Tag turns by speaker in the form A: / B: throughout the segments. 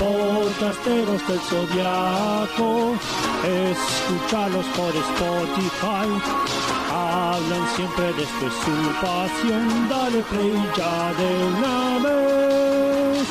A: Podcasteros del Zodiaco, escúchalos por Spotify. Hablan siempre desde su pasión, dale play ya de una vez.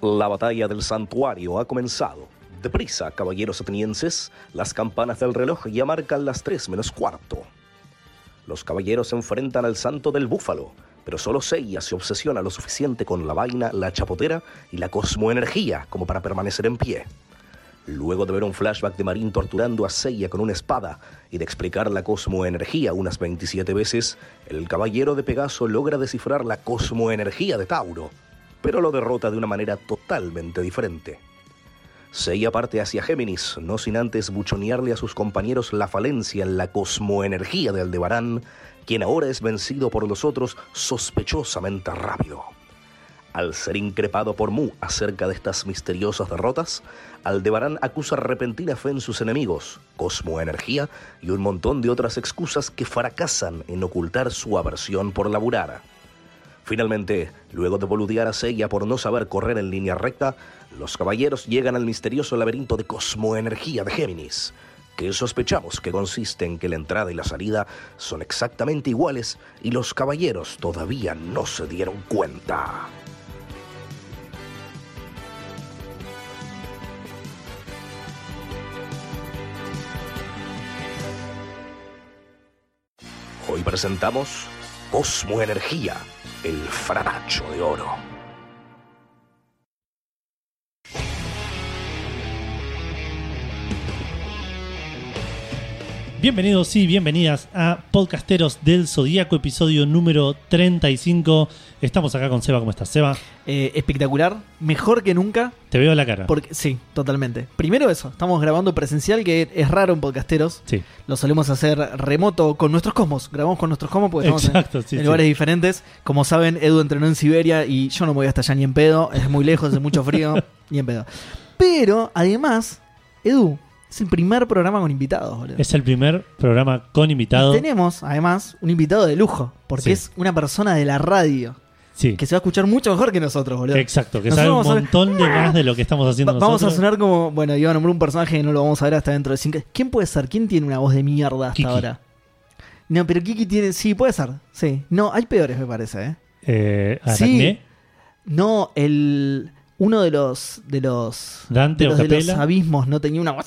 B: La batalla del santuario ha comenzado. Deprisa, caballeros atenienses, las campanas del reloj ya marcan las 3 menos cuarto. Los caballeros se enfrentan al santo del búfalo, pero solo Seiya se obsesiona lo suficiente con la vaina, la chapotera y la cosmoenergía como para permanecer en pie. Luego de ver un flashback de Marín torturando a Seiya con una espada y de explicar la cosmoenergía unas 27 veces, el caballero de Pegaso logra descifrar la cosmoenergía de Tauro pero lo derrota de una manera totalmente diferente. Seiya parte hacia Géminis, no sin antes buchonearle a sus compañeros la falencia en la cosmoenergía de Aldebarán, quien ahora es vencido por los otros sospechosamente rápido. Al ser increpado por Mu acerca de estas misteriosas derrotas, Aldebarán acusa repentina fe en sus enemigos, cosmoenergía y un montón de otras excusas que fracasan en ocultar su aversión por laburar. Finalmente, luego de boludear a Seiya por no saber correr en línea recta, los caballeros llegan al misterioso laberinto de cosmoenergía de Géminis, que sospechamos que consiste en que la entrada y la salida son exactamente iguales y los caballeros todavía no se dieron cuenta. Hoy presentamos Cosmoenergía, el fratacho de oro.
C: Bienvenidos y bienvenidas a Podcasteros del Zodíaco, episodio número 35. Estamos acá con Seba. ¿Cómo estás, Seba?
D: Eh, espectacular, mejor que nunca.
C: Te veo la cara.
D: Porque, sí, totalmente. Primero eso, estamos grabando presencial, que es raro en podcasteros.
C: Sí.
D: Lo solemos hacer remoto con nuestros cosmos. Grabamos con nuestros cosmos porque estamos
C: Exacto,
D: en,
C: sí,
D: en
C: sí.
D: lugares diferentes. Como saben, Edu entrenó en Siberia y yo no me voy hasta allá ni en pedo. Es muy lejos, es mucho frío, ni en pedo. Pero, además, Edu, es el primer programa con invitados, boludo.
C: Es el primer programa con invitado.
D: Tenemos, además, un invitado de lujo, porque
C: Sí.
D: es una persona de la radio,
C: Sí,
D: que se va a escuchar mucho mejor que nosotros, boludo.
C: exacto. Que
D: Nosotros
C: sabe un
D: vamos a ver-
C: montón de más de lo que estamos haciendo
D: Va- vamos a
C: nosotros.
D: sonar como. Bueno, iba a nombrar un personaje que no lo vamos a ver hasta dentro de cinco. ¿Quién puede ser? ¿Quién tiene una voz de mierda hasta
C: Kiki.
D: ahora? No, pero Kiki tiene. Sí, puede ser. Sí. No, hay peores, me parece, ¿eh?
C: Eh,
D: Sí.
C: Aracné,
D: No, el. Uno de los. De los.
C: Dante
D: de los, de los
C: Ocapela.
D: abismos no tenía una voz.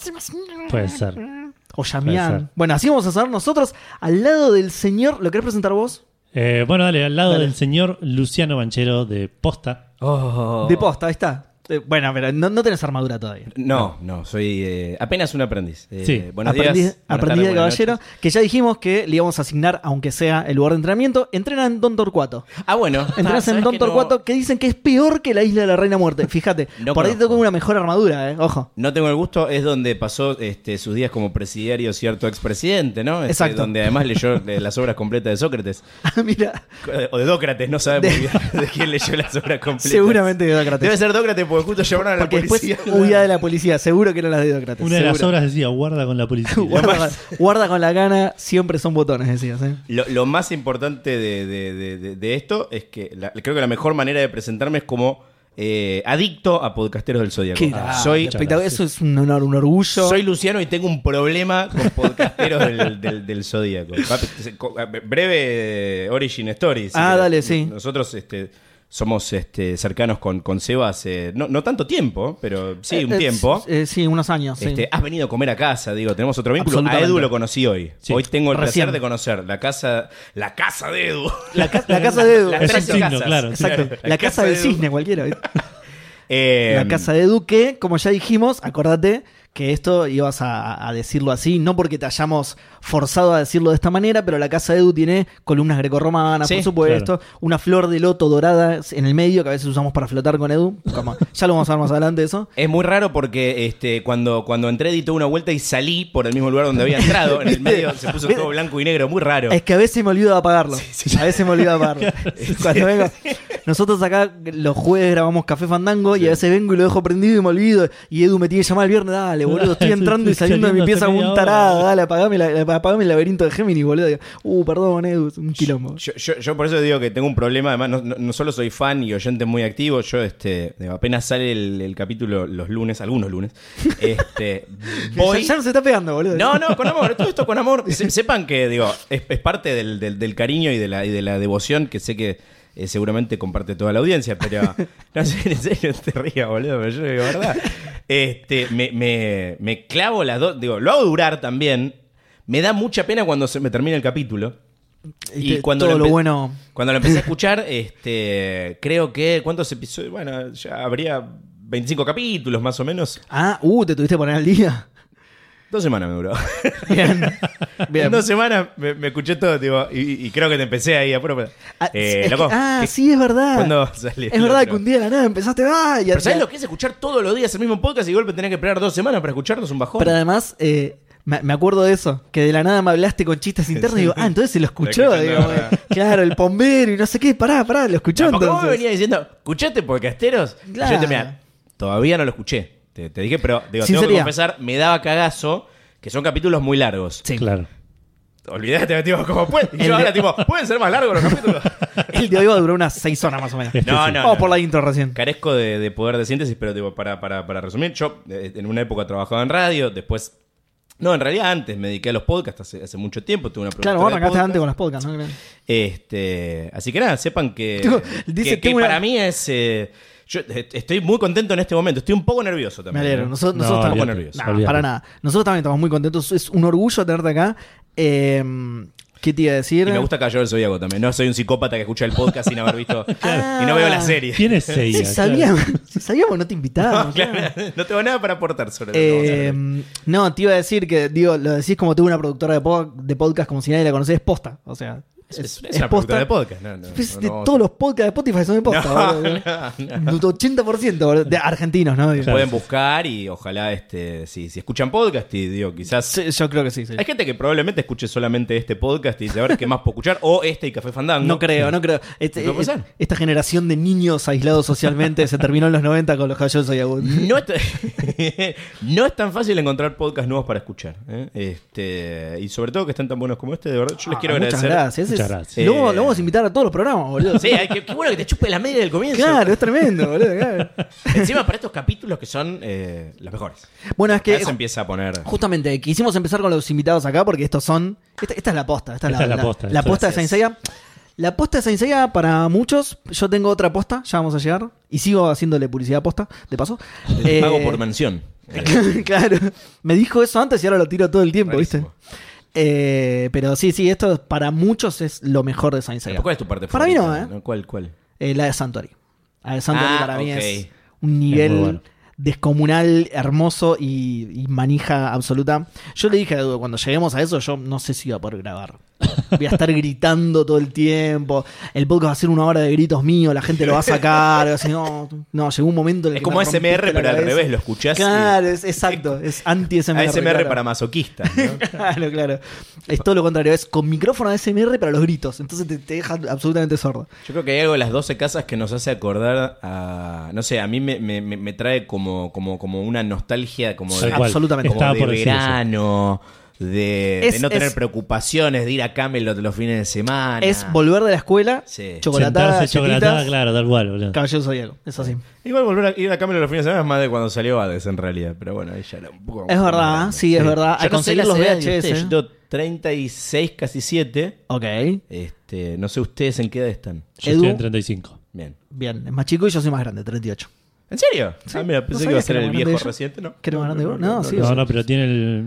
C: Puede ser.
D: O
C: Puede
D: Yamián.
C: ser.
D: Bueno, así vamos a sonar nosotros al lado del señor. ¿Lo querés presentar vos?
C: Eh, bueno, dale, al lado
D: Dale.
C: del señor Luciano Banchero de Posta.
D: De posta, ahí está. Eh, Bueno, pero no, no tenés armadura todavía.
E: No, no, soy eh, apenas un aprendiz. Eh,
C: Sí.
E: buenos días,
D: aprendiz, aprendiz
E: buenas tardes,
D: de
E: buenas
D: caballero,
E: noches.
D: que ya dijimos que le íbamos a asignar, aunque sea el lugar de entrenamiento, entrena en Don Torcuato.
E: Ah, bueno.
D: Entrenas en Don Torcuato,
E: No,
D: que dicen que es peor que la isla de la Reina Muerte. Fíjate,
E: No
D: por ahí
E: conozco.
D: tengo una mejor armadura, eh. Ojo.
E: no tengo el gusto, es donde pasó este, sus días como presidiario cierto expresidente, ¿no? Este,
D: Exacto.
E: Donde además leyó eh, las obras completas de Sócrates.
D: Ah, Mira,
E: O de Dócrates, no sabemos
D: De-
E: bien de quién leyó las obras completas.
D: seguramente de
E: Debe
D: Dócrates.
E: ser Dócrates porque justo llevaron a la
D: Porque después
E: policía.
D: huía de la policía, seguro que eran las de Dócrates.
C: Una de las
D: seguro.
C: obras decía, guarda con la policía.
D: Guarda, guarda con la gana, siempre son botones, decías, eh.
E: Lo, lo más importante de, de- de- de- de esto es que la- creo que la mejor manera de presentarme es como eh, adicto a podcasteros del Zodíaco.
D: Qué grande,
E: soy
D: espectacular.
C: gracias.
D: Eso es un honor, un orgullo.
E: Soy Luciano y tengo un problema con podcasteros del, del, del Zodíaco. Papi, se- co- Breve eh, origin story. si
D: Ah,
E: querés.
D: dale, sí.
E: Nosotros este, somos este, cercanos con, con Seba hace no, no tanto tiempo, pero sí, un
D: Eh, eh,
E: tiempo.
D: eh, sí, unos años. sí.
E: Este, has venido a comer a casa, digo, tenemos otro vínculo. A
D: Absolutamente.
E: Edu lo conocí hoy.
C: Sí.
E: Hoy tengo el
D: Recién.
E: placer de conocer la casa, la casa de Edu.
D: La, ca- la casa de Edu.
E: Las
C: Es un
E: tres
C: signo,
E: casas.
C: claro.
D: Exacto. La, casa, del
E: de Edu.
D: cisne, cualquiera. ¿viste?
E: Eh,
D: la casa de Duque, como ya dijimos, acordate que esto ibas a, a decirlo así, no porque te hayamos forzado a decirlo de esta manera, pero la casa Edu tiene columnas grecorromanas,
E: Sí,
D: por supuesto, una flor de loto dorada en el medio que a veces usamos para flotar con Edu. Como- ya lo vamos a ver más adelante eso.
E: Es muy raro porque este, cuando, cuando entré edité una vuelta y salí por el mismo lugar donde había entrado. En el medio se puso todo blanco y negro, muy raro.
D: Es que a veces me olvido de apagarlo. A veces me olvido de apagarlo. Cuando vengo- Nosotros acá los jueves grabamos Café Fandango y a veces vengo y lo dejo prendido y me olvido. Y Edu me tiene que llamar el viernes. Dale, boludo, estoy entrando y saliendo de mi
C: Saliendo hace
D: pieza como
C: media
D: un
C: hora.
D: tarado. Dale, apagame, la- apagame el laberinto de Géminis, boludo. Digo, Uh, perdón, Edu, es un quilombo.
E: Yo, yo- yo por eso digo que tengo un problema, además, no, no- no solo soy fan y oyente muy activo, yo este, digo, apenas sale el, el capítulo los lunes, algunos lunes, este, voy...
D: Ya, ya se está pegando, boludo.
E: No, no, con amor, todo esto con amor. Se- sepan que, digo, es, es parte del, del- del cariño y de, la, y de la devoción que sé que eh, seguramente comparte toda la audiencia, pero no sé, en serio, no te rías, boludo, pero yo digo, verdad. Este, me, me- me clavo las dos, digo, lo hago durar también. Me da mucha pena cuando se me termina el capítulo.
D: Y,
E: y cuando
D: todo
E: lo
D: lo
E: empe-
D: bueno.
E: Cuando lo empecé a escuchar, este, creo que, ¿cuántos episodios? Bueno, ya habría 25 capítulos más o menos.
D: Ah, uh, te tuviste que poner al día.
E: Dos semanas me duró.
D: Bien. Bien.
E: En dos semanas me, me escuché todo, tipo, y, y creo que te empecé ahí a prueba.
D: Ah, es
E: Eh,
D: que-
E: loco,
D: ah,
E: ¿qué-
D: sí, es verdad.
E: ¿Cuándo salió
D: Es
E: el
D: verdad
E: otro?
D: que un día de la nada empezaste. Ah, y
E: Pero ¿sabes lo que es escuchar todos los días el mismo podcast y de golpe tenés que esperar dos semanas para escucharnos un bajón?
D: Pero además, eh, me, me acuerdo de eso, que de la nada me hablaste con chistes internos y digo, ah, entonces se lo escuchó.
E: Lo escuchó,
D: digo,
E: no, no.
D: Claro, el bombero y no sé qué, pará, pará, lo escuchó
E: Tampoco vos me
D: entonces.
E: venía diciendo, ¿escuchaste podcasteros? Y
D: Claro.
E: Yo te, mirá, todavía no lo escuché. Te, te dije, pero digo, tengo que
D: Sinceridad.
E: confesar, me daba cagazo que son capítulos muy largos.
D: Sí.
C: Claro.
E: Olvídate, tipo, como pueden. Y
D: El
E: yo
D: de-
E: ahora, tipo, ¿pueden ser más largos los capítulos?
D: El de hoy va a durar unas seis horas más o menos.
E: No, no,
D: Vamos
E: no.
D: por la intro recién.
E: Carezco de, de poder de síntesis, pero tipo, para, para, para resumir, yo eh, en una época trabajaba en radio, después. No, en realidad antes me dediqué a los podcasts hace, hace mucho tiempo, tuve una
D: Claro,
E: productora
D: vos
E: de
D: arrancaste
E: podcast.
D: antes con las podcasts, ¿no?
E: Este, así que nada, sepan que,
D: Tengo-
E: que-
D: dice,
E: que
D: tengo una-
E: para mí es. eh, yo eh, estoy muy contento en este momento, estoy un poco nervioso
D: Me
E: también.
D: alegro.
E: ¿no?
D: Nosotros,
C: No,
D: nosotros
E: olvídate,
D: estamos Nah,
C: olvídate.
D: para nada. Nosotros también estamos muy contentos. Es un orgullo tenerte acá. Eh, ¿Qué te iba a
E: Y
D: decir?
E: me gusta Cayo del Zodíaco también. No soy un psicópata que escucha el podcast sin haber visto. Y no veo
D: Ah,
E: la serie.
C: ¿Quién es Seiya?
D: Si
C: Claro.
D: sabíamos, si sabíamos, no te invitábamos. claro.
E: No tengo nada para aportar sobre lo que vamos a
D: Eh,
E: hablar.
D: no, te iba a decir que, digo, lo decís como tuve una productora de, po- de podcast como si nadie la conocés, es posta. O sea,
E: Es, es una productora de podcast. No, no,
D: Es
E: no
D: de
E: vamos a-
D: todos los podcasts de Spotify son de posta,
E: No,
D: boludo.
E: no,
D: Un 80% boludo, de argentinos, ¿no? Digo.
E: Pueden buscar y ojalá este, si, si escuchan podcast y digo, quizás.
D: Sí, yo creo que sí. sí.
E: Hay gente que probablemente escuche solamente este podcast y dice, a ver qué más puedo escuchar. O este y Café Fandango.
D: No creo, no creo. Este-
E: No puede ser.
D: esta generación de niños aislados socialmente se terminó en los 90 con los Hayos y Abud.
E: No es, t- no es tan fácil encontrar podcasts nuevos para escuchar. ¿eh? Este, y sobre todo que están tan buenos como este, de verdad. Yo les quiero
D: Ah, Muchas
E: agradecer.
D: gracias.
C: Muchas
D: Ese es-
C: gracias.
D: Lo, vamos-
E: Eh.
D: lo vamos a invitar a todos los programas, boludo.
E: Sí, ay, qué, qué bueno que te chupe la media del comienzo.
D: Claro, es tremendo, boludo. claro.
E: Encima para estos capítulos que son eh, los mejores.
D: Bueno, es que
E: Acá se empieza a poner.
D: Justamente, quisimos empezar con los invitados acá porque estos son. Esta, esta es la posta. Esta, es la, la- la posta.
C: esto
D: de
C: es.
D: Saint Seiya. La posta de Saint Seiya para muchos. Yo tengo otra posta, ya vamos a llegar. Y sigo haciéndole publicidad a posta, de paso.
E: Te
D: Eh,
E: Pago por mención. Eh,
D: claro. Me dijo eso antes y ahora lo tiro todo el tiempo,
E: Rarísimo.
D: ¿viste? Eh, pero sí, sí, esto para muchos es lo mejor de Saint Seiya.
E: Eh, ¿Cuál es tu parte
D: Para mí
E: favorita?
D: no, ¿eh?
E: ¿Cuál, cuál?
D: Eh, la de Santori. La de Santori
E: Ah,
D: para mí
E: ok.
D: es un nivel
C: Es muy bueno.
D: descomunal, hermoso y, y manija absoluta. Yo le dije a Edu, cuando lleguemos a eso, yo no sé si voy a poder grabar. Voy a estar gritando todo el tiempo. El podcast va a ser una hora de gritos míos, la gente lo va a sacar. va a decir, no, no, llegó un momento en el
E: Es
D: que
E: como
D: me rompiste
E: SMR,
D: la
E: pero al
D: cabeza".
E: revés, lo escuchás y-
D: Claro, es, exacto. Es anti-SMR.
E: ASMR
D: claro.
E: para masoquistas. ¿no?
D: Claro, claro. Es todo lo contrario. Es con micrófono ASMR para los gritos. Entonces te, te deja absolutamente sordo.
E: Yo creo que hay algo de las 12 casas que nos hace acordar a. No sé, a mí me, me- me- me trae como, como, como una nostalgia como de,
C: Tal cual.
D: absolutamente.
E: como
C: Estaba
E: de
C: por decir eso.
E: verano, de, de
D: Es-
E: no
D: es-
E: tener preocupaciones, de ir a Camelot los fines de semana.
D: Es volver de la escuela,
E: Ah, Sí.
D: chocolatada,
C: Sentarse, chocolatada,
D: chocolatada,
C: claro, tal cual, boludo.
D: caballero zodíaco. Es así.
E: Igual volver a ir a Camelot los fines de semana es más de cuando salió Hades en realidad. Pero bueno, ahí ya era un poco.
D: Es verdad, ¿eh? sí, es verdad.
E: Yo
D: A
E: no sé
D: conseguir
E: las
D: los
E: edades de
D: VHS.
E: ustedes, Yo tengo 36, casi 7.
D: ¿eh? Ok.
E: Este, no sé ustedes en qué edad están.
C: Yo
D: Edu.
C: estoy en 35.
E: Bien.
D: Bien, es más chico y yo soy más grande, 38.
E: ¿En serio? Ah, mira, pensé
D: ¿No
E: que iba a
D: sabías
E: ser
D: que
E: el
D: eran
E: viejo
D: de ellos?
E: reciente, ¿no?
D: ¿Que eran de vos? No, sí,
C: No,
D: sí.
C: no, pero tiene el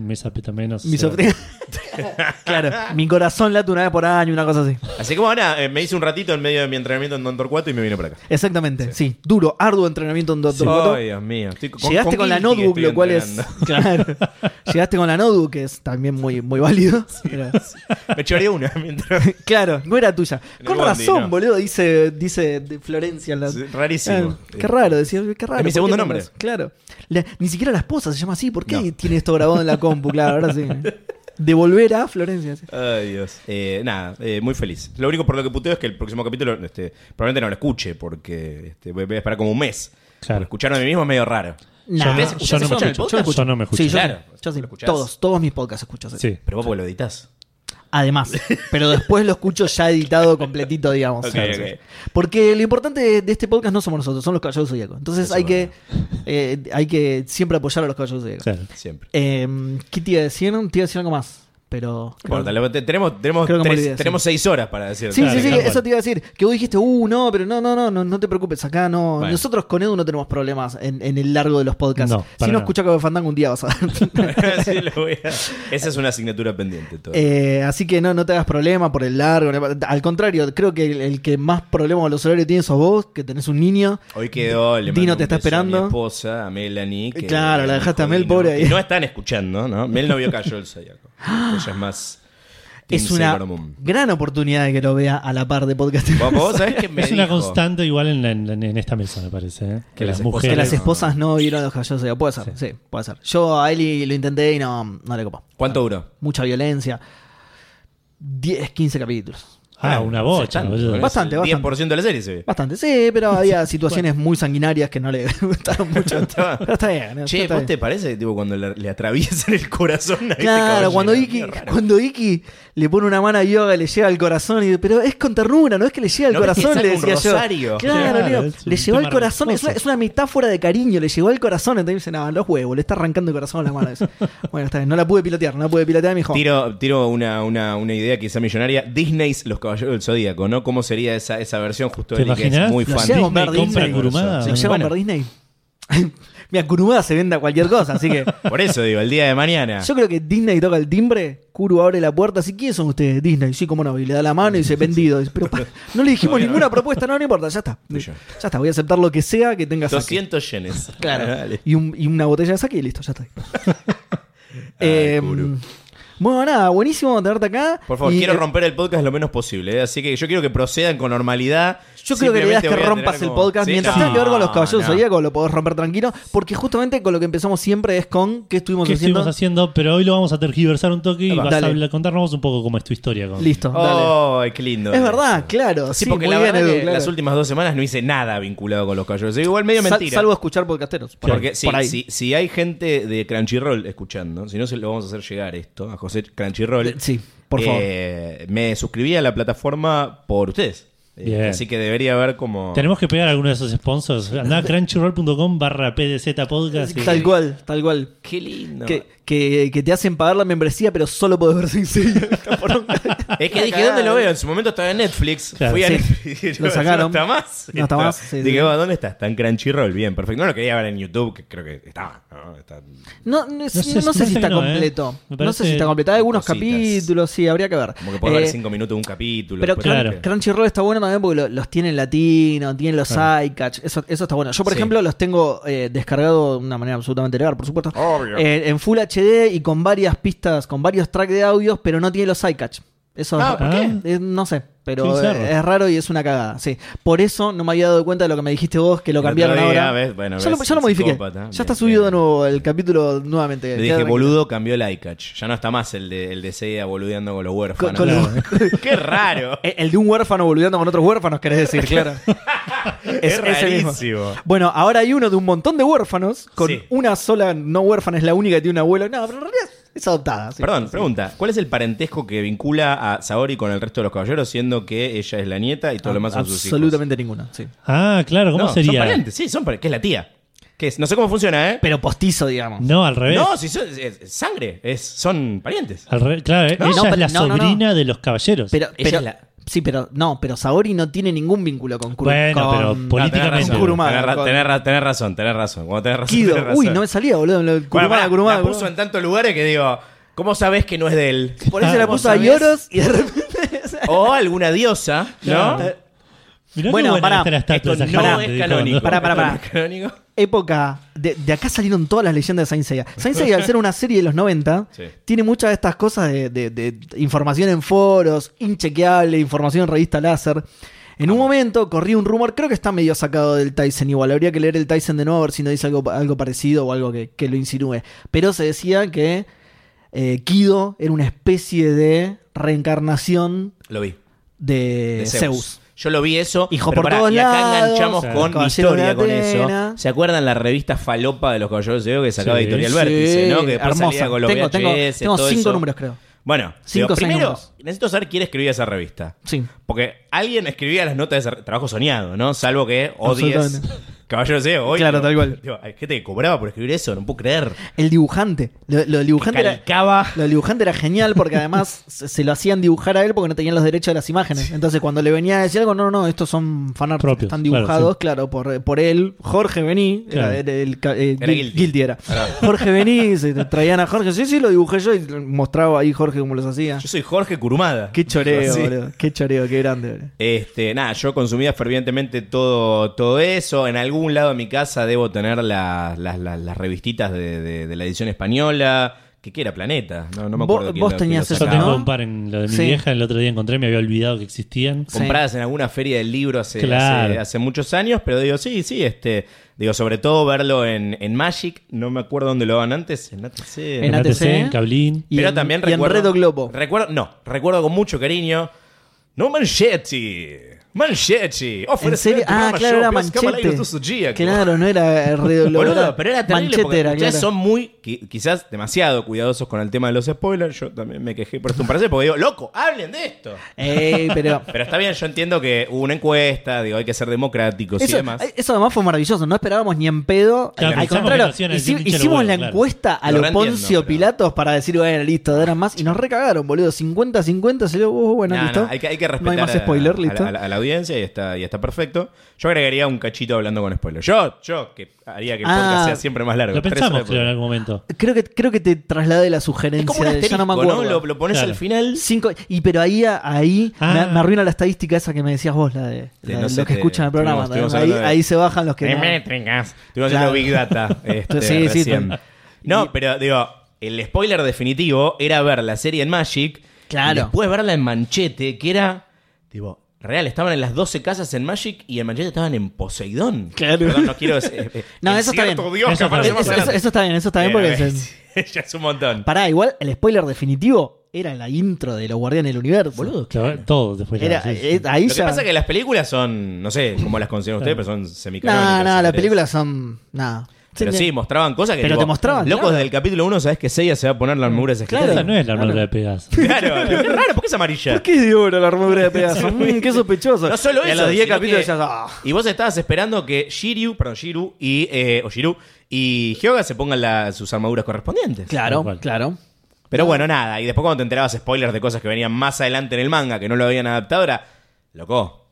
C: menos.
D: Mi sofre- claro, mi corazón late una vez por año, una cosa así.
E: Así que bueno, nada, eh, me hice un ratito en medio de mi entrenamiento en Don Torcuato y me vine para acá.
D: Exactamente, sí. Duro, arduo entrenamiento en Doctor
E: Oh, Dios mío. Estoy
D: Llegaste con, la
E: Guilty que
D: notebook,
E: estoy
D: lo cual es.
E: entrenando.
D: Claro. Llegaste con la notebook, que es también muy, muy válido. Pero-
E: Me choré una mientras.
D: claro, no era tuya.
E: En
D: Con
E: el bondi,
D: razón,
E: no.
D: boludo, dice, dice de Florencia. en la-
E: Es rarísimo.
D: Ah, qué raro, decía, qué raro.
E: Es mi
D: ¿por
E: segundo
D: qué no
E: nombre.
D: las- Claro. La- ni siquiera la esposa se llama así. ¿Por qué
E: No.
D: tiene esto grabado en la compu? Claro, ahora sí. Devolver a Florencia. sí.
E: Ay, Dios. Eh, nada, eh, muy feliz. Lo único por lo que puteo es que el próximo capítulo este, probablemente no lo escuche, porque este, voy voy a esperar como un mes.
C: Claro.
E: Pero escucharme a mí mismo es medio raro.
D: Nah.
C: yo, no-
D: ¿Ustedes-
C: yo
E: ustedes
C: no me
E: escuchan el
C: escucho.
E: podcast?
C: Yo no me escucho.
D: Sí, yo,
E: Claro.
D: yo sí.
E: ¿Lo escuchás?
D: Todos, todos mis podcasts escucho. así.
C: Sí.
E: Pero vos porque lo editas.
D: Además, pero después lo escucho ya editado completito, digamos.
E: Ok,
D: Claro, sí.
E: ok.
D: Porque lo importante de- de este podcast no somos nosotros, son los caballeros zodíacos. Entonces
E: Eso
D: hay
E: es
D: que, eh, hay que siempre apoyar a los caballeros zodíacos.
C: Claro.
E: Siempre.
D: Eh, ¿Qué te iba a decir? Te iba a decir algo más, pero...
E: Bueno, tal vez te- tenemos, tenemos,
D: Creo que me
E: tres-
D: olvidé, sí.
E: tenemos seis horas para decir.
D: Sí,
C: Claro,
D: sí, sí,
C: tal cual.
D: eso te iba a decir. Que vos dijiste, uh, no, pero no, no, no, no, no te preocupes, acá no.
E: Bueno.
D: Nosotros con Edu no tenemos problemas en, en el largo de los podcasts.
C: No,
D: si
C: para
D: no
C: nada.
D: escuchas Cabo Fandango un día vas a ver.
E: Sí, lo voy a- Esa es una asignatura pendiente. todavía.
D: Eh, así que no, no te hagas problema por el largo. Al contrario, creo que el, el que más problemas con los horarios tiene sos vos, que tenés un niño.
E: Hoy quedó, le
D: Dino
E: mando
D: te
E: un
D: está
E: beso
D: esperando. Eh,
E: A mi esposa, a Melanie. que
D: Claro, la
E: me
D: dejaste
E: dijo
D: a Mel,
E: Dino,
D: pobre ahí.
E: que No están escuchando, ¿no? Mel no vio cayó el Zodíaco. Ella es más. Team
D: es una
E: Sailor Moon.
D: gran oportunidad de que lo vea a la par de podcast.
E: Vos, vos sabés que me
C: Es una
E: dijo-
C: constante igual en, la- en la- en esta mesa, me parece. ¿eh?
E: Que
C: Que
E: las
C: las
E: esposas-
C: mujeres.
D: que las
E: no.
D: esposas no vieron los caballos. de- Puede ser, sí. puede ser. Yo a Eli lo intenté y no, no le copó.
E: ¿Cuánto duró?
D: Mucha violencia. 10, 15 capítulos.
C: Ah, una bocha.
E: Bastante,
C: boludo.
E: ¿no?
D: Bastante,
E: El
D: bastante.
E: 10% de la serie se ve.
D: Bastante, sí, pero había situaciones muy sanguinarias que no le gustaron mucho.
E: Estaba-
D: Pero está bien. ¿no?
E: Che,
D: Está
E: ¿vos
D: bien.
E: te parece tipo, cuando le, le atraviesan el corazón a este
D: Claro,
E: caballero?
D: cuando
E: Medio
D: Iki,
E: raro.
D: cuando Iki le pone una mano a Yoga, le llega al corazón, y, pero es con ternura, no es que le llega al
E: ¿No ves que
D: corazón, le
E: saca un
D: decía yo.
E: rosario?
D: Claro,
C: Claro,
D: Leo,
C: es
D: le
C: un
D: llegó al
C: tema
D: corazón, es
C: hermoso.
D: una, es una metáfora de cariño, le llegó al corazón, entonces dice, no, los huevos, le está arrancando el corazón a la mano. Dice, Bueno, está bien, no la pude pilotear, no la pude pilotear, me dijo.
E: Tiro, tiro una, una, una idea quizá millonaria. Disney's Los Caballeros del Zodíaco, ¿no? ¿Cómo sería esa, esa versión justo
C: ¿Te
E: de Nick, que es
C: imaginas?
E: Muy
D: Lo
E: fan.
D: lleva a
E: Disney
D: comprar
E: compra
D: Disney.
E: el corazón.
C: Kurumada.
E: Sí,
D: ¿Se lleva a
E: bueno,
D: comprar Disney? Mira, Kurumada se vende a cualquier cosa, así que
E: Por eso digo, el día de mañana.
D: yo creo que Disney toca el timbre, Kuru abre la puerta, así, ¿quiénes son ustedes? Disney, sí, cómo no, y le da la mano y dice, vendido. Dice, pero pa, no le dijimos ninguna propuesta, no, no importa, ya está.
E: Fui yo.
D: Ya está, voy a aceptar lo que sea que tengas
E: 200 yenes. Dale.
D: Y, un- y una botella de saque y listo, ya está. Eh,
E: Kuru.
D: bueno, nada, buenísimo tenerte acá.
E: Por favor,
D: Y,
E: quiero
D: eh,
E: romper el podcast lo menos posible. ¿eh? Así que yo quiero que procedan con normalidad.
D: Yo creo que la idea es que
E: Simplemente voy a
D: rompas el
E: tener como-
D: podcast.
E: Sí,
D: Mientras
E: no,
D: tenga que ver con los caballeros
E: no.
D: zodíacos, lo podés romper tranquilo. Porque justamente con lo que empezamos siempre es con qué estuvimos
C: ¿Qué
D: haciendo.
C: estuvimos haciendo? Pero hoy lo vamos a tergiversar un toque y
D: Epa,
C: vas
D: dale.
C: a hablar- contarnos un poco cómo es tu historia. Con...
D: Listo, dale.
E: Oh, qué lindo.
D: Es verdad, claro.
E: Sí,
D: Sí,
E: porque
D: muy
E: la
D: bien,
E: verdad
D: Edu,
E: que
D: claro.
E: las últimas dos semanas no hice nada vinculado con los caballeros. Igual medio
D: Sal-
E: mentira.
D: salvo escuchar podcasteros. Por,
E: porque
D: ahí,
E: si,
D: por ahí.
E: si- si hay gente de Crunchyroll escuchando, si no se lo vamos a hacer llegar esto a José Crunchyroll.
D: Sí, por favor.
E: eh, me suscribí a la plataforma por ustedes. Eh,
C: Bien.
E: así que debería haber como.
C: Tenemos que pegar alguno de esos sponsors. Andá a crunchyroll.com barra PDZ podcast. y-
D: Tal cual, tal cual.
E: Qué lindo.
D: Que, que, que te hacen pagar la membresía, pero solo podés ver sin sello. Esta poronga.
E: Es que dije, ¿dónde lo veo? En su momento estaba en Netflix.
C: Claro,
E: Fui a
D: sí.
E: Netflix. y
D: Lo
E: no,
D: sacaron.
E: No está más.
D: No está más, sí, sí.
E: dije, "Ah, ¿dónde está? Está en Crunchyroll. Bien, perfecto. No lo quería ver en YouTube, que creo que estaba. ¿no? Está-
D: No, no, es- no
C: No
D: sé,
C: sé- no sé
D: si
C: que
D: está
C: no, ¿eh?
D: completo.
C: Me
D: No sé
C: parece
D: si está completo. Hay algunos
E: cositas.
D: capítulos, sí, habría que ver.
E: Como que puedo ver
D: Eh,
E: cinco minutos de un capítulo.
D: Pero
E: después
C: claro.
E: como que-
D: Crunchyroll está bueno también porque lo- los tiene en latino, tienen los iCatch, eso, eso está bueno. Yo, por
E: Sí.
D: ejemplo, los tengo eh, descargado de una manera absolutamente legal, por supuesto.
E: Obvio.
D: Eh, en Full HD y con varias pistas, con varios tracks de audios, pero no tiene los iCatch. Eso
E: Ah, ¿por
C: qué?
D: eh, no sé,
C: Qué
D: pero
C: bizarro.
D: eh, es raro y es una cagada, sí. Por eso no me había dado cuenta de lo que me dijiste vos, que lo
E: El otro
D: cambiaron
E: día,
D: ahora.
E: ves, bueno,
D: ya, lo,
E: ves,
D: ya lo modifiqué.
E: psicópata,
D: Ya
E: bien,
D: está subido
E: bien.
D: de nuevo el capítulo nuevamente.
E: Le
D: Queda
E: dije,
D: tranquilo.
E: boludo, cambió el iCatch. Ya no está más el de, el de Seiya boludeando con los
D: Con-
E: huérfanos.
D: con los-
E: Qué raro.
D: Eh, El de un huérfano boludeando con otros huérfanos, querés decir, claro.
E: es
D: ese mismo.
E: rarísimo.
D: Bueno, ahora hay uno de un montón de huérfanos, con
E: Sí.
D: una sola no huérfana, es la única que tiene un abuelo. No, pero en realidad es adoptada. sí.
E: Perdón, pregunta. ¿Cuál es el parentesco que vincula a Saori con el resto de los caballeros, siendo que ella es la nieta
D: Ah,
E: y todo lo demás son sus hijos?
D: Absolutamente ninguno, sí.
C: Ah, claro, ¿cómo
E: No, Son
C: sería?
E: parientes, sí, son parientes. Que es la tía. Que es, no sé cómo funciona, ¿eh?
D: Pero postizo, digamos.
C: No, al revés.
E: no, si son, es- es sangre. Es, son parientes.
C: Al revés, claro, ¿eh?
D: No,
C: ella
D: no,
C: es la
D: no, no, no.
C: sobrina de los caballeros.
D: Pero,
E: Ella
D: pero-
E: es la-
D: Sí, pero no, pero Saori no tiene ningún vínculo con Kuro.
C: Bueno,
D: con-
C: pero
E: Ah, tenés
C: políticamente.
E: razón.
D: Kurumada,
E: Tenés ra-
D: con-
E: tenés ra- tenés razón, tenés razón. Cuando tenés razón,
D: Kido.
E: tenés razón.
D: Uy, no me salía, boludo. lo- Kurumada,
E: Bueno, pará,
D: Kurumada,
E: la
D: Kurumada.
E: puso en tantos lugares que digo, ¿cómo sabés que no es de él?
D: Por eso la
E: ¿Cómo
D: puso a
E: Ah, sabés?
D: Yoros y de repente.
E: O alguna diosa, ¿no?
C: Claro. Mirá qué
D: Bueno,
C: buena
D: pará,
C: está la estatua
E: Esto
C: de esa
E: no
C: gente,
E: es
C: dijo,
E: canónico.
C: ¿no?
D: Pará, pará, pará.
E: Esto no es canónico.
D: época. De, de acá salieron todas las leyendas de Saint Seiya. Saint Seiya, al ser una serie de los 90,
E: Sí.
D: tiene muchas de estas cosas de, de- de información en foros, inchequeable, información en revista láser. En un momento corrí un rumor, creo que está medio sacado del Tyson igual. Habría que leer el Tyson de nuevo a ver si no dice algo, algo parecido o algo que, que lo insinúe. Pero se decía que eh, Kido era una especie de reencarnación
E: Lo vi.
D: de,
E: de
D: Zeus.
E: Yo lo vi eso.
D: Hijo
E: pero
D: por todos
E: y acá
D: lados,
E: enganchamos
C: claro.
E: con mi
D: Caballero
E: historia
D: de
E: con eso.
D: Atena.
E: ¿Se acuerdan la revista Falopa de los Caballeros de Diego que sacaba
C: Sí.
E: Editorial
D: Sí,
E: Vértice, no? Que después
D: hermosa.
E: salía con los
D: Tengo-
E: VHS,
D: tengo- tengo
E: todo
D: cinco
E: eso.
D: números, creo.
E: Bueno,
D: Cinco,
E: digo,
D: seis
E: primero
D: números.
E: necesito saber quién escribía esa revista.
D: Sí.
E: Porque alguien escribía las notas de ese trabajo soñado, ¿no? Salvo que odies
D: Absolutamente.
E: Caballeros de Diego. hoy,
D: Claro,
E: digo,
D: tal cual.
E: digo, hay gente que cobraba por escribir eso, no puedo creer.
D: El dibujante. Lo, lo del dibujante era-
E: Calcaba.
D: Lo del dibujante era genial porque además se, se lo hacían dibujar a él porque no tenían los derechos de las imágenes. Entonces cuando le venía a decir algo, no, no, no, estos son fanarts,
C: Propios,
D: están
C: claro,
D: dibujados, claro, por, por él. Jorge Vení,
C: Claro.
D: era, era el, ca- eh,
E: Era
D: Gil-
E: Guilty.
D: Guilty era. Jorge Vení, se traían a Jorge, sí, sí, lo dibujé yo y mostraba ahí Jorge cómo los hacía.
E: Yo soy Jorge Curumada.
D: Qué choreo,
E: Sí.
D: boludo, qué choreo, qué grande, boludo.
E: Este, nada, yo consumía fervientemente todo, todo eso. En algún lado de mi casa debo tener las, las, las, las revistitas de, de- de la edición española. Que que era Planeta. No, no me
D: Vos-
E: acuerdo. quién
D: vos
E: lo-
D: tenías
E: quién lo
C: Yo
D: eso,
E: sacaba.
C: tengo
D: ¿no?
C: un par en lo de mi
D: Sí.
C: vieja, el otro día encontré, me había olvidado que existían.
D: Sí.
E: Compradas en alguna feria del libro hace,
C: Claro.
E: hace, hace muchos años, pero digo, sí, sí, este. Digo, sobre todo verlo en, en Magic. No me acuerdo dónde lo daban antes. En ATC.
D: En
C: En ATC,
D: ATC,
C: en Cablín.
D: Y
E: pero
D: en-
E: también
D: y en
E: recuerdo.
D: Redo Globo.
E: Recuerdo, no, recuerdo con mucho cariño. No Manchetti. Manchetti.
D: ¿En
E: Ofrece
D: serio?
E: el
D: Ah,
E: programa
D: claro, era
E: Showbiz, Cámara Aire
D: manchete.
E: de Zodíaco.
D: Claro, no era redoblado.
E: Boludo, pero era terrible
D: Manchete
E: porque
D: era,
E: ustedes
D: claro.
E: son muy, qui- quizás demasiado cuidadosos con el tema de los spoilers. Yo también me quejé por esto un parece porque digo, loco, hablen de esto.
D: Ey, pero...
E: Pero está bien, yo entiendo que hubo una encuesta, digo, hay que ser democráticos y
D: Eso, eh,
E: demás.
D: eso además fue maravilloso, no esperábamos ni en pedo.
C: Claro,
D: Al
C: pensamos
D: contrario,
C: que nos iban a decir
D: hici-
C: pinche
D: hicimos
C: laburo,
D: la
C: claro.
D: encuesta a
E: Lo
D: lo
E: reentiendo,
D: Poncio
E: pero-
D: Pilatos para decir, bueno, listo, darán más. Y nos recagaron, boludo. 50-50 salió, oh, bueno,
E: No, no,
D: listo.
E: hay, que, hay que
D: No
E: respetar
D: hay más
E: a-
D: spoiler,
E: a,
D: listo.
E: A, la, a la audiencia y está, y está perfecto. Yo agregaría un cachito hablando con spoiler. Yo, yo, que haría que el
D: Ah,
E: podcast sea siempre más largo.
C: Lo
E: Tres
C: pensamos,
E: horas por-
C: creo, en algún momento.
D: Creo, que, creo que te trasladé la
E: Es
D: sugerencia
E: como un
D: de ya
E: asterisco,
D: no me
E: ¿no?
D: acuerdo.
E: Lo, lo pones
C: Claro.
E: al final.
D: Cinco- y pero ahí, ahí
C: Ah.
D: me, me arruina la estadística esa que me decías vos, la de,
E: De
D: la-
E: no
D: los
E: sé,
D: que
E: te-
D: escuchan el programa.
E: estuvimos-
D: ¿no? ahí,
E: estuvimos hablando de-
D: ahí se bajan los que.
E: De
D: no.
E: métricas. Estuvimos
D: Claro.
E: haciendo Big Data. este,
D: Sí, sí,
E: recién.
D: tam-
E: No, pero digo, el spoiler definitivo era ver la serie en Magic.
D: Claro.
E: Y después verla en Manchete, que era. Tipo, real, estaban en las 12 casas en Magic y en Manchete estaban en Poseidón.
D: Claro.
E: Perdón, no quiero. eh, eh,
D: No,
E: en
D: eso está
E: cierto
D: bien.
C: Eso
E: Dios que
C: está
E: aparece
C: bien.
E: más
D: Eso, eso-
E: adelante.
D: eso está bien, eso está bien
E: Era,
D: porque. se-
E: ¿ves? ya es un montón.
D: Pará, igual el spoiler definitivo era la intro de los Guardianes del Universo.
E: Boludo,
C: Claro, Todo después.
D: Era,
C: sí, sí.
D: eh, ahí
E: Lo que
D: ya-
E: pasa es que las películas son, no sé cómo las consideran ustedes, pero son semicanónicas.
D: No,
E: si
D: no, las
E: querés.
D: películas son. Nada.
E: Pero sí, mostraban cosas que.
D: Pero te mostraban,
E: Locos
D: claro.
E: del capítulo 1, sabes que Seiya se va a poner la armadura esa
D: Claro.
C: Esa
E: esqueleto?
C: no es la armadura de Pegaso.
E: Claro, es raro, ¿por qué es amarilla?
D: ¿Por qué es de oro la armadura de Pegaso? Mm, qué sospechoso.
E: No solo
D: Y a
E: eso,
D: los 10
E: sino
D: capítulos
E: que-
D: ya. ah.
E: Y vos estabas esperando que Shiryu, perdón, Shiru y. eh, o Shiru y Hyoga se pongan la- sus armaduras correspondientes.
C: Tal
D: Claro,
C: cual.
D: claro.
E: Pero bueno, nada. Y después cuando te enterabas spoilers de cosas que venían más adelante en el manga, que no lo habían adaptado, era. Loco.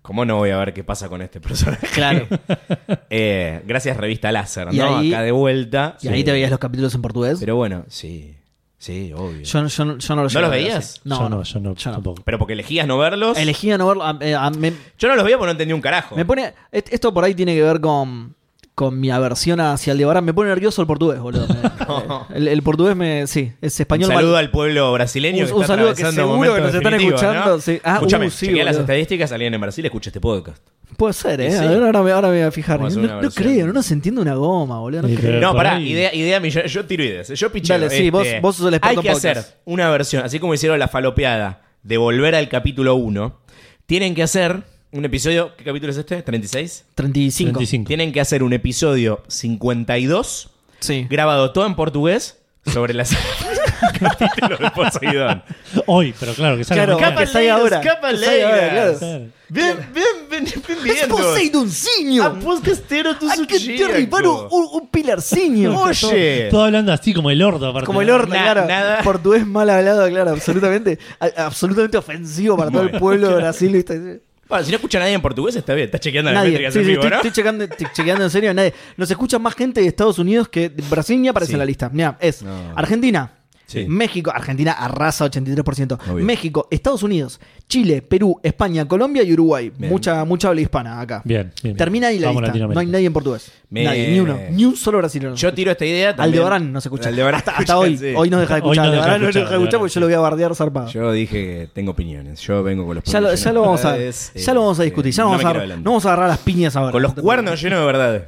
E: ¿Cómo no voy a ver qué pasa con este personaje?
D: Claro.
E: Eh, gracias, revista Láser,
D: Y
E: ¿no?
D: ahí-
E: Acá de vuelta.
D: Y ahí
E: Sí.
D: te veías los capítulos en portugués.
E: Pero bueno, sí. Sí, obvio.
D: Yo, yo, yo no los llegué
E: ¿No los
D: a ver,
E: veías?
D: sí.
C: yo no, yo no,
D: yo no.
C: tampoco.
E: Pero porque elegías no verlos.
D: Elegí a no verlo. a- eh, a- me,
E: Yo no los veía porque no entendía un carajo.
D: me pone. et- Esto por ahí tiene que ver con. Con mi aversión hacia el de Me pone nervioso el portugués, boludo. Me- el, el portugués me. Sí, es
E: Un
D: español.
E: saludo
D: mal-
E: al pueblo brasileño.
D: Un-
E: que
D: un
E: está
D: saludo que
E: atravesando
D: seguro
E: momentos
D: que nos están
E: definitivos,
D: escuchando,
E: ¿no?
D: sí. Ah,
E: Escúchame,
D: uh, sí,
E: chequeá las
D: boludo.
E: estadísticas, salían en Brasil, escucha este podcast.
D: Puede ser, ¿eh?
E: Y sí.
D: A ver, ahora, me, ahora me voy a fijar. No,
E: Vamos a hacer una
D: no
E: versión.
D: creo, no nos entiende una goma, boludo. No
C: Sí,
D: creo.
C: Pero
E: no,
C: Eh, por
E: pará,
C: ahí-
E: idea, idea millo- Yo tiro ideas. Yo picheo. este,
D: Dale, sí, vos- vos sos el experto
E: Hay
D: en
E: que
D: podcast.
E: hacer una versión, así como hicieron la falopeada de volver al capítulo 1. Tienen que hacer un episodio. ¿Qué capítulo es este? ¿36?
D: 35.
C: 35.
E: Tienen que hacer un episodio 52
D: Sí.
E: grabado todo en portugués sobre las. capítulo de Poseidón.
C: Hoy, pero claro que sale
D: Claro,
C: mañana.
D: que salga ahora.
E: Capaleiros,
D: Que salga ahora,
E: capaleiras.
D: claro.
C: Claro.
E: Ven, ven, ven, ven
D: Es
E: viendo.
D: Poseidoncinho.
E: A Podcasteros do
D: Hay que
E: Zodíaco.
D: derribar un, un, un pilarcinho.
E: Oye.
C: Todo hablando así como el orto, aparte.
D: Como el orto,
E: Na-
D: claro.
E: nada.
D: Portugués mal hablado, claro. Absolutamente, a- absolutamente ofensivo para todo el
E: Bueno.
D: pueblo de Brasil. ¿viste?
E: Bueno, si no escucha a nadie en portugués, está bien. Está chequeando las
D: Nadie.
E: métricas
D: Sí,
E: en
D: sí,
E: vivo,
D: estoy,
E: ¿no?
D: estoy checando, estoy chequeando en serio. Nadie. Nos escucha más gente de Estados Unidos que de Brasil ni aparece
E: Sí.
D: en la lista. Mira, es
E: No.
D: Argentina.
E: Sí.
D: México, Argentina arrasa 83%.
E: Obvio.
D: México, Estados Unidos, Chile, Perú, España, Colombia y Uruguay.
E: Bien.
D: Mucha, mucha habla hispana acá.
C: Bien, bien.
D: Termina ahí la
C: Vamos a
D: lista.
C: Latinoamérica.
D: No hay nadie en portugués.
E: Me-
D: Nadie, ni uno. Ni un solo brasileño.
E: Yo tiro esta idea también.
D: Aldebarán no se escucha.
E: Aldebarán
D: hasta,
E: escucha,
D: hasta hoy.
E: sí.
D: Hoy no deja de
C: Hoy
D: escuchar.
C: no deja de
D: Aldebarán no deja de
C: escuchar,
D: escuchar porque yo lo voy a bardear zarpado.
E: Yo dije que tengo opiniones. Yo vengo con los
D: Ya lo,
E: puños
D: ya
E: llenos
D: lo
E: de
D: vamos a,
E: verdades,
D: ya
E: eh,
D: lo vamos a discutir. Ya
E: eh,
D: no,
E: me
D: vamos a,
E: quiero
D: agarrar-
E: adelantar.
D: no vamos a agarrar las piñas ahora.
E: Con los cuernos llenos de verdad.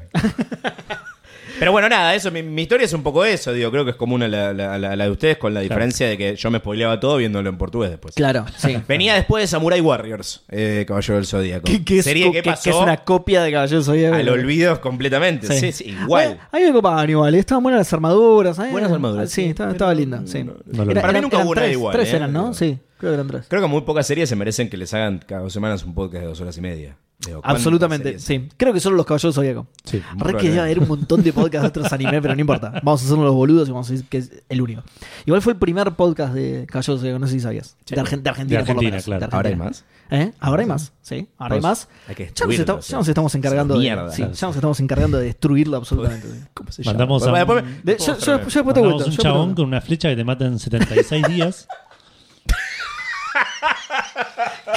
E: Pero bueno, nada, eso, mi, mi historia es un poco eso, digo, creo que es común a la, la- la- la de ustedes, con la diferencia de que yo me spoileaba todo viéndolo en portugués después.
D: Claro, sí.
E: Venía después de Samurai Warriors, eh, Caballero del Zodíaco.
D: que, que es,
E: Serie
D: co-
E: que
D: que- que
E: pasó
D: es una copia de Caballero del Zodíaco.
E: al olvido completamente.
D: Sí.
E: Sí, sí, igual.
D: Ahí me copaban igual. ¿eh? Estaban buenas las armaduras. ¿eh?
E: Buenas armaduras,
D: Sí,
E: sí,
D: estaba,
E: pero
D: estaba linda. Sí.
E: no-
C: no lo-
D: Era-
C: Para
E: mí
D: eran-
E: nunca
D: eran
E: hubo una
D: tres,
E: igual,
D: Tres
E: ¿eh?
D: eran, ¿no? Sí, creo que eran tres.
E: Creo que muy pocas series se merecen que les hagan cada dos semanas un podcast de dos horas y media. Digo, ¿cuántas
D: Absolutamente,
E: series?
D: sí. Creo que solo los caballeros zodíacos.
C: Sí.
D: Re
E: Muy
D: que
E: probablemente.
D: debe haber un montón de podcasts de otros animes, pero no importa. Vamos a hacernos los boludos y vamos a decir que es el único. Igual fue el primer podcast de Caballeros del Zodíaco, no sé si sabías.
E: Sí.
D: De, Argen- de Argentina,
C: De
D: por lo
C: Argentina,
D: menos.
C: claro.
D: De
E: ¿Ahora hay
D: Argentina.
E: más?
D: ¿Eh? Ahora hay más, sí. Ahora hay
E: Pues,
D: más.
E: hay que
D: ya, nos
E: destruirlo,
D: estamos,
E: sí.
D: ya nos estamos encargando
E: Es
D: de,
E: una mierda.
D: sí, ya nos estamos encargando de destruirlo absolutamente. sí.
E: ¿Cómo se
C: Mandamos
E: llama?
C: a
E: Después-
C: un-
D: De- yo, yo, yo después te
C: Mandamos
D: cuento.
C: un
D: yo te
C: chabón
D: cuento.
C: con una flecha que te mata en 76 días.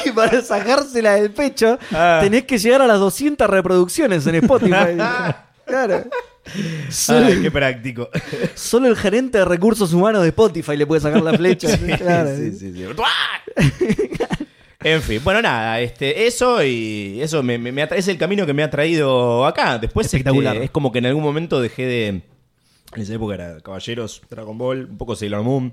D: Que para sacársela del pecho
E: Ah.
D: tenés que llegar a las 200 reproducciones en Spotify. claro. Solo,
E: Ay, qué práctico.
D: solo el gerente de recursos humanos de Spotify le puede sacar la flecha. claro. ¿eh?
E: Sí, sí, sí. En fin, bueno, nada, este, eso y eso me, me- me atra- es el camino que me ha traído acá. Después este,
D: Espectacular.
E: es como que en algún momento dejé de. En esa época era Caballeros, Dragon Ball, un poco Sailor Moon.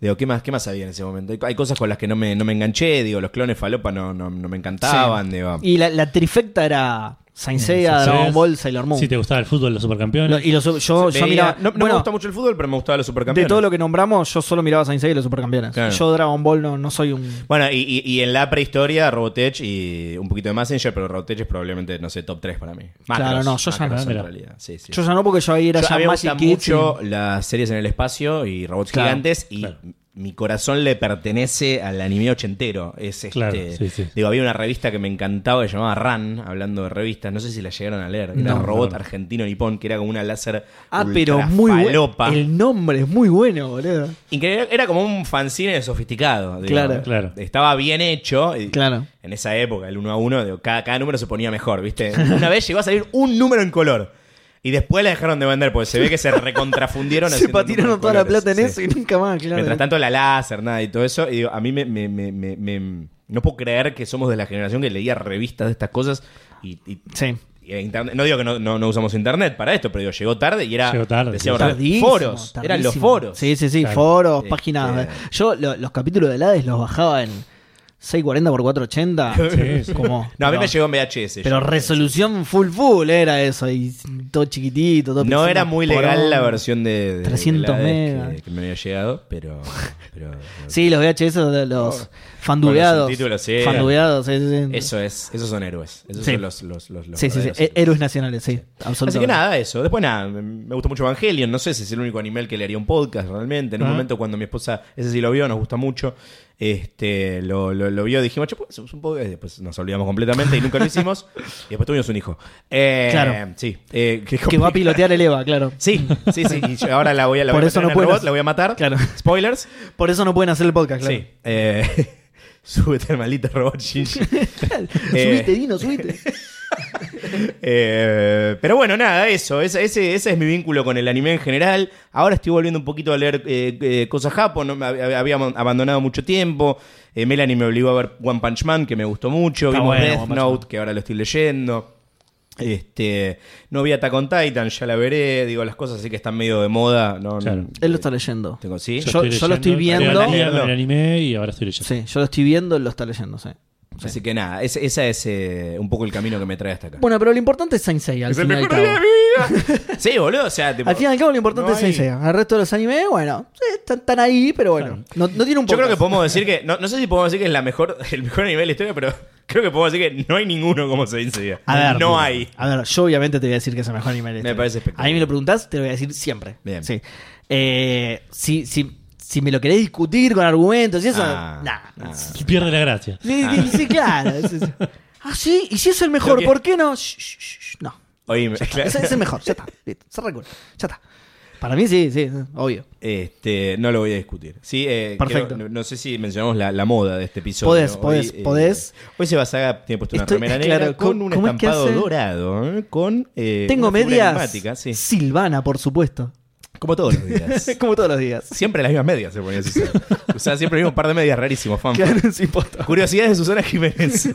E: Digo, ¿qué más, ¿qué más había en ese momento? Hay, hay cosas con las que no me, no me enganché, digo, los clones falopa no, no, no me encantaban, digo.
D: Y la, la trifecta era Saint Seiya,
C: Entonces,
D: Dragon Ball, Sailor Moon.
C: Si te gustaba el fútbol, los
D: Lo-
C: supercampeones.
D: y los, yo, yo
E: Veía-
D: miraba.
E: no no
D: bueno,
E: me gusta mucho el fútbol, pero me gustaba los
D: de
E: supercampeones.
D: todo lo que nombramos, yo solo miraba Saint Seiya y los supercampeones.
E: Claro.
D: Yo Dragon Ball no, no soy un.
E: Bueno, y, y- y en la prehistoria, Robotech y un poquito de Messenger, pero Robotech es probablemente, no sé, top 3 para mí. Macros,
D: Claro, no, yo ya
E: Macros
C: no,
E: en
C: mira.
E: realidad. Sí, sí.
D: Yo ya no, porque yo ahí era
E: Yo- a
D: ya
E: mí me
D: Magic
E: gustan
D: Kids y-
E: mucho las series en el espacio y robots
D: Claro,
E: gigantes y
C: claro.
E: mi corazón le pertenece al anime ochentero. Es este,
C: Claro, sí, sí.
E: Digo, había una revista que me encantaba que se llamaba Ran, hablando de revistas. No sé si la llegaron a leer. Era
D: No.
E: Robot
C: No.
E: Argentino Nipón, que era como una láser
D: Ah,
E: ultra
D: pero muy bueno.
E: falopa.
D: El nombre es muy bueno, boludo.
E: Increíble, era como un fanzine sofisticado. digo.
D: Claro.
C: Claro.
E: Estaba bien hecho. y
D: Claro.
E: En esa época, el 1 a 1, digo, cada, cada número se ponía mejor, ¿viste? Una vez llegó a salir un número en color. Y después la dejaron de vender, porque se ve que se recontrafundieron.
D: Se
E: haciendo
D: patinaron
E: números
D: toda la
E: colores.
D: plata en
E: Sí.
D: eso y nunca más, claro.
E: Mientras tanto, la láser, nada, y todo eso. Y digo, a mí me, me- me- me- me- No puedo creer que somos de la generación que leía revistas de estas cosas. Y, y-
D: Sí.
E: y internet- no digo que no, no- no usamos internet para esto, pero digo, llegó tarde y era.
C: Llegó tarde,
E: decíamos,
C: sí.
D: Tardísimo,
E: foros. Eran los
D: tardísimo.
E: foros.
D: Sí, sí, sí.
C: Claro.
D: Foros,
E: Sí,
D: páginas.
E: sí.
D: Yo lo- los capítulos de Hades los bajaba en 640 x 480.
C: sí.
D: Como,
E: No, a mí
D: pero-
E: me llegó en VHS.
D: Pero
E: yo-
D: resolución full full era eso. Y todo chiquitito, todo
E: No
D: pixel,
E: era muy
D: porón.
E: legal la versión de, de- de
D: 300
E: la vez
D: megas.
E: que, que me había llegado, pero. pero
D: Sí, los VHS, de los fandubeados.
E: subtítulos, sí.
D: Fandubeados, sí, sí, sí.
E: Eso es, esos son héroes. Esos
D: Sí.
E: son los. los, los, los
D: Sí, sí, sí.
E: verdaderos
D: Eh,
E: héroes.
D: Héroes nacionales, sí. Absolutamente.
E: Así que nada, eso. Después nada, me- me gustó mucho Evangelion. No sé si es el único animal que le haría un podcast realmente. En un
C: Ah.
E: momento cuando mi esposa, ese sí lo vio, nos gusta mucho. Este, lo, lo, lo vio, dijimos, che, pues hacemos un podcast. Y Después nos olvidamos completamente y nunca lo hicimos. y después tuvimos un hijo. Eh,
D: Claro.
E: Sí. eh, qué
D: Que va a
E: complicado.
D: pilotear el EVA, claro.
E: Sí, sí, sí. Y yo ahora la voy a, la
D: Por
E: voy a
D: eso
E: meter
D: no
E: en el
D: pueden
E: robot,
D: hacer-
E: la voy a matar.
D: Claro.
E: Spoilers.
D: Por eso no pueden hacer el podcast, claro.
E: Sí. Eh, súbete al maldito robot Shinji.
D: subite, Dino, subite.
E: Eh, pero bueno, nada, eso. Ese, ese, ese es mi vínculo con el anime en general. Ahora estoy volviendo un poquito a leer eh, eh, cosas japo. no me hab- había am- abandonado mucho tiempo. Eh, Melanie me obligó a ver One Punch Man, que me gustó mucho.
C: Está
E: Vimos
C: bueno, One
E: Death
C: Punch
E: Note, que ahora lo estoy leyendo. Este, no vi Attack on Titan, ya la veré. Digo, las cosas así que están medio de moda. No, no-
C: Claro.
D: Él lo está leyendo.
E: Tengo, sí.
D: Yo- yo lo estoy
C: leyendo,
D: viendo.
C: leía con el anime y ahora estoy leyendo.
D: Sí, yo lo estoy viendo, él lo está leyendo, sí. Sí.
E: Así que nada, ese, esa es eh, un poco el camino que me trae hasta acá.
D: Bueno, pero lo importante es Saint Seiya, al
E: Es el
D: fin y al
E: mejor día
D: cabo.
E: de mi vida. sí, boludo, o sea, tipo,
D: Al fin y al cabo lo importante
E: no
D: es Saint
E: hay-
D: Seiya. El resto de los animes, bueno, sí, están, están ahí, pero bueno. No, no tiene un
E: Yo creo que
D: podcast.
E: podemos decir que, no, no sé si podemos decir que es la mejor, el mejor nivel de la historia, pero Creo que puedo decir que no hay ninguno como se dice. ya.
D: A ver,
E: no hay.
D: A ver, yo obviamente te voy a decir que es el mejor anime. de la
E: Me
D: historia.
E: parece espectacular.
D: A mí me lo preguntás, te lo voy a decir siempre.
E: Bien.
D: Sí. Eh, si, si, si me lo querés discutir con argumentos y eso,
E: Ah,
D: nada.
E: ah.
C: Pierde la gracia.
D: Sí, sí, sí, claro. Sí, sí. Ah, sí, y si es el mejor,
E: Lo que-
D: ¿por qué no? Shh, shh, shh, no.
E: Oíme,
D: Ya está,
E: claro.
D: ese es el mejor, ya está. Listo, cerra el culo, ya está. Para mí sí, sí, obvio.
E: Este, no lo voy a discutir. Sí, eh,
D: Perfecto.
E: creo- no, no sé si mencionamos la, la moda de este episodio.
D: Podés,
E: Hoy,
D: podés, podés.
E: Hoy se Saga tiene puesto una
D: Estoy-
E: remera negra
D: claro,
E: con
D: ¿cómo-
E: un
D: cómo es que
E: estampado
D: hace?
E: dorado, ¿eh? con eh,
D: Tengo
E: una figura
D: medias
E: enigmática, sí.
D: Silvana, por supuesto.
E: Como todos los días.
D: Como todos los días.
E: siempre las mismas medias se ponía Susana. O sea, siempre el mismo par de medias rarísimos, fan.
D: Claro, sí, posta.
E: Curiosidades de Susana Jiménez.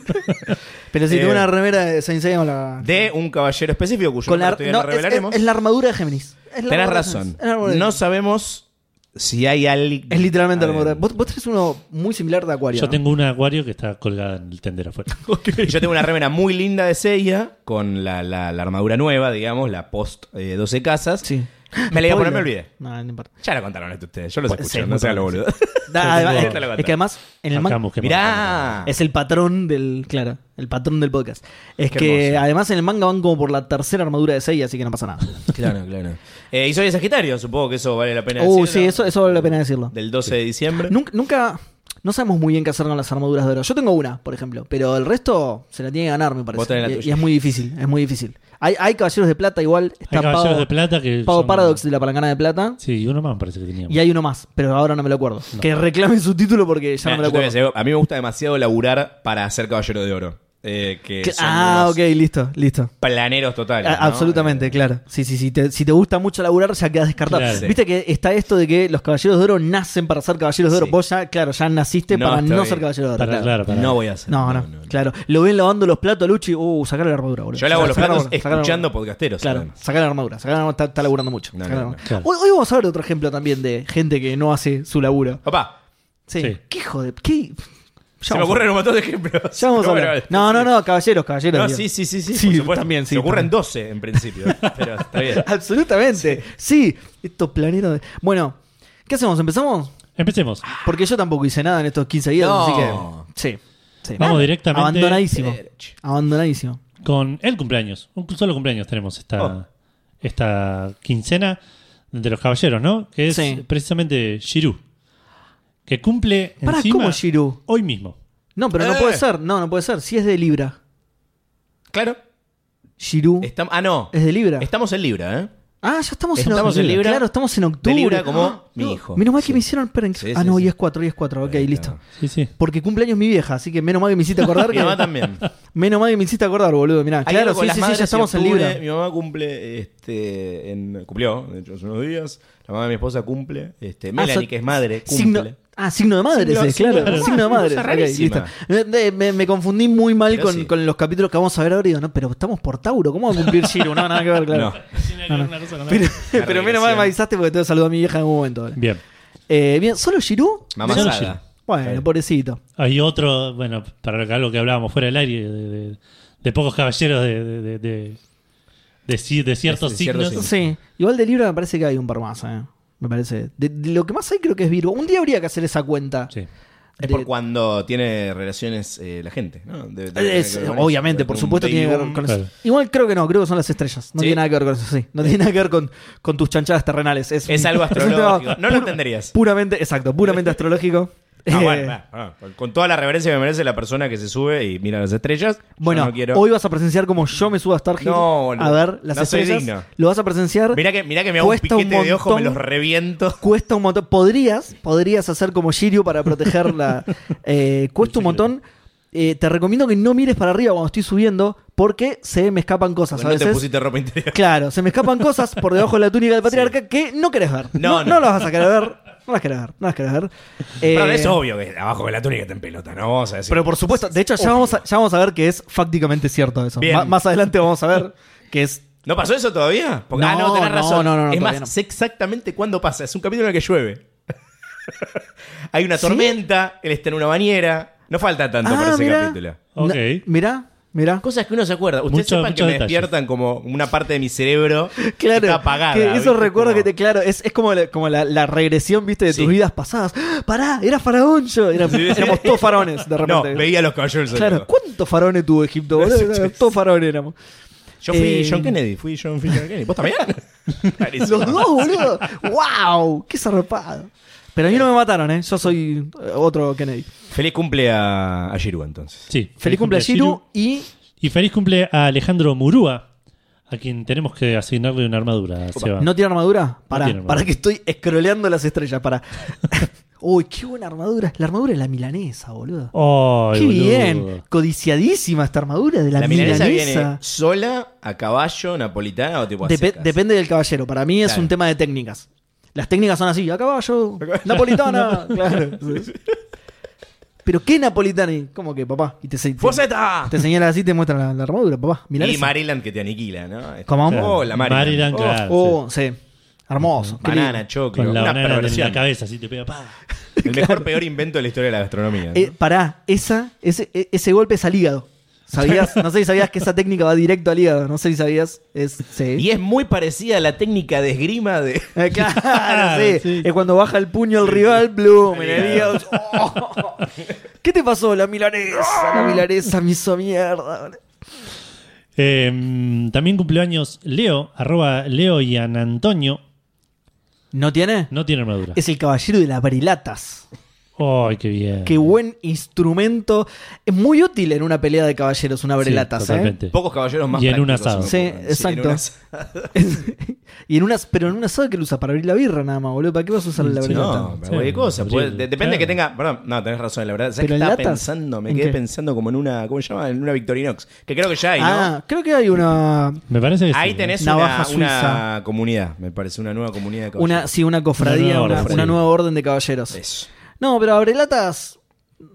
D: Pero si
E: Eh,
D: tengo una remera de Saint Seiya con la...
E: De un caballero específico cuyo
D: con la-
E: nombre todavía
D: no,
E: no
D: es-
E: revelaremos.
D: es, es la armadura de Géminis. Es la
E: Tenés
D: armadura de
E: razón.
D: Géminis. Es la armadura de
E: No
D: Géminis.
E: sabemos si hay alguien.
D: Es literalmente la armadura.
E: Adentro.
D: Vos, vos tenés uno muy similar de Acuario.
C: Yo
D: ¿no?
C: tengo un acuario que está colgada en el tendero afuera.
E: Yo tengo una remera muy linda de Seiya con la, la- la armadura nueva, digamos, la post eh, 12 casas.
D: Sí.
E: Me la iba a
D: Spoiler.
E: poner, me olvidé.
D: No, no importa.
E: Ya la contaron esto ustedes. Yo los
D: Pues,
E: escuché,
D: sí,
E: no
D: muy
E: sea lo
D: probable.
E: boludo.
D: Da- además-
E: Te la
D: es
E: contaron.
D: que además, en el manga.
C: Acá busquemos.
E: Mirá.
D: Es el patrón del. Claro, el patrón del podcast. Es
E: Qué
D: que
E: hermoso.
D: además en el manga van como por la tercera armadura de Seiya, así que no pasa nada.
E: Claro, claro. Eh, y soy de Sagitario, supongo que eso vale la pena
D: Uh,
E: decirlo.
D: sí, eso, eso vale la pena decirlo.
E: Del 12 de diciembre.
D: Nunca, nunca- No sabemos muy bien qué hacer con las armaduras de oro. Yo tengo una, por ejemplo, pero el resto se la tiene que ganar, me
E: Vos tenés la
D: parece. Y,
E: tuya.
D: y es muy difícil, es muy difícil. Hay, hay caballeros de plata igual. Está
C: Hay caballeros
D: Pavo-
C: de plata que.
D: Pavo
C: son-
D: Paradox de la palangana de plata.
C: Sí, uno más me parece que teníamos.
D: Y hay uno más, pero ahora no me lo acuerdo. Que reclamen su título porque ya
E: Mirá,
D: no me lo
E: yo te voy a
D: acuerdo.
E: decir algo. a mí me gusta demasiado laburar para ser caballero de oro. Eh, que
D: Que-
E: son
D: Ah,
E: unos
D: ok, listo, listo.
E: planeros totales.
D: A-
E: ¿no?
D: Absolutamente,
E: Eh,
D: claro. Sí, sí, sí. Te- si te gusta mucho laburar, ya quedas descartado.
C: Claro.
D: Viste que está esto de que los caballeros de oro nacen para ser caballeros de oro.
E: Sí.
D: Vos ya, claro, ya naciste
E: No,
D: para
E: está
D: no
E: bien.
D: ser caballero de oro.
C: Para-
D: claro.
C: claro, para-
E: No voy a hacer.
D: No, no, claro. Lo ven lavando los platos a Luchi. Uh, sacar la armadura, boludo.
E: Yo lavo los
D: Sacá
E: platos
D: armadura, sacá la
E: escuchando
D: armadura.
E: podcasteros.
D: Claro,
E: además.
D: sacar la armadura, sacar la armadura, está, está laburando mucho.
E: No,
D: Sacá la
E: no, no.
D: armadura.
C: Claro.
D: Hoy, hoy vamos a ver otro ejemplo también de gente que no hace su laburo.
E: Papá,
D: Sí.
C: Sí.
D: ¿Qué hijo de.? ¿Qué? Ya
E: se
D: vamos
E: me
D: a-
E: ocurren un montón de ejemplos.
D: ya vamos a
E: Bueno,
D: hablar. No, no, no, caballeros, caballeros.
E: No,
D: digo.
E: sí, sí, sí, sí.
D: Sí,
E: por supuesto.
D: también, sí,
E: Se ocurren
D: también.
E: 12 en principio. pero está bien.
D: Absolutamente. Sí. estos planeros de... Bueno, ¿qué hacemos? ¿Empezamos?
C: Empecemos.
D: Porque yo tampoco hice nada en estos 15 días,
E: No.
D: así que... Sí. sí.
C: Vamos directamente-
D: Abandonadísimo. Abandonadísimo.
C: Con el cumpleaños. Un solo cumpleaños tenemos esta,
E: Oh.
C: esta quincena de los caballeros, ¿no? Que es
D: Sí.
C: precisamente Shiru. Que cumple
D: Pará,
C: encima
D: ¿cómo Shiru?
C: hoy mismo.
D: No, pero no
E: Eh.
D: puede ser. No, no puede ser. Si es de Libra.
E: Claro.
D: Shiru
E: Estam- ah, no.
D: es de Libra.
E: Estamos en Libra, ¿eh?
D: Ah, ya estamos,
E: Estamos
D: en,
E: en Libra.
D: Claro, estamos en octubre.
E: De Libra como
D: Ah,
E: mi
D: no,
E: hijo.
D: Menos mal que
E: Sí.
D: me hicieron paren-
E: Sí,
D: ah,
E: sí,
D: no,
E: sí.
D: y es 4, y es 4. Ok,
E: Ahí está.
D: listo.
C: Sí, sí.
D: Porque cumpleaños mi vieja, así que menos mal que me hiciste acordar.
E: Mi
D: que-
E: mamá también.
D: Menos mal que me hiciste acordar, boludo. Mirá,
E: Hay
D: claro,
E: algo con
D: sí, sí,
E: las
D: sí,
E: madres
D: ya
E: y
D: estamos en
E: octubre.
D: Libra.
E: Mi mamá cumple, este, en- cumplió, de hecho, hace unos días. La mamá de mi esposa cumple. Este,
D: Ah,
E: Melanie,
D: so-
E: que es madre, cumple.
D: Signo, ah, signo de madre,
E: Signo-
D: ese,
E: signo
D: claro.
E: de-
D: signo de
E: una
D: madre.
E: cosa
D: ok,
E: rarísima.
D: listo. Me, me- me confundí muy mal
E: Pero
D: con,
E: sí.
D: con los capítulos que vamos a ver ahora. y digo, no, pero estamos por Tauro. ¿Cómo va a cumplir Shiro? No, nada que ver, claro.
E: No.
D: Ah, Pero,
E: La
D: pero menos mal
E: regresión.
D: me avisaste porque te saludó a mi vieja en un momento. ahora.
C: Bien.
D: Eh, bien, ¿solo Shirú?
E: Mamá
C: Solo
E: Saga.
C: Shiro.
D: Bueno, pobrecito.
C: Hay otro, bueno, para algo que hablábamos fuera del aire, de, de- de pocos caballeros de, de, de- de- de ci- de ciertos
E: De ciertos
C: signos.
E: signos.
D: Sí. Igual de Libra me parece que hay un par más, eh. Me parece. De, de lo que más hay creo que es Virgo. Un día habría que hacer esa cuenta.
C: Sí.
E: Es
D: De-
E: por cuando tiene relaciones eh, la gente, ¿no? Debe- debe
D: Es-
E: tener que ver con
D: obviamente,
E: eso.
D: por
E: Un
D: supuesto tiene que ver
E: baby
D: con
E: boom.
D: eso.
C: Claro.
D: Igual creo que no, creo que son las estrellas. No
E: Sí.
D: tiene nada que ver con eso, sí. No tiene nada que ver con, con tus chanchadas terrenales. Es,
E: Es algo
D: un tema
E: astrológico. No
D: pu-
E: lo entenderías.
D: Puramente, exacto, puramente astrológico.
E: Ah,
D: Eh,
E: bueno, ah, ah, con toda la reverencia que merece la persona que se sube y mira las estrellas. yo
D: bueno,
E: no quiero.
D: hoy vas a presenciar como yo me subo a Stargate
E: No, boludo.
D: a ver las
E: No soy
D: estrellas.
E: digno.
D: Lo vas a presenciar.
E: Mirá que, mirá que me hago un
D: Cuesta un
E: piquete de ojo, me
D: montón.
E: los reviento.
D: Cuesta un montón. Podrías, podrías hacer como Shiryu para protegerla. Eh, cuesta un montón. Eh, te recomiendo que no mires para arriba cuando estoy subiendo porque se me escapan cosas.
E: No
D: a
E: te
D: veces.
E: pusiste ropa interior.
D: Claro, se me escapan cosas por debajo de la túnica del patriarca que no querés ver. No,
E: No,
D: no,
E: no.
D: las vas a querer ver. No las querés ver. No las querés ver. Eh,
E: Pero es obvio que abajo de la túnica está en pelota, ¿no? Vamos a decir.
D: pero por supuesto, de hecho, ya
E: Obvio.
D: vamos, a, ya vamos a ver que es fácticamente cierto eso.
E: Bien.
D: Ma- más adelante vamos a ver que es.
E: ¿No pasó eso todavía? Porque,
D: No,
E: ah, no, tenés
D: no,
E: razón.
D: no, no, no,
E: es más,
D: todavía no.
E: sé exactamente cuándo pasa. Es un capítulo en el que llueve. Hay una tormenta, él está en una bañera. No falta tanto
D: Ah,
E: para ese
D: mirá.
E: capítulo.
C: Ok.
D: Na- mirá, Mira.
E: Cosas que uno se acuerda. Ustedes
C: Mucho-
E: sepan que
C: muchos
E: me
C: detalles.
E: despiertan como una parte de mi cerebro que
D: Claro,
E: está apagada.
D: que
E: ¿viste?
D: esos recuerdos
E: Como-
D: que te, claro, es, es como, la, como la, la regresión, viste, de
E: Sí.
D: tus vidas pasadas. ¡Ah! Pará, era faraón yo. Era-
E: Sí, sí.
D: Éramos todos faraones, de
E: No,
D: repente.
E: veía los caballeros del
D: claro,
E: Zodíaco.
D: ¿cuántos faraones tuvo Egipto, boludo? todos faraones éramos.
E: Yo fui
D: Eh,
E: John Kennedy, fui John F. Kennedy. ¿Vos también?
D: Los dos, boludo. ¡Wow! ¡Qué zarpado! Pero a mí no me mataron, ¿eh? Yo soy eh, otro Kennedy.
E: Feliz cumple a, a Giroud, entonces.
C: Sí.
D: Feliz cumple a Shiru y
C: Y feliz cumple a Alejandro Murúa, a quien tenemos que asignarle una armadura, Seba.
D: ¿No tiene armadura? Para,
C: Ah. tiene armadura.
D: para que estoy escroleando las estrellas, para. Uy, qué buena armadura. La armadura es la milanesa, boludo.
C: Ay,
D: qué
C: boludo.
D: bien. Codiciadísima esta armadura de la, milanesa.
E: viene sola, a caballo, napolitana o tipo a
D: Depe-
E: secas.
D: depende del caballero. Para mí es
E: Claro.
D: un tema de técnicas. Las técnicas son así, a caballo, napolitana. claro. Sí. Pero qué napolitana. Y, ¿Cómo que, papá? Y te, se- te,
E: ¡Foseta!
D: te señala así, te muestra la, la armadura, papá.
E: Y
D: Milanesa.
E: Maryland que te aniquila, ¿no?
D: ¿Cómo?
E: Oh, la Maryland.
C: Maryland,
D: Oh,
C: claro,
D: oh, sí. Hermoso. qué lindo.
E: Banana, choclo.
C: Con la
E: una
C: banana en
E: perversión.
C: la cabeza, así te pega. pa.
E: El mejor, peor invento de la historia de la gastronomía. ¿no?
D: Eh, pará, esa, ese, e- ese golpe es al hígado. ¿Sabías? No sé si sabías que esa técnica va directo al hígado. No sé si sabías. Es, sí.
E: y es muy parecida a la técnica de esgrima de.
D: Eh, claro, sí.
C: Sí.
D: Es cuando baja el puño el rival, Bloom. en el
E: Al
D: hígado. Oh. ¿Qué te pasó? La milanesa. La milanesa me hizo mierda. boludo.
C: Eh, también cumpleaños Leo, arroba Leo y An Antonio.
D: ¿No tiene?
C: No tiene armadura.
D: Es el caballero de las brilatas.
C: Ay, qué bien.
D: Qué buen instrumento. Es muy útil en una pelea de caballeros, una ¿eh?
C: Sí,
D: brelata,
C: totalmente.
E: Pocos caballeros más
C: Y en un
E: prácticos,
C: asado.
E: ¿no?
D: Sí,
E: Ah, en
D: exacto.
E: un asado.
D: y en unas, pero en una asado que lo usa para abrir la birra nada más, boludo. ¿Para qué vas a usar la
C: Sí,
D: brelata?
E: No,
C: Sí,
E: cualquier cosa.
C: sí,
E: puede- de-
C: claro.
E: depende que tenga. Perdón, no, tenés razón, la verdad. ¿Sabés
D: Pero
E: qué
D: en
E: estaba
D: latas,
E: pensando? Me
D: ¿en
E: quedé
D: qué?
E: pensando como en una. ¿Cómo se llama? En una Victorinox. Que creo que ya hay, ¿no?
D: Ah, creo que hay una.
C: Me parece que
E: Ahí
C: sí.
E: tenés una,
D: Navaja
E: una comunidad, me parece, una nueva comunidad de caballeros.
D: Una, sí, una cofradía,
C: Una nueva
D: una,
C: orden.
D: una nueva orden de caballeros.
E: Eso.
D: No, pero abrelatas.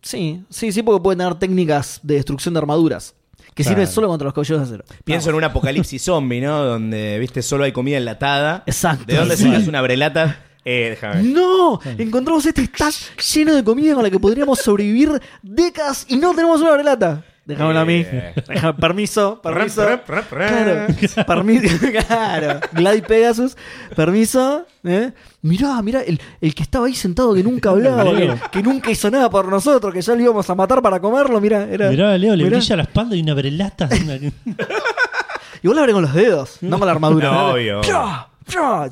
D: Sí, sí, sí, porque pueden tener técnicas de destrucción de armaduras. Que
C: Claro.
D: sirven solo contra los caballeros de acero.
E: Pienso en un apocalipsis zombie, ¿no? Donde, viste, solo hay comida enlatada.
D: Exacto.
E: ¿De dónde
D: Sí.
E: sacas una brelata? Eh, déjame ver.
D: ¡No! Encontramos este stack lleno de comida con la que podríamos sobrevivir décadas y no tenemos una abrelata. Déjamelo a mí.
E: Eh.
D: Déjame- Permiso, permiso.
E: Rem, rem, rem,
D: Claro,
E: rem.
D: permiso, claro. Glide Pegasus, permiso. ¿eh? Mirá, mirá, el, el que estaba ahí sentado que nunca hablaba,
C: Leo.
D: que, que nunca hizo nada por nosotros, que ya lo íbamos a matar para comerlo, mirá. Era,
C: Mirá, Leo, le
D: mirá.
C: brilla la espalda y una brelata. Una-
D: Y vos lo abrís con los dedos, no con la armadura.
E: No,
D: ¿no?
E: obvio.
D: ¡Pia! ¡Pia!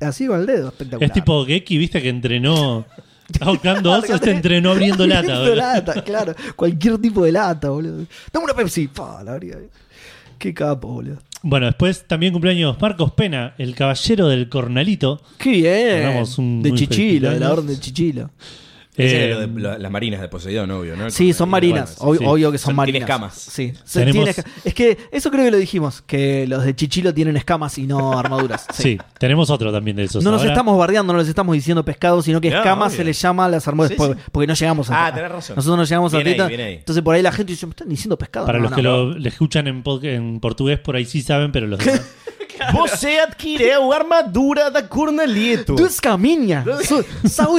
D: Así con el dedo, espectacular.
C: es tipo Geki, viste, que entrenó Ah, ahorcando osos, te este entrenó abriendo lata.
D: Abriendo
C: boludo.
D: lata, claro. Cualquier tipo de lata, boludo. Dame una Pepsi. Pa, la abría. Qué capo, boludo.
C: Bueno, después también cumpleaños Marcos Pena, el caballero del cornalito.
D: Qué bien.
C: Ganamos un
D: de
C: muy
D: Chichilo,
C: feliz
D: de la
C: cumpleaños.
D: orden de Chichilo.
E: Ese
C: Eh,
E: era lo de- lo- las marinas de Poseidón, obvio, ¿no?
D: Sí, son marinas.
E: Bueno,
D: Ob-
C: sí.
D: Obvio que son,
E: Son- tiene
D: marinas.
E: escamas.
D: Sí. Son-
C: Tenemos-
D: tiene esca- Es que eso creo que lo dijimos, que los de Chichilo tienen escamas y no armaduras.
C: sí. tenemos otro también de esos.
D: No nos
C: ahora.
D: estamos bardeando, no les estamos diciendo pescado, sino que
E: No,
D: escamas
E: obvio.
D: se les llama a las armaduras.
E: Sí,
D: porque,
E: sí.
D: porque no llegamos a.
E: Ah, tenés razón.
D: Nosotros no llegamos
E: Bien
D: a
E: ahí,
D: Teta.
E: bien ahí.
D: Entonces por ahí la gente dice: Me están diciendo pescado.
C: Para
D: No,
C: los
D: no,
C: que
D: no.
C: lo, le escuchan en, pod- en portugués, por ahí sí saben, pero los demás.
E: Você adquireu armadura da Cornelito.
D: Tú escamiñas. Sao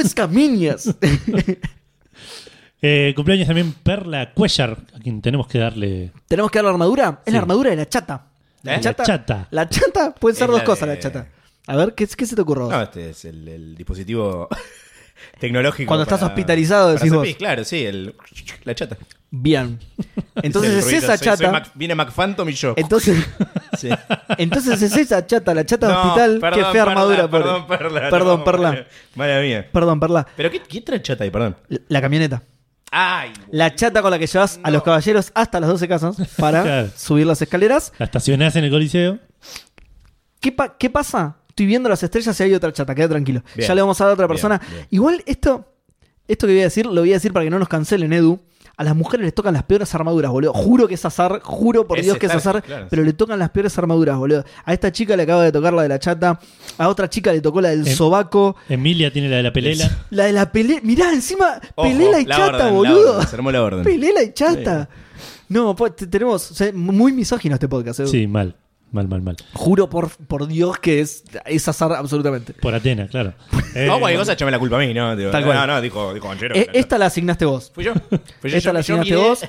D: escamiñas.
C: Eh, cumpleaños también Perla Cuellar, a quien tenemos que darle.
D: Tenemos que dar la armadura. Es
C: Sí.
D: la armadura de la chata.
E: ¿Eh?
C: La chata.
D: La chata pueden ser
E: Es
D: dos
E: la
D: cosas,
E: de-
D: la chata. A ver, ¿qué, qué se te ocurrió?
E: No, este es el, el dispositivo tecnológico.
D: Cuando estás
E: para-
D: hospitalizado,
E: para
D: decís
E: hacer
D: vos.
E: pis, Claro, sí, el- la chata.
D: Bien.
E: el
D: Entonces es
E: ruido,
D: esa
E: soy- soy
D: chata.
E: Mac- viene McPhantom y yo.
D: Entonces,
E: Sí.
D: entonces es esa chata, la chata de
E: No,
D: hospital.
E: perdón,
D: qué fea
E: Perla,
D: armadura, pobre.
E: Perdón, Perla.
D: Perdón,
E: no,
D: Perla.
E: madre- Madre mía.
D: Perdón, Perla.
E: ¿Pero qué, qué trae chata ahí? Perdón.
D: La- La camioneta.
E: Ay,
D: La chata con la que llevas a los caballeros hasta las 12 casas para
C: Claro.
D: subir las escaleras.
C: La estacionás en el Coliseo.
D: ¿Qué, pa- qué pasa? Estoy viendo las estrellas y hay otra chata, queda tranquilo.
E: Bien.
D: Ya le vamos a dar a otra
E: Bien,
D: persona.
E: bien.
D: Igual esto, esto que voy a decir, lo voy a decir para que no nos cancelen, Edu. A las mujeres les tocan las peores armaduras, boludo. Juro que es azar, juro por
E: Es
D: Dios que es
E: estar-
D: azar,
E: claro.
D: pero le tocan las peores armaduras, boludo. A esta chica le acaba de tocar la de la chata, a otra chica le tocó la del
C: Em-
D: sobaco,
C: Emilia tiene la de la pelela.
D: la de la pelea. Mirá, encima,
E: Ojo,
D: pelela y
E: la
D: chata,
E: orden, la
D: boludo.
E: orden, se armó la orden.
D: pues, Pelela y chata. No, po- te- tenemos o sea, muy misógino este podcast, Edu.
C: Sí, mal. mal, mal, mal.
D: Juro por, por Dios que es, es azar absolutamente.
C: Por Atena, claro. Eh,
E: No, cualquier cosa, échame la culpa a mí, ¿no? Digo,
D: Tal
E: no,
D: cual.
E: no, no, dijo, dijo Banchero.
D: Eh, esta la asignaste vos.
E: Fui yo. Fui yo.
D: Esta
E: yo-
D: la
E: yo
D: asignaste
E: miré-
D: vos.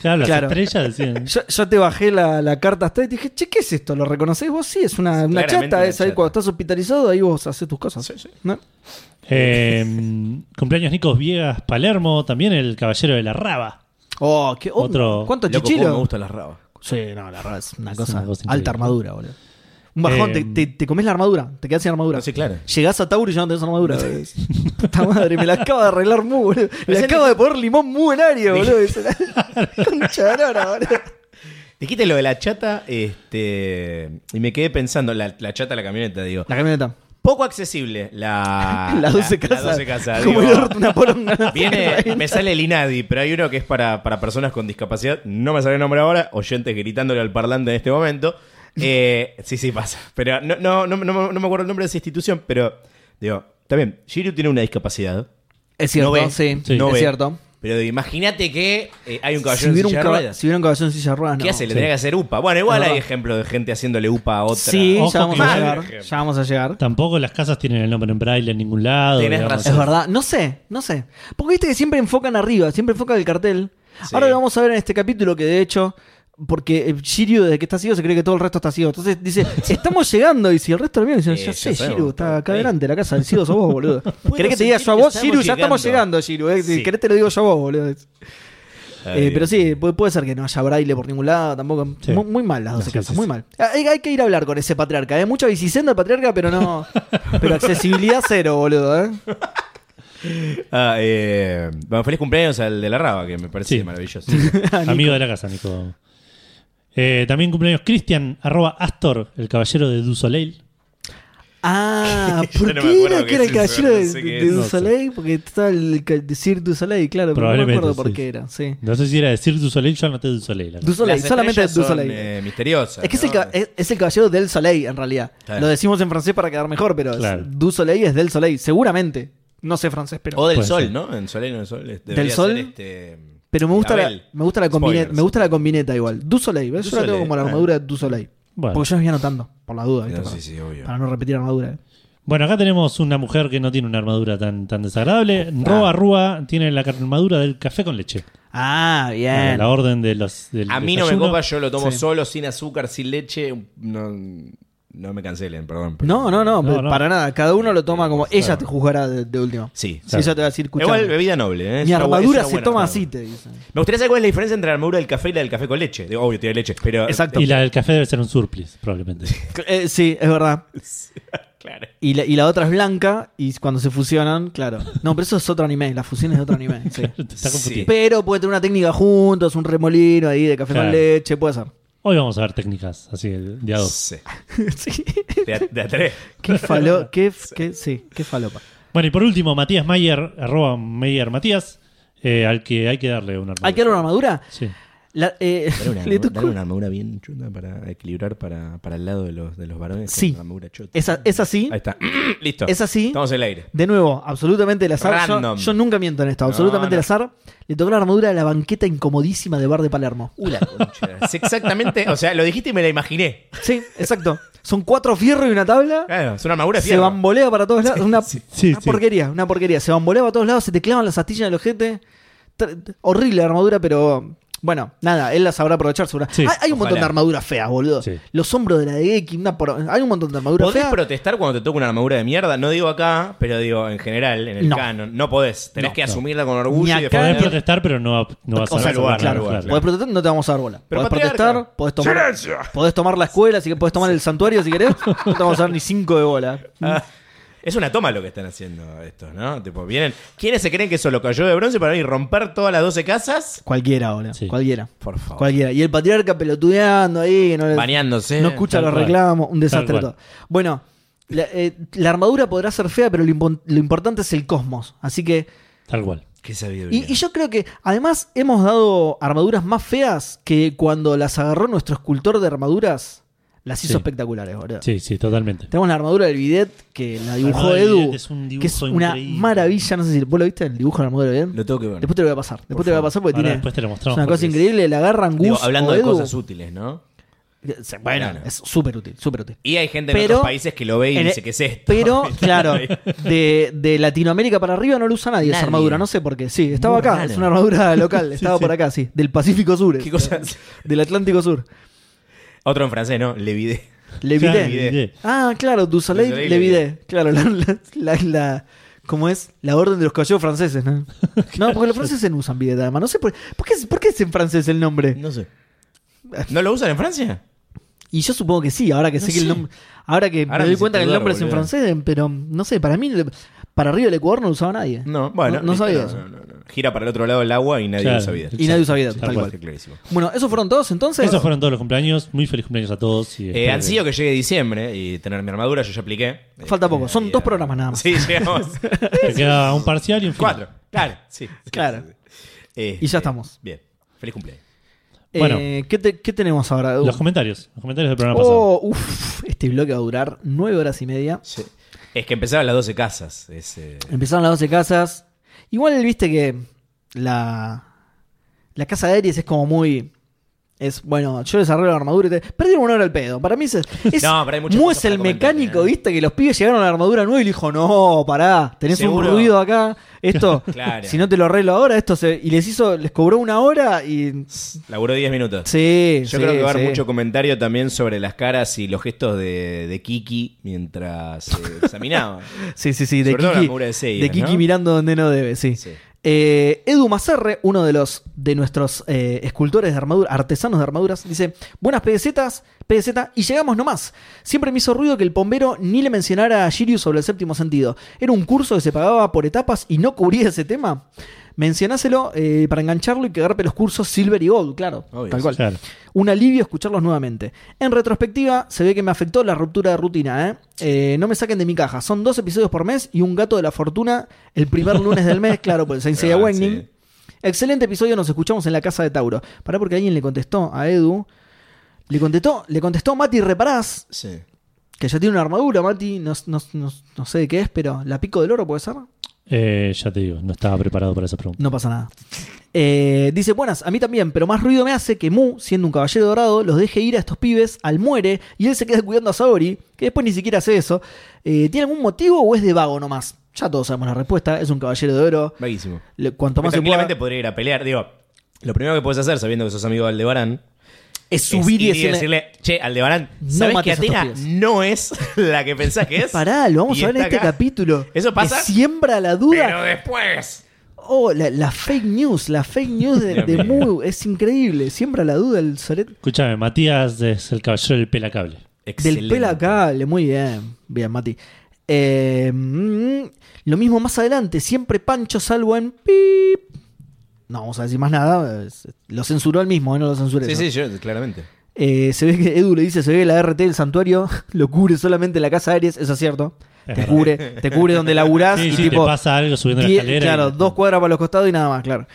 C: claro, las
D: claro.
C: estrellas decían.
D: Yo, yo te bajé la, la carta hasta y te dije, che, ¿qué es esto? ¿Lo reconocés vos? Sí, es una, una
E: Claramente
D: chata.
E: una
D: Es ahí
E: chata.
D: cuando estás hospitalizado, ahí vos haces tus cosas.
E: Sí, sí.
D: ¿No?
C: Eh, cumpleaños Nicos Viegas Palermo, también el Caballero de la Raba.
D: Oh, qué oh,
C: Otro-
D: ¿Cuánto
E: Loco,
D: chichilo?
E: cómo me gustan las rabas.
D: Sí, no, la verdad es una
C: Es
D: cosa.
C: una cosa increíble.
D: alta armadura, boludo. Un bajón,
C: Eh,
D: te, te, te comes la armadura, te quedas sin armadura.
E: No, sí, claro.
D: Llegás a Tauro y ya no tenés armadura. boludo. Puta madre, me la acaba de arreglar Mu, boludo. Le
E: el-
D: acaba de poner limón Mu en área, boludo. Concha de lora, boludo.
E: Dijiste lo de la chata, este. Y me quedé pensando, la, la chata de la camioneta, digo.
D: La camioneta.
E: Poco accesible Ah, la.
D: la 12
E: la-
D: casas.
E: La 12 casas,
D: Como
E: digo.
D: el orto, una poronga.
E: Viene, me sale el INADI, pero hay uno que es para, para personas con discapacidad. No me sale el nombre ahora, oyentes gritándole al parlante en este momento. Eh, sí, sí, pasa. Pero no, no, no, no, no me acuerdo el nombre de esa institución, pero digo, está bien, Shiryu tiene una discapacidad.
D: Es cierto,
E: no ve,
D: sí.
C: Sí.
E: no
D: es
E: ve.
D: cierto.
E: Pero imagínate que eh, hay un
D: Si
E: caballero en
D: hubiera un,
E: silla de
D: caba-
E: ruedas.
D: si hubiera un caballón en silla de ruedas,
E: ¿Qué
D: no.
E: hace? Le tenía que hacer UPA. Bueno, igual
D: Es
E: hay
D: verdad.
E: ejemplos de gente haciéndole UPA a otra.
D: Sí,
C: Ojo
D: ya vamos
C: que
D: a
C: igual-
D: llegar. Ya vamos a llegar.
C: Tampoco las casas tienen el nombre en braille en ningún lado.
E: Tenés
C: digamos.
E: razón.
D: Es verdad, no sé, no sé. Porque viste que siempre enfocan arriba, siempre enfocan el cartel.
E: Sí.
D: Ahora lo vamos a ver en este capítulo que de hecho, porque eh, Shiryu desde que está ciego se cree que todo el resto está ciego. Entonces dice, estamos llegando. Y si el resto del mío dice,
E: Sí,
D: ya
E: ya
D: sé,
E: sabemos,
D: Shiryu, está
E: está
D: acá
E: ahí.
D: adelante, la casa del ciego sos vos, boludo. ¿Querés que te diga
E: sentir
D: yo a
E: que
D: vos,
E: estamos
D: Shiryu? Ya estamos
E: llegando.
D: llegando, Shiryu. eh. Si
E: Sí.
D: querés te lo digo yo a vos, boludo. Eh,
E: Ay,
D: pero
E: Dios.
D: sí, puede, puede ser que no haya braille por ningún lado, tampoco.
C: Sí.
D: Muy, muy mal las 12
C: Sí,
D: casas,
C: sí,
D: muy
C: sí.
D: mal. Ah, Hay, hay que ir a hablar con ese patriarca, ¿eh? Mucha bicicenda el patriarca, pero no. pero accesibilidad cero, boludo, ¿eh?
E: Ah, eh, bueno, feliz cumpleaños al de la Raba, que me parece
C: Sí.
E: maravilloso.
C: Amigo de la casa, Nico. Eh, también cumpleaños Cristian, arroba Astor, el caballero de Du Soleil.
D: Ah, ¿por
E: no me
D: qué
E: acuerdo
D: era que
E: qué
D: era
E: es
D: el
E: eso,
D: caballero
E: no
D: de,
E: sé qué
D: de
E: es.
D: Du
C: No sé.
D: Soleil? Porque está el ca- de Sir Du Soleil, claro, pero no me
C: Probablemente,
D: acuerdo por
C: sí.
D: qué era, sí.
C: No sé si era decir Du Soleil, yo anoté Du Soleil. la
D: Du Soleil,
E: Las
D: solamente Du
E: estrellas son,
D: Soleil.
E: eh, misteriosas,
D: es que es, el,
E: ¿no?
D: ca- es- es el caballero del Soleil, en realidad.
E: Claro.
D: Lo decimos en francés para quedar mejor, pero es-
C: Claro.
D: Du Soleil es del Soleil, seguramente. No sé francés, pero.
E: O del
C: Puede
E: sol,
C: ser.
E: ¿no? En Soleil, no en Sol. es-
D: ¿Del
E: debería
D: Sol?
E: ser, este,
D: Pero me gusta, la,
E: Abel.
D: me, gusta la combine-
E: Spoilers.
D: me gusta la combineta igual. Du Soleil, ¿ves?
E: Du
D: yo la tengo
E: Soleil,
D: como la
E: ah.
D: armadura de Du Soleil.
C: Bueno.
D: Porque yo las voy anotando, por la duda, ¿viste?
E: No,
D: para,
E: sí, sí, obvio.
D: para no repetir armadura. ¿eh?
C: Bueno, acá tenemos una mujer que no tiene una armadura tan, tan desagradable. Roa Rúa tiene la armadura del café con leche. Eh,
D: Ah, bien.
C: La orden de los. del
E: A mí no me
C: desayuno.
E: copa, yo lo tomo
D: Sí.
E: solo, sin azúcar, sin leche. No, no me cancelen, perdón. pero-
D: No, no, no,
C: No, no.
D: para nada. Cada uno lo toma como. Ella te juzgará de, de última.
E: Sí,
D: Si
E: claro.
D: ella te va a decir, escuchame,
E: Igual bebida noble, ¿eh? Es
D: mi
E: una bu- es
D: armadura
E: una
D: se
E: buena
D: toma
E: armadura.
D: así, te dicen.
E: Me gustaría saber cuál es la diferencia entre la armadura del café y la del café con leche. Digo, obvio, tiene leche, pero.
D: Exacto.
C: Y la del café debe ser un surplis, probablemente.
D: Eh, sí, es verdad.
E: Claro.
D: Y la, y la otra es blanca y cuando se fusionan, claro. No, pero eso es otro anime, la fusión es de otro anime. sí.
C: Te está confundiendo.
D: Pero puede tener una técnica juntos, un remolino ahí de café
C: Claro.
D: con leche, puede ser.
C: Hoy vamos a ver técnicas, así, de a dos.
E: Sí.
D: sí.
E: De a, de a tres.
D: Qué falo, qué, qué- sí, qué falopa.
C: Bueno, y por último, Matías Mayer, arroba Mayer Matías, eh, al que hay que darle una armadura.
D: ¿Hay que dar una armadura?
C: Sí.
D: La- eh,
E: Dale una,
D: le tocó-
E: dale una armadura bien chunda para equilibrar para, para el lado de los, de los varones.
D: Sí.
E: Una armadura chota.
D: Esa, esa sí,
E: Ahí está. Listo.
D: esa sí.
E: Estamos en el aire.
D: De nuevo, absolutamente el azar. Yo,
E: Random.
D: yo nunca miento en esto, absolutamente
E: no.
D: el azar. Le tocó la armadura de la banqueta incomodísima de bar de Palermo.
E: Es exactamente. O sea, lo dijiste y me la imaginé.
D: Sí, exacto. Son cuatro fierros y una tabla.
E: Claro, es una armadura de
D: Se
E: Ah, fierro.
D: bambolea para todos lados. Una,
C: sí,
D: una
C: sí.
D: porquería, una porquería. Se bambolea para todos lados, se te clavan las astillas del ojete. Tr- Horrible la armadura, pero bueno, nada, él la sabrá aprovechar. segura-
C: Sí,
D: hay, hay un montón de
E: ojalá.
D: armaduras feas, boludo.
C: Sí.
D: Los hombros de la de Geki, una por- hay un montón de armaduras
E: Podés
D: feas.
E: protestar cuando te toca una armadura de mierda, no digo acá, pero digo en general, en el
D: No.
E: canon. No podés, tenés
C: No,
E: que
C: no.
E: asumirla con
D: Ni
E: orgullo y
D: acá,
C: Podés
E: defender.
C: protestar, pero no, va- no vas
D: O
C: a
D: sea,
C: dar
E: lugar,
C: lugar,
E: claro,
C: lugar.
D: Podés protestar, no te vamos a dar bola.
E: Pero
D: podés
E: patriarca.
D: protestar, podés tomar, podés tomar la escuela, si que podés tomar el santuario si querés, no te vamos a dar ni cinco de bola.
C: Mm.
E: Ah, es una toma lo que están haciendo estos, ¿no? Tipo, vienen. ¿Quiénes se creen que eso lo cayó de bronce para ir a romper todas las 12 casas?
D: Cualquiera, bola.
C: Sí.
D: Cualquiera.
E: Por favor.
D: Cualquiera. Y el patriarca pelotudeando ahí, que no le-
E: Baneándose.
D: No escucha
C: tal
D: los
C: cual.
D: reclamos, un desastre
C: Tal
D: todo.
C: cual.
D: Bueno, la, eh, la armadura podrá ser fea, pero lo, impon- lo importante es el cosmos. Así que.
C: Tal cual.
E: Qué
D: Y,
E: sabiduría.
D: y yo creo que además hemos dado armaduras más feas que cuando las agarró nuestro escultor de armaduras, las hizo
C: Sí.
D: espectaculares, boludo.
C: Sí, sí, totalmente.
D: Tenemos la armadura del bidet que la dibujó
C: armadura del
D: Edu.
C: bidet es un
D: que es
C: dibujo
D: una
C: increíble.
D: maravilla. No sé si vos lo viste el dibujo de la armadura del bidet.
E: Lo tengo que ver.
D: Después te lo voy a pasar. Después te lo voy a pasar porque
C: Ahora
D: tiene.
C: después te lo
D: es
C: mostramos.
D: una cosa
C: porque es-
D: increíble. La agarran Gus.
E: Digo, hablando
D: o
E: de
D: Edu.
E: cosas útiles, ¿no?
D: Se- Bueno,
E: Bueno.
D: es súper útil, súper útil.
E: Y hay gente en
D: Pero-
E: otros países que lo ve y
D: en
E: dice,
D: el-
E: ¿qué es esto?
D: Pero, claro, de, de Latinoamérica para arriba no lo usa nadie, esa
E: Nadie.
D: armadura, no sé por qué. Sí, estaba
E: Muy
D: acá,
E: raro.
D: es una armadura local, estaba por acá, sí. Del Pacífico Sur.
E: ¿Qué
D: es,
E: cosa?
D: Del Atlántico Sur.
E: Otro en francés, ¿no? Le vide.
D: Le
C: Claro,
D: vidé.
C: le vidé.
D: Ah, claro, Du Soleil,
E: Du Soleil,
D: Le
E: Le
D: Vidé.
E: Vidé.
D: Claro, la, la, la- la- ¿Cómo es? La orden de los caballeros franceses, ¿no? No, porque los franceses no usan vidé, además. No sé por, ¿por, qué, por qué es en francés el nombre.
E: No sé. ¿No lo usan en Francia?
D: Y yo supongo que sí, ahora que
E: No
D: sé que el
E: sé.
D: nombre. Ahora que me
E: Ahora me
D: doy
E: hiciste
D: cuenta que el
E: dudar,
D: nombre es en
E: boludo.
D: francés, pero no sé, para mí, le- para arriba del Ecuador no lo usaba nadie.
E: No, bueno.
D: No, no sabía
E: no,
D: eso.
E: no, no, no. Gira para el otro lado del agua y nadie
C: Claro.
E: lo sabía.
D: Y nadie usa vida,
E: Sí,
D: tal
E: sí,
D: cual.
E: está clarísimo.
D: Bueno, ¿esos fueron todos entonces?
C: Esos fueron todos los cumpleaños. Muy feliz cumpleaños a todos. y
E: Eh,
C: espero
E: ansío que llegue diciembre y tener mi armadura, yo ya apliqué. Eh,
D: Falta poco, son
E: y,
D: dos
E: eh,
D: programas nada más.
E: Sí, llegamos.
C: que- que queda un parcial y un final.
E: Cuatro. Claro, sí. sí,
D: Claro.
E: sí, sí. Eh,
D: Y ya
E: eh,
D: estamos.
E: Bien. Feliz cumpleaños.
D: Eh,
C: Bueno.
D: ¿qué, te- qué tenemos ahora?
C: Los comentarios. Los comentarios del programa pasado.
D: oh, uff, este bloque va a durar nueve horas y media.
E: Es que empezaban las 12 casas. es, eh,
D: Empezaron las 12 casas. Igual viste que la, la casa de Aries es como muy. Es bueno, yo les arreglo la armadura y te. Perdieron una hora al pedo. Para mí es. es
E: No, pero hay muchas
D: muy
E: cosas
D: es el
E: para comentar,
D: mecánico,
E: ¿eh?
D: viste, que los pibes llegaron a la armadura nueva y le dijo: No, pará, tenés
E: Seguro.
D: un ruido acá. Esto,
E: Claro.
D: si no te lo arreglo ahora, esto se. Y les hizo, les cobró una hora y.
E: laburó 10 minutos.
D: Sí,
E: Yo
D: sí,
E: creo que va a haber
D: sí.
E: mucho comentario también sobre las caras y los gestos de, de Kiki mientras eh, examinaba.
D: Sí, sí, sí, de
E: Sobre todo la
D: Kiki,
E: mugre de Seiya,
D: de Kiki
E: ¿no?
D: mirando donde no debe, sí.
E: Sí.
D: Eh, Edu Macerre, uno de los de nuestros eh, escultores de armadura, artesanos de armaduras, dice: Buenas PDZs, PDZ, y llegamos nomás. Siempre me hizo ruido que el bombero ni le mencionara a Shiryu sobre el séptimo sentido. Era un curso que se pagaba por etapas y no cubría ese tema. Mencionáselo eh, para engancharlo y que agarpe los cursos Silver y Gold, claro.
E: Obvio,
D: tal cual.
C: Claro.
D: Un alivio escucharlos nuevamente. En retrospectiva, se ve que me afectó la ruptura de rutina, ¿eh? Eh, no me saquen de mi caja. Son dos episodios por mes y un gato de la fortuna el primer lunes del mes, claro, por el Saint Seiya
E: Ah,
D: Awakening.
E: sí.
D: Excelente episodio, nos escuchamos en la casa de Tauro. Pará porque alguien le contestó a Edu. Le contestó, le contestó Mati Reparás,
E: Sí.
D: que ya tiene una armadura, Mati, no, no- no- no sé de qué es, pero la pico del oro puede ser.
C: Eh, ya te digo, no estaba preparado para esa pregunta.
D: No pasa nada. Eh, dice, buenas, a mí también, pero más ruido me hace que Mu, siendo un caballero dorado, los deje ir a estos pibes al muere y él se queda cuidando a Saori, que después ni siquiera hace eso. Eh, ¿Tiene algún motivo o es de vago nomás? Ya todos sabemos la respuesta, es un caballero de oro.
E: Vaguísimo.
D: Le- cuanto más se pueda,
E: Tranquilamente podría ir a pelear. Digo, lo primero que puedes hacer, sabiendo que sos amigo de Aldebarán,
D: es subir y
E: ir
D: decirle,
E: che, Aldebarán,
D: No
E: ¿sabes que
D: mates a estos
E: Atena
D: pibes?"
E: no es la que pensás que es?
D: pará, lo vamos
E: Y
D: a ver en
E: está
D: este
E: acá.
D: capítulo.
E: Eso pasa.
D: Que siembra la duda.
E: Pero después.
D: Oh, la, la fake news, la fake news de,
E: Dios
D: de
E: mío.
D: Mu, es increíble. Siembra la duda el Soret
C: Escúchame, Matías es el caballero del pelacable.
D: Del pelacable, muy bien. Bien, Mati. Eh, mm, lo mismo más adelante, siempre Pancho salvo en pip. No vamos a decir más nada. es- Lo censuró él mismo, eh, no lo censuré.
E: Sí,
D: yo.
E: sí, yo, claramente.
D: Eh, se ve que Edu le dice, se ve que la RT del santuario lo cubre solamente la casa Aries, eso es cierto.
C: Es
D: te
C: verdad.
D: cubre, te cubre donde laburás
C: Sí,
D: Ah, y
C: sí,
D: tipo.
C: te pasa algo subiendo la
D: Die-
C: escalera.
D: Claro,
C: y-
D: dos cuadras para los costados y nada más, claro.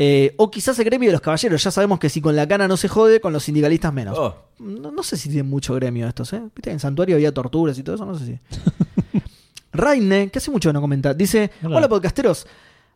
D: Eh, o quizás el gremio de los caballeros. Ya sabemos que si con la cana no se jode, con los sindicalistas menos.
E: Oh.
D: No, no sé si tienen mucho gremio estos, ¿eh? Viste, en Santuario había torturas y todo eso, no sé si. Raine, que hace mucho que no comenta, dice:
C: Hola.
D: Hola, podcasteros.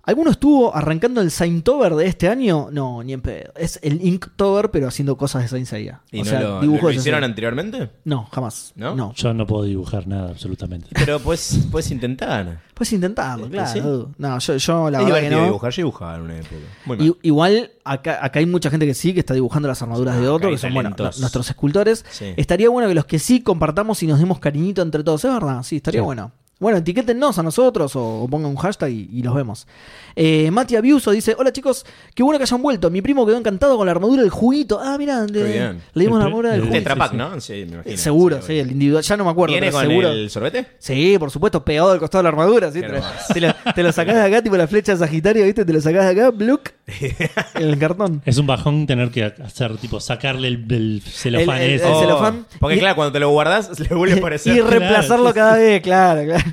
D: ¿Alguno estuvo arrancando el Saintover de este año? No, ni en pedo. Es el Inktober, pero haciendo cosas de Saint Seiya.
E: ¿Y
D: o
E: no
D: sea,
E: lo,
D: dibujos
E: lo
D: de Saint
E: hicieron
D: Seiya.
E: anteriormente?
D: No, jamás. No.
E: ¿No?
C: Yo no puedo dibujar nada, absolutamente.
E: Pero
D: pues,
E: puedes, puedes intentar.
D: Puedes intentarlo,
E: Eh,
D: claro.
E: ¿sí?
D: Edu. No, yo, yo la
E: es
D: verdad que
E: divertido
D: no.
E: dibujar. Yo dibujaba en una época. Muy mal.
D: I- igual acá, acá hay mucha gente que sí, que está dibujando las armaduras de
E: Ah,
D: otro,
E: acá hay
D: que son bueno,
E: talentos.
D: nu- nuestros escultores.
E: Sí.
D: Estaría bueno que los que sí compartamos y nos demos cariñito entre todos. Es verdad, sí, estaría
C: Sí.
D: bueno. Bueno, etiquétennos a nosotros o, o pongan un hashtag y, y los vemos. Eh, Mati Abiuso dice: Hola chicos, qué bueno que hayan vuelto. Mi primo quedó encantado con la armadura del juguito. Ah, mirá, le,
E: Qué bien.
C: El
D: le dimos la
C: pre-
D: armadura del
C: el
D: juguito.
E: Tetrapack,
C: sí, sí.
E: ¿no? Sí, me imagino.
D: seguro,
E: Sí,
D: sí, el individual. Ya no me acuerdo,
E: ¿Viene
D: pero
E: con
D: seguro.
E: el sorbete?
D: Sí, por supuesto, pegado al costado de la armadura. ¿sí?
E: Qué
D: Te,
E: hermoso.
D: te lo, te lo sacás de acá, tipo la flecha de Sagitario, ¿viste? Te lo sacás de acá, bloop, en el cartón.
C: Es un bajón tener que hacer, tipo, sacarle el, el celofán
D: El- el-
C: ese.
D: el celofán.
E: Oh, Porque
D: Y-
E: claro, cuando te lo guardás, le vuelve a aparecer.
D: Y reemplazarlo cada vez, claro, claro.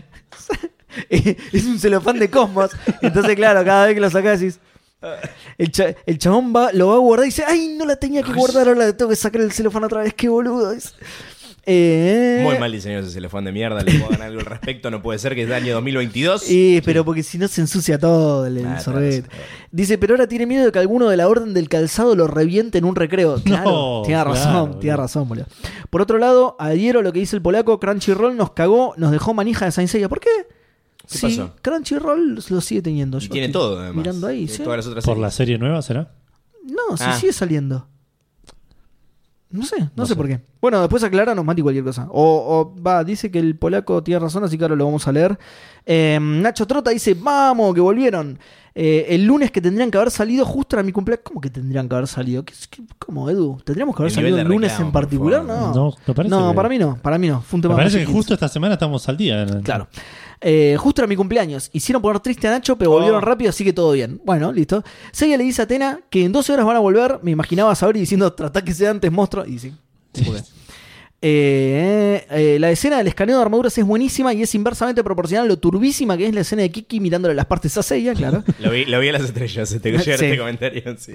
D: es un celofán de cosmos. Entonces, claro, cada vez que lo sacás decís. El, cha- el chabón va, lo va a guardar y dice, ay, no la tenía que guardar, ahora la tengo que sacar el celofán otra vez, qué boludo. es". Eh,
E: Muy mal diseñado ese celofán de mierda. Le puedo ganar algo al respecto. No puede ser que es de año 2022.
D: Eh, pero porque si no se ensucia todo el, el
E: Ah,
D: sorbete.
E: tenés razón.
D: Dice, pero ahora tiene miedo de que alguno de la orden del calzado lo reviente en un recreo. Claro, tiene
C: claro,
D: razón,
C: boludo.
D: tiene razón, boludo. Por otro lado, adhiero a lo que dice el polaco, Crunchyroll nos cagó, nos dejó manija de Saint Seiya. ¿Por qué?
E: ¿Qué
D: Sí,
E: pasó?
D: Crunchyroll lo sigue teniendo.
E: Y
D: Yo
E: tiene
D: estoy
E: todo, además.
D: Mirando ahí,
E: Tiene
D: sí.
E: Todas las otras
C: ¿Por la
E: series.
C: serie nueva será?
D: No, sí
E: Ah.
D: sigue saliendo. No sé, no,
C: No
D: sé,
C: sé.
D: por qué. Bueno, después acláranos, Mati, cualquier cosa. O, o, va, dice que el polaco tiene razón, así que ahora lo vamos a leer. Eh, Nacho Trota dice, vamos, que volvieron. Eh, el lunes que tendrían que haber salido justo era mi cumpleaños. ¿Cómo que tendrían que haber salido? ¿Qué, qué- cómo Edu? ¿Tendríamos que haber
E: El
D: salido
E: nivel
D: el
E: de
D: lunes
E: reclamo,
D: en
E: por
D: particular?
E: favor.
D: No,
C: No, no parece
D: No,
C: que-
D: para mí no, para mí no. Fue un tema
C: Me
D: más
C: parece que
D: chiquito.
C: justo esta semana estamos al día.
D: Claro. Eh, justo era mi cumpleaños. Hicieron poner triste a Nacho, pero volvieron rápido, así que todo bien. Bueno, listo. Seiya le dice a Atena que en 12 horas van a volver. Me imaginaba a Saori diciendo, tratá que sea antes monstruo. Y sí. un poco. Eh, eh, la escena del escaneo de armaduras es buenísima y es inversamente proporcional a lo turbísima que es la escena de Kiki mirándole las partes a Seiya, claro.
E: Lo vi, lo vi a las estrellas. Te
D: Sí.
E: llegar este comentario. Sí.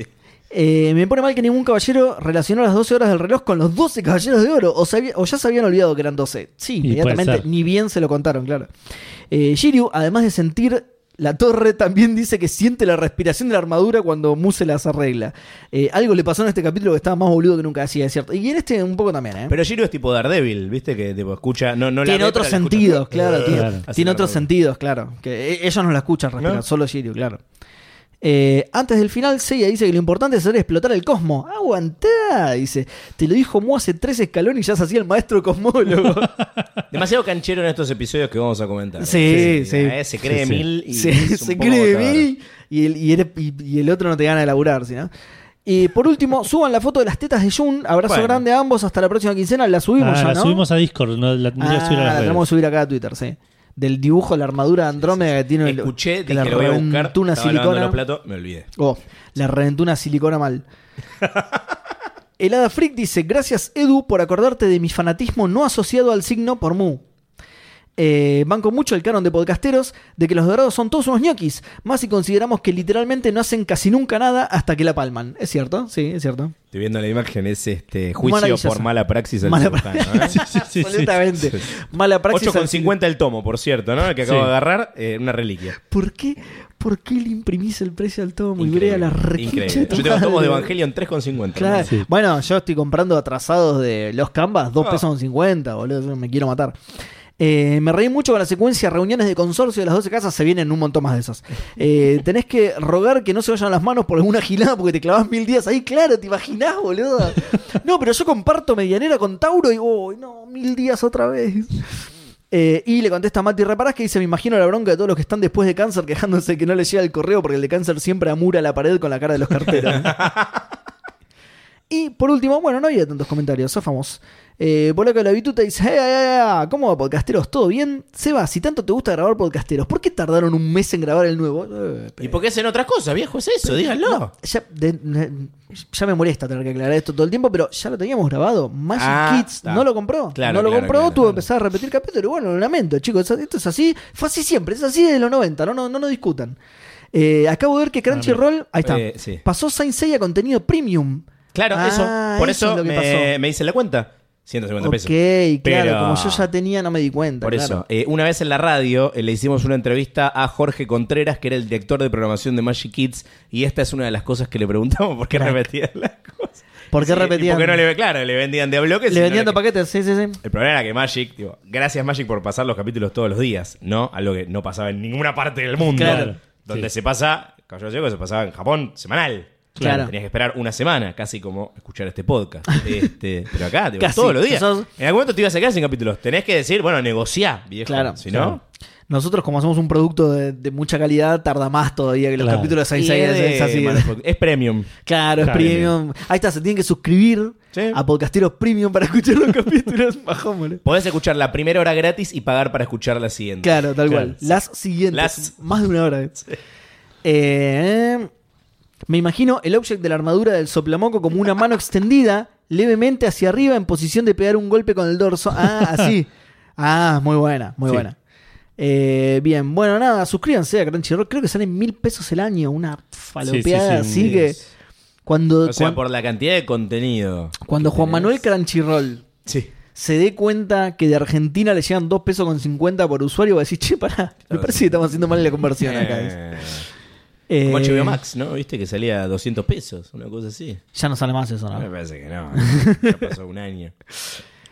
D: Eh, me pone mal que ningún caballero relacionó las 12 horas del reloj con los 12 caballeros de oro. O, sabía- o ya se habían olvidado que eran 12. Sí,
C: puede
D: inmediatamente.
C: ser.
D: Ni bien se lo contaron, claro. Eh, Shiryu, además de sentir la torre, también dice que siente la respiración de la armadura cuando Mu se las arregla. Eh, algo le pasó en este capítulo que estaba más boludo que nunca hacía, es cierto. Y en este un poco también, ¿eh?
E: Pero Giro es tipo Daredevil, ¿viste? Que tipo, escucha. No, no la
D: tiene
E: ve,
D: otros
E: pero la escucha.
D: sentidos, claro. Tiene,
C: Claro.
E: Así
D: tiene
E: la
D: otros
E: arregla.
D: sentidos, claro. Que e- ellos no la escuchan respirar,
E: ¿No?
D: solo Shiryu, claro. Eh, antes del final, Seiya dice que lo importante es hacer explotar el cosmo. ¡Aguantá! Dice. Te lo dijo Mu hace tres escalones y ya se hacía el maestro cosmólogo.
E: Demasiado canchero en estos episodios que vamos a comentar.
D: Sí, sí.
E: Eh, Se
C: Sí,
E: cree
C: sí.
E: mil y.
D: se
E: es un
D: se
E: poco
D: cree
E: botador.
D: mil y el, y, eres- y- y el otro no te gana de laburar, ¿sí, no? Y por último, suban la foto de las tetas de Jun. Abrazo
E: Bueno.
D: grande a ambos. Hasta la próxima quincena. La subimos
C: Ah,
D: ya,
C: la
D: ¿no?
C: subimos a Discord, no la tendría que
D: Ah,
C: subir a las
D: la
C: redes.
D: tenemos que subir acá a Twitter, sí. Del dibujo, la armadura de Andrómeda que tiene el-
E: Escuché,
D: que
E: dije,
D: le
E: lo voy a buscar.
D: reventó una
E: estaba lavando
D: silicona.
E: los platos, me olvidé.
D: Oh, le reventó una silicona mal. El Hada Freak dice: Gracias, Edu, por acordarte de mi fanatismo no asociado al signo por Mu. Eh, banco mucho el canon de podcasteros de que los dorados son todos unos ñoquis. Más si consideramos que literalmente no hacen casi nunca nada hasta que la palman. Es cierto, sí, es cierto.
E: Estoy viendo la imagen, es este juicio
D: Maravilloso.
E: por mala praxis al
D: Mala
E: cirujano, ¿eh?
C: Sí, sí, sí, sí.
D: Absolutamente.
E: Sí, sí.
D: Mala praxis. al-
E: 8,50 el tomo, por cierto, ¿no? El que acabo
C: Sí.
E: de agarrar, eh, una reliquia.
D: ¿Por qué, ¿Por qué le imprimís el precio al todo muy
E: Increíble,
D: brea la requincha
E: increíble.
D: de tu
E: Yo tengo
D: madre?
E: tomos de Evangelion 3,50.
D: Claro.
C: Sí.
D: Bueno, yo estoy comprando atrasados de los Canvas, 2
E: Ah.
D: pesos con 50, boludo, yo me quiero matar. Eh, me reí mucho con la secuencia reuniones de consorcio de las 12 casas, se vienen un montón más de esas. Eh, tenés que rogar que no se vayan las manos por alguna gilada porque te clavas mil días ahí, claro, te imaginás, boludo. No, pero yo comparto medianera con Tauro y, uy, no, mil días otra vez. Eh, y le contesta a Mati Reparás que dice: Me imagino la bronca de todos los que están después de cáncer quejándose que no les llega el correo porque el de cáncer siempre amura la pared con la cara de los carteros. y por último, bueno, no había tantos comentarios, zafamos. Eh, Polaco de la Bituta dice: "Eh, "Hey, hey, hey, ¿Cómo va, podcasteros? ¿Todo bien? Seba, si tanto te gusta grabar podcasteros, ¿por qué tardaron un mes en grabar el nuevo? Eh,
E: ¿Y por qué hacen otras cosas, viejo? Es eso, díganlo.
D: no, ya, de- de- ya me molesta tener que aclarar esto todo el tiempo, pero ya lo teníamos grabado. Magic
E: Ah,
D: Kids
E: está.
D: no lo compró.
E: Claro,
D: no lo
E: claro,
D: compró,
E: claro,
D: tuvo que
E: claro.
D: empezar a repetir capítulo. y Bueno, lo lamento, chicos. eso- Esto es así. Fue así siempre. Es así desde los 90. No, no, no, nos discutan. Eh, acabo de ver que Crunchyroll. ahí está.
E: Eh, sí.
D: Pasó Saint Seiya a contenido premium.
E: Claro,
D: Ah,
E: eso. Por eso,
D: es lo que
E: me, me hice la cuenta. 150
D: pasó.
E: pesos.
D: Ok, claro.
E: Pero-
D: Como yo ya tenía, no me di cuenta.
E: Por
D: claro.
E: eso, eh, una vez en la radio eh, le hicimos una entrevista a Jorge Contreras, que era el director de programación de Magic Kids, y esta es una de las cosas que le preguntamos por qué
D: Crack.
E: repetían las cosas.
D: ¿Por qué
E: Sí, y
D: repetían?
E: Porque no le, claro, le vendían de a bloques. y
D: Le
E: no
D: vendían dos
E: que-
D: paquetes. Sí, sí, sí.
E: El problema era que Magic, digo, gracias Magic por pasar los capítulos todos los días, ¿no? Algo que no pasaba en ninguna parte del mundo.
C: Claro.
E: Donde
C: Sí.
E: se pasa, Caballero Zodíaco se pasaba en Japón semanal.
D: Claro.
E: Tenías que esperar una semana, casi como escuchar este podcast. Este, pero acá, digo,
D: Casi.
E: todos los días.
D: Sos-
E: En algún momento te ibas a quedar sin capítulos. Tenés que decir, bueno, negociá, viejo.
D: Claro.
E: Si
D: Claro.
E: no,
D: Nosotros, como hacemos un producto de, de mucha calidad, tarda más todavía que los
C: Claro.
D: capítulos de
E: Y
D: Saint Seiya.
E: de-
D: es así.
E: Motherfuck- es premium.
D: Claro, es
C: Claro.
D: premium. Ahí está, se tienen que suscribir
E: Sí.
D: a Podcasteros Premium para escuchar los capítulos. Bajón, boludo.
E: Podés escuchar la primera hora gratis y pagar para escuchar la siguiente.
D: Claro, tal cual.
C: Claro.
D: Las siguientes.
E: Las-
D: Más de una hora. eh. Eh, me imagino el object de la armadura del soplamoco como una mano extendida, levemente hacia arriba, en posición de pegar un golpe con el dorso. Ah, así. Ah, muy buena, muy
C: Sí.
D: buena. Eh, bien, bueno, nada, suscríbanse a Crunchyroll. Creo que salen mil pesos el año, una falopeada.
C: sí,
D: así que cuando,
E: O sea,
D: cuan-
E: por la cantidad de contenido.
D: cuando Juan Manuel Crunchyroll
E: Sí.
D: se dé cuenta que de Argentina le llegan 2 pesos con 50 por usuario, va a decir, che, pará, me parece que estamos haciendo mal la conversión acá.
E: Eh,
D: Eh,
E: Como HBO Max, ¿no? Viste que salía 200 pesos, una cosa así.
D: Ya no sale más eso,
E: No, Ah, me
D: ¿no?
E: parece que no. Ya pasó un año.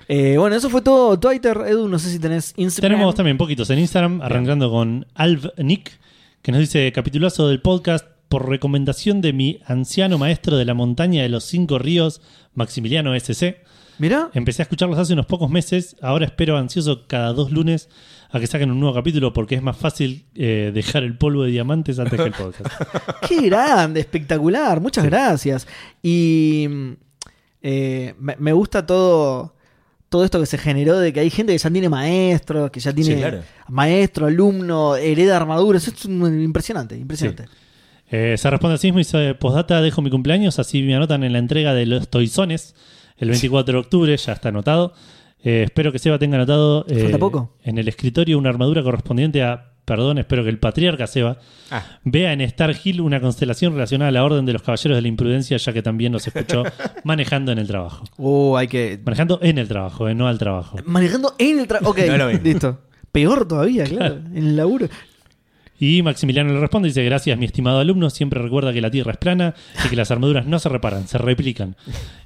D: Eh, bueno, eso fue todo Twitter, Edu, no sé si tenés Instagram.
C: Tenemos también poquitos en Instagram, arrancando con Alv Nick, que nos dice capitulazo del podcast por recomendación de mi anciano maestro de la montaña de los cinco ríos, Maximiliano SC.
D: Mirá,
C: Empecé a escucharlos hace unos pocos meses, ahora espero ansioso cada dos lunes a que saquen un nuevo capítulo porque es más fácil eh, dejar el polvo de diamantes antes que el podcast. Eh.
D: qué grande, espectacular, muchas gracias. Y mm, eh, me, me gusta todo, todo esto que se generó de que hay gente que ya tiene maestros, que ya tiene
E: Sí, claro.
D: maestro, alumno, hereda armaduras, es un- impresionante, impresionante.
C: Eh, se responde así mismo y dice, postdata, dejo mi cumpleaños, así me anotan en la entrega de los toizones el 24 de octubre, ya está anotado. Eh, espero que Seba tenga anotado eh,
D: Falta poco.
C: en el escritorio una armadura correspondiente a, perdón, espero que el patriarca Seba
E: Ah,
C: vea en Star Hill una constelación relacionada a la Orden de los Caballeros de la Imprudencia, ya que también nos escuchó manejando en el trabajo.
D: Oh, hay que
C: Manejando en el trabajo, eh, no al trabajo.
D: Manejando en el trabajo. Ok,
E: No es lo mismo.
D: listo. Peor todavía, claro. En el laburo.
C: Y Maximiliano le responde y dice, gracias mi estimado alumno, siempre recuerda que la Tierra es plana y que las armaduras no se reparan, se replican.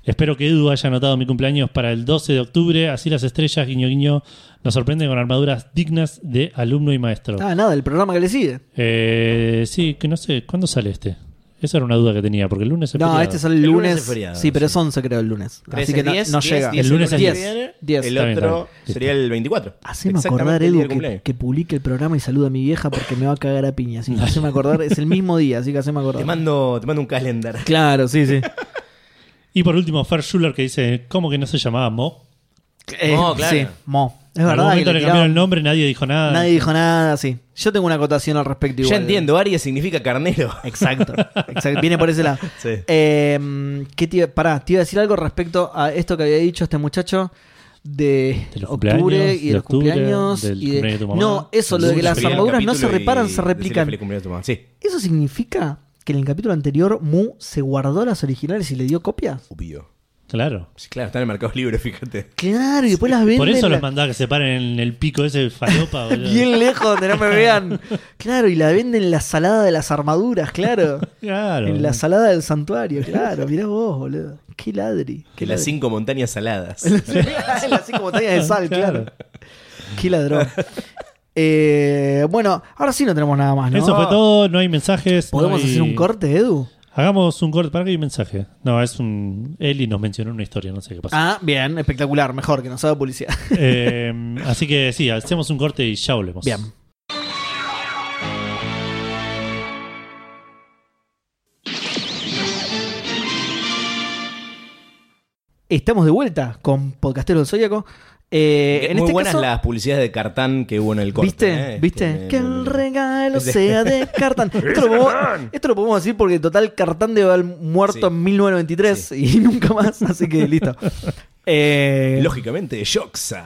C: Espero que Edu haya anotado mi cumpleaños para el 12 de octubre, así las estrellas, guiño guiño, nos sorprenden con armaduras dignas de alumno y maestro.
D: Ah, nada, el programa que le sigue.
C: Eh, sí, que no sé, ¿cuándo sale este? Esa era una duda que tenía, porque el lunes es
D: No,
C: feriado.
D: este sale el
E: El lunes
D: lunes.
E: es feriado,
D: sí, pero
E: sí.
D: es 11, creo, el lunes. Así que no, no llega.
C: diez. El lunes es
D: 10.
E: El,
D: 10.
E: el
C: Está bien, está
E: otro
C: bien. Listo.
E: sería el 24.
D: Haceme acordar,
E: Exactamente el día
D: Edu,
E: del
D: que,
E: cumpleaños.
D: que publique el programa y saluda a mi vieja porque me va a cagar a piña. Así que haceme acordar, es el mismo día, así que haceme acordar.
E: Te mando, te mando un calendar.
D: Claro, sí, sí.
C: Y por último, Fer Schuller que dice, ¿cómo que no se llamaba Mo?
D: Eh,
E: Mo, claro.
D: Sí, Mo. Es
C: en algún
D: verdad. que
C: momento
D: le
C: le cambiaron
D: tiraron-
C: el nombre, nadie dijo nada.
D: Nadie dijo nada, sí. Yo tengo una acotación al respecto igual.
E: Ya entiendo, Aries significa carnero.
D: Exacto, exacto. Viene por ese lado.
E: Sí.
D: Eh, ¿qué te iba- pará, te iba a decir algo respecto a esto que había dicho este muchacho de,
C: De los
D: octubre
C: cumpleaños,
D: y de
C: de
D: los
C: octubre,
D: cumpleaños.
C: del
D: y de-
C: cumpleaños de tu mamá.
D: No, eso, lo de que
C: Uy,
D: las
C: feliz
D: armaduras no se
E: Capítulo y
D: reparan, se
E: decirle
D: replican.
E: feliz cumpleaños a tu mamá. Sí.
D: ¿Eso significa que en el capítulo anterior Mu se guardó las originales y le dio copias?
E: Obvio.
C: Claro.
E: Sí, claro, está en el mercado libre, fíjate.
D: Claro, y después las venden.
C: Por eso los
D: la-
C: mandaba que se paren en el pico ese de falopa. boludo.
D: Bien lejos donde no me vean. Claro, y la venden en la salada de las armaduras, claro.
C: Claro.
D: En la salada del santuario, claro. Mirá vos, boludo. Qué ladri. Qué
E: Que las
D: ladri.
E: cinco montañas saladas.
D: Eh, en las cinco botellas de sal, claro. Qué ladrón. Eh, bueno, ahora sí no tenemos nada más, ¿no?
C: Eso fue todo, no hay mensajes. no
D: ¿Podemos
C: hay-
D: hacer un corte, Edu?
C: Hagamos un corte. ¿Para que hay mensaje? No, es un. Eli nos mencionó una historia, no sé qué pasó.
D: Ah, bien, espectacular, mejor que nos haga publicidad.
C: Eh, así que sí, hacemos un corte y ya volvemos.
D: Bien. Estamos de vuelta con Podcastero del Zodíaco. Eh, en
E: Muy
D: este
E: buenas
D: caso,
E: las publicidades de Cartán que hubo en el corte.
D: ¿Viste?
E: eh.
D: ¿Viste?
E: Este,
D: que
E: me-
D: el
E: me-
D: regalo
E: Sí.
D: sea de Cartán. Esto lo, podemos, esto lo podemos decir porque, total, Cartán debe haber muerto
E: Sí.
D: en 1993 y nunca más, así que listo. Eh,
E: Lógicamente, Shoxa.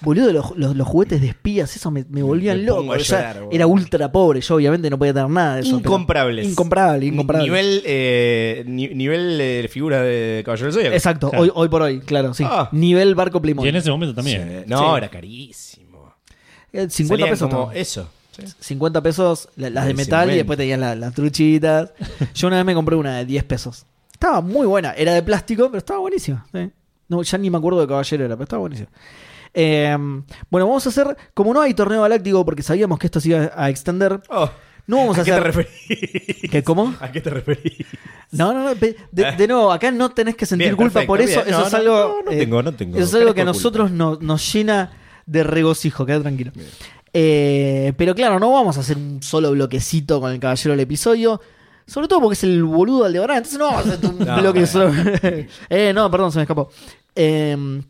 D: boludo, los, los- los juguetes de espías, eso me, me volvían
E: Me
D: loco.
E: pongo a
D: o sea,
E: llorar, boludo.
D: era ultra pobre, yo obviamente no podía tener nada de eso. pero-
E: Incomprables.
D: Incomparable,
E: Ni-
D: incomparable.
E: Nivel, eh, ni- nivel eh, figura de Caballero del Zodíaco.
D: Exacto,
C: Claro.
D: hoy, hoy por hoy, claro, sí.
E: Ah.
D: Nivel barco Plymouth.
C: Y en ese momento
E: Sí.
C: también.
E: No,
D: Sí.
E: era carísimo.
D: Eh, 50
E: Salían
D: pesos.
E: como
D: todo.
E: eso. Sí.
D: 50 pesos la- las de
E: En ese
D: metal y
E: momento.
D: después tenían la- las truchitas. Yo una vez me compré una de 10 pesos. Estaba muy buena, era de plástico, pero estaba buenísima. sí. No, ya ni me acuerdo de caballero era, pero estaba buenísima. Eh, bueno, vamos a hacer, como no hay torneo galáctico porque sabíamos que esto se iba a extender,
E: Oh,
D: no vamos a,
E: ¿A qué te
D: hacer...
E: referís?
D: ¿Qué, ¿Cómo?
E: ¿A qué te referís?
D: No, no, no. pe- De, de nuevo, acá no tenés que sentir
E: Eh. Bien,
D: culpa
E: perfecto,
D: por eso.
E: bien.
D: eso
E: No,
D: es
E: no,
D: algo. eh,
E: no, no tengo, no tengo.
D: Eso es algo que a
E: Carezco de
D: nosotros no- nos llena de regocijo, queda tranquilo. Eh, pero claro, no vamos a hacer un solo bloquecito con el caballero del episodio. Sobre todo porque es el boludo de Aldebarán. Entonces no vamos a hacer un
E: No,
D: bloque
E: bueno.
D: solo. eh, no, perdón, se me escapó. Eh,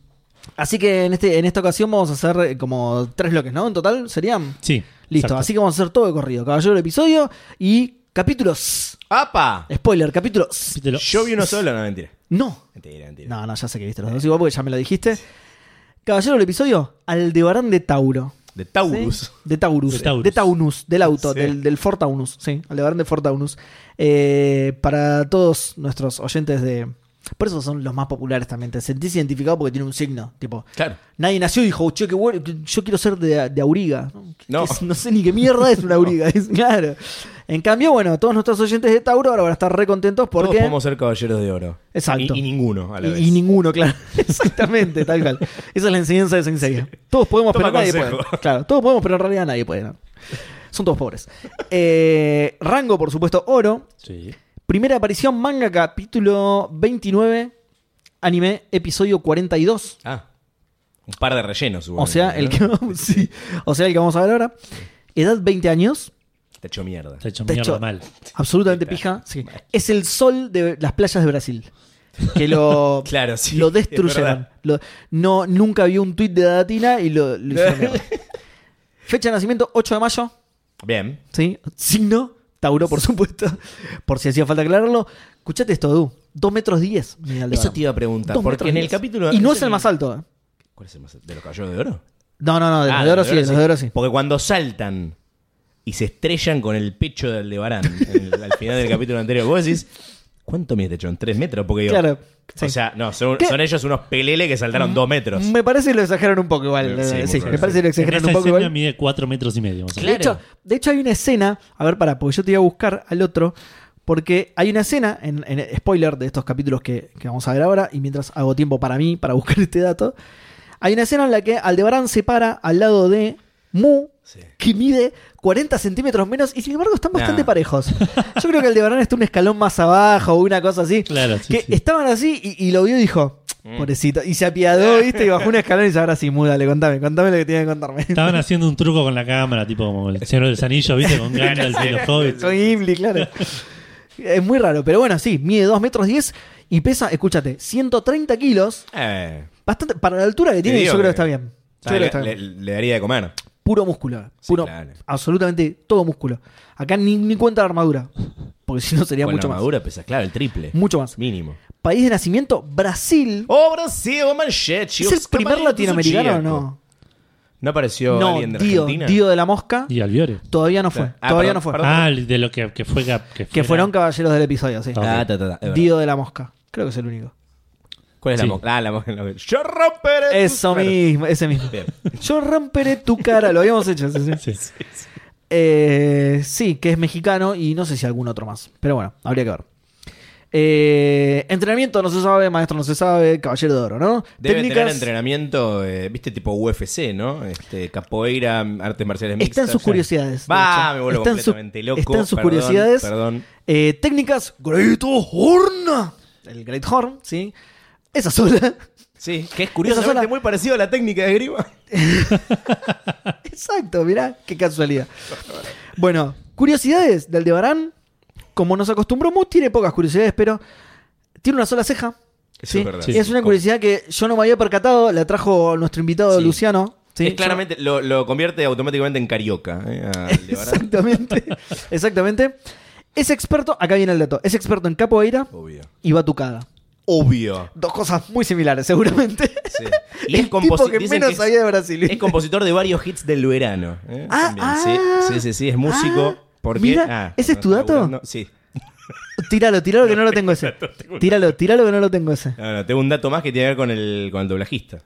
D: así que en, este, en esta ocasión vamos a hacer eh, como tres bloques, ¿no? En total serían.
C: Sí.
D: Listo,
C: exacto.
D: así que vamos a hacer todo de corrido. Caballero del episodio y capítulos.
E: ¡Apa!
D: Spoiler, capítulos.
C: Capítulo-
E: Yo vi uno solo, no, mentira.
D: No.
E: Mentira, mentira.
D: No, no, ya sé que viste los dos igual porque ya me lo dijiste. Caballero del episodio, Aldebarán de Tauro.
E: De
D: ¿sí?
E: Taurus.
D: De Taurus.
C: De Taurus.
D: De Taunus, del auto,
E: Sí.
D: del, del Ford Taunus. Sí, Aldebarán de Ford Taunus. Eh, para todos nuestros oyentes de, Por eso son los más populares también. Te sentís identificado porque tiene un signo. Tipo,
E: Claro.
D: nadie nació y dijo, che, qué bueno, que yo quiero ser de, de auriga.
E: No.
D: Que es- no sé ni qué mierda es una auriga. Es- claro. En cambio, bueno, todos nuestros oyentes de Tauro ahora van a estar re contentos
E: Todos
D: porque.
E: podemos ser caballeros de oro.
D: Exacto.
E: Y, y ninguno a la
D: y-
E: vez.
D: y ninguno, claro. Exactamente, tal cual. Esa es la enseñanza de Sensei. Todos podemos,
E: Toma
D: pero nadie
E: consejo.
D: puede. Claro, todos podemos, pero en realidad nadie puede. ¿no? Son todos pobres. Eh, rango, por supuesto, oro.
C: Sí.
D: Primera aparición, manga, capítulo 29, anime, episodio 42.
E: Ah. Un par de rellenos, supongo.
D: O sea, el que
E: ¿no?
D: vamos, sí. o sea, el que vamos a ver ahora. Edad 20 años,
E: Te echó mierda.
C: Está hecho
D: Te
C: mierda
D: hecho-
C: mal.
D: absolutamente pija. sí. Es el sol de las playas de Brasil. Que lo,
E: Claro, sí,
D: lo
E: es verdad.
D: destruyeron. Lo- no, nunca vi un tuit de Datina y lo, lo hicieron mierda. Fecha de nacimiento, 8 de mayo.
E: Bien.
D: ¿sí? Signo, Tauro, por supuesto. Por si hacía falta aclararlo. Escuchate esto, Du. 2 metros 10.
E: Eso te iba a preguntar.
D: Dos
E: porque
D: metros
E: en el
D: diez.
E: capítulo.
D: Y no es el más alto. ¿eh?
E: ¿Cuál es el más alto? ¿De los caballeros de oro?
D: No, no, no,
E: Ah,
D: Ah, de los de oro sí, de los de oro sí.
E: Porque cuando saltan y se estrellan con el pecho del de Barán en el- al final del capítulo anterior, vos decís, ¿cuánto mide este chon? ¿Tres metros? Porque digo,
D: Claro, sí.
E: O sea, no, son,
D: ¿Qué? Mm,
E: son ellos unos peleles que saltaron dos metros.
D: Me parece que lo exageran un poco igual.
E: Sí,
D: eh,
E: muy
D: sí,
E: probable,
D: me parece que lo
C: En
D: exageran
C: esa
D: un poco
C: escena
D: igual.
C: mide cuatro metros y medio. más o menos.
D: De, hecho, de hecho, hay una escena. A ver, para, porque yo te iba a buscar al otro. Porque hay una escena, en, en- spoiler de estos capítulos que, que vamos a ver ahora, y mientras hago tiempo para mí, para buscar este dato, hay una escena en la que Aldebarán se para al lado de Mu,
E: Sí.
D: que mide 40 centímetros menos, y sin embargo están bastante
E: Nah.
D: parejos. Yo creo que Aldebarán está un escalón más abajo o una cosa así.
C: Claro, sí,
D: que
C: sí. Mm.
D: estaban así y, y lo vio y dijo, pobrecito, y se apiadó, ¿viste? Y bajó un escalón y dice, ahora sí, Mu, dale, contame, contame lo que tiene que contarme.
C: Estaban haciendo un truco con la cámara, tipo como el Señor de los Anillos, ¿viste? Con Gandalf y los hobbits.
D: Con Ghibli, claro. Es muy raro, pero bueno, sí, mide 2 metros 10 y pesa, escúchate, 130 kilos.
E: Eh,
D: Bastante, para la altura que tiene, yo
E: digo
D: creo que
E: que-
D: está bien. Yo creo que
E: le,
D: está bien.
E: le- le daría de comer.
D: Puro músculo.
E: Sí,
D: Puro,
E: claro.
D: absolutamente todo músculo. Acá ni, ni cuenta la armadura. Porque si no sería
E: Con
D: mucho
E: la
D: más.
E: armadura pesa, claro, el triple.
D: Mucho más.
E: Mínimo.
D: País de nacimiento, Brasil.
E: ¡Oh, Brasil! ¡Oh, man, shit,
D: ¿Es
E: chicos!
D: el primer
E: Camarero,
D: latinoamericano o no?
E: ¿No apareció
D: No,
E: alguien de
D: Dio,
E: Argentina?
D: Dio de la Mosca.
C: Y Albiore.
D: Todavía no fue.
E: Ah,
D: todavía
E: perdón,
D: no fue.
E: perdón.
C: Ah, de lo que, que fue. Que, fuera-
D: Que fueron caballeros del episodio, sí.
C: Ah,
E: Ah, ta, ta, ta, es verdad.
D: Dio de la Mosca. Creo que es el único.
E: ¿Cuál es
C: Sí.
E: la mosca? Ah, la mosca. la- Yo romperé. tus
D: Eso
E: perros.
D: mismo, ese mismo.
E: Bien.
D: Yo romperé tu cara, lo habíamos hecho. Sí, sí.
C: Sí.
D: Eh, sí, que es mexicano y no sé si algún otro más. Pero bueno, habría que ver. Eh, entrenamiento no se sabe, maestro no se sabe, caballero de oro, ¿no?
E: Debe tener entrenamiento, eh, viste, tipo UFC, ¿no? Este, capoeira, artes marciales mixtas.
D: Están sus
E: Sí.
D: curiosidades. de
E: Va,
D: hecho.
E: me vuelvo
D: Están su-
E: completamente loco.
D: Están sus
E: Perdón,
D: curiosidades.
E: Perdón.
D: Eh, técnicas, Great Horn. El Great Horn, ¿sí? Esa sola.
E: Sí, que es
D: Esa
E: curiosamente
D: sola-
E: muy parecido a la técnica de Grima.
D: Exacto, mirá, qué casualidad. Bueno, curiosidades de Aldebarán. Como nos acostumbró Mu, tiene pocas curiosidades, pero tiene una sola ceja.
E: Eso
D: ¿sí?
E: es verdad.
D: Es una
E: Sí.
D: curiosidad que yo no me había percatado, la trajo nuestro invitado
E: Sí.
D: Luciano. ¿sí?
E: es claramente, lo, lo convierte automáticamente en carioca. eh,
D: Yo-
E: a Aldebarán.
D: Exactamente, exactamente. Es experto, acá viene el dato, es experto en capoeira
E: Obvio.
D: y batucada.
E: Obvio.
D: Dos cosas muy similares, seguramente.
E: Sí.
D: El tipo
E: composi-
D: que
E: dicen
D: menos
E: es-
D: sabía de Brasil.
E: Es compositor de varios hits del verano. eh,
D: Ah,
E: también.
D: ah.
E: sí, sí, sí, sí, es músico.
D: Ah,
E: porque,
D: mira,
E: ah,
D: ¿ese es tu
E: está
D: dato?
E: laburando- Sí.
D: Tíralo, tíralo que no lo tengo ese. Tíralo, tíralo que no lo tengo ese.
E: No, no, tengo un dato más que tiene que ver con el, con el doblajista.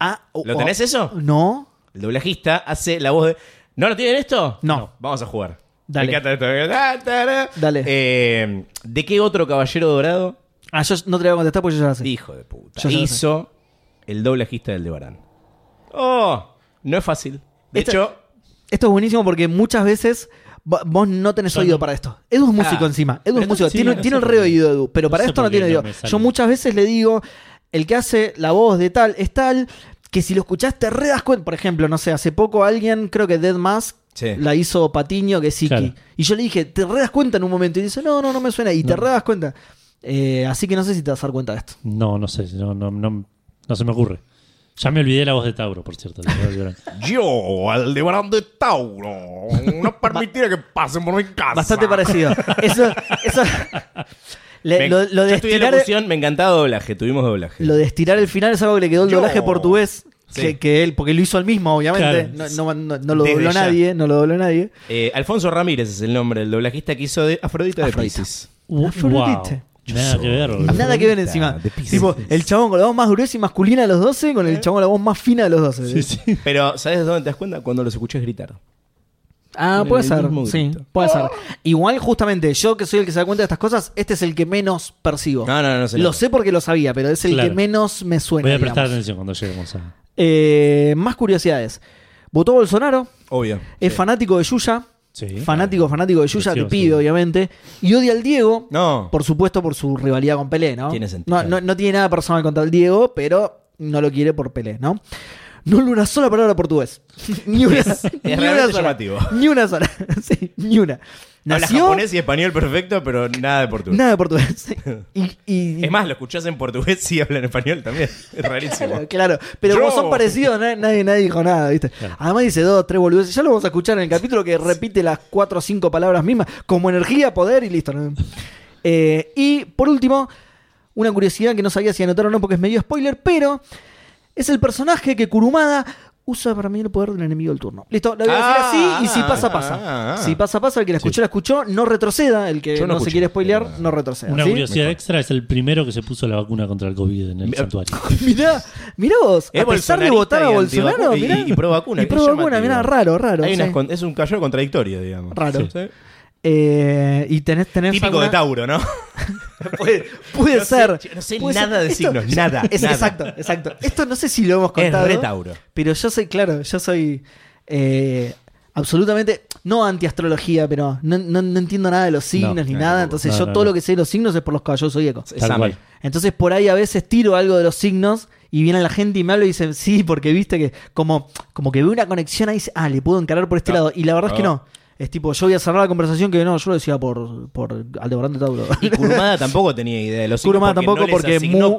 D: Ah, oh,
E: ¿Lo
D: oh.
E: tenés eso?
D: No.
E: El doblajista hace la voz de. ¿No lo tienen esto?
D: No.
E: Vamos a jugar.
D: Dale.
E: Me encanta esto. Ah, tará.
D: Dale.
E: Eh, ¿De qué otro caballero dorado?
D: Ah, yo no te lo voy a contestar porque yo ya lo sé.
E: Hijo de puta.
D: Yo ya lo
E: hizo el doblajista del de Barán. ¡Oh! No es fácil. De
D: Esta-
E: hecho,
D: Esto es buenísimo porque muchas veces vo- vos no tenés
C: Yo
D: oído
C: no-
D: para esto. Edu es músico
E: Ah.
D: encima. Edu
E: Pero
D: es músico.
C: sí,
D: tiene
C: no
D: tiene
C: sé
D: el
C: por
D: re
C: qué.
D: oído, Edu. Pero
C: No
D: para
C: sé
D: esto
C: por
D: no
C: qué
D: tiene
C: no
D: oído.
C: me sale.
D: Yo muchas veces le digo, el que hace la voz de tal es tal, que si lo escuchaste re das cuenta. Por ejemplo, no sé, hace poco alguien, creo que Dead Mask,
E: Sí.
D: la hizo Patiño, que es Iki.
C: Claro.
D: Y yo le dije, te re das cuenta en un momento. Y dice, no, no, no me suena. Y te re das cuenta. Eh, así que no sé si te vas a dar cuenta de esto.
C: No, no sé. No, no, no, no se me ocurre. Ya me olvidé la voz de Tauro, por cierto. de Albiore.
F: Yo, Aldebarán de Tauro, no permitiré que pasen por mi casa.
D: Bastante parecido. Eso, eso. Le-
E: me-
D: eh, lo, lo
E: yo
D: de
E: estudié
D: estirar-
E: locución, me encantaba doblaje, tuvimos doblaje.
D: Lo de estirar el final es algo que le quedó el
F: Yo.
D: doblaje portugués.
E: Sí.
D: Que, que él, porque lo hizo él mismo, obviamente.
C: Claro.
D: No, no- no- no lo
E: Desde
D: dobló
E: ya.
D: nadie, no lo dobló nadie.
E: Eh, Alfonso Ramírez es el nombre del doblajista que hizo de Afrodita,
D: Afrodita.
E: de Pisces.
C: Wow.
D: Afrodite.
C: Nada que ver, boludo.
D: Nada que ver encima.
E: de Pisces.
D: Tipo, el chabón con la voz más gruesa y masculina de los 12, con el chabón con la voz más fina de los
C: Sí,
D: 12.
C: sí.
E: Pero, ¿sabes de dónde te das cuenta? Cuando los escuchás gritar.
D: Ah,
E: Con
D: puede
E: el
D: ser.
E: mismo
D: Sí,
E: grito.
D: puede ser. Igual, justamente, yo que soy el que se da cuenta de estas cosas, este es el que menos percibo.
E: No, no, no se
D: Lo
E: nota.
D: sé porque lo sabía, pero es el
C: Claro.
D: que menos me suena.
C: Voy a prestar
D: digamos.
C: atención cuando lleguemos a.
D: Eh, más curiosidades. Votó Bolsonaro,
E: Obvio.
D: es fanático de Yuya.
C: Sí.
D: Fanático, fanático de Yuya, te
C: Precioso.
D: pido, obviamente. Y odia al Diego.
E: No.
D: Por supuesto, por su rivalidad con Pelé, ¿no?
E: Tiene sentido.
D: No, no- no tiene nada personal contra el Diego, pero no lo quiere por Pelé, ¿no? No habla una sola palabra portugués. ni una, ni una
E: realmente
D: sola.
E: llamativo.
D: Ni una sola. sí, ni una.
E: Habla
D: Nació,
E: japonés y español perfecto, pero nada de portugués.
D: nada de portugués. Y, y-
E: Es más, lo escuchás en portugués y hablan español también. Es rarísimo.
D: Claro, claro. pero como
E: Yo.
D: son parecidos, na- nadie, nadie dijo nada, ¿viste? Además dice dos, tres boludeces. Ya lo vamos a escuchar en el capítulo que repite las cuatro o cinco palabras mismas, como energía, poder y listo. ¿no? Eh, y por último, una curiosidad que no sabía si anotaron o no porque es medio spoiler, pero es el personaje que Kurumada usa para mí el poder del enemigo del turno. Listo, lo voy a decir
E: Ah,
D: así y si pasa,
E: ah,
D: pasa.
E: ah.
D: Si pasa, pasa. El que la escuchó, la escuchó. No retroceda. El que
E: Yo
D: no,
E: no
D: se
E: escuché. Eh,
D: quiere spoilear, no retroceda.
C: Una
D: ¿sí?
C: curiosidad extra es el primero que se puso la vacuna contra el COVID en el santuario.
D: Mirá, mirá vos, a pesar de
E: bolsonarista
D: votar a
E: y
D: Bolsonaro,
E: antivacu- y-
D: mirá.
E: Y, pro vacuna.
D: Y pro vacuna, mirá, raro, raro. sí.
E: es un cayó contradictorio, digamos.
D: Raro.
E: Sí. Sí.
D: Eh, y tenés, tenés
E: Típico
D: alguna-
E: de Tauro, ¿no?
D: Puede, puede
E: No sé,
D: ser.
E: che, no sé
D: puede
E: nada de signos, nada,
D: Es,
E: nada.
D: Exacto, exacto. Esto no sé si lo hemos contado.
E: re Tauro.
D: Pero yo soy, claro, yo soy eh, absolutamente, no antiastrología, pero no, no- no entiendo nada de los signos
C: No,
D: ni
E: no,
D: nada.
E: no,
D: Entonces
C: no,
D: yo
C: no,
D: todo
C: no.
D: lo que sé de los signos es por los caballos zodíacos.
E: Es
C: Tal
E: Sami.
C: cual.
D: Entonces por ahí a veces tiro algo de los signos y viene la gente y me habla y dicen, sí, porque viste que como, como que veo una conexión ahí, dice, ah, le puedo encarar por este
E: No.
D: lado. Y la verdad es que
C: Ah.
E: No.
D: no. Es tipo, yo voy a cerrar la conversación que no, yo lo decía por, por Aldebarán de Tauro.
E: Y Kurumada tampoco tenía idea de los signos
D: Kurumada
E: porque
D: tampoco
E: no les
D: porque
E: asignó
D: Mu-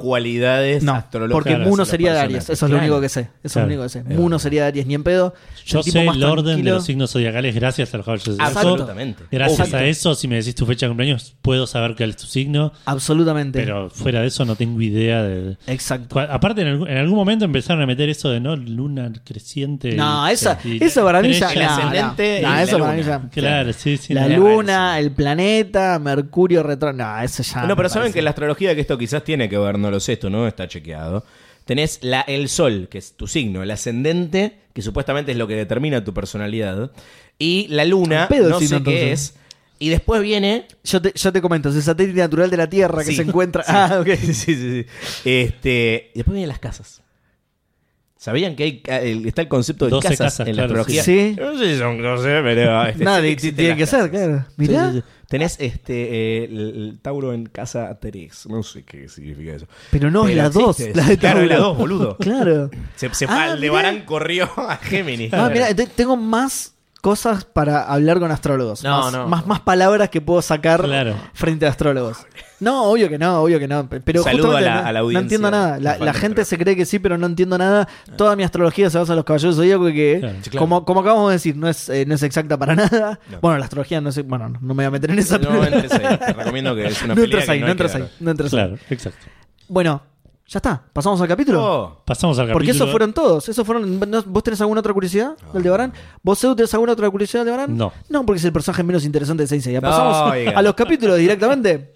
E: cualidades
D: No,
E: astrológicas.
D: porque
E: a
D: Mu no
E: los
D: sería de Aries,
E: personajes.
D: eso es lo
E: Claro.
D: único que sé. Eso es lo
C: Claro.
D: único que sé. Mu no sería de Aries ni en pedo.
C: Yo
D: El tipo
C: sé el
D: más
C: orden de
D: tranquilo-
C: los signos zodiacales gracias al caballo zodiaco.
E: Absolutamente.
C: Gracias
E: Obvio.
C: a eso, si me decís tu fecha de cumpleaños, puedo saber cuál es tu signo.
D: Absolutamente.
C: Pero fuera de eso, no tengo idea de.
D: Exacto.
C: Cua- Aparte, en, algún- en algún momento empezaron a meter eso de no luna creciente.
D: No,
C: y-
D: esa,
C: y-
D: eso para mí ya.
C: estrella.
D: no, no.
E: ascendente
D: No,
E: y la
D: eso para mí
E: luna.
D: ya-
C: Claro, sí, sí.
D: La
C: no.
D: luna, el planeta, Mercurio retro. No, eso ya.
E: No, pero
D: me
E: saben
D: parece-
E: que la astrología, que esto quizás tiene que ver, no lo sé, esto no está chequeado. Tenés la, el sol, que es tu signo, el ascendente, que supuestamente es lo que determina tu personalidad, y la luna,
D: Al pedo el
E: no
D: signo,
E: sé qué
D: entonces.
E: es, y después viene...
D: Yo te, yo te comento, es el satélite natural de la Tierra que
E: Sí,
D: se encuentra.
E: sí.
D: Ah, ok.
E: sí, sí, sí. Este, y después vienen las casas. ¿Sabían que hay, ca- el- está el concepto de
C: 12
E: casas,
C: casas,
E: en
C: claro,
E: la astrología?
D: sí. Sí.
E: Yo No sé si son 12, pero... este,
D: Nada,
E: sí que
D: ti-
E: existen
D: tiene
E: las
D: que ser,
E: casas.
D: claro. Mirá.
E: Sí, sí, sí. Tenés este, eh, el, el Tauro en casa 3. No sé qué significa eso.
D: Pero no, es
E: Pero
D: la 2.
E: existe.
D: La de
E: Claro,
D: Tauro.
E: es la dos, boludo.
D: claro.
E: Se, se
D: Ah,
E: fue al de
D: mirá.
E: Barán, corrió a Géminis.
D: Ah, mira, tengo más cosas para hablar con astrólogos.
E: No,
D: más,
E: no.
D: Más, más palabras que puedo sacar
C: Claro.
D: frente a astrólogos. No, obvio que no, obvio que no. pe- Pero
E: Saludo
D: justamente
E: a la-
D: no-
E: a la
D: No
E: audiencia.
D: entiendo nada. La,
E: Nos falta
D: la gente
E: entrar.
D: se cree que sí, pero no entiendo nada. Toda mi astrología se basa en los caballeros zodíacos que,
C: Claro.
E: Sí, claro.
D: como, como acabamos de decir, no es, eh, no es exacta para nada.
E: No.
D: Bueno, la astrología no es... Bueno, no, no me voy a meter en esa...
E: No entres ahí. Te recomiendo que es una
D: No
E: pelea
D: entras
E: que
D: ahí,
E: no
D: no
E: hay
D: entras
E: que
D: ahí.
E: dar.
D: No entras ahí.
C: Claro, exacto.
D: Bueno, ya está. ¿Pasamos al capítulo?
E: Oh,
C: Pasamos al capítulo.
D: Porque esos
E: ¿eh?
D: fueron todos. Esos fueron. ¿no? ¿Vos tenés alguna otra curiosidad del de
E: Ah.
D: Barán? ¿Vos, Seu, tenés alguna otra curiosidad del de Barán?
C: No.
D: No, porque es el personaje menos interesante de Sensei. Ya
E: No,
D: pasamos
E: oiga.
D: a los capítulos directamente.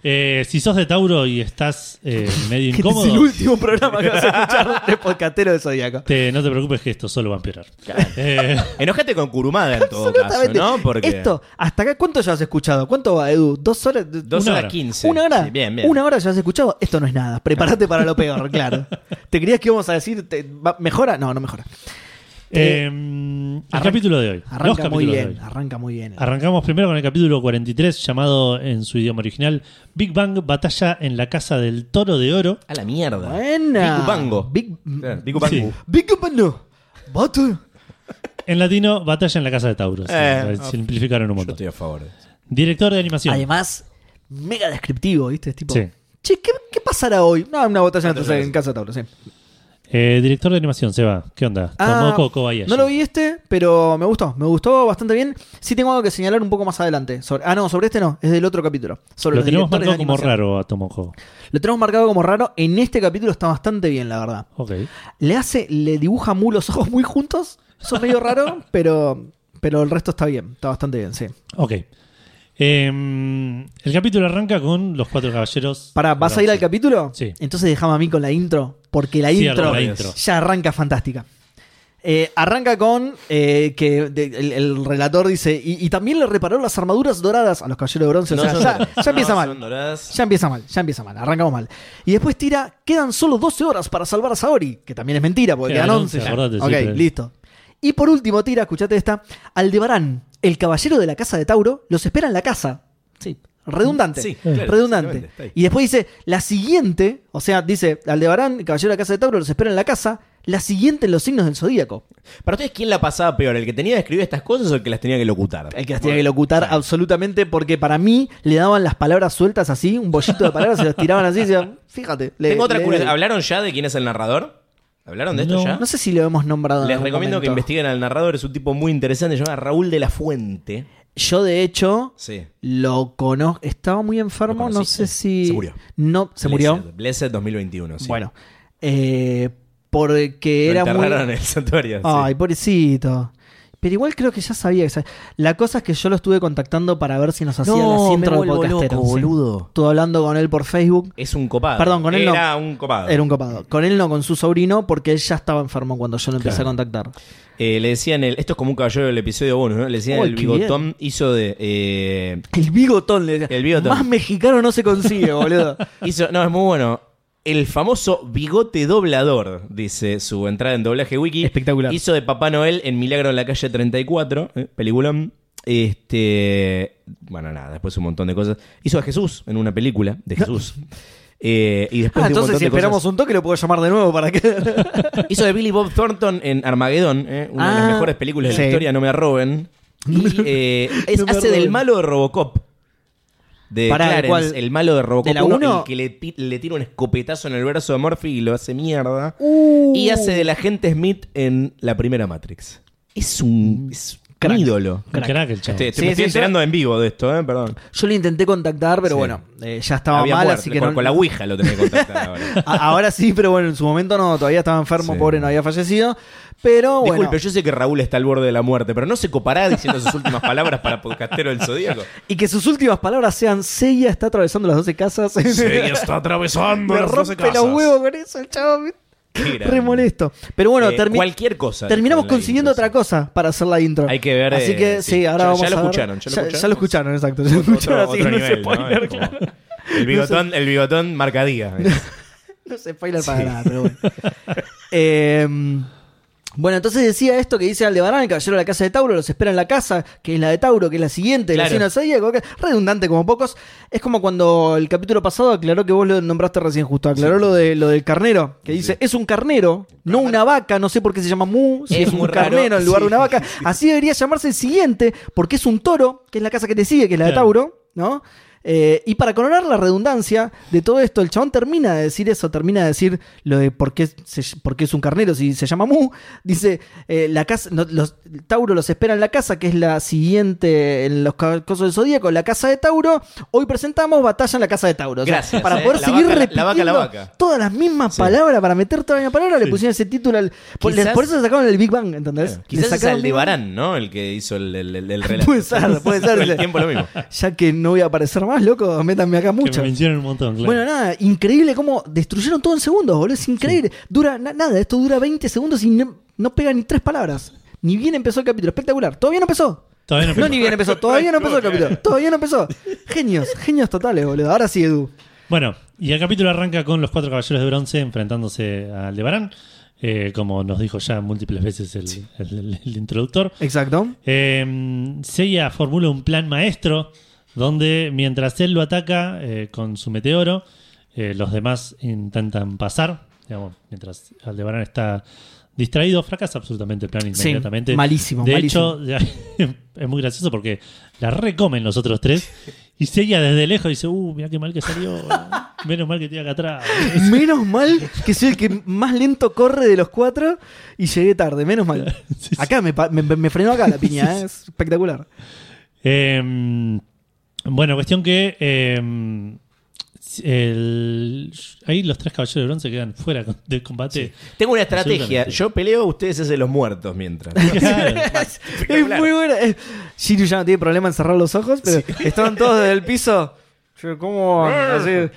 C: Eh, si sos de Tauro y estás eh, medio
D: Que este es
C: incómodo,
D: el último programa que vas a escuchar de podcastero de Zodíaco.
C: te- no te preocupes que esto solo va a empeorar. Eh,
E: Enojate con Kurumada en todo caso,
D: Absolutamente.
E: ¿no? Porque
D: Esto, ¿hasta acá cuánto ya has escuchado? ¿Cuánto va, Edu? ¿Dos horas?
E: Dos
C: Una
E: horas
C: hora.
E: quince.
D: ¿Una hora?
E: Sí, bien, bien.
D: ¿Una hora ya has escuchado? Esto no es nada. Prepárate para lo peor, claro. ¿Te creías que íbamos a decir, te- va- mejora? No, no mejora.
C: eh, el
D: Arranca-
C: capítulo de hoy. los
D: Arranca
C: capítulos
D: muy
C: de hoy.
D: bien, arranca muy bien.
C: Arrancamos primero con el capítulo 43, llamado en su idioma original Big Bang Batalla en la Casa del Toro de Oro.
E: A la mierda.
D: Buena.
E: Bicupango.
D: Big-
E: Claro, Bicupango.
C: Sí.
D: Big Bang. Bato.
C: En latino, Batalla en la Casa de Tauro. Sí,
E: Eh,
C: lo simplificaron un
E: Yo
C: montón.
E: estoy a favor.
C: Director de animación.
D: Además, mega descriptivo, ¿viste? Es tipo.
C: Sí.
D: Che, ¿qué, qué pasará hoy? No, una batalla entonces en casa de Tauro, sí.
C: Eh, director de animación, Seba. ¿Qué onda?
D: Ah,
C: Tomoko Kobayashi.
D: no lo vi este, pero me gustó, me gustó bastante bien. Sí tengo algo que señalar un poco más adelante. sobre- ah, no, sobre este no, es del otro capítulo. Sobre
C: Lo
D: los
C: tenemos
D: directores
C: marcado
D: de
C: como
D: animación.
C: raro a Tomoko.
D: Lo tenemos marcado como raro. En este capítulo está bastante bien, la verdad.
C: Ok.
D: Le hace, le dibuja muy los ojos muy juntos. Eso es medio raro, pero, pero el resto está bien, está bastante bien, sí.
C: Ok. Eh, el capítulo arranca con los cuatro caballeros.
D: Pará, ¿vas a ir al
C: Bronce.
D: capítulo?
C: Sí.
D: Entonces dejame a mí con la intro, porque la,
C: Cierro
D: intro,
C: la intro.
D: ya arranca fantástica. Eh, arranca con eh, que de- el, el relator dice, y, y también le reparó las armaduras doradas a los caballeros de bronce. O sea, ya, ya empieza mal. Ya empieza mal, ya empieza mal, arrancamos mal. Y después tira, quedan solo 12 horas para salvar a Saori, que también es mentira, porque
C: Quedan
D: quedan 11.
C: 11, acordate,
D: ok,
C: siempre.
D: listo. Y por último tira, escuchate esta, Aldebarán, el caballero de la casa de Tauro, los espera en la casa. Sí, redundante.
E: Sí, claro,
D: redundante.
E: exactamente, está ahí.
D: Y después dice, la siguiente, o sea, dice, Aldebarán, el caballero de la casa de Tauro, los espera en la casa, la siguiente en los signos del zodíaco.
E: Para ustedes, ¿quién la pasaba peor? ¿El que tenía que escribir estas cosas o el que las tenía que locutar?
D: El que las tenía que locutar absolutamente porque para mí le daban las palabras sueltas así, un bollito de palabras, se las tiraban así y decían, fíjate. le-
E: Tengo otra
D: le-
E: curiosidad. ¿Hablaron ya de quién es el narrador? ¿Hablaron de esto
C: No.
E: ya?
D: No sé si lo hemos nombrado. en
E: ¿Ah? Les
D: algún
E: recomiendo que
D: momento.
E: investiguen al narrador, es un tipo muy interesante, se llama Raúl de la Fuente.
D: Yo, de hecho,
E: Sí.
D: lo conozco. Estaba muy
E: Lo
D: enfermo, no
E: conociste.
D: sé si.
E: Se murió.
D: No, se murió.
E: Blessed, Blessed 2021, sí.
D: Bueno, eh, porque
E: Lo
D: era muy.
E: enterraron en el santuario. sí.
D: Ay, pobrecito. Pero igual creo que ya sabía que sab- La cosa es que yo lo estuve contactando para ver si nos hacía la
E: me
D: intro de
E: vuelvo
D: podcastero.
E: loco,
D: sí.
E: boludo.
D: Estuve hablando con él por Facebook.
E: Es un copado.
D: Perdón, con él no.
E: Era un copado.
D: Era un copado. Con él no, con su sobrino, porque él ya estaba enfermo cuando yo lo empecé
C: Claro.
D: a contactar.
E: Eh, le decían el. Esto es como un caballero del episodio 1, ¿no? Le decían
D: Uy,
E: el
D: qué bien.
E: bigotón hizo de. eh,
D: El bigotón le decía.
E: El bigotón.
D: Más mexicano no se consigue, boludo. Ah,
E: hizo. No, es muy bueno. El famoso bigote doblador, dice su entrada en doblaje wiki.
D: Espectacular.
E: Hizo de Papá Noel en Milagro en la calle 34, eh, peliculón. Este. Bueno, nada, después un montón de cosas. Hizo a Jesús en una película de Jesús. Eh, y después
D: Ah,
E: de un montón
D: entonces si
E: de cosas-
D: esperamos un toque lo puedo llamar de nuevo para que...
E: Hizo de Billy Bob Thornton en Armageddon, ¿eh? una de
D: Ah,
E: las mejores películas de
D: sí.
E: la historia, no me arroben. Y eh, es-
D: No me
E: hace
D: arroben.
E: del malo de Robocop. De
D: Pará, ¿de
E: Clarence,
D: cuál?
E: el malo de Robocop
D: ¿De la
E: 1,
D: uno?
E: el que le, pi- le tira un escopetazo en el verso de Murphy y lo hace mierda.
D: Uh.
E: Y hace del agente Smith en la primera Matrix. Es un, es un
D: Crack.
E: ídolo.
C: Un crack el chavo.
E: Este- este-
D: Sí,
E: me estoy
D: sí,
E: enterando en vivo de esto, ¿eh? perdón.
D: Yo lo intenté contactar, pero
E: Sí.
D: bueno, eh, ya estaba
E: Había
D: mal,
E: muerto,
D: así que
E: con,
D: no...
E: con la Ouija lo tenés que contactar ahora.
D: A- Ahora sí, pero bueno, en su momento no, todavía estaba enfermo,
E: Sí.
D: pobre, no había fallecido. Pero Ah, bueno,
E: Disculpe, yo sé que Raúl está al borde de la muerte, pero no se copará diciendo sus últimas palabras para Podcastero del Zodíaco.
D: y que sus últimas palabras sean, Seiya está atravesando las 12 casas.
F: Ella está atravesando
D: Me
F: las doce
D: rompe los
F: casas.
D: huevos con eso, el chavo. me-
E: Qué grande.
D: Re molesto. Pero bueno,
E: Eh,
D: termi-
E: cualquier cosa.
D: terminamos
E: Con la
D: consiguiendo
E: intro,
D: otra cosa para hacer la intro.
E: Hay que ver,
D: Así
E: eh,
D: que sí,
E: sí.
D: ahora
E: Ya- ya
D: vamos
E: lo
D: a ver-
E: escucharon, ya lo escucharon.
D: ya lo escucharon, exacto. Ya lo escucharon,
E: Otro,
D: así que no
E: otro
D: se
E: nivel, ¿no?
D: puede hablar,
E: Es como- El bigotón, el bigotón marca día.
D: No se spoiler para nada, pero bueno. Eh, bueno, entonces decía esto que dice Aldebarán, el caballero de la casa de Tauro, los espera en la casa, que es la de Tauro, que es la siguiente, la
E: Claro.
D: cena zodíaco, que- redundante como pocos. Es como cuando el capítulo pasado aclaró que vos lo nombraste recién justo, aclaró lo, de, lo del carnero, que dice, es un carnero, no una vaca, no sé por qué se llama mu, si es,
E: Es
D: un
E: muy raro,
D: carnero en lugar de
E: sí.
D: una vaca. Así debería llamarse el siguiente, porque es un toro, que es la casa que te sigue, que es la de
C: Claro.
D: Tauro. ¿no? Eh, y para coronar la redundancia de todo esto, el chabón termina de decir eso, termina de decir lo de por qué, se- por qué es un carnero si se llama Mu. Dice, eh, la casa, no, los, Tauro los espera en la casa, que es la siguiente en los ca- cosos del Zodíaco, la casa de Tauro. Hoy presentamos Batalla en la casa de Tauro. O sea,
E: Gracias,
D: para
E: eh.
D: poder
E: La
D: seguir
E: vaca, la-
D: repitiendo
E: la vaca, la vaca.
D: todas las mismas
E: Sí.
D: palabras, para meter toda la misma palabra, le pusieron ese título al... Por,
E: Quizás-
D: por eso le sacaron el Big Bang, ¿entendés? Le
E: Quizás es
D: sacaron
E: el de Barán, ¿no? El que hizo el, el, el- el relato.
D: Puede ser, puede ser.
E: Todo el tiempo lo mismo.
D: Ya que no voy a aparecer más, loco, métanme acá
C: Que
D: mucho.
C: me mencionan un montón, claro.
D: Bueno, nada, increíble cómo destruyeron todo en segundos, boludo. Es increíble. Dura na- nada, esto dura 20 segundos y no, no pega ni tres palabras. Ni bien empezó el capítulo, espectacular. Todavía no empezó.
C: Todavía no
D: No,
C: empezó.
D: ni bien empezó, todavía no empezó el capítulo. Todavía no empezó. Genios, genios totales, boludo. Ahora sí, Edu.
C: Bueno, y el capítulo arranca con los cuatro caballeros de bronce enfrentándose a Aldebarán, eh, como nos dijo ya múltiples veces el, el- el- el introductor.
D: Exacto.
C: Eh, Seiya formula un plan maestro donde mientras él lo ataca eh, con su meteoro, eh, los demás intentan pasar. Digamos, mientras Aldebarán está distraído, fracasa absolutamente el plan
D: Sí,
C: inmediatamente.
D: malísimo,
C: De
D: malísimo.
C: hecho, es muy gracioso porque la recomen los otros tres. Y Seiya desde lejos dice, uh, mira qué mal que salió. Menos mal que estoy acá atrás.
D: Menos mal que soy el que más lento corre de los cuatro y llegué tarde, menos mal.
C: Sí, sí.
D: Acá me, pa- me- me frenó acá la piña, ¿eh? es espectacular.
C: Em, Eh, bueno, cuestión que eh, el- ahí los tres caballeros de bronce quedan fuera con- del combate.
E: Tengo una estrategia.
C: Absolutamente.
E: Yo peleo, ustedes hacen los muertos mientras.
C: Claro.
D: es muy buena. Eh, Shiryu ya no tiene problema en cerrar los ojos, pero estaban todos desde el piso. Che, ¿Cómo van? Así, che,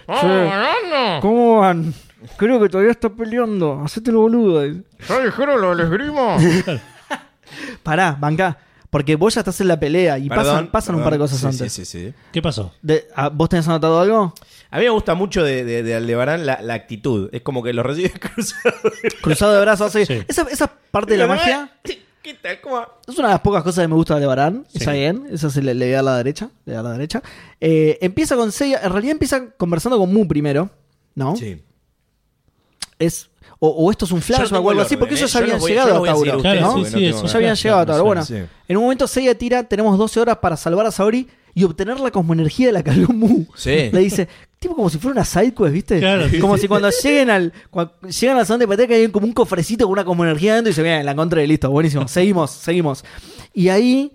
D: ¿Cómo van? Creo que todavía está peleando. Hacete lo boludo.
F: ¿Sabes ligero lo del esgrima?
D: Pará, bancá. Porque vos ya estás en la pelea y pasan,
E: Perdón,
D: pasan un
E: perdón.
D: par de cosas
E: Sí,
D: antes.
E: Sí, sí, sí.
C: ¿Qué pasó?
D: De- ah, ¿Vos tenés anotado algo?
E: A mí me gusta mucho de, de, de Aldebarán la, la actitud. Es como que lo recibe cruzado.
D: Cruzado de brazos. así.
C: Sí.
D: Esa, esa parte de la magia.
E: ¿Qué tal? ¿Cómo?
D: Es una de las pocas cosas que me gusta de Barán. Está bien. Esa se le, le da a la derecha. Le da a la derecha. Eh, empieza con Seiya. En realidad empieza conversando con Mu primero. ¿No?
E: Sí.
D: Es, o, o esto es un
E: Yo no
D: flashback
E: tengo
D: o algo
E: el
D: así, porque
E: orden,
D: ellos
E: ¿eh?
D: ya
E: Yo
D: habían
E: los voy a- yo
D: llegado
E: los voy
D: hasta
E: a seguir a
C: Claro,
D: Tauro.
E: ustedes
C: sí,
E: porque no
C: sí,
E: tengo
C: eso
D: Ya
E: nada.
D: habían llegado a Tauro.
E: Sí,
D: Bueno,
E: sí.
D: en un momento Seiya tira, tenemos 12 horas para salvar a Saori y obtener la cosmoenergía de la que habló Mu.
E: Sí.
D: Le dice, tipo como si fuera una sidequest, ¿viste?
C: Claro, sí,
D: como
C: sí.
D: si cuando lleguen al cuando llegan al salón de patea que hay como un cofrecito con una cosmoenergía dentro y se vean, la encontré, listo, buenísimo, seguimos, seguimos. Y ahí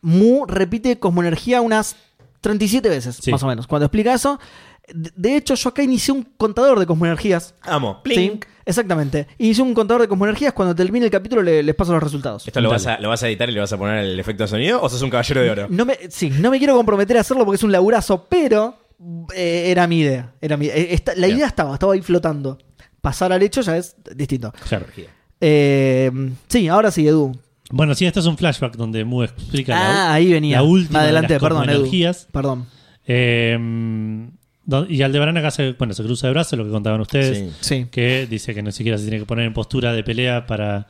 D: Mu repite cosmoenergía unas 37 veces,
C: Sí.
D: más o menos. Cuando explica eso, de- de hecho yo acá inicié un contador de cosmoenergías.
E: Amo.
D: Sí, exactamente. Y hice un contador de cosmoenergías. Cuando termine el capítulo le- les paso los resultados.
E: ¿Esto lo vas, a, lo vas a editar y le vas a poner el efecto de sonido o sos un caballero de oro?
D: No me, sí, no me quiero comprometer a hacerlo porque es un laburazo, pero eh, era mi idea. Era mi, eh, esta- la
E: Bien.
D: idea estaba, estaba ahí flotando. Pasar al hecho ya es distinto.
C: Claro.
D: Eh, sí, ahora sí, Edu.
C: Bueno, sí, esto es un flashback donde Mu explica la,
D: Ah, ahí venía.
C: la última
D: Adelante,
C: de las
D: perdón, Edu.
C: cosmoenergías.
D: Perdón.
C: Eh, don- y Aldebarán acá se, bueno, se cruza de brazos, lo que contaban ustedes.
E: Sí.
D: Sí.
C: Que dice que ni siquiera se tiene que poner en postura de pelea para,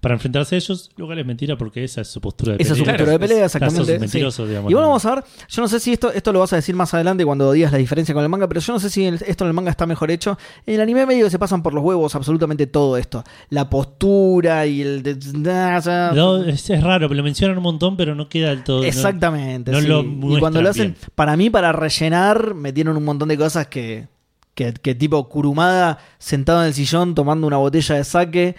C: para enfrentarse a ellos, lo cual es mentira porque esa es su postura de
D: Esa es su
C: pelea.
D: postura de pelea,
C: Claro, sos
D: exactamente.
C: un mentiroso,
D: sí.
C: digamos,
D: y bueno,
C: ¿no?
D: vamos a ver, yo no sé si esto, esto lo vas a decir más adelante cuando digas la diferencia con el manga, pero yo no sé si el- esto en el manga está mejor hecho. En el anime medio que se pasan por los huevos absolutamente todo esto. La postura y el... de- o sea,
C: No, es, es raro, pero lo mencionan un montón, pero no queda del todo. ¿no?
D: exactamente.
C: no
D: sí.
C: lo
D: y cuando
C: muestran
D: lo hacen,
C: bien.
D: para mí, para rellenar, metieron un montón de cosas que, que, que tipo Kurumada sentado en el sillón tomando una botella de saque.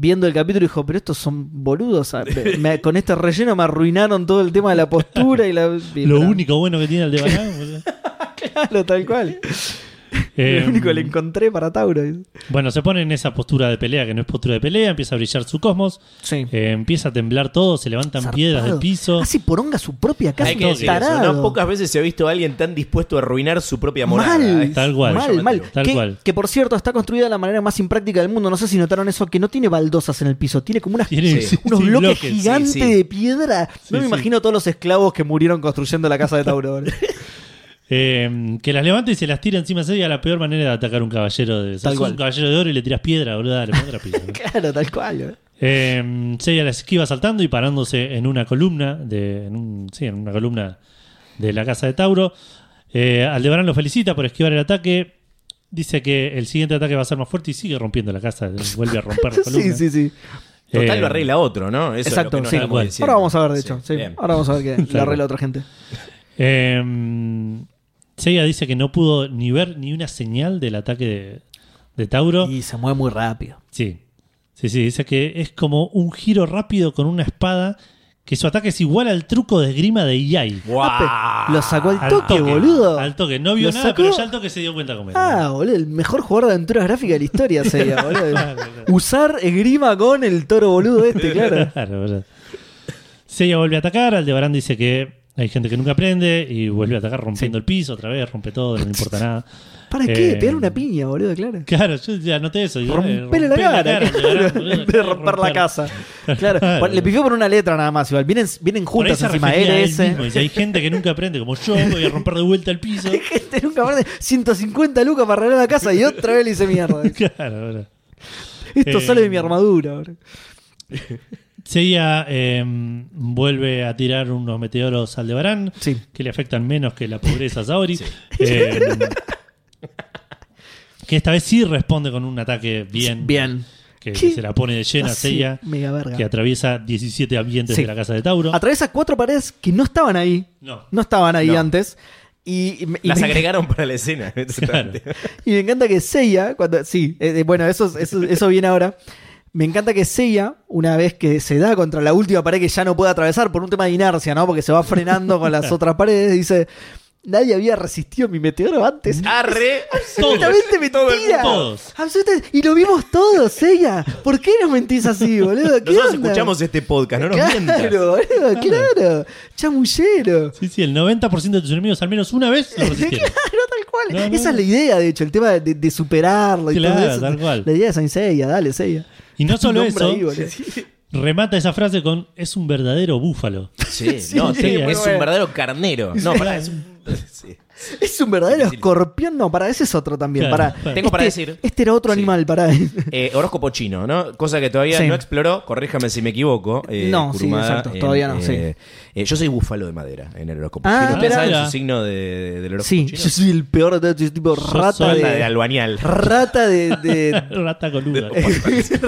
D: Viendo el capítulo dijo, pero estos son boludos. ah, me- me- con este relleno me arruinaron todo el tema de la postura y la... y
C: Lo
D: la-
C: único bueno que tiene Aldebarán. boludo.
D: Claro, tal cual.
C: Eh,
D: Lo único que le encontré para Tauro.
C: Bueno, se pone en esa postura de pelea que no es postura de pelea, empieza a brillar su cosmos,
D: Sí.
C: eh, empieza a temblar todo, se levantan piedras del piso.
D: Hace poronga su propia casa.
E: Hay que decir eso,
D: tarado.
E: ¿no? Pocas veces se ha visto a alguien tan dispuesto a arruinar su propia morada.
D: Mal,
E: Es
C: Tal cual.
E: muy
D: mal, mal.
E: llamativo.
C: Tal
D: que,
C: cual.
D: que, por cierto está construida de la manera más impráctica del mundo. No sé si notaron eso, que no tiene baldosas en el piso, tiene como unas,
C: Tiene
E: Sí.
D: unos
C: sí,
D: bloques,
C: sí,
D: gigantes
E: sí.
D: de piedra.
C: Sí,
D: No me
C: sí.
D: imagino todos los esclavos que murieron construyendo la casa de Tauro.
C: Eh, que las levanta y se las tira encima de ella, la peor manera de atacar a un caballero de
D: Tal
C: sos
D: cual.
C: un caballero de oro y le tiras piedra, boludo, dale, pon otra piedra.
D: claro, tal cual. ¿eh?
C: Eh, Seiya la esquiva saltando y parándose en una columna de, en un- sí, en una columna de la casa de Tauro. Eh, Aldebarán lo felicita por esquivar el ataque. Dice que el siguiente ataque va a ser más fuerte y sigue rompiendo la casa. Vuelve a romper la columna.
D: Sí, sí, sí.
E: Total
C: Eh,
E: lo arregla otro, ¿no? Eso es lo
D: Exacto,
E: que nos
D: sí.
E: estamos
C: Ahora
E: diciendo.
D: Ahora vamos a ver, de hecho.
E: Sí,
D: sí.
E: bien.
D: Ahora vamos a ver que lo arregla otra gente.
C: Eh, Seiya dice que no pudo ni ver ni una señal del ataque de, de Tauro.
D: Y se mueve muy rápido.
C: Sí. Sí, sí, dice que es como un giro rápido con una espada, que su ataque es igual al truco de esgrima de Iai.
D: Ah,
E: ¡Guau!
D: pe- lo sacó al toque, boludo.
C: Al toque, no vio
D: Lo
C: nada,
D: sacó-
C: pero ya al toque se dio cuenta cómo era.
D: Ah, boludo, el mejor jugador de aventuras gráficas de la historia sería, boludo. Usar esgrima con el toro boludo este, claro.
C: Claro, boludo. Seiya vuelve a atacar, Aldebarán dice que hay gente que nunca aprende y vuelve a atacar rompiendo el piso otra vez, rompe todo, no le importa nada.
D: ¿Para qué?
C: Eh,
D: Pegar una piña, boludo, claro.
C: Claro, yo ya anoté eso. digo, eh,
D: Rompele la
C: rompe
D: cara,
C: Aldebarán,
D: claro,
C: boludo,
D: en vez de romper la casa. Claro,
C: Claro.
D: le pifió por una letra nada más, igual. Vienen, vienen
C: Por ahí
D: juntas
C: se
D: encima,
C: refería a él
D: RS.
C: mismo, dice, hay gente que nunca aprende, como yo, voy a romper de vuelta el piso.
D: Gente, Este nunca más de 150 lucas para arreglar la casa y otra vez le hice mierda.
C: Claro, boludo.
D: Esto
C: Eh,
D: sale de mi armadura, boludo.
C: Seiya eh, vuelve a tirar unos meteoros al de Barán
D: Sí.
C: que le afectan menos que la pobreza a Saori. Eh, que esta vez sí responde con un ataque bien.
D: Bien.
C: Que,
D: ¿Qué?
C: se la pone de llena a
D: Así,
C: Seiya.
D: mega verga.
C: Que atraviesa 17 ambientes
D: Sí.
C: de la casa de Tauro.
D: Atraviesa cuatro paredes que no estaban ahí.
C: No.
D: No estaban ahí
E: No.
D: antes. Y, y me- y
E: Las
D: me-
E: agregaron para la escena.
C: Claro.
D: Y me encanta que Seiya, cuando. Sí, eh, eh, bueno, eso, es- eso, eso viene ahora. Me encanta que Seiya, una vez que se da contra la última pared que ya no puede atravesar por un tema de inercia, ¿no? Porque se va frenando con las otras paredes, dice. Nadie había resistido mi meteoro antes.
E: Mm. Arre.
D: Absolutamente mentira.
E: Todo el-
C: todos.
D: Absolutamente- Y lo vimos todos, Seiya. ¿Por qué nos mentís así, boludo? ¿Qué
E: Nosotros
D: onda?
E: escuchamos este podcast, no nos
D: claro,
E: mientas.
D: boludo, claro. Chamullero.
C: Sí, sí, el 90% de tus enemigos al menos una vez lo resistieron.
D: Claro, tal cual.
C: No, no.
D: Esa es la idea, de hecho, el tema de, de superarlo y
C: Claro,
D: todo eso.
C: tal cual.
D: La idea de Saint Seiya, dale, Seiya.
C: Y no solo
D: Nombre
C: eso,
D: ahí, boludo.
C: remata esa frase con es un verdadero búfalo.
E: Sí, no,
C: sí,
E: sí,
C: muy
E: es
D: bueno.
E: un verdadero carnero. No, pará, es un- sí.
D: Es un verdadero escorpión, no, para ese es otro también.
C: Claro.
D: para.
E: Tengo para
D: Este-
E: decir.
D: Este era otro
E: Sí.
D: animal, para.
E: Eh, horóscopo chino, ¿no? Cosa que todavía
D: Sí.
E: no exploró, corríjame si me equivoco. eh,
D: No, sí,
E: Kurumada,
D: exacto, todavía no, sí.
E: eh, eh, yo soy búfalo de madera en el horóscopo
D: Ah,
E: chino. ¿Ustedes
D: mirá.
E: saben su signo de, de- del horóscopo
D: Sí,
E: chino?
D: yo soy el peor de todo ese tipo rata
C: soy
E: Banda de
D: de.
E: albañal.
D: Rata de. de-
C: Rata coluda.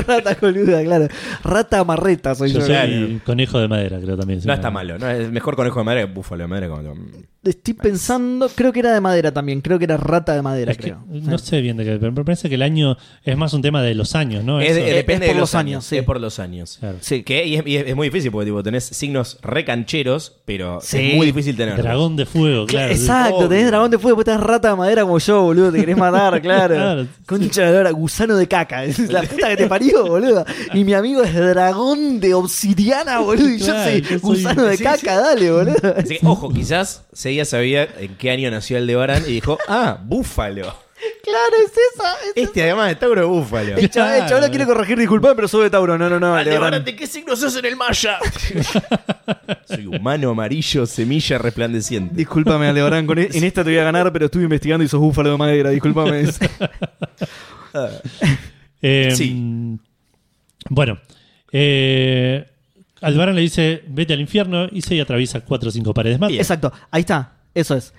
D: rata coluda, claro. Rata marreta soy yo.
C: Yo
E: Claro.
C: soy conejo de madera, creo también.
E: No está malo, no, es mejor conejo de madera que mm. búfalo de madera. como-
D: Estoy pensando, creo que era de madera también, creo que era rata de madera,
C: Es que
D: creo.
C: no sé bien de qué, pero me parece que el año es más un tema de los años, ¿no?
E: Es,
C: Eso.
E: eh, depende
D: por
E: de
D: los años, sí.
E: Es por los años.
C: Claro.
D: Sí.
E: Que, y es, y es- es muy difícil porque tipo, tenés signos recancheros, pero
D: Sí.
E: es muy difícil tenerlos.
C: Dragón de fuego, claro.
D: Exacto,
E: obvio.
D: tenés dragón de fuego, después tenés rata de madera como yo, boludo, te querés matar, claro.
C: Claro, sí.
D: Concha de la lora, gusano de caca, es la puta que te parió, boludo. Y mi amigo es dragón de obsidiana, boludo, y
C: Claro,
D: yo soy
C: yo soy-
D: gusano de
E: sí,
D: caca,
E: sí.
D: dale, boludo.
E: Así que, ojo, quizás Seiya sabía en qué año nació el de Barán y dijo, ah, búfalo.
D: Claro, es esa. es esa.
E: Este además de Tauro es búfalo.
D: El chaval, el chaval lo
C: Claro.
D: quiere corregir, disculpame, pero soy de Tauro, no, no, no, de verdad.
E: ¿de qué signo sos en el Maya? Soy humano amarillo, semilla resplandeciente.
D: Disculpame, Aldebarán, con e- en esta te voy a ganar, pero estuve investigando y sos búfalo de madera, disculpame.
C: Eh,
E: Sí.
C: Bueno, eh, Albarán le dice, vete al infierno y se atraviesa cuatro o cinco paredes más.
D: Exacto, ahí está, eso es.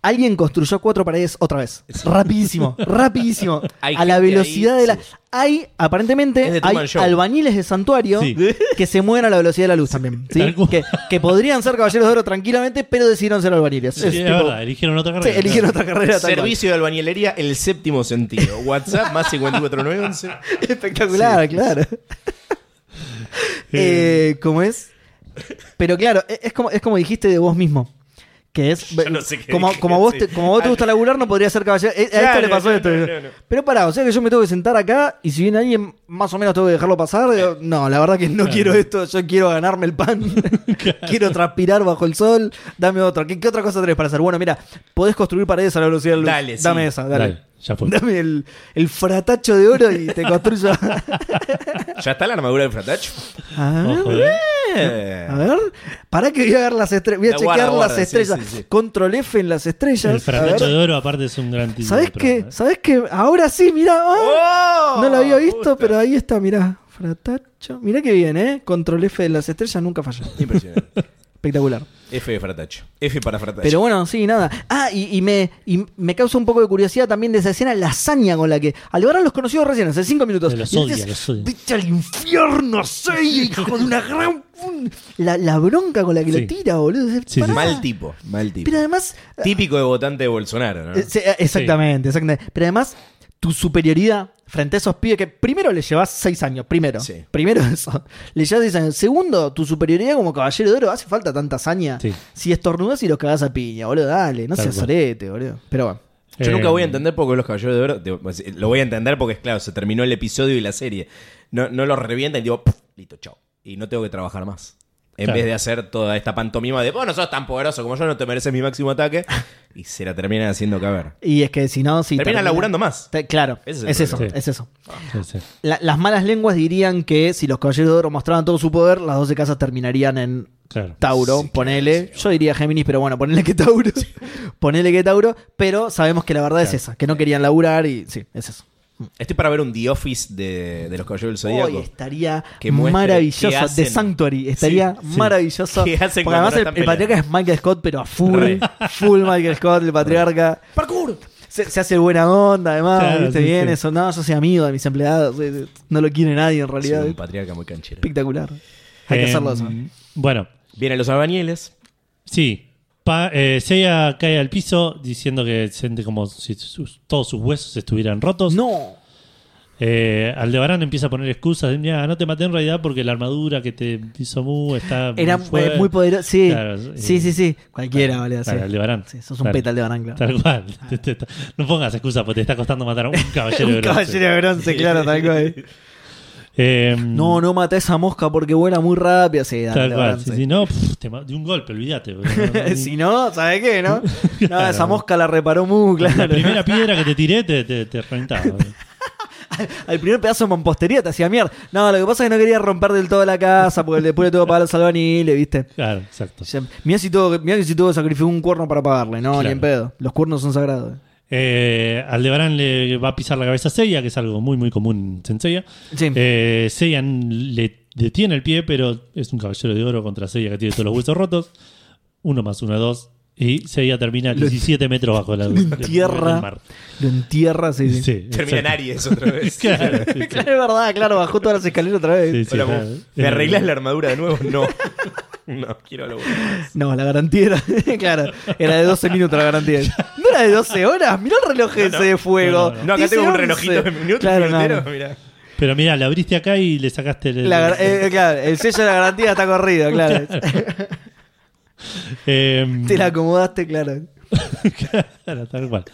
D: Alguien construyó cuatro paredes otra vez. Rapidísimo, rapidísimo.
E: Hay
D: a la
E: gente
D: velocidad
E: ahí,
D: de la.
E: sí.
D: Hay,
E: Es
D: aparentemente,
E: de
D: hay
E: Truman Show.
D: albañiles de santuario
C: Sí.
D: que se mueven a la velocidad de la luz también. ¿sí?
C: Tal cual.
D: Que, que podrían ser caballeros de oro tranquilamente, pero decidieron ser albañiles.
C: Sí,
D: Es
C: es
D: tipo-
C: verdad, eligieron otra
D: sí,
C: carrera.
D: eligieron otra carrera. tal cual.
E: Servicio de albañilería, el séptimo sentido. WhatsApp más 54911.
D: Espectacular, claro. eh, ¿Cómo es? Pero claro, e- es como, es como dijiste de vos mismo. Que es.
E: no sé qué
D: como,
E: dije,
D: como, a vos
E: sí. Ah.
D: te, como a vos te gusta laburar, no podría ser caballero. Eh, a esto
E: Claro,
D: le pasó
E: no,
D: esto.
E: no, no, no.
D: Pero pará, o sea que yo me tengo que sentar acá y si viene alguien, más o menos tengo que dejarlo pasar.
E: Eh.
D: digo, no, la verdad que no quiero esto. Yo quiero ganarme el pan. Quiero transpirar bajo el sol. Dame otro. ¿Qué, qué otra cosa tenés para hacer? Bueno, mira, podés construir paredes a la velocidad de la luz.
E: Dale, sí.
D: Dame esa,
C: Dale,
D: dale.
C: ya fue.
D: Dame el, el fratacho de oro y te construyo.
E: ¿Ya está la armadura del Fratacho?
D: Ah,
C: Ojo, ¿eh?
E: Eh.
D: a ver, para que voy a ver las estrellas. Voy a
E: La
D: chequear
E: guarda, guarda,
D: las
E: sí,
D: estrellas.
E: sí, sí.
D: Control F en las
C: El
D: estrellas. A ver.
C: fratacho de oro aparte es un gran título.
D: ¿Sabes
C: del
D: qué?
C: programa, ¿eh?
D: ¿Sabes qué? Ahora sí, mirá. ah,
E: ¡Oh!
D: no lo había visto,
E: Justo.
D: pero ahí está, mirá. Fratacho. Mirá que bien, ¿eh? Control F de las estrellas nunca falla.
E: Impresionante.
D: Espectacular.
E: F de Fratacho. F para Fratacho.
D: Pero bueno, sí, nada. Ah, y, y me, y me causa un poco de curiosidad también de esa escena la hazaña con la que Aldebarán los conoció recién, hace cinco minutos.
C: Los
D: Y
C: odia,
D: entonces,
C: los odia.
D: Vete al infierno, soy hijo de una gran... pun-". La, la bronca con la que
C: Sí.
D: lo tira, boludo. Dice,
C: Sí, sí.
D: "Pará".
E: mal tipo, mal tipo.
D: Pero además...
E: Típico de votante de Bolsonaro, ¿no?
D: eh, sí, eh, exactamente, exactamente. Pero además, tu superioridad frente a esos pibes que primero le llevas seis años, primero.
E: Sí.
D: Primero eso. Le llevas seis años. Segundo, tu superioridad como caballero de oro. Hace falta tanta hazaña.
C: Sí.
D: Si estornudas y los cagás a piña, boludo, dale. No
C: Tal
D: seas
C: cual.
D: sorete, boludo. Pero bueno.
E: Yo
C: Eh,
E: nunca voy a entender por qué los Caballeros de Oro. digo, pues, eh, Lo voy a entender porque, es claro, se terminó el episodio y la serie. No, no lo revientan y digo, "Puf, listo, chao. Y no tengo que trabajar más. En
C: Claro.
E: vez de hacer toda esta pantomima de, vos no sos tan poderoso como yo, no te mereces mi máximo ataque. Y se la terminan haciendo caber.
D: Y es que si no, si.
E: Termina laburando más.
D: te- claro,
E: Ese es
D: es,
E: el
D: eso,
C: problema.
D: es eso.
C: Eh, sí, sí.
D: La- las malas lenguas dirían que si los caballeros de oro mostraran todo su poder, las 12 casas terminarían en
C: Claro.
D: Tauro, ponele. Yo diría Géminis, pero bueno, ponele que Tauro. ponele que Tauro, pero sabemos que la verdad es esa, que no querían laburar y sí, es eso.
E: Estoy para ver un The Office de, de los Caballeros del
D: Hoy
E: Zodíaco.
D: estaría
E: Que muestre qué
D: maravilloso.
E: hacen.
D: De Sanctuary estaría
C: Sí, sí.
D: maravilloso.
E: ¿Qué hacen
D: Porque
E: cuando
D: además
E: no
D: el,
E: están
D: el patriarca es Michael Scott, pero a full.
E: Re.
D: Full Michael Scott, el patriarca.
E: ¡Parkour!
D: Se, se hace buena onda, además.
C: Claro,
D: ¿viste?
C: sí,
D: bien
C: sí.
D: eso. No, yo soy amigo de mis empleados. eh, No lo quiere nadie en
E: Sí,
D: realidad.
E: un patriarca muy canchero.
D: Espectacular. Hay que
C: Eh,
D: hacerlo eso.
C: Bueno,
E: Vienen los albañiles.
C: sí. Pa- eh, Seiya cae al piso diciendo que siente como si sus- todos sus huesos estuvieran rotos.
D: No.
C: Eh, Aldebarán empieza a poner excusas. de, "Mirá, no te maté en realidad porque la armadura que te hizo Mu está.
D: Era
C: muy
D: eh, muy,
C: fuerte".
D: poderoso. Sí.
C: Claro,
D: sí,
C: eh,
D: sí, sí. Cualquiera,
C: claro,
D: boludo.
C: claro,
D: sí.
C: Aldebarán.
D: Sí, sos un
C: Claro.
D: petal de Barán, claro. Ah.
C: Tal cual. Te- te- te- no pongas excusas porque te está costando matar a un caballero de
D: Un
C: bronce.
D: caballero de bronce, claro, tal cual.
C: Eh,
D: No, no mata esa mosca porque vuela muy rápido. Sí, dale,
C: Tal cual.
D: Aldebarán,
C: Si,
D: sí.
C: si no, pf, te ma- de un golpe, olvídate. boludo. No, ni-
D: si no, ¿sabes qué, no? No,
C: Claro.
D: esa mosca la reparó muy,
C: La
D: claro.
C: primera piedra que te tiré te, te, te reventaba. boludo.
D: Al primer pedazo de mampostería te hacía mierda. No, lo que pasa es que no quería romper del todo la casa porque después le tuvo que pagar los albañiles, ¿viste?
C: Claro, exacto.
D: O sea, mirá si tuvo, mirá que si tuvo que sacrificar un cuerno para pagarle. No,
C: Claro.
D: ni en pedo. Los cuernos son sagrados.
C: Eh, Aldebarán le va a pisar la cabeza a Seiya, que es algo muy, muy común en Seiya.
D: Sí.
C: Eh, Seiya le detiene el pie, pero es un caballero de oro contra Seiya que tiene todos los huesos rotos. Uno más uno, dos. Y Seiya termina 17 metros bajo la
D: En tierra.
C: del mar.
D: Lo entierra, sí. sí.
C: Sí,
E: Termina en
C: exacto.
E: Aries otra vez.
C: Claro, sí, sí.
D: Claro, es verdad, claro, bajó todas las escaleras otra vez.
C: Sí, sí,
E: Hola,
C: claro.
E: Mu, ¿Me arreglás la armadura de nuevo? No. No, quiero lo bueno.
D: No, la garantía era, claro, era de 12 minutos la garantía. ¿No era de 12 horas? Mirá el reloj ese de fuego.
C: No,
E: No, acá
D: Dice
E: tengo un
D: 11.
E: relojito de minutos.
D: Claro, no,
E: minutero,
D: no.
E: mirá.
C: Pero mira, la abriste acá y le sacaste el.
D: La gar- eh, claro, el sello de la garantía está corrido, claro.
C: Em,
D: Te la acomodaste, claro.
C: claro, tal cual.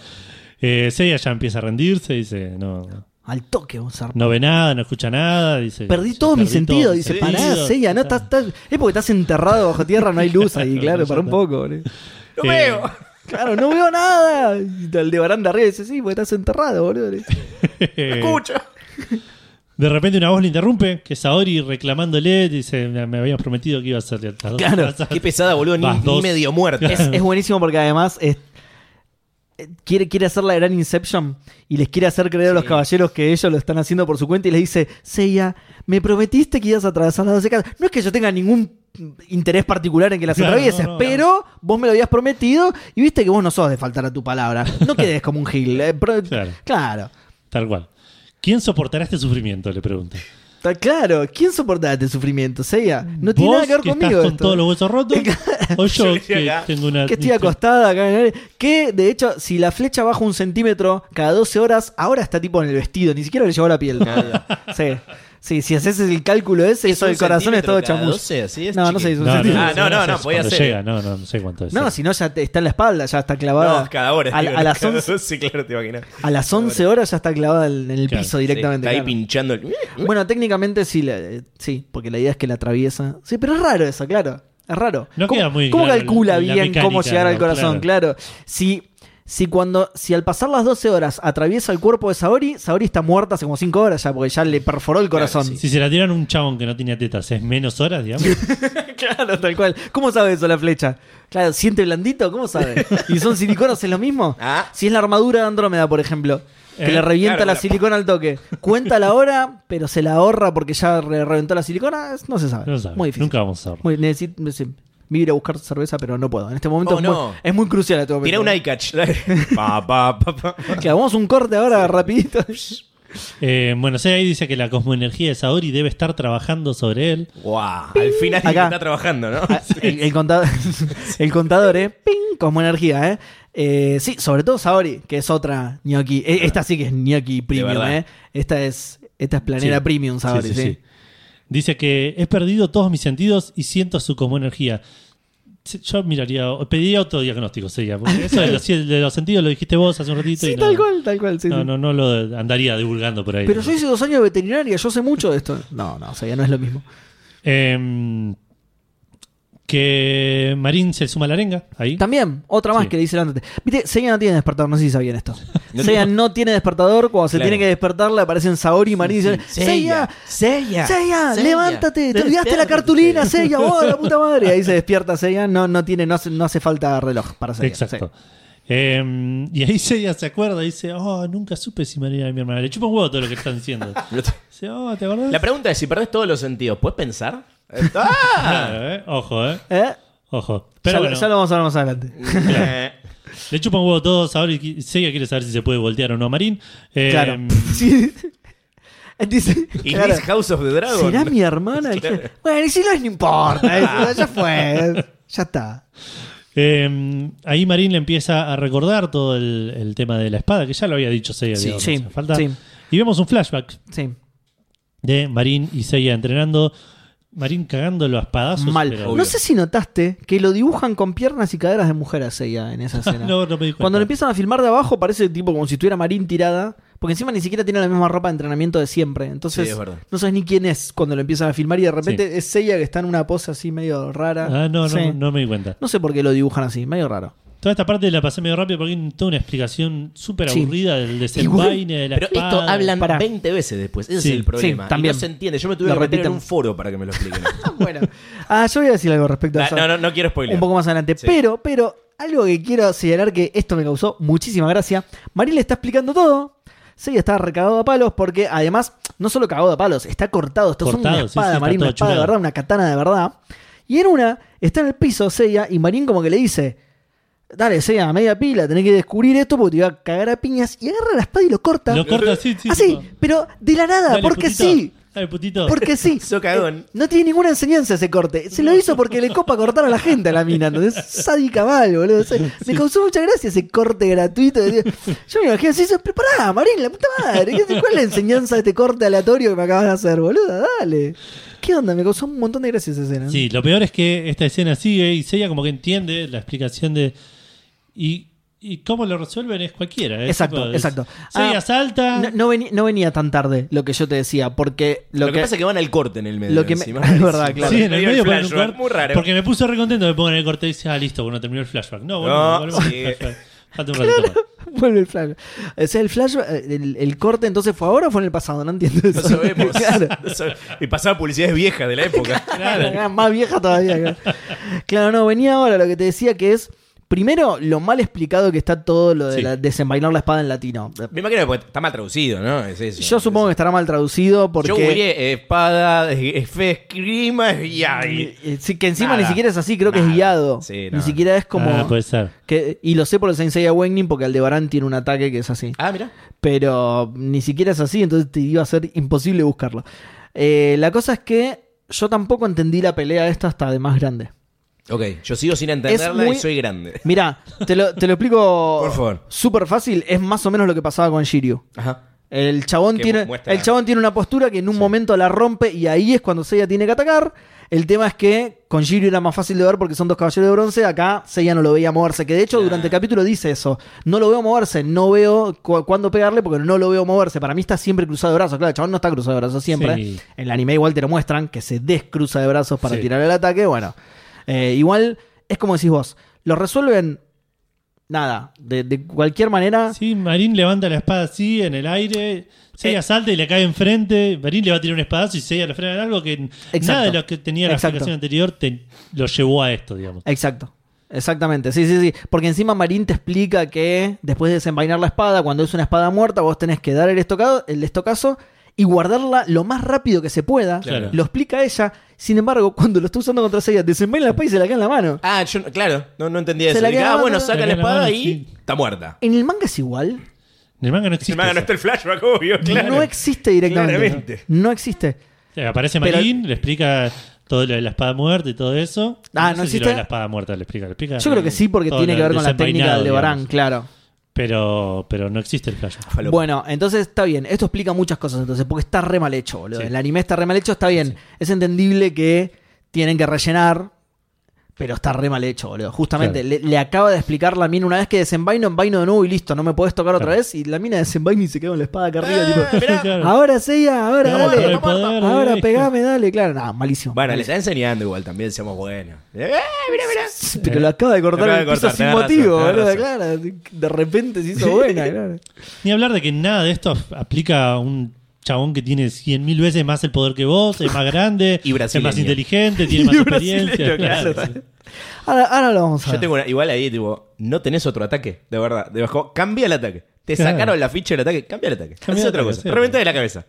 C: Eh, Seiya ya empieza a rendirse, dice, no,
D: Al toque, vamos a
C: no ve nada, no escucha nada, dice.
D: Perdí
C: "Ya
D: todo mi
C: perdí
D: sentido.
C: todo mi
D: dice,
C: sentido".
D: pará, Seiya, no estás, estás- Es porque estás enterrado bajo tierra, no hay luz ahí, claro, para un poco, boludo.
E: ¡Lo
C: Eh,
E: veo!
D: Claro, no veo nada. Y el de baranda arriba dice, sí, porque estás enterrado, boludo.
E: ¡Escucho!
C: eh, De repente una voz le interrumpe, que es Saori reclamándole, dice, me me habías prometido que iba a ser las dos
D: Claro,
C: cosas".
E: Qué pesada, boludo. Ni,
C: Vas
E: ni
C: dos.
E: medio muerta.
D: Es, es buenísimo porque además es- eh, quiere, quiere hacer la gran Inception y les quiere hacer creer a los caballeros que ellos lo están haciendo por su cuenta y les dice, Seiya, me prometiste que ibas a atravesar las 12 casas. No es que yo tenga ningún interés particular en que las
C: Claro,
D: atravieses,
C: no, no,
D: pero vos me lo habías prometido y viste que vos no sos de faltar a tu palabra. No quedes como un gil. eh, pro-
C: Claro.
D: claro.
C: Tal cual. ¿Quién soportará este sufrimiento? Le pregunta.
D: Ta- Claro, ¿quién soporta este sufrimiento, Seiya? No tiene
C: ¿Vos,
D: nada que ver
C: estás
D: conmigo.
C: con
D: esto.
C: todos los huesos rotos? o yo,
E: Yo estoy
C: que
E: acá.
C: tengo una...
D: Que estoy acostada acá en el aire. Que, de hecho, si la flecha baja un centímetro cada 12 horas, ahora está tipo en el vestido, ni siquiera le llevó la piel. sí. sí, si haces el cálculo ese, eso
E: un
D: del corazón es
E: centímetro
D: todo
E: cada
D: chamus.
E: 12, así es,
D: No, no sé,
E: chiqui.
D: es un
C: No, no,
D: centímetro.
E: Ah, no, no, no,
C: sé
E: podía
C: cuándo
E: ser.
C: llega, no, no, no sé cuánto es.
D: No,
C: eso.
D: si no, ya te- está en la espalda, ya está clavada.
E: No, cada hora.
D: A,
E: digo,
D: a las
E: cada
D: 11,
E: doce, claro, te imaginas.
D: a las 11 horas ya está clavada en en el
C: Claro,
D: piso directamente.
E: Sí, está ahí
D: claro.
E: pinchando el...
D: Bueno, técnicamente sí, la- eh, sí, porque la idea es que la atraviesa. Sí, pero es raro eso, claro. Es raro.
C: No
D: ¿Cómo,
C: queda muy
D: cómo
C: claro
D: calcula
C: la- la
D: bien cómo
C: mecánica,
D: llegar al
C: ¿no?
D: corazón? Claro. Si, si cuando, si al pasar las 12 horas atraviesa el cuerpo de Saori, Saori está muerta hace como 5 horas ya, porque ya le perforó el corazón.
C: Si se la tiran a un chabón que no tenía tetas, ¿es menos horas, digamos?
D: Claro, tal cual. ¿Cómo sabe eso la flecha? Claro, siente blandito, ¿cómo sabe? ¿Y son siliconas, es lo mismo?
E: Ah.
D: Si es la armadura de Andrómeda, por ejemplo, que
C: Eh,
D: le revienta
E: claro,
D: la
E: la-
D: silicona al toque. Cuenta la hora, pero se la ahorra porque ya re- reventó la silicona, es- no se sabe.
C: No sabes.
D: Muy difícil.
C: Nunca vamos a saber.
D: Muy, necesito, necesito- me iba a ir a buscar cerveza, pero no puedo. En este momento
E: Oh,
D: es, muy,
E: no.
D: es muy crucial. Este momento.
E: Tirá un iCatch. Pa, pa, pa, pa.
D: Claro, vamos a un corte ahora rapidito.
C: Eh, bueno, Seiya ahí dice que la cosmoenergía de Saori debe estar trabajando sobre él.
E: Guau. Al final alguien
D: Acá.
E: está trabajando, ¿no?
D: Ah, el, el contador, el contador, ¿eh? Ping, como energía, ¿eh? Eh, Sí, sobre todo Saori, que es otra gnocchi. E- Esta sí que es gnocchi premium,
E: verdad.
D: ¿eh? Esta es, esta es planera
C: Sí.
D: premium, Saori,
C: Sí,
D: sí.
C: sí, sí. Dice que he perdido todos mis sentidos y siento su cosmoenergía. Sí, Yo miraría, o pediría otro diagnóstico, sería. porque Eso de los, de los sentidos lo dijiste vos hace un ratito.
D: Sí,
C: y no,
D: tal cual, tal cual, sí,
C: No,
D: sí.
C: no, no lo andaría divulgando por ahí.
D: Pero yo hice dos años de veterinaria, yo sé mucho de esto. No, no, o sea, ya no es lo mismo.
C: Em, que Marín se suma a la arenga ahí.
D: También, otra más
C: Sí.
D: que le hice antes. Viste, Seiya no tiene despertador, no sé si sabían esto.
E: No
D: Seiya
E: tiene-
D: no tiene despertador, cuando se
E: Claro.
D: tiene que despertar le aparecen Saori y Marín y dicen, Seiya,
E: Seiya,
D: Seiya,
E: Seiya,
D: levántate, te olvidaste la
E: despiértate.
D: cartulina, Seiya, vos, la puta madre. Ahí se despierta Seiya, no, no, tiene, no, hace, no hace falta reloj para Seiya.
C: Exacto. Em, y ahí Seiya se acuerda y dice, oh, nunca supe si Marín era mi hermana. Le chupa un huevo todo lo que están diciendo. Dice, oh, ¿te acordás?
E: La pregunta es, si perdés todos los sentidos, ¿puedes pensar? ¡Ah!
C: Claro, eh. Ojo, eh.
D: sí. ¿Eh?
C: Ojo. Pero
D: ya, lo-
C: bueno.
D: ya lo vamos a ver más adelante.
C: Le chupa un huevo todos. Ahora Seiya quiere saber si se puede voltear o no a Marín. Eh,
D: claro. Sí. Dice,
E: ¿Y
D: claro,
E: Miss House of the Dragon?
D: ¿Será mi hermana? Bueno, y si lo es, no importa. eso ya fue. Ya está.
C: eh, ahí Marín le empieza a recordar todo el, el tema de la espada, que ya lo había dicho Seiya. digamos,
D: sí,
C: no hace falta.
D: sí.
C: Y vemos un flashback
D: Sí.
C: de Marín y Seiya entrenando. Marín cagándolo a espadazos.
D: Mal.
C: pero-
D: No sé si notaste que lo dibujan con piernas y caderas de mujer a Seiya en esa escena.
C: No, no me di cuenta.
D: Cuando lo empiezan a filmar de abajo parece tipo como si tuviera Marín tirada. Porque encima ni siquiera tiene la misma ropa de entrenamiento de siempre. Entonces
E: Sí, es verdad.
D: no sabes ni quién es cuando lo empiezan a filmar y de repente es Seiya que está en una pose así medio rara.
C: Ah, no, no,
D: Sí.
C: no me di cuenta.
D: No sé por qué lo dibujan así, medio raro.
C: Toda esta parte la pasé medio rápido porque hay toda una explicación súper
D: Sí.
C: aburrida del desenvaine de la
E: Pero esto
C: espada.
E: hablan
D: Pará.
E: 20 veces después. Ese
C: Sí,
E: es el problema.
D: sí, también.
E: Y no se entiende. Yo me tuve
D: Lo
E: que meter en
D: repiten.
E: un foro para que me lo expliquen.
D: bueno. Ah, yo voy a decir algo respecto a
E: Ah,
D: eso.
E: no, no, no quiero spoiler.
D: un poco más adelante.
E: Sí.
D: Pero, pero, algo que quiero señalar que esto me causó muchísima gracia. María le está explicando todo. Sí, está recagado a palos porque además, no solo cagado a palos, está cortado. Esto es
C: Cortado,
D: una
C: sí,
D: espada,
C: sí, está
D: Marín,
C: todo
D: una espada de
C: churado.
D: verdad, una katana de verdad. Y en una, está en el piso Seiya y Marín como que le dice, dale Seiya, a media pila, tenés que descubrir esto porque te va a cagar a piñas. Y agarra la espada y lo corta.
C: Lo corta así, sí.
D: Así,
C: tipo,
D: pero de la nada,
C: dale,
D: porque
C: putito,
D: sí.
C: Dale, putito.
D: Porque sí.
E: So cagón.
D: Eh, No tiene ninguna enseñanza ese corte. Se lo hizo porque le copa cortar a la gente a la mina. ¿entendés? Sádica mal, boludo. O sea, Me causó mucha gracia ese corte gratuito. de- Yo me imagino así, pero pará, Marín, la puta madre. ¿qué- ¿Cuál es la enseñanza de este corte aleatorio que me acabas de hacer, boludo? Dale. ¿Qué onda? Me causó un montón de gracia esa escena.
C: Sí, lo peor es que esta escena sigue y Seiya como que entiende la explicación de... Y, y cómo lo resuelven es cualquiera. es
D: Exacto,
C: tipo, es-
D: exacto.
C: Seiya
D: Ah,
C: salta...
D: No, no venía, no venía tan tarde lo que yo te decía, porque lo,
E: Lo, que, pasa es que van al corte en el medio.
D: lo que me-
E: encima.
D: es verdad, claro.
C: Sí, en el
E: Medio
C: medio
E: el
C: ponen un
E: flashback.
C: corte,
E: Muy raro.
C: Porque me puse re contento, me pongo en el corte y dice, ah, listo, bueno, terminó el flashback. No, bueno,
E: No,
C: volvemos al
E: sí.
C: flashback. Falta un ratito más. Ah,
D: Vuelve el flash. O sea, el flash, eh, el, el corte entonces fue ahora o fue en el pasado, no entiendo eso.
E: No sabemos.
D: Claro.
E: No sabe- Y pasaba publicidades viejas de la época.
D: Ah, Más vieja todavía. Claro. Claro, no, venía ahora lo que te decía que es, primero, lo mal explicado que está todo lo de
C: Sí.
D: la- desenvainar la espada en latino.
E: Me imagino que porque está mal traducido, ¿no? Es eso.
D: Yo supongo que estará mal traducido porque...
E: Yo googleé espada, eh, fe, esgrima y ahí.
D: Eh, sí, que encima
E: Nada.
D: ni siquiera es así, creo que es
E: Nada.
D: guiado.
E: Sí,
D: Ni
E: no.
D: siquiera es como...
C: Ah, puede ser.
D: que, y lo sé por el Sensei Awakening porque Aldebarán tiene un ataque que es así.
E: Ah, mira.
D: pero ni siquiera es así, entonces te iba a ser imposible buscarlo. Eh, la cosa es que yo tampoco entendí la pelea esta hasta de más grande.
E: Ok, yo sigo sin entenderla
D: muy-
E: y soy grande.
D: Mira, te lo, te lo explico
E: Por favor.
D: súper fácil, es más o menos lo que pasaba con Shiryu.
E: Ajá.
D: El chabón,
E: Que
D: tiene,
E: mu- muestra-
D: el chabón tiene una postura que en un momento la rompe y ahí es cuando Seiya tiene que atacar. El tema es que con Shiryu era más fácil de ver porque son dos caballeros de bronce. Acá Seiya no lo veía moverse. Que de hecho durante el capítulo dice eso. No lo veo moverse, no veo cu- cuándo pegarle porque no lo veo moverse. Para mí está siempre cruzado de brazos. Claro, el chabón no está cruzado de brazos siempre.
C: Sí.
D: En el anime igual te lo muestran que se descruza de brazos para
C: Sí.
D: tirar el ataque. Bueno, eh, igual es como decís vos. Lo resuelven... Nada, de, de cualquier manera...
C: Sí, Marín levanta la espada así en el aire. Seiya
D: Eh.
C: salta y le cae enfrente. Marín le va a tirar un espadazo y Seiya lo frena en algo que n-
D: Exacto.
C: nada de lo que tenía la
D: Exacto.
C: explicación anterior te lo llevó a esto, digamos.
D: Exacto. Exactamente, sí, sí, sí. Porque encima Marín te explica que después de desenvainar la espada, cuando es una espada muerta, vos tenés que dar el, estocado, el estocazo y guardarla lo más rápido que se pueda.
C: Claro.
D: Lo explica ella. Sin embargo, cuando lo está usando contra ella, desenvaina la espada y se la queda en la mano.
E: Ah, yo, no- claro, no, no entendía
D: Se
E: eso.
D: la
E: Dije,
D: queda
E: ah,
D: la
E: bueno,
D: mano-
C: la
E: saca la,
C: queda la
E: espada
C: mano,
E: y
C: sí.
E: está muerta.
D: En el manga es igual.
C: En el manga no existe.
E: Sin embargo, no
C: eso.
E: está el flashback, obvio. Claro.
D: No existe directamente.
E: Claramente.
D: No existe.
C: O sea, Aparece
D: Pero-
C: Marín, le explica todo lo de la espada muerta y todo eso.
D: Ah,
C: sé si
D: ¿no existe?
C: lo de la espada muerta le explica. le explica
D: Yo creo que sí, porque
C: todo
D: tiene
C: lo
D: que ver con la técnica
C: desenvainado,
D: de Barán,
C: digamos.
D: claro.
C: Pero, pero no existe el flashback.
E: Falopa.
D: Bueno, entonces está bien. Esto explica muchas cosas, entonces, porque está re mal hecho, boludo.
C: Sí.
D: El anime está re mal hecho, está bien. Es entendible que tienen que rellenar, pero está re mal hecho, boludo. Justamente, le, le acaba de explicar la mina una vez que desenvaino, envaino de nuevo y listo, no me puedes tocar otra
C: Claro.
D: vez. Y la mina desenvaina y se queda con la espada acá arriba, tipo.
E: mirá.
C: Claro.
D: Ahora Seiya, ahora
C: Vamos a
D: dale.
C: perder el poder,
D: Ahora
C: dale.
D: pegame, dale, claro. Nada, malísimo.
E: Bueno, le
D: malísimo.
E: está enseñando igual también, seamos buenos. Eh, mira, mira.
D: Pero lo acaba de cortar
E: Lo acaba
D: el piso
E: de cortar,
D: sin
E: tenés razón,
D: motivo,
E: tenés
D: boludo.
E: razón.
D: Claro, de repente se hizo buena, claro.
C: Ni hablar de que nada de esto aplica a un chabón que tiene cien mil veces más el poder que vos, es más grande,
E: Y
C: es
E: brasileño.
C: más inteligente, tiene más
D: Y
C: experiencia.
D: brasileño,
C: Claro,
D: claro.
C: sí.
D: Ahora, ahora lo vamos a ver.
E: Yo tengo una, igual ahí, tipo, no tenés otro ataque, de verdad. De bajo, cambia el ataque. Te
C: Claro.
E: sacaron la ficha del ataque, cambia el ataque.
C: Cambia
E: Hacés
C: el
E: otra
C: ataque,
E: cosa.
C: sí.
E: Reventá de la cabeza.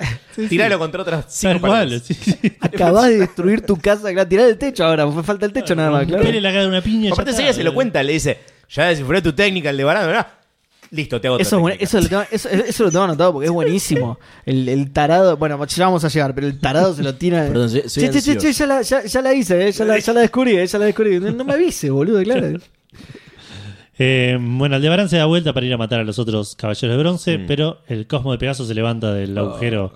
E: Tiralo contra otras cinco
C: Tal cual,
E: paredes.
C: sí, sí.
D: Acabás de destruir tu casa, claro, tirá el techo ahora, fue falta el techo nada más, claro.
C: Rompele la cara de una piña. y ya
E: Aparte,
C: está,
E: Seiya se lo
C: boludo.
E: cuenta, le dice, ya descifré tu técnica, el de varano, ¿verdad? Listo, te hago otra
D: Eso, es bueno-
E: técnica".
D: eso, lo tengo, eso, eso lo tengo anotado porque es buenísimo. El, el tarado, bueno, ya vamos a llegar, pero el tarado se lo tira.
E: Perdón, soy- soy
D: Che, che, che,
E: ansioso.
D: che, ya, la, ya, ya la hice, eh, ya, la, ya la descubrí, eh, ya la descubrí. No, no me avise, boludo, claro.
C: Eh, bueno, Aldebarán se da vuelta para ir a matar a los otros caballeros de bronce, pero el Cosmo de Pegaso se levanta del agujero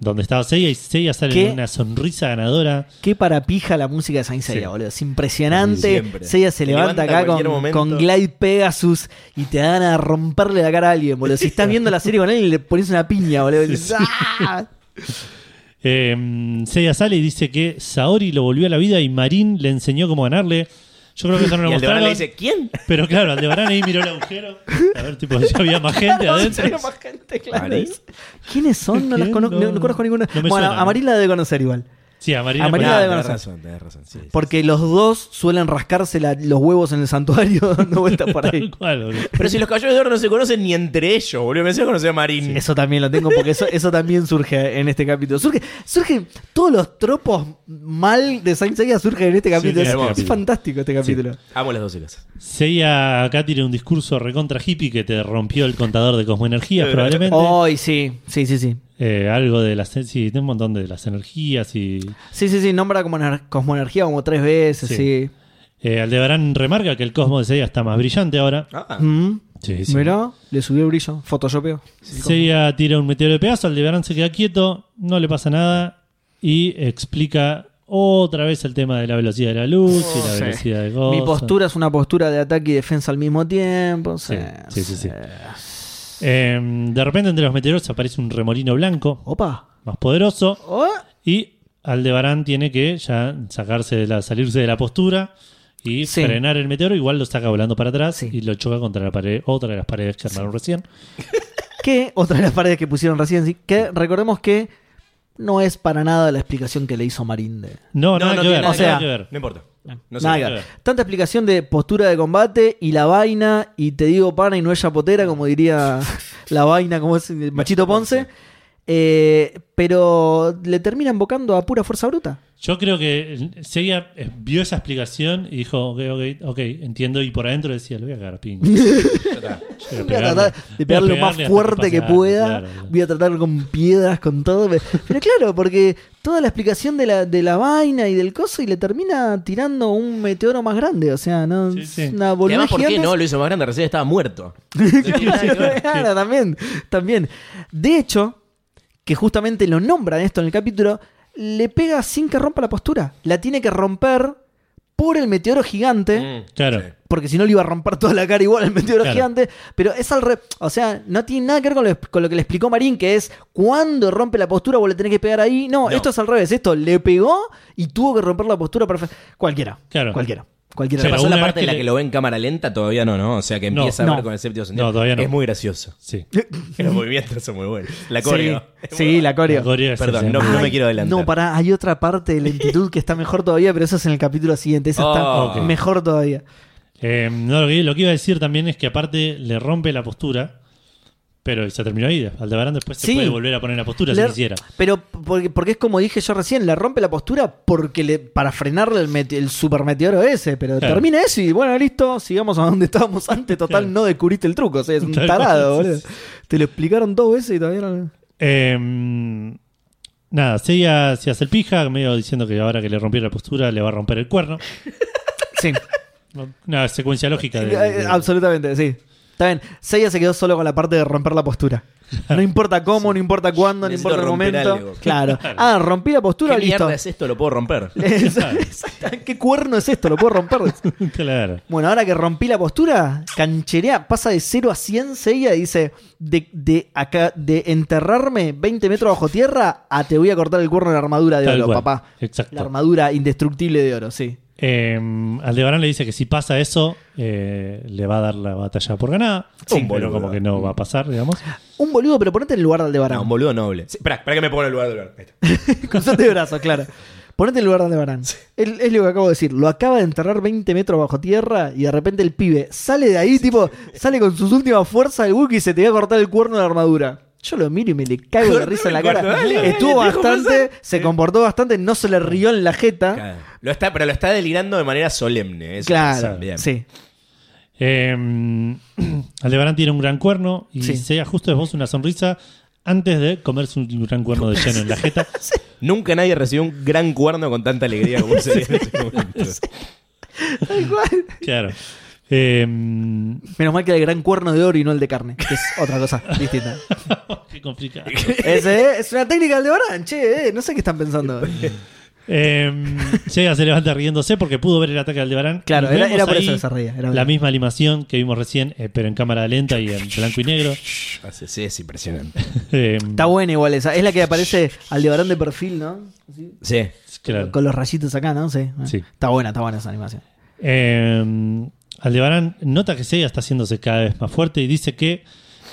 C: donde estaba Seiya y Seiya sale
D: ¿Qué?
C: con una sonrisa ganadora.
D: Qué parapija la música de Saint Seiya, boludo. Es impresionante.
E: Siempre.
D: Seiya se
E: Te
D: levanta,
E: levanta a
D: acá
E: cualquier
D: con,
E: momento.
D: con Glide Pegasus y te dan a romperle la cara a alguien, boludo. Si estás viendo la serie con él y le pones una piña, boludo. ¡Ah!
C: Eh, Seiya sale y dice que Saori lo volvió a la vida y Marín le enseñó cómo ganarle. Yo creo que eso no lo
E: Y el de
C: mostraron.
E: le dice, ¿quién?
C: Pero claro, Aldebarán ahí miró el agujero. A ver, tipo, ya había más gente adentro.
D: Había más gente, claro.
E: ¿Marín?
D: ¿Quiénes son? No las
C: ¿Quién?
D: conozco, no,
C: No,
D: no conozco ninguna.
C: no me
D: bueno,
C: suena.
D: a Marín la debe conocer igual.
C: Sí, a Marina.
D: A Marina
C: parece-
D: de
E: tenés
D: Barça.
E: razón, tenés razón. sí, sí.
D: Porque los dos suelen rascarse la- los huevos en el santuario dando vueltas por ahí.
C: Tal cual, boludo.
E: Pero si los caballeros de oro no se conocen ni entre ellos, boludo. Me decía que conocía a Marín.
D: Eso también lo tengo porque eso, eso también surge en este capítulo. Surge, surgen todos los tropos mal de Saint Seiya surgen en este capítulo.
C: en este
D: Es- es,
C: capítulo.
D: fantástico este capítulo.
E: Amo las dos cosas.
C: Seiya acá tiene un discurso recontra hippie que te rompió el contador de cosmoenergías, probablemente.
D: Hoy sí, sí, sí, sí.
C: Eh, algo de las. Sí, tiene un montón de las energías y.
D: Sí, sí, sí, nombra como ener- cosmoenergía como tres veces,
C: Sí.
D: sí.
C: Eh, Aldebarán remarca que el cosmo de Seiya está más brillante ahora.
E: Ah,
D: Mm.
C: Sí,
D: Mirá, le subió el brillo, photoshopeo.
C: Seiya tira un meteoro de pedazo, Aldebarán se queda quieto, no le pasa nada y explica otra vez el tema de la velocidad de la luz y la
D: Sí.
C: velocidad de cosas.
D: Mi postura es una postura de ataque y defensa al mismo tiempo.
C: Sí,
D: Sí,
C: sí, sí. sí. Eh, de repente entre los meteoros aparece un remolino blanco
D: Opa.
C: más poderoso
D: Oh.
C: y Aldebarán tiene que ya sacarse de la, salirse de la postura y
D: Sí.
C: frenar el meteoro. Igual lo saca volando para atrás
D: Sí.
C: y lo choca contra la pared, otra de las paredes que armaron recién.
D: Que otra de las paredes que pusieron recién, sí, que recordemos que no es para nada la explicación que le hizo Marinde.
C: No,
E: No,
C: nada, que
E: no tiene
C: ver,
E: nada
C: nada
D: que
C: que
E: no
C: ver.
E: importa. No sé.
D: Nada que ver. Tanta explicación de postura de combate y la vaina, y te digo pana y no ella potera, como diría la vaina, como es el Machito Ponce. Eh, pero le termina invocando a pura fuerza bruta.
C: Yo creo que Seiya eh, vio esa explicación y dijo, ok, ok, ok, entiendo. Y por adentro decía, lo voy a cagar, ping. Yo voy a
D: Voy
C: pegarle.
D: a tratar
C: Voy
D: de
C: a
D: pegar lo
C: pegarle
D: más
C: hasta
D: fuerte que
C: pase algo,
D: pueda.
C: claro.
D: Voy a tratar con piedras, con todo. Pero claro, porque toda la explicación de la, de la vaina y del coso y le termina tirando un meteoro más grande. O sea, no
C: Sí, sí.
D: es una
E: Y
D: boludez
E: además, ¿por qué
D: gigante.
E: no? Lo hizo más grande, recién estaba muerto.
D: Claro, también, también. De hecho, que justamente lo nombran esto en el capítulo, le pega sin que rompa la postura. La tiene que romper por el meteoro gigante.
E: Mm,
C: Claro.
E: sí.
D: Porque si no le iba a romper toda la cara igual al meteoro
C: Claro.
D: gigante. Pero es al re... O sea, no tiene nada que ver con lo, con lo que le explicó Marín, que es cuando rompe la postura vos le tenés que pegar ahí. No,
E: No.
D: esto es al revés. Esto le pegó y tuvo que romper la postura perfecta. Cualquiera.
C: Claro.
D: Cualquiera. Cualquiera.
C: Pero
E: ¿Ya pasó
C: una
E: la
C: vez que
E: parte de la
C: le-
E: que lo ve en cámara lenta? Todavía no, ¿no? O sea, que
C: No,
E: empieza a
D: no.
E: ver con el séptimo sentido.
C: No, todavía no.
E: Es muy gracioso.
C: Sí.
E: Los movimientos son muy buenos. La coreo.
D: Sí, sí, la coreo.
C: La coreo es
E: Perdón, no,
C: excelente.
E: no
D: Ay,
E: me quiero adelantar.
D: No, pará, hay otra parte de lentitud que está mejor todavía, pero eso es en el capítulo siguiente. Esa está
E: Oh, ok.
D: mejor todavía.
C: Eh, no, lo que, lo que iba a decir también es que aparte le rompe la postura, pero se terminó ahí. Aldebarán después se
D: Sí.
C: puede volver a poner la postura
D: Le-
C: si quisiera.
D: Pero porque, porque es como dije yo recién, le rompe la postura porque le, para frenarle el, mete- el supermeteoro ese, pero
C: Claro.
D: termina eso y bueno, listo, sigamos a donde estábamos antes, total
C: Claro.
D: no descubriste el truco, o sea, es un
C: Tal
D: tarado,
C: cual, sí,
D: boludo. Te lo explicaron dos veces y todavía no...
C: Eh, nada, Seiya se hace el pija, medio diciendo que ahora que le rompió la postura le va a romper el cuerno.
D: Sí,
C: Una secuencia lógica. de-
D: eh,
C: de-
D: absolutamente, sí. Está bien, Seiya se quedó solo con la parte de romper la postura. No importa cómo, no importa cuándo, no
E: Necesito
D: importa el
E: romper
D: momento.
E: algo.
D: Claro. Ah, rompí la
E: ¿Qué
D: postura, listo.
E: mierda es esto? Lo puedo romper.
D: Exacto. ¿Qué cuerno es esto? Lo puedo romper.
C: claro.
D: Bueno, ahora que rompí la postura, cancherea, pasa de 0 a 100 seguida y dice, de, de acá, de enterrarme 20 metros bajo tierra a te voy a cortar el cuerno de la armadura de
C: Tal
D: oro,
C: cual.
D: papá.
C: Exacto.
D: La armadura indestructible de oro, sí.
C: Eh, Aldebarán le dice que si pasa eso, eh, le va a dar la batalla por ganada.
E: Sí,
C: Un pero
E: boludo.
C: como que no va a pasar, digamos.
D: Un boludo, pero ponete en el lugar de Aldebarán.
E: No, un boludo noble. Sí, espera, espera que me ponga en el lugar del lugar. Ahí está.
D: Cruzate de brazos, claro. Ponete en el lugar de Aldebarán. Es, es lo que acabo de decir. Lo acaba de enterrar 20 metros bajo tierra y de repente el pibe sale de ahí, tipo, sale con sus últimas fuerzas del buque y se te va a cortar el cuerno de la armadura. Yo lo miro y me le cago de
E: Cortame
D: risa en la
E: el
D: cara.
E: cuerno, dale, dale,
D: Estuvo
E: te dejo
D: bastante,
E: pasar.
D: se comportó bastante, no se le rió en la jeta. Claro,
E: Claro. Lo está, pero lo está delirando de manera solemne. Eso pasa. Bien.
D: sí.
C: Eh, Aldebarán tiene un gran cuerno y
D: Sí.
C: Seiya justo esboza una sonrisa antes de comerse un gran cuerno de lleno en la jeta.
E: Nunca nadie recibió un gran este cuerno con tanta alegría como se dio en ese momento.
D: Tal cual.
C: Claro. Em,
D: Menos mal que era el gran cuerno de oro y no el de carne, que es otra cosa distinta.
C: qué complicado.
D: Ese eh, es una técnica del de Barán, che, eh, no sé qué están pensando.
C: Em, llega, se levanta riéndose porque pudo ver el ataque de Aldebarán.
D: Claro,
C: Y
D: era-
C: vemos
D: era por
C: ahí
D: eso que se reía, era
C: la
D: verdad.
C: misma animación que vimos recién, eh, pero en cámara lenta y en blanco y negro.
E: Así, sí, es impresionante.
C: Em,
D: Está buena igual esa. Es la que aparece al de Barán de perfil, ¿no? Así,
E: Sí.
C: claro.
D: Con los rayitos acá, ¿no? Sí. Ah.
C: Sí.
D: Está buena, está buena esa animación.
C: Eh, Aldebarán nota que Seiya está haciéndose cada vez más fuerte y dice que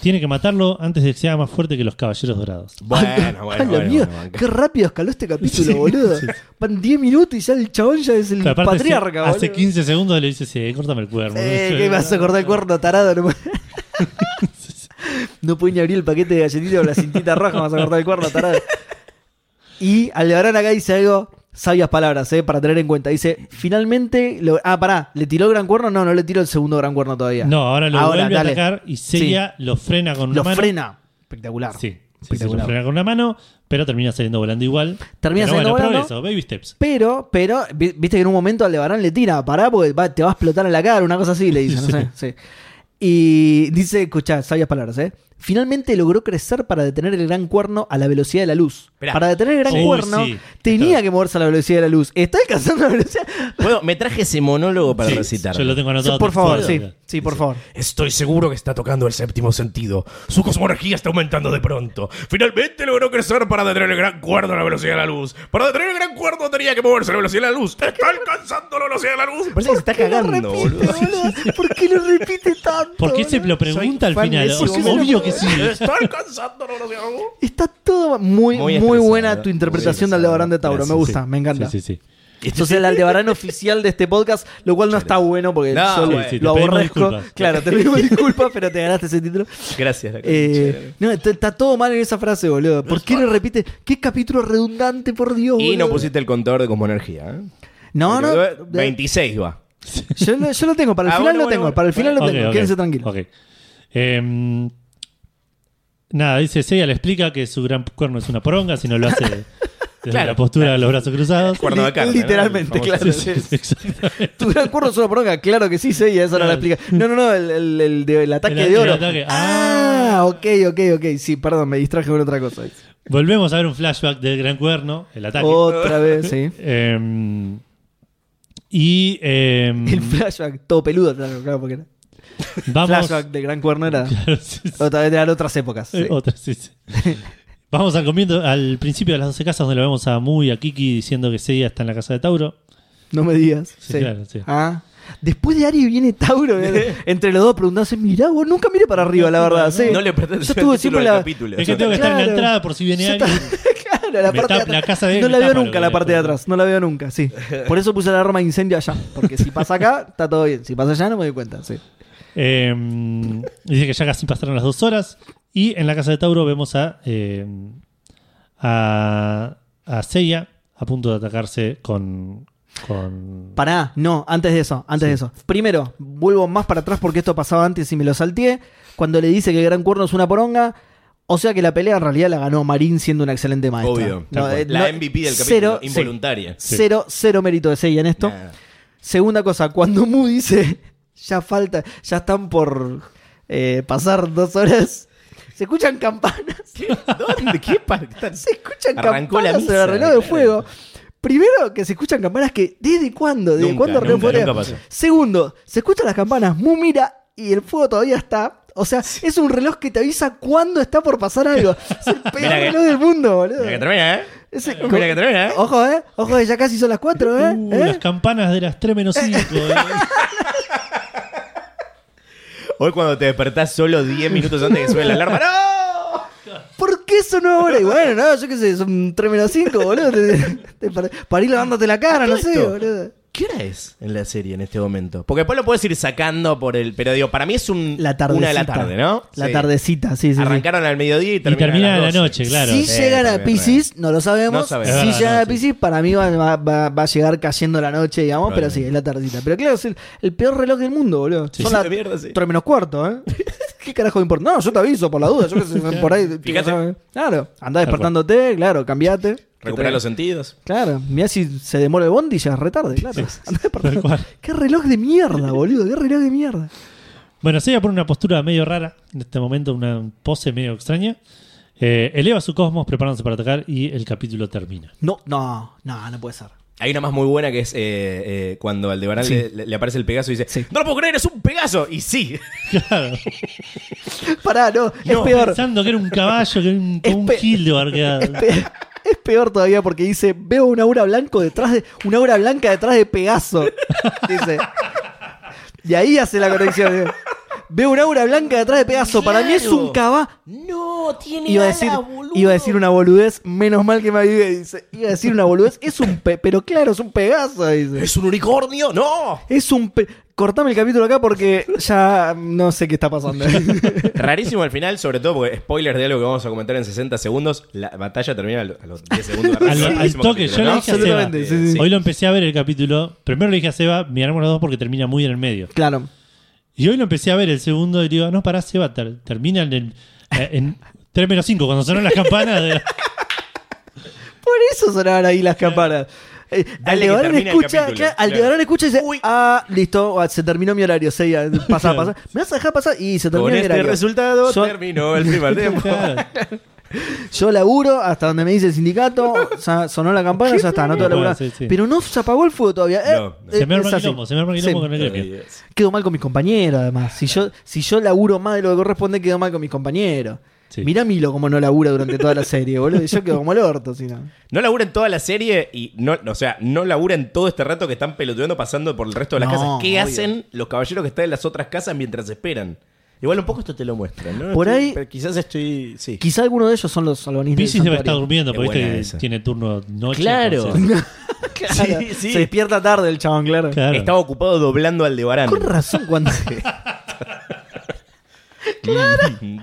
C: tiene que matarlo antes de que sea más fuerte que los Caballeros Dorados.
E: Bueno, bueno,
D: Ah, la
E: bueno,
D: mierda,
E: bueno, banca.
D: qué rápido escaló este capítulo, boludo. Van 10 minutos y ya el chabón ya es el
C: Pero aparte,
D: patriarca,
C: sí, hace
D: boludo.
C: 15 segundos le dice, sí, córtame el cuerno.
D: Eh, que me vas a cortar el cuerno tarado. No, puede- no pude ni abrir el paquete de galletitas con la cintita roja, me vas a cortar el cuerno tarado. Y Aldebarán acá dice algo, sabias palabras, eh, para tener en cuenta. Dice, finalmente, lo- ah, pará, ¿le tiró el gran cuerno? No, no le tiró el segundo gran cuerno todavía.
C: No, ahora lo vuelve
D: dale.
C: a atacar y Seiya lo frena con una
D: Lo
C: mano.
D: frena. Espectacular.
C: Sí, sí, sí, lo
D: Espectacular.
C: frena con una mano, pero termina saliendo volando igual.
D: Termina
C: Pero
D: saliendo
C: bueno,
D: volando.
C: progreso, baby steps.
D: Pero, pero, vi- viste que en un momento Aldebarán le tira, pará, porque va- te va a explotar en la cara, una cosa así, le dice, no sé, sí. Y dice, escuchá, sabias palabras, ¿eh? Finalmente logró crecer para detener el gran cuerno a la velocidad de la luz.
E: Esperá.
D: Para detener el gran
C: Uy,
D: cuerno,
C: sí.
D: tenía
C: Claro.
D: que moverse a la velocidad de la luz. Está alcanzando la velocidad.
E: Bueno, me traje ese monólogo para
C: Sí,
E: recitar.
C: Yo lo tengo anotado.
D: por favor, sí,
C: textual.
D: sí, por favor.
F: Estoy seguro que está tocando el séptimo sentido. Su cosmología está aumentando de pronto. Finalmente logró crecer para detener el gran cuerno a la velocidad de la luz. Para detener el gran cuerno tenía que moverse a la velocidad de la luz. Está alcanzando la velocidad de la luz.
E: Parece que se está
D: ¿Por qué lo
E: cagando,
D: repite,
E: boludo.
D: boludo? ¿Por qué lo repite tanto?
C: ¿Por qué se
D: boludo?
C: lo pregunta al
E: fan
C: final?
E: de ese
C: O sea,
E: momento.
C: Obvio que sí.
F: Está alcanzando la velocidad de la luz.
D: Está todo muy,
E: Muy
D: muy,
E: estresado,
D: buena tu
E: muy
D: interpretación de
E: estresado.
D: Aldebarán de Tauro. me
E: Gracias,
D: gusta, me encanta.
C: Sí, sí, sí.
D: Sos el Aldebarán oficial de este podcast, lo cual no está bueno porque
E: No,
D: yo
E: bueno.
D: lo-
C: Sí, sí,
D: lo
C: te pedimos
D: aborrezco.
C: disculpas.
D: Claro, te pedimos disculpas, pero te ganaste ese título.
E: Gracias. la concha de
D: Eh, no, t- está todo mal en esa frase, boludo. ¿Por qué no repite? ¿Qué capítulo redundante, por Dios?
E: la- Y no
D: boludo?
E: pusiste el contador de cosmoenergía. ¿eh?
D: No, no.
E: Porque-
D: de-
E: 26 va.
D: Yo lo, yo lo tengo, para el
E: Ah,
D: final
E: bueno,
D: lo
E: bueno,
D: tengo.
E: bueno.
D: Para el final lo
C: Ok,
D: tengo,
C: ok,
D: quédense tranquilos.
C: ok. Em, nada, dice Seiya, le explica que su gran cuerno es una poronga, si no lo hace desde
E: Claro.
C: la postura de los brazos cruzados.
E: Cuerno de
D: Li-
E: carne, ¿no?
D: literalmente,
E: El famoso-
D: claro.
C: Sí, sí, sí, exactamente.
D: Tu gran cuerno es una poronga, claro que sí, sí, eso no la explica. No, no, no, el, el- el de- el ataque
C: El-
D: de
C: el
D: oro.
C: ataque,
D: Ah, ok, ok, ok. Sí, perdón, me distraje con otra cosa.
C: Volvemos a ver un flashback del gran cuerno, el ataque.
D: Otra vez, sí.
C: Em, y em,
D: El flashback, todo peludo, claro, claro, porque era.
C: vamos.
D: Flashback de Gran Cuerno era.
C: Claro, sí, sí.
D: Otra vez eran otras épocas. sí.
C: Eh, otra, sí, sí. Vamos al comienzo, al principio de las 12 casas, donde lo vemos a Mu y a Kiki diciendo que Seiya está en la casa de Tauro.
D: No me digas.
C: Sí,
D: Sí.
C: claro, sí.
D: Ah. Después de Ari viene Tauro. eh. Entre los dos preguntándose, mirá, vos nunca miré para arriba, la verdad. sí.
E: No le prestaste
D: Yo
E: atención
D: estuve
E: al título
D: siempre
E: del
D: la-
E: capítulo.
C: Es que tengo que estar en
D: Claro.
C: la entrada por si viene
D: Yo
C: alguien.
D: ta- claro, la
C: Me
D: parte de
C: tapa- la
D: atrás.
C: casa de él
D: No
C: me
D: la veo
C: tapa lo
D: nunca
C: que
D: la
C: viene
D: parte de
C: después.
D: atrás, no la veo nunca, sí. Por eso puse la arma de incendio allá, porque si pasa acá, está todo bien. Si pasa allá, no me doy cuenta, sí.
C: Eh, dice que ya casi pasaron las dos horas. Y en la casa de Tauro vemos a, eh, a, a Seiya a punto de atacarse con. con
D: Pará, no, antes de eso, antes de eso. Primero, vuelvo más para atrás porque esto pasaba antes y me lo salteé. Cuando le dice que el gran cuerno es una poronga, o sea que la pelea en realidad la ganó Marín siendo una excelente maestra.
E: Obvio,
D: No,
E: tal cual.
D: eh,
E: La
D: no,
E: MVP del capítulo,
D: cero,
E: involuntaria.
D: sí, Cero, cero mérito de Seiya en esto.
E: Nah.
D: Segunda cosa, cuando Mu dice, ya falta, ya están por eh, pasar dos horas, se escuchan campanas.
E: ¿Qué? ¿Dónde? ¿Qué par- tan-
D: Se escuchan
E: Arrancó la
D: campanas en
E: misa,
D: el reloj de
E: claro.
D: fuego. Primero, que se escuchan campanas que, ¿desde cuándo? ¿Desde
E: Nunca,
D: cuándo reloj de
E: nunca,
D: fuego?
E: nunca pasó.
D: Segundo, se escuchan las campanas, Mu mira y el fuego todavía está. O sea, es un reloj que te avisa cuándo está por pasar algo. Es el peor
E: Mirá que-
D: reloj del mundo, boludo.
E: Mira que termina, ¿eh?
D: Ese-
E: Mira que termina, ¿eh?
D: Ojo, eh. Ojo, que ya casi son las cuatro, eh.
C: Uh,
D: ¿Eh?
C: Las campanas de las 3 menos eh. 5.
E: Hoy cuando te despertás solo 10 minutos antes que suene la alarma. ¡No!
D: ¿Por qué eso no ahora? Y bueno, no, yo qué sé, son 3 menos 5, boludo. Te- te- para, para ir lavándote la cara, no sé,
E: Esto.
D: boludo.
E: ¿Qué hora es en la serie en este momento? Porque después lo puedes ir sacando por el. Pero digo, para mí es un,
D: La tardecita.
E: una de la tarde, ¿no?
D: La
E: Sí.
D: tardecita, sí, sí. sí.
E: Arrancaron al mediodía y
C: y
E: terminan
C: termina
E: a
C: a la
E: las 12.
C: noche, claro.
D: Si
E: Sí,
D: llegan a
E: también,
D: Pisces, no lo sabemos.
E: No sabemos.
C: Es
D: Si
C: verdad,
D: llegan
C: no,
D: a
C: sí.
D: Pisces, para mí va, va- va- va a llegar cayendo la noche, digamos, pero sí,
E: Probablemente.
D: es la tardita. Pero claro, es el, el peor reloj del mundo, boludo.
E: Sí,
D: Son
E: sí,
D: las
E: de mierda, sí.
D: 3 menos cuarto, ¿eh? ¿Qué carajo me importa? No, yo te aviso por la duda. Yo que sé, por ahí. tipo,
E: Fíjate.
D: ¿sabes? Claro, andá despertándote, claro, cambiate.
E: Recuperar los sentidos.
D: Claro, mirá si se demora el bondi y ya es retarde, claro. Andá
C: Tal
D: despertando.
C: cual.
D: Qué reloj de mierda, boludo, qué reloj de mierda.
C: Bueno, se iba por una postura medio rara en este momento, una pose medio extraña. Eh, eleva su cosmos preparándose para atacar y el capítulo termina.
D: No, no, no, no puede ser.
E: Hay una más muy buena que es eh, eh, cuando Aldebarán le- le, le aparece el Pegaso y dice:
D: Sí.
E: No lo puedo creer, es un Pegaso. Y sí.
C: Claro.
D: Pará, no, es
C: No,
D: peor.
C: Pensando que era un caballo, que era un,
D: Es
C: un
D: pe-
C: gil de barqueada.
D: Pe- Es peor todavía porque dice, veo una aura blanco detrás de. Una aura blanca detrás de Pegaso. Dice. Y ahí hace la conexión. digo, Veo una aura blanca detrás de Pegaso. Para mí es un cava.
E: No, tiene.
D: Iba a decir, iba a decir una boludez, menos mal que me avivé, dice. Iba a decir una boludez, es un pe- pero claro, es un Pegaso, dice.
E: ¿Es un unicornio? ¡No!
D: Es un pe- cortame el capítulo acá porque ya no sé qué está pasando.
E: Rarísimo al final, sobre todo porque spoilers de algo que vamos a comentar en 60 segundos. La batalla termina a lo- a los 10 segundos.
C: Al, al
E: Rarísimo
C: toque, yo le
E: capítulo, ¿no?
C: dije a Seba.
D: Absolutamente, sí, sí.
C: Hoy lo empecé a ver el capítulo. Primero le dije a Seba, miramos los dos porque termina muy en el medio.
D: claro.
C: Y hoy lo empecé a ver el segundo y digo, "Ah, no, pará, Seba, ter- termina en, el- eh, en 3 menos 5, cuando sonó las campanas. de-
D: Por eso sonaban ahí las campanas. Eh,
E: Dale que
D: Aldebarán
E: termine el
D: escucha,
E: capítulo,
D: claro,
E: claro.
D: Aldebarán escucha y dice,
E: Uy.
D: ah, listo, ah, se terminó mi horario, Seiya, pasa, pasa. Me vas a dejar pasar y se terminó
E: Con
D: mi
E: este
D: horario.
E: resultado
D: Yo-
E: terminó el primer tiempo.
C: Claro.
D: Yo laburo hasta donde me dice el sindicato, sa- sonó la campana, ya está, no tengo que laburar.
C: Sí, sí.
D: Pero no se apagó el fuego todavía. eh,
E: No, no.
D: eh,
C: Se me arma
D: es así.
C: quilombo, se me arma quilombo
D: Sí.
C: con el gremio.
D: Quedo mal con mis compañeros, además. Si yo, si yo laburo más de lo que corresponde, quedo mal con mis compañeros.
C: Sí.
D: Mirá a Milo como no labura durante toda la serie, boludo. y Yo quedo como el orto, si no.
E: No laburan toda la serie y no, o sea, no laburan todo este rato que están peloteando pasando por el resto de las
D: No,
E: casas. ¿Qué
D: obvio.
E: hacen los caballeros que están en las otras casas mientras esperan? Igual un poco esto te lo muestra, ¿no?
D: Por
E: Estoy-
D: ahí-
E: pero quizás estoy. Sí.
D: Quizá alguno de ellos son los albanistas.
C: Pisces debe estar durmiendo,
E: Qué
C: porque viste
E: buena
C: que
E: esa.
C: tiene turno noche.
E: Claro.
C: entonces-
E: Sí, sí.
D: Se despierta tarde el chabón, claro.
C: Claro.
E: Estaba ocupado doblando al de Barán.
D: Con razón cuando.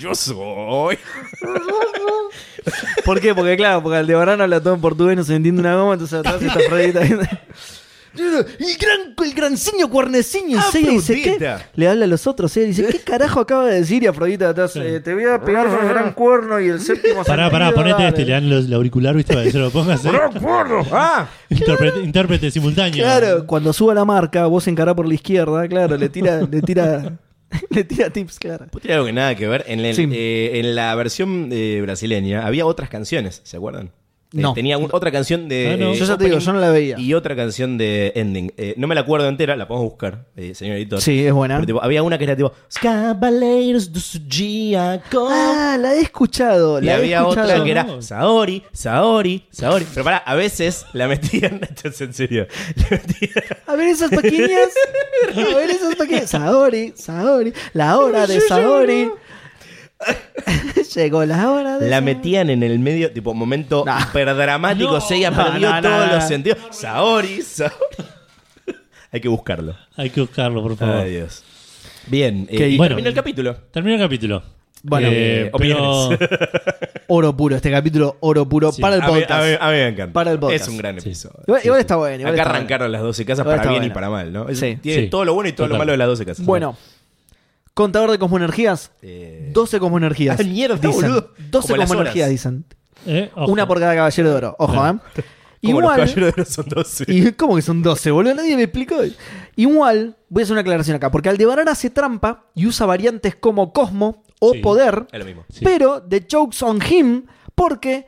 E: Yo soy.
D: ¿Por qué? Porque claro, porque Aldebarán habla todo en portugués, no se entiende una goma, entonces atrás está Fredita. El gran, el gran ceño cuerneciño,
E: Ah,
D: Seiya dice ¿qué?
E: Afrodita.
D: Le habla a los otros, Seiya dice, ¿qué carajo acaba de decir? Y Afrodita atrás, eh, te voy a pegar con el gran cuerno y el séptimo
C: Pará, pará,
D: sentido,
C: ponete
D: dale".
C: este, le dan los- el auricular, viste, para que se lo pongas. ¿eh?
E: ¡Ah!
C: intérprete, intérprete simultáneo.
D: Claro, cuando suba la marca, vos encará por la izquierda, claro, le tira, le tira, le tira tips, claro.
E: Puede tener algo que nada que ver. En, el-
D: Sí.
E: eh, en la versión eh, brasileña había otras canciones, ¿se acuerdan? Eh,
D: No.
E: tenía un- otra canción de.
C: Ah, no.
E: eh,
D: Yo ya te digo,
E: opening
D: yo no la veía.
E: Y otra canción de ending. Eh, no me la acuerdo entera, la podemos buscar, eh, señor editor.
D: Sí, es buena.
E: Pero, tipo, había una que era tipo. "Os Cavaleiros do Zodíaco".
D: Ah, la he escuchado,
E: Y
D: la he
E: había
D: escuchado.
E: otra que
C: No.
E: era Saori, Saori, Saori. Pero para, a veces la metían. Esto es en serio. La metían.
D: A ver esas pequeñas. A ver esas pequeñas. Saori, Saori. La hora de Saori. Llegó la hora de.
E: La
D: Saori.
E: metían en el medio, tipo momento
D: Nah.
E: hiperdramático.
C: No.
E: Seiya
D: No,
E: perdió
D: no, no,
E: todos
D: no.
E: los sentidos. Saori, Saori. Hay que buscarlo.
C: Hay que buscarlo, por favor.
E: Ay, Dios. Bien,
D: Qué-
E: eh, y
C: bueno.
E: termina el capítulo.
C: Termina el capítulo.
D: Bueno,
C: Eh, pero
E: opiniones.
D: Oro puro, este capítulo, oro puro
C: Sí.
D: para el
E: A mí,
D: podcast.
E: a mí- a mí me encanta.
D: Para el podcast.
E: Es un gran
C: Sí.
E: episodio.
D: Igual, igual está bueno. igual
E: Acá
D: está
E: arrancaron las 12 casas
D: Igual
E: para
D: está
E: bien
D: bueno.
E: y para mal, ¿no? Es-
D: Sí.
E: Tiene
C: Sí.
E: todo lo bueno y todo
C: Total.
E: lo malo de las 12 casas.
D: Bueno. bueno. Contador de cosmoenergías.
E: Eh,
D: 12 cosmoenergías.
E: Ah, mierda,
D: dicen.
E: boludo.
D: 12
E: Como las
D: cosmoenergías,
E: horas.
D: dicen.
C: eh, ojo.
D: Una por cada caballero de oro. Ojo, ¿eh?
E: como los
D: Igual.
E: caballeros de los son 12.
D: ¿Y cómo que son 12, boludo? Nadie me explicó. Igual, voy a hacer una aclaración acá, porque Aldebarán hace trampa y usa variantes como Cosmo o
C: Sí.
D: Poder,
E: Es lo mismo.
C: Sí.
D: pero The Joke's on Him, porque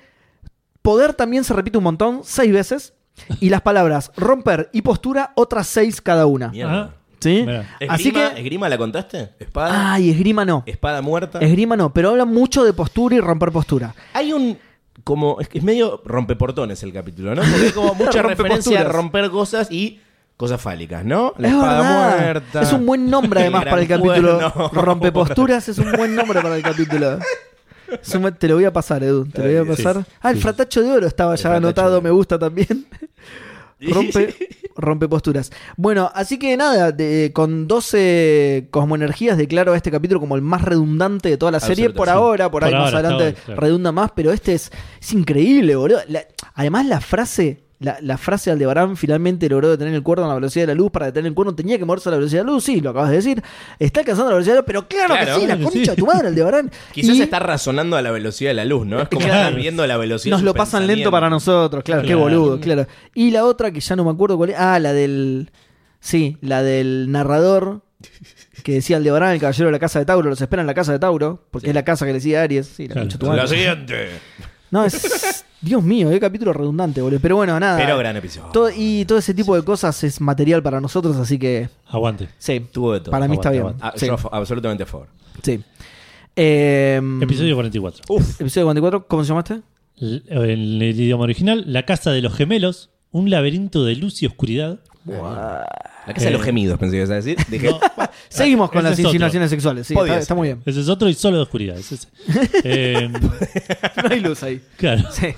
D: Poder también se repite un montón, seis veces, y las palabras Romper y Postura otras seis cada una.
C: Ah,
E: Mierda.
D: ¿Sí?
C: Mira.
D: Así
E: Esgrima-
D: que... Ah.
E: ¿Esgrima la contaste? ¿Espada?
D: Ay, esgrima no.
E: ¿Espada muerta?
D: Esgrima no, pero hablan mucho de postura y romper postura.
E: Hay un. Como, es que es medio rompeportones el capítulo, ¿no? Porque hay como mucha referencia a
D: Rompeposturas.
E: romper cosas y cosas fálicas, ¿no? La
D: es
E: espada
D: verdad.
E: muerta.
D: Es un buen nombre
E: El
D: además
E: gran
D: para el capítulo.
E: cuerno.
D: Rompeposturas es un buen nombre para el capítulo. Es un buen- te lo voy a pasar, Edu. Te lo voy a
E: Eh, Sí,
D: pasar. Ah, el fratacho de oro estaba ya
E: fratacho de
D: anotado,
E: oro.
D: me gusta también. Rompe, rompe posturas. Bueno, así que nada, de- con 12 cosmoenergías declaro este capítulo como el más redundante de toda la serie
E: Absoluta,
D: por
E: sí.
D: ahora, por,
C: Por
D: ahí más
C: ahora, hasta
D: adelante
C: ahora, claro.
D: redunda más, pero este es, es increíble, boludo. La- además la frase La, la frase de Aldebarán finalmente logró detener el cuerno a la velocidad de la luz. Para detener el cuerno tenía que moverse a la velocidad de la luz. Sí, lo acabas de decir. Está alcanzando la velocidad de la luz, pero claro, que
E: Claro,
D: sí, la
C: claro que
D: concha
C: sí.
D: de tu madre, Aldebarán.
E: Quizás
D: Y
E: está razonando a la velocidad de la luz, ¿no? Es como
D: Claro.
E: están viendo la velocidad.
D: Nos
E: de
D: lo
E: su
D: pasan
E: pensamiento.
D: lento para nosotros, claro, qué
C: Claro.
D: boludo, claro. Y la otra que ya no me acuerdo cuál es. Ah, la del. Sí, la del narrador que decía Aldebarán, el caballero de la casa de Tauro. Los espera en la casa de Tauro, porque es la casa que le decía Aries. Sí, la
C: Claro.
D: concha de tu madre.
F: La siguiente.
D: No, es. Dios mío, qué capítulo redundante, boludo. Pero bueno, nada.
E: Pero gran episodio.
D: Todo- y todo ese tipo de cosas es material para nosotros, así que.
C: Aguante.
D: Sí.
E: Tuvo de todo.
D: Para mí está bien.
E: Ah,
D: Sí.
E: Yo a- absolutamente a favor.
D: Sí. Eh,
C: Episodio 44.
E: Uf.
D: episodio 44, ¿cómo se este? llamaste?
C: L- En el idioma original, La Casa de los Gemelos, un laberinto de luz y oscuridad.
E: La casa de
D: Eh.
E: los gemidos, pensé que ibas a decir. Dije,
C: No,
D: Seguimos con
C: ese es
D: las
C: otro.
D: insinuaciones sexuales. Sí,
E: Podía
D: está,
E: ser.
D: está muy bien.
C: ese es otro y solo de oscuridad. es ese. Eh,
D: No hay luz ahí.
C: claro.
D: Sí.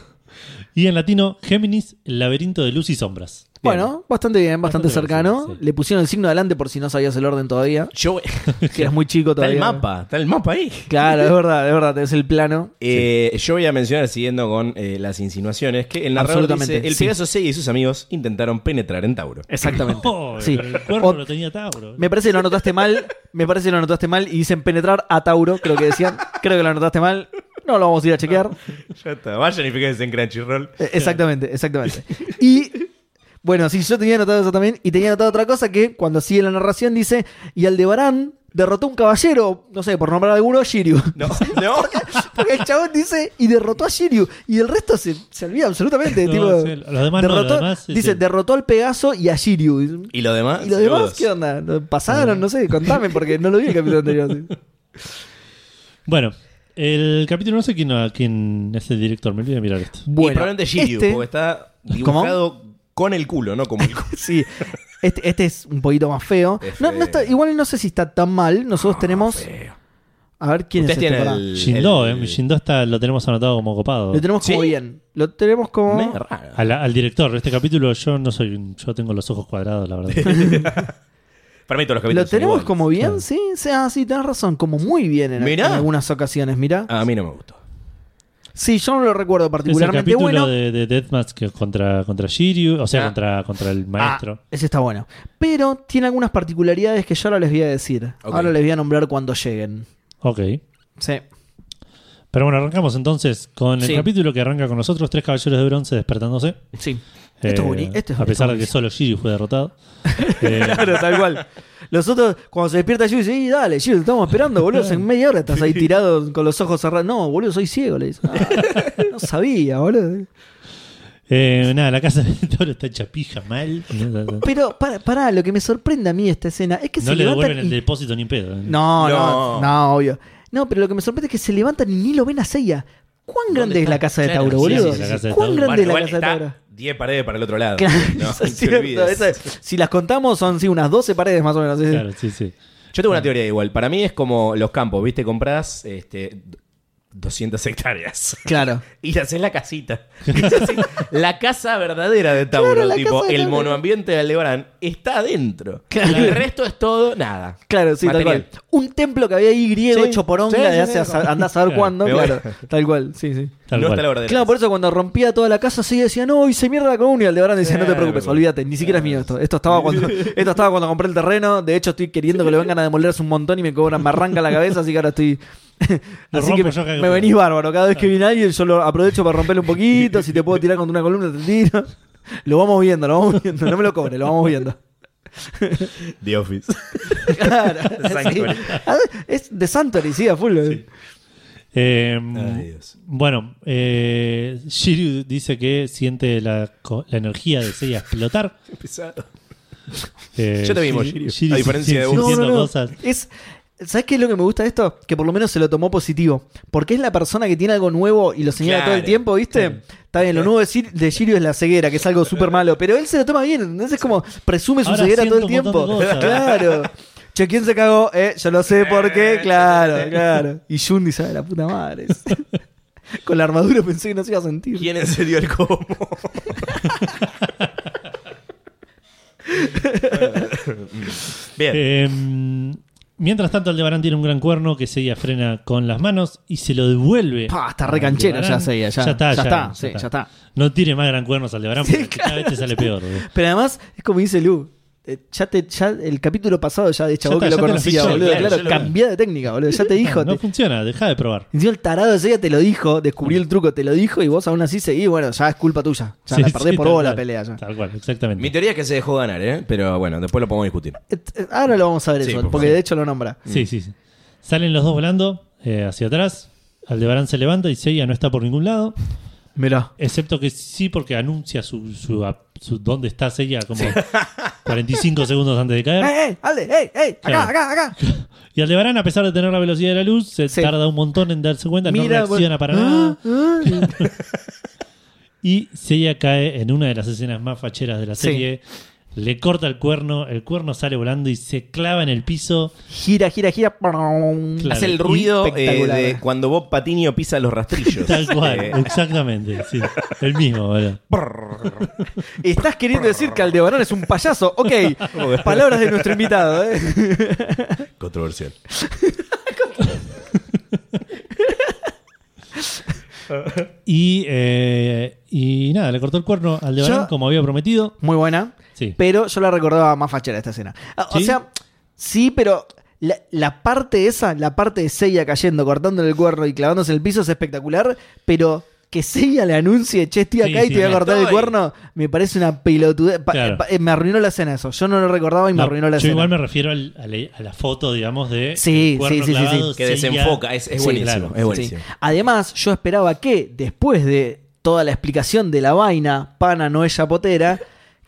C: Y en latino, Géminis, el laberinto de luz y sombras.
D: Bueno, bastante bien, bastante,
C: Bastante
D: cercano.
C: parecido, sí.
D: Le pusieron el signo adelante por si no sabías el orden todavía.
E: yo.
D: Que eras muy chico
E: está
D: todavía.
E: el mapa, está el mapa ahí.
D: Claro, es verdad, es verdad, es el plano.
E: Eh, Yo voy a mencionar, siguiendo con eh, las insinuaciones, que el narrador
D: Absolutamente,
E: dice: El
D: sí.
E: Pegaso 6 y sus amigos intentaron penetrar en Tauro.
D: Exactamente.
C: Oh,
D: Sí.
C: pero El cuerpo
D: O-
C: lo tenía Tauro.
D: Me parece que lo anotaste mal. Me parece que lo anotaste mal. Y dicen penetrar a Tauro, creo que decían. Creo que lo anotaste mal. No lo vamos a ir a chequear.
E: Ya está, vayan y fíjense en Crunchyroll.
D: Eh, Exactamente, exactamente. Y bueno, sí, yo tenía anotado eso también. Y tenía anotado otra cosa que cuando sigue la narración dice: Y Aldebarán derrotó a un caballero, no sé, por nombrar alguno, Shiryu.
E: No, no.
D: Porque el chabón dice y derrotó a Shiryu. Y el resto se, se olvida absolutamente.
C: No,
D: tipo,
C: sí, los demás no, los demás, sí,
D: dice,
C: sí.
D: derrotó al Pegaso y a Shiryu. Y,
E: ¿Y lo demás?
D: los demás,
E: Saludos.
D: ¿qué onda? ¿Lo ¿Pasaron? No sé, contame porque no lo vi el capítulo anterior. sí.
C: Bueno, el capítulo no sé quién, quién es el director. Me olvidé de mirar esto.
E: y probablemente Shiryu,
D: este-
E: porque está dibujado con el culo, no como el culo.
D: Sí, este, este es un poquito más feo.
E: Es
D: No, no está-
E: feo. Ah,
D: igual no sé si está tan mal. Nosotros tenemos... A ver quién
E: Ustedes
D: es este.
E: tienen
D: pará.
E: el.
C: Shindo,
E: el-
C: eh, Shindo está, lo tenemos anotado como copado.
D: Lo tenemos como
E: ¿Sí?
D: bien. Lo tenemos como...
E: Me- raro.
C: Al, al director de este capítulo, yo no soy un- yo tengo los ojos cuadrados, la verdad.
E: Para mí
D: Lo
E: todos los capítulos son
D: tenemos
E: iguales.
D: como bien, sí. O sea, sí, tenés razón. Como muy bien en,
E: Mirá. Ah.
D: en algunas ocasiones, mira.
E: A mí no me gustó.
D: Sí, yo no lo recuerdo
C: Es el
D: particularmente
C: capítulo
D: bueno.
C: de, de Deathmatch que contra, contra Shiryu, o sea,
E: Ah.
C: contra, contra el maestro.
D: Ah, ese está bueno. Pero tiene algunas particularidades que yo ahora les voy a decir.
E: Ok.
D: Ahora les voy a nombrar cuando lleguen.
C: Ok.
D: Sí.
C: Pero bueno, arrancamos entonces con el
D: Sí.
C: capítulo que arranca con nosotros, tres caballeros de bronce despertándose.
D: Sí.
C: Eh,
D: Esto es boni- esto es-
C: a pesar
D: esto
C: de que
D: es
C: solo Shiryu fue derrotado. Eh,
D: Claro, tal cual. Los otros, cuando se despierta Jules, sí, dale, Jules, estamos esperando, boludo. En media hora estás ahí tirado con los ojos cerrados. No, boludo, soy ciego, le dice. Ah, no sabía, boludo.
C: eh, nada, la casa de Toro está hecha pija mal. No,
D: Pero, para, pará, lo que me sorprende a mí de esta escena es que se
C: le devuelven
D: levantan
C: el
D: y-
C: depósito ni en pedo. eh.
D: No, no,
E: No.
D: no, obvio. No, pero lo que me sorprende es que se levantan y ni lo ven a Seiya. ¿Cuán grande es la casa de
E: Claro,
D: Tauro,
E: sí,
D: boludo?
E: sí, sí,
C: la casa de
D: ¿Cuán
C: Tauro.
D: grande
E: Bueno, igual
D: es la casa de Tauro?
E: está 10 paredes para el otro lado.
D: Claro,
E: No,
D: eso es
E: te
D: cierto,
E: olvides.
D: eso es- si las contamos, son sí, unas 12 paredes más o menos. sí, sí.
C: Claro, sí, sí.
E: Yo tengo una teoría igual. Para mí es como los campos, ¿viste? Comprás este, 200 hectáreas.
D: Claro.
E: Y te haces la casita. Y te haces la casa verdadera de Tauro.
D: Claro, la
E: tipo,
D: casa de
E: el
D: Tauro.
E: monoambiente de Aldebarán está adentro.
D: Claro.
E: El resto es todo, nada.
D: Claro, sí,
E: Material.
D: tal cual. Un templo que había ahí griego
E: Sí,
D: hecho poronga
E: sí, sí,
D: de hace
E: sí.
D: a- andás a saber
C: Claro,
D: cuándo,
E: me voy.
D: claro. Tal cual, sí, sí.
C: Tal
E: no
C: cual.
E: está la verdadera.
D: Claro, por eso cuando rompía toda la casa sí decía, no, hice mierda la comuna. Y Aldebarán decía, no te
E: Claro,
D: preocupes,
E: pero-
D: olvídate, ni siquiera es mío esto. Esto estaba cuando, esto estaba cuando compré el terreno. De hecho, estoy queriendo que lo vengan a demoler hace un montón y me cobran, me arranca la cabeza, así que ahora estoy.
C: Lo
D: así
C: rompo
D: que
C: yo acá
D: me,
C: que
D: me
C: puedo".
D: venís bárbaro. Cada vez que viene alguien, yo lo aprovecho para romperle un poquito. Si te puedo tirar contra una columna, te tiro. Lo vamos viendo, lo vamos viendo. No me lo cobre, lo vamos viendo.
E: The Office.
D: Claro. sí. Ah, Es de Santori, sí, a full.
C: Eh,
E: Ay, Dios.
C: bueno, eh, Shiryu dice que siente la, co- la energía de Seiya explotar.
E: Pesado.
C: Eh,
E: Yo te vimos, Shiryu, a diferencia
C: sí,
E: de
C: sí,
E: vos.
C: sintiendo cosas.
D: Es, ¿Sabes qué es lo que me gusta de esto? Que por lo menos se lo tomó positivo. Porque es la persona que tiene algo nuevo y lo señala
E: Claro.
D: todo el tiempo, ¿viste? Está bien, lo nuevo de, Sir- de Shiryu es la ceguera, que es algo súper malo. Pero él se lo toma bien, entonces es como presume su
C: Ahora
D: ceguera todo el
C: siento un
D: tiempo.
C: montón de cosas.
D: Claro. Che, ¿quién se cagó? Eh, yo lo sé por qué, claro, claro. Y Jun dice, "Ay, la puta madre. Con la armadura pensé que no se iba a sentir.
E: ¿Quién encendió el cómo? Bien.
C: Eh, Mientras tanto, Aldebarán tiene un gran cuerno que Seiya frena con las manos y se lo devuelve.
D: Pa, está re canchero ya
C: Aldebarán.
D: Seiya, ya,
C: ya está, ya,
D: está,
C: ya
D: sí,
C: está.
D: ya está.
C: No tiene más gran cuernos Aldebarán
D: Sí,
C: porque cada
D: claro.
C: vez te sale peor. boludo.
D: Pero además, es como dice Lu. eh, Ya te, ya el capítulo pasado ya de chabón
C: está,
D: que lo
C: ya te lo
D: conocía,
C: fiché,
D: boludo.
C: claro,
D: Claro,
C: ya lo-
D: cambiá de técnica, boludo. Ya te dijo.
C: No
D: te-
C: funciona, deja de probar.
D: Encima el tarado de Seiya te lo dijo, descubrió el truco, te lo dijo y vos aún así seguís. Bueno, ya es culpa tuya. Ya
C: Sí,
D: la perdés
C: sí,
D: por
C: tal
D: vos la
C: cual.
D: pelea. Ya.
C: Tal cual, exactamente.
E: Mi teoría es que se dejó ganar, ¿eh? Pero bueno, después lo podemos discutir.
D: Eh, eh, Ahora lo vamos a ver
E: Sí,
D: eso,
E: por
D: porque
E: favor.
D: de hecho lo nombra.
C: Sí, sí, sí. Salen los dos volando eh, hacia atrás. Aldebarán se levanta y Seiya no está por ningún lado.
D: Mirá.
C: Excepto que sí, porque anuncia su, su, a- su- dónde está Seiya como 45 segundos antes de
D: ¡Eh,
C: caer.
D: eh! ¡Alde! ¡Eh, eh! ¡Acá,
C: Claro.
D: acá, acá!
C: Y Aldebarán, a pesar de tener la velocidad de la luz, se
D: Sí.
C: tarda un montón en darse cuenta, no
D: Mira,
C: reacciona
D: bueno.
C: para
D: Ah,
C: nada.
D: ah.
C: Y Seiya cae en una de las escenas más facheras de la
D: Sí.
C: serie. Le corta el cuerno, el cuerno sale volando y se clava en el piso.
D: Gira, gira, gira.
C: Claro.
E: Hace el ruido eh,
D: Espectacular.
E: de cuando Bob Patiño pisa los rastrillos.
C: Tal cual,
E: Eh,
C: exactamente. sí. El mismo, boludo.
D: Estás queriendo decir que Aldebarán es un payaso. Ok, palabras de nuestro invitado. ¿eh?
F: Controversial.
C: Y, eh, y nada, le cortó el cuerno al
D: Yo-
C: como había prometido.
D: Muy buena.
C: Sí.
D: Pero yo la recordaba más fachera esta escena. Ah, O
C: ¿Sí?
D: sea, sí, pero la, la parte esa, la parte de Seiya cayendo, cortándole el cuerno y clavándose en el piso es espectacular, pero que Seiya le anuncie, che, estoy
C: Sí,
D: acá y
C: sí,
D: te voy a
C: no
D: cortar el
E: estoy.
D: cuerno, me parece una pelotude. Pa-
C: Claro.
D: pa- eh, me arruinó la escena eso. Yo no lo recordaba y me
C: No,
D: arruinó la
C: yo
D: escena.
C: igual me refiero al- a, la, a la foto, digamos, de
D: Sí,
C: el cuerno
D: sí, sí, sí, sí.
C: clavado,
E: que
C: silla.
E: desenfoca, es, es
C: Sí,
E: buenísimo.
C: claro.
E: es buenísimo.
D: Sí. Además, yo esperaba que, después de toda la explicación de la vaina, pana no es yapotera,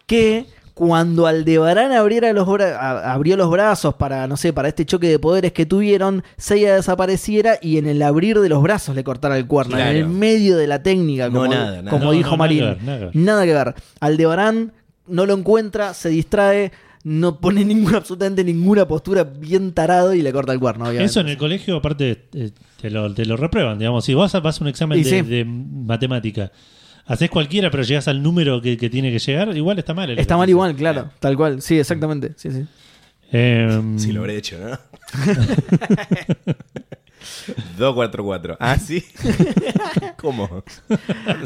D: que cuando Aldebarán abriera los bra- a- abrió los brazos para, no sé, para este choque de poderes que tuvieron, Seiya desapareciera y en el abrir de los brazos le cortara el cuerno, en
E: Claro.
D: el medio de la técnica,
E: No,
D: como,
E: nada, nada.
D: como
C: No,
D: dijo
C: no, nada
D: Marín.
C: que ver, nada que ver.
D: Nada que ver. Aldebarán no lo encuentra, se distrae, no pone ninguna, absolutamente ninguna postura bien tarado y le corta el cuerno, obviamente.
C: Eso en el colegio, aparte, eh, te lo, te lo reprueban. Digamos, si vos vas a un examen
D: Y
C: de,
D: sí.
C: de matemática, haces cualquiera, pero llegás al número que, que tiene que llegar, igual está mal. el
D: Está mal
C: ejercicio.
D: igual, claro, tal cual, sí, exactamente, sí, sí.
C: Eh,
E: Sí, lo habré hecho, ¿no? 244. Ah, sí. ¿Cómo?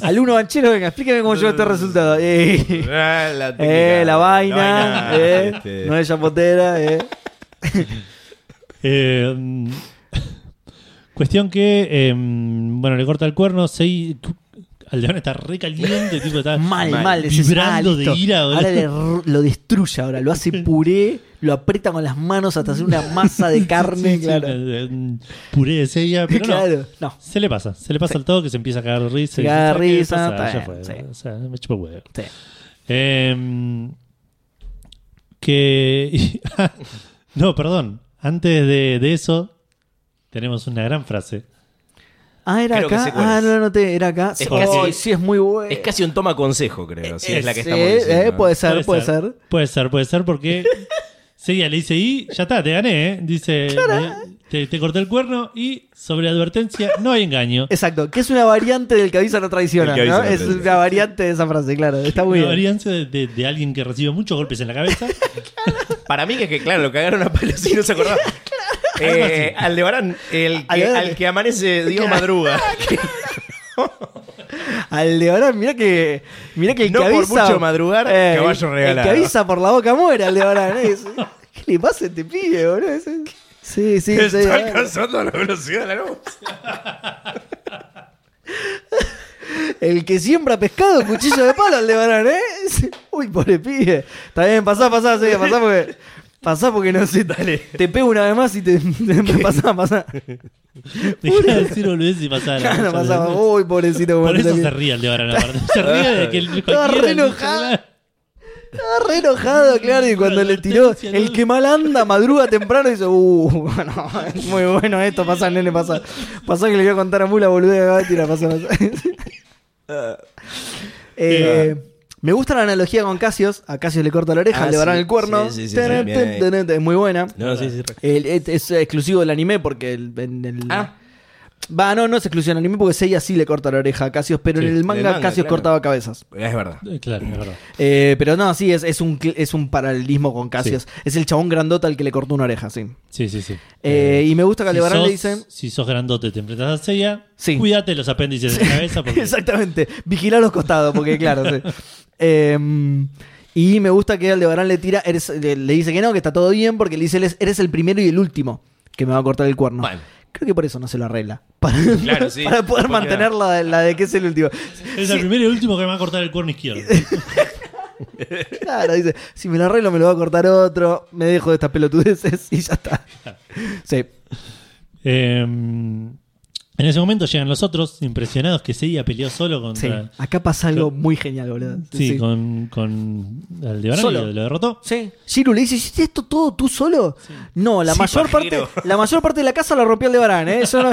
D: Alumno banchero, venga, explíqueme cómo llegó este resultado. Eh,
E: Ah, la, técnica,
D: eh, la vaina,
E: vaina,
D: eh,
E: este.
D: no es chapotera, eh.
C: eh, cuestión que, eh, bueno, le corta el cuerno, seis, Aldeón está re caliente, tipo, está
D: Mal, mal, decís, ah,
C: vibrando de
D: listo.
C: ira. boludo.
D: Ahora le r- lo destruye, ahora lo hace puré, lo aprieta con las manos hasta hacer una masa de carne,
C: Sí, sí,
D: claro.
C: una- un puré de sella, pero no.
D: claro, no.
C: Se le pasa, se le pasa al todo que se empieza a cagar de risa.
D: Se
C: y dice,
D: caga de
C: "¿Sabes qué?
D: risa,
C: Pasa,
D: está
C: ya
D: bien,
C: fue,
D: sí.
C: O sea, me chupa un huevo.
D: Sí.
C: Eh, que. no, perdón. Antes de, de eso, tenemos una gran frase.
D: Ah, era
E: Creo que
D: acá.
E: sé cuál
D: Ah,
E: es.
D: no lo noté, era acá.
E: Es
D: Ay,
E: casi-
D: sí, es muy bueno.
E: Es casi un toma consejo, creo. Si es la que
D: Sí,
E: estamos diciendo.
D: eh, puede ser, puede ser.
C: Puede ser, puede ser, porque. Seiya le dice, y ya está, te gané, ¿eh? Dice, "Me- te, te corté el cuerno y sobre advertencia, no hay engaño.
D: Exacto, que es una variante del que avisa no traiciona,
E: El que avisa
D: ¿no?
E: no
D: Es
E: traiciona.
D: una variante de esa frase, claro. Está muy
C: Una
D: bien.
C: variante de, de- de alguien que recibe muchos golpes en la cabeza.
E: Para mí que, que claro, lo cagaron a palos y no se acordaba. Eh, Aldebarán, el que,
D: Aldebarán.
E: al que amanece Dios madruga.
D: Aldebarán, mirá que. Mirá que el
E: No
D: que
E: por
D: avisa. eh,
E: mucho madrugar, caballo regalado.
D: El que avisa por la boca muere, Aldebarán. ¿eh? Es- ¿Qué le pasa a este pibe, boludo? Es- Sí, sí, sí.
F: Está
D: eh.
F: alcanzando la velocidad de la luz.
D: El que siembra pescado, cuchillo de palo, Aldebarán, ¿eh? Es- Uy, pobre pibe. Está bien, pasá, pasá, sí, pasá porque. Pasá porque no sé. Te pego una vez más y te. pasá, pasá.
C: Dejá de decir boludeces y pasar.
D: Claro, pasá. Uy, pobrecito,
C: Por
D: pobre
C: eso
D: pibe.
C: se ríe el de Barán aparte. Se ríe de que el
D: Estaba re
C: cualquiera-
D: enojado. Estaba re
E: Mm,
D: enojado, claro, y cuando le tiró, el que mal anda, madruga temprano, y dice, uh, bueno, es muy bueno esto, pasa, nene, pasa. Pasa que le voy a contar a Mula, boludo, acá de tirar, pasa, pasa. Eh, me gusta la analogía con Casios, a Casios le corta la oreja,
E: Ah,
D: le varán
E: sí,
D: el cuerno,
E: sí, sí, sí,
D: Tenet,
E: bien ahí.
D: tenet, es muy buena.
E: No, sí, sí.
D: El- es, es exclusivo del anime porque el- en el...
E: Ah.
D: Va, no, no es exclusión anime porque Seiya sí le corta la oreja a Casios, pero
C: Sí,
D: en el
E: en
D: manga,
E: el manga,
D: Casios
E: claro.
D: cortaba cabezas.
E: Es verdad.
C: Eh, Claro, es verdad.
D: Eh, pero no, sí, es, es, un, cl- es un paralelismo con Casios. Es el chabón grandota al que le cortó una oreja, sí.
C: Sí, sí, sí.
D: Eh, y me gusta
C: si
D: que Aldebarán
C: sos,
D: le dice...
C: Si sos grandote, te enfrentas a Seiya,
D: Sí.
C: cuídate los apéndices de la cabeza porque
D: Exactamente. Vigilar los costados, porque claro, sí. Eh, y me gusta que Aldebarán le tira, eres- le, le dice que no, que está todo bien, porque le dice, "Eres- eres el primero y el último que me va a cortar el cuerno.
E: Bueno.
D: Creo que por eso no se lo arregla. Para,
E: Claro, sí.
D: para poder
E: Porque-
D: mantener la, la de que es el último.
C: es el primero y último que me va a cortar el cuerno izquierdo.
D: Claro, dice, si me lo arreglo me lo va a cortar otro, me dejo de estas pelotudeces y ya está. Sí.
C: Eh, en ese momento llegan los otros, impresionados que Seiya peleó solo
D: Sí,
C: contra.
D: acá pasa algo muy genial, boludo.
C: Sí,
D: sí.
C: con, con Aldebarán y
D: Solo.
C: lo, lo derrotó.
D: Sí. Shiru le dice, ¿hiciste esto todo tú solo? No, la
E: Sí,
D: mayor
E: pajero.
D: parte, la mayor parte de la casa la rompió el de Barán, ¿eh? Yo no,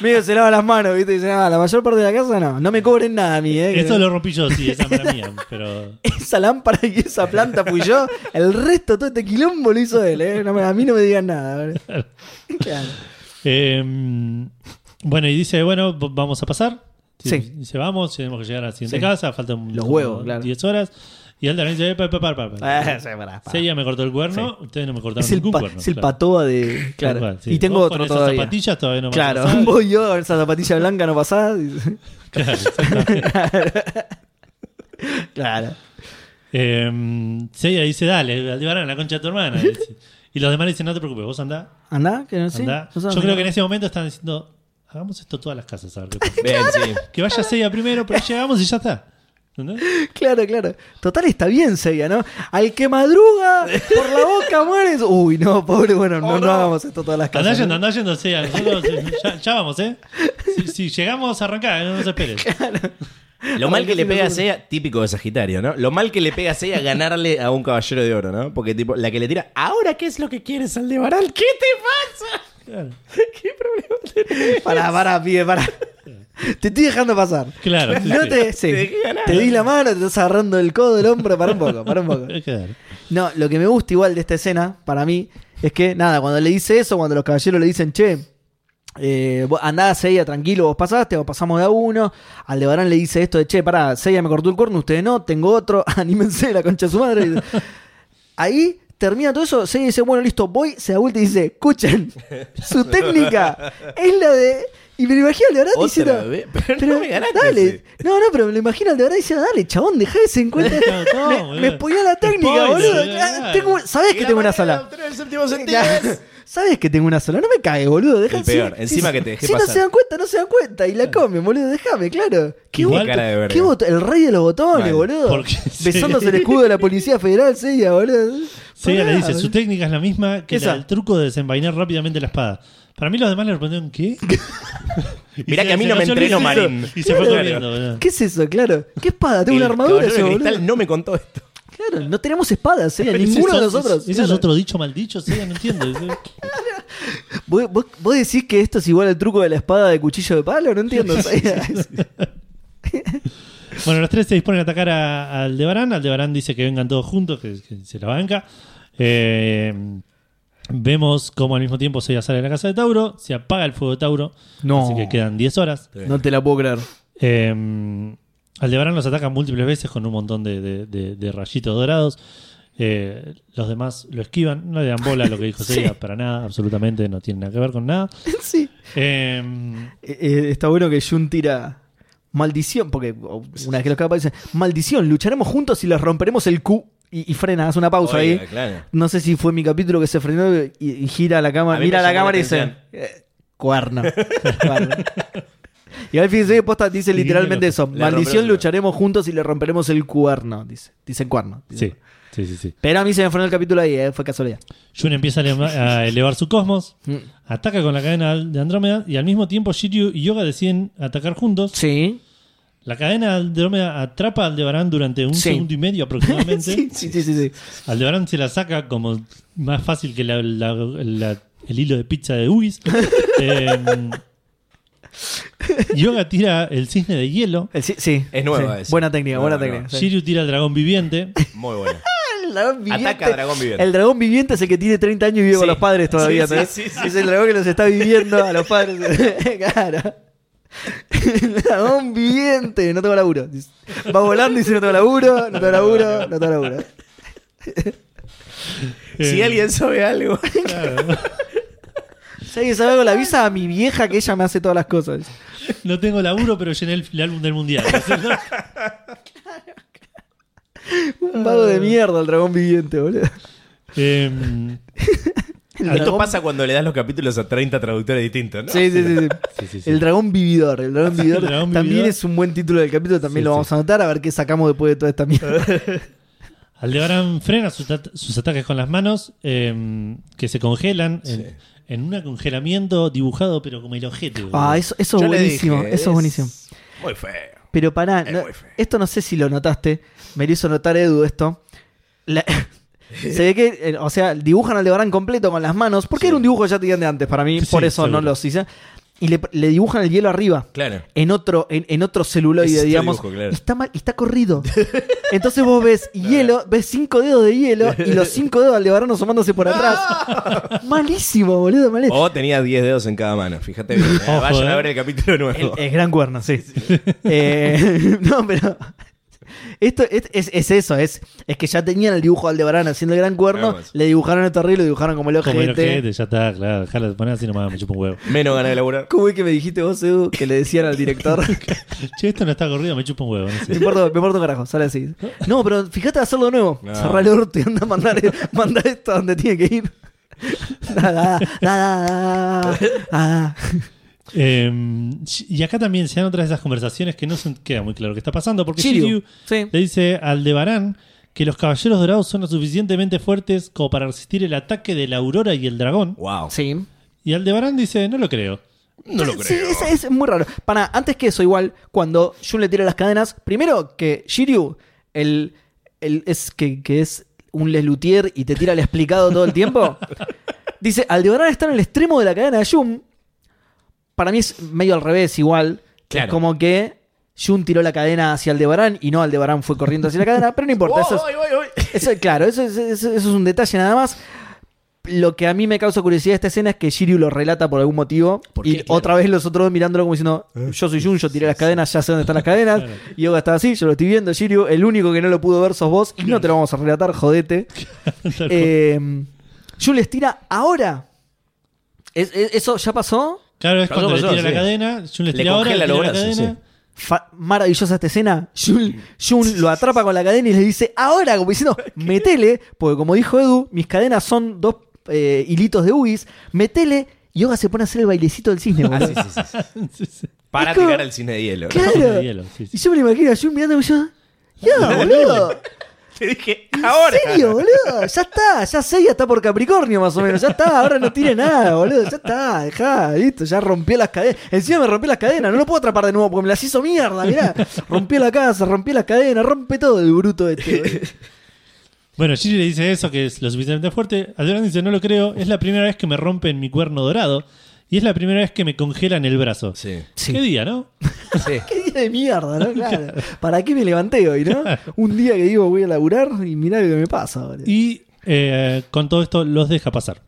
D: medio se lava las manos, ¿viste? Dice, "Ah, la mayor parte de la casa no, no me cobren nada a mí, ¿eh?
C: Eso lo rompí yo, sí, esa mala mía. Pero
D: Esa lámpara y esa planta fui yo, el resto, todo este quilombo lo hizo él, ¿eh? No me- a mí no me digan nada, ¿vale? Claro.
C: Eh, bueno, y dice, bueno, v- vamos a pasar.
D: Sí.
C: Dice, vamos, tenemos que llegar a la siguiente
D: Sí.
C: casa, faltan
D: Los
C: como
D: huevos, claro.
C: 10 horas. Y Alderán dice, "Eh, "Epa, epa, para, para.
D: Ah, sí, pará, pará.
C: Seiya me cortó el cuerno, ustedes no me cortaron
D: Es el,
C: ningún
D: pa-
C: cuerno.
D: es el
C: claro.
D: patoa de. Claro.
C: Tal cual, sí.
D: Y tengo
C: Vos
D: otro
C: con esas
D: todavía.
C: zapatillas todavía no me
D: claro,
C: vas a pasar.
D: voy yo con esa zapatilla blanca no pasás.
C: Claro, exactamente.
D: claro.
C: Eh, Seiya dice, dale, Aldebarán, la concha de tu hermana. dice. Y los demás le dicen, no te preocupes, vos andá,
D: ¿Andá? Que no sé.
C: andá.
D: No sabes
C: Yo creo
D: nada.
C: que en ese momento están diciendo, hagamos esto todas las casas, a ver qué pasa.
E: Bien, sí.
C: que vaya Seiya primero, pero llegamos y ya está. ¿Entendés?
D: Claro, claro. Total está bien, Seiya, ¿no? Al que madruga, por la boca mueres. Uy, no, pobre, bueno, no, no hagamos esto todas las
C: Oh, Andá
D: casas.
C: yendo,
D: ¿no?
C: andá yendo, sí, a nosotros, eh, ya, ya vamos, ¿eh? Si, si llegamos, arrancá, no nos esperes.
E: Lo mal que le pega a Seiya, típico de Sagitario, ¿no? Lo mal que le pega a Seiya ganarle a un caballero de oro, ¿no? Porque tipo, la que le tira, ¿ahora qué es lo que quieres, Aldebarán? ¿Qué te pasa?
C: Claro,
D: Pará, pará, pibe, pará. Te estoy dejando pasar.
C: claro. sí,
D: No
C: sí.
D: te, sí.
E: Te dejé ganar.
D: Te di la mano, te estás agarrando el codo del hombro. Para un poco, para un poco.
C: Claro.
D: No, lo que me gusta igual de esta escena, para mí, es que, nada, cuando le dice eso, cuando los caballeros le dicen, che, eh, vos andá, Seiya, tranquilo, vos pasaste, vos pasamos de a uno. Aldebarán le dice esto de, che, pará, Seiya me cortó el cuerno, ustedes no, tengo otro, anímense la concha de su madre. Ahí termina todo eso, Seiya dice, bueno, listo, voy, se da vuelta y dice, escuchen, su técnica es la de... Y me lo imagino al de verdad
E: Otra
D: diciendo.
E: vez, pero no me ganaste
D: Dale.
E: ese.
D: No, no, pero me lo imagino al de verdad diciendo, dale, chabón, dejá de se encuentra.
C: No, no,
D: me,
C: boludo.
D: me spoiló la técnica,
C: Spoiler,
D: boludo.
C: boludo,
D: Ah,
C: claro.
D: tengo- Sabés que
E: La
D: tengo
E: manera
D: una
E: de
D: sola.
E: obtener el séptimo sentido
D: Ya.
E: es-
D: Sabes que tengo una sola, no me cae, boludo. Dejá,
E: El peor, encima que te dejé
D: Si no
E: pasar.
D: se dan cuenta, no se dan cuenta. Y la comen, boludo, déjame, claro. Qué,
C: Igual-
D: bot-
E: cara de verga.
D: qué bot- El rey de los botones,
E: Mal.
D: boludo.
C: Porque-
D: Besándose el escudo de la Policía Federal, Seiya, boludo.
C: Seiya
D: Pará,
C: le dice,
D: boludo.
C: su técnica es la misma que
D: Esa.
C: la del truco de desenvainar rápidamente la espada. Para mí los demás le respondieron, ¿qué? Y
E: Mirá
C: se-
E: que a mí
C: se
E: no me
C: cayó el
E: entrenó
C: liso
E: Marín.
C: Y se fue
E: Claro.
C: corriendo, boludo.
D: ¿Qué es eso? Claro. ¿Qué espada? Tengo
E: El
D: una armadura,
E: caballero
D: eso,
E: de
D: boludo.
E: cristal no me contó esto.
D: Claro, no tenemos espadas, Seiya,
C: Ese es
D: ninguno de
C: otro-
D: nosotros.
C: Ese es
D: Claro.
C: otro dicho maldicho, Seiya, no entiendo.
D: ¿Vos, vos, vos decís que esto es igual al truco de la espada de cuchillo de palo? No entiendo, Seiya.
C: Bueno, los tres se disponen a atacar a, a Aldebarán. Aldebarán dice que vengan todos juntos, que, que se la banca. Eh, vemos como al mismo tiempo Seiya sale de la casa de Tauro, se apaga el fuego de Tauro,
D: No.
C: así que quedan 10 horas.
D: No te la puedo creer.
C: Eh, Aldebarán los ataca múltiples veces con un montón de, de- de- de rayitos dorados. Eh, los demás lo esquivan, no le dan bola a lo que dijo Seiya para nada, absolutamente no tiene nada que ver con nada.
D: Sí.
C: Eh,
D: Eh, eh, está bueno que Jun tira maldición, porque o, una vez que los capa dice, maldición, lucharemos juntos y les romperemos el Q. Y, y frena, hace una pausa
E: Oiga,
D: ahí.
E: claro.
D: No sé si fue mi capítulo que se frenó y, y gira la cámara,
E: A mí me
D: mira la
E: llamó
D: cámara
E: la
D: y dice,
E: atención.
D: eh, cuerno. cuerno. Y al fíjense que posta dice
C: Y viene
D: literalmente
C: lo-
D: eso.
E: le
D: Maldición,
E: romperemos el-
D: lucharemos juntos y le romperemos el cuerno. Dice, dice cuerno. dice.
C: sí, sí, sí, sí.
D: Pero a mí se me frenó el capítulo ahí, eh, fue casualidad.
C: Jun empieza a, eleva- a elevar su cosmos,
D: Mm.
C: ataca con la cadena de Andrómeda y al mismo tiempo Shiryu y Yoga deciden atacar juntos.
D: Sí.
C: La cadena de Andrómeda atrapa a Aldebarán durante un
D: Sí.
C: segundo y medio aproximadamente.
D: Sí, sí, sí, sí, sí.
C: Aldebarán se la saca como más fácil que la- la- la- el hilo de pizza de Ubis. Em, Yoga tira el cisne de hielo.
D: El sí, sí.
E: Es nueva
D: Sí.
E: esa.
D: Buena técnica,
E: Nueva,
D: buena
E: nueva.
D: técnica. sí.
C: Shiryu tira el dragón viviente.
E: Muy bueno.
D: el dragón viviente.
E: Ataca a dragón viviente.
D: El dragón viviente es el que tiene 30 años y vive con
E: Sí.
D: los padres todavía.
E: Sí,
D: ¿sabes?
E: sí, sí, sí.
D: Es el dragón que los está viviendo a los padres. claro. El dragón viviente, no tengo laburo. Va volando y dice no tengo laburo, no tengo laburo, no tengo laburo.
E: Si
C: Eh,
E: alguien sabe algo.
D: Si alguien sabe algo, la avisa a mi vieja que ella me hace todas las cosas.
C: No tengo laburo, pero llené el, el álbum del mundial.
D: Un vago de mierda el dragón viviente, boludo.
C: Em,
D: El
E: Esto
D: dragón-
E: pasa cuando le das los capítulos a 30 traductores distintos, ¿no?
D: Sí, sí, sí, sí. El dragón vividor. El dragón vividor
C: dragón
D: también
C: vividor.
D: es un buen título del capítulo. También
C: Sí,
D: lo vamos a anotar a ver qué sacamos después de toda esta mierda.
C: Aldebarán frena sus, at- sus ataques con las manos, em, que se congelan en, en un congelamiento dibujado, pero como el ojete. boludo.
D: ah, eso, eso es
E: Yo le
D: buenísimo.
E: dije,
D: eso es buenísimo.
E: Muy feo.
D: Pero pará,
E: Es
D: no-
E: muy feo.
D: esto no sé si lo notaste. Me lo hizo notar Edu esto. La- se ve que, eh, o sea, dibujan al Debarán completo con las manos. Porque era un dibujo que ya tenían de antes para mí.
C: Sí,
D: por eso
C: seguro.
D: no los hice. Y le, le dibujan el hielo arriba.
E: Claro.
D: en otro, en, en otro
E: Ese
D: celuloide,
E: es otro
D: digamos.
E: dibujo, claro.
D: y está mal, y está corrido. Entonces vos ves hielo, ves cinco dedos de hielo y los cinco dedos de Aldebarán asomándose por atrás. malísimo, boludo, malísimo.
E: O tenía 10 dedos en cada mano, fíjate bien. eh.
C: Ojo,
E: Vayan
C: eh.
E: a ver el capítulo nuevo.
D: es gran cuerno, sí. Eh, no, pero. Esto es, es- es eso, es, es que ya tenían el dibujo de Aldebarán haciendo el gran cuerno,
E: Vamos.
D: le dibujaron esto arriba y lo dibujaron como el
C: como el
D: ojete.
C: ojete, ya está, claro. Dejala de poner así nomás, me chupa un huevo.
E: Menos ganas de laburar.
D: ¿Cómo es que me dijiste vos, Edu, que le decían al director?
C: Che, esto no está corrido, me chupa un huevo. no
D: Me
C: sé.
D: importa, me importa un carajo, sale así. No, pero fíjate de hacerlo de nuevo.
E: No.
D: Cerrar el orto y anda a mandar, manda esto a donde tiene que ir. Nada, nada, Ah, nada.
C: Em, y acá también se dan otras de esas conversaciones que no se queda muy claro qué está pasando, porque eh,
D: Shiryu.
C: Shiryu
D: Sí.
C: le dice a Aldebarán que los caballeros dorados son lo suficientemente fuertes como para resistir el ataque de la aurora y el dragón.
E: Wow.
D: Sí.
C: Y Aldebarán dice, no lo creo.
E: No lo
D: Sí,
E: creo.
D: es, es muy raro. Para, antes que eso, igual, cuando Jun le tira las cadenas, primero que Shiryu, el, el- es que, que es un Leslutier y te tira el explicado todo el tiempo. Dice, Aldebarán está en el extremo de la cadena de Jun. Para mí es medio al revés, igual.
E: Claro.
D: Es como que Jun tiró la cadena hacia Aldebarán y no Aldebarán fue corriendo hacia la cadena, pero no importa.
E: Oh,
D: eso es-
E: voy, voy, voy.
D: eso, claro, eso, es- eso- eso es un detalle nada más. Lo que a mí me causa curiosidad de esta escena es que Shiryu lo relata por algún motivo.
E: ¿Por
D: y
E: qué? Claro.
D: otra vez los otros dos mirándolo como diciendo, yo soy Jun, yo tiré las cadenas, ya sé dónde están las cadenas. Y Yoga estaba así, yo lo estoy viendo, Shiryu, el único que no lo pudo ver sos vos y no te lo vamos a relatar, jodete. Eh, Jun les tira ahora. Es- es- ¿Eso ya pasó?
C: Claro, es
E: Pasó,
C: cuando
E: pasó,
C: le tira
E: sí.
C: la cadena, Jun le
E: Le
C: tira ahora,
E: congela
C: le tira
E: los
C: la
E: brazos,
C: cadena.
D: Fa- maravillosa esta escena. Jun, Jun lo atrapa con la cadena y le dice, ahora, como diciendo, metele, porque como dijo Edu, mis cadenas son dos eh, hilitos de UGIs, metele. Y Yoga se pone a hacer el bailecito del cisne,
E: Ah,
D: boludo.
E: sí, sí, sí.
C: Sí, sí.
E: Para
D: Es como-
E: tirar al cine de hielo.
D: Claro.
C: De hielo, sí, sí.
D: Y yo me lo imagino a Jun mirando y yo, ya, boludo.
E: Te dije, ahora.
D: ¿En serio, boludo? Ya está, ya sé, ya está por Capricornio más o menos. Ya está, ahora no tiene nada, boludo. Ya está, dejá, listo, ya rompió las cadenas. Encima me rompió las cadenas, no lo puedo atrapar de nuevo porque me las hizo mierda, mirá. Rompió la casa, rompió las cadenas, rompe todo el bruto este. boludo.
C: Bueno, Shiryu le dice eso, que es lo suficientemente fuerte. Aldebarán dice, no lo creo, es la primera vez que me rompen mi cuerno dorado y es la primera vez que me congelan el brazo.
E: Sí.
D: Sí.
C: ¿Qué día, no?
E: sí.
D: Qué día de mierda, ¿no? Claro. ¿Para qué me levanté hoy, no? Un día que digo voy a laburar y mirá lo que me pasa, boludo.
C: Y eh, con todo esto los deja pasar.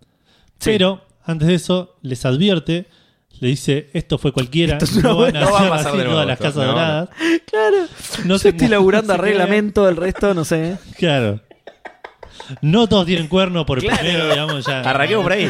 C: Pero antes de eso les advierte, le dice, esto fue cualquiera, no van a
E: no va a
C: hacer
E: pasar
C: así
E: de nuevo
C: todas las
E: esto,
C: casas
E: no, no.
C: doradas.
D: Claro.
C: No
D: Yo
C: se-
D: estoy laburando
C: no
D: a
C: se crean.
D: reglamento, el resto no sé. ¿eh?
C: Claro. No todos tienen cuerno por el primero, digamos ya.
E: Arranquemos por ahí.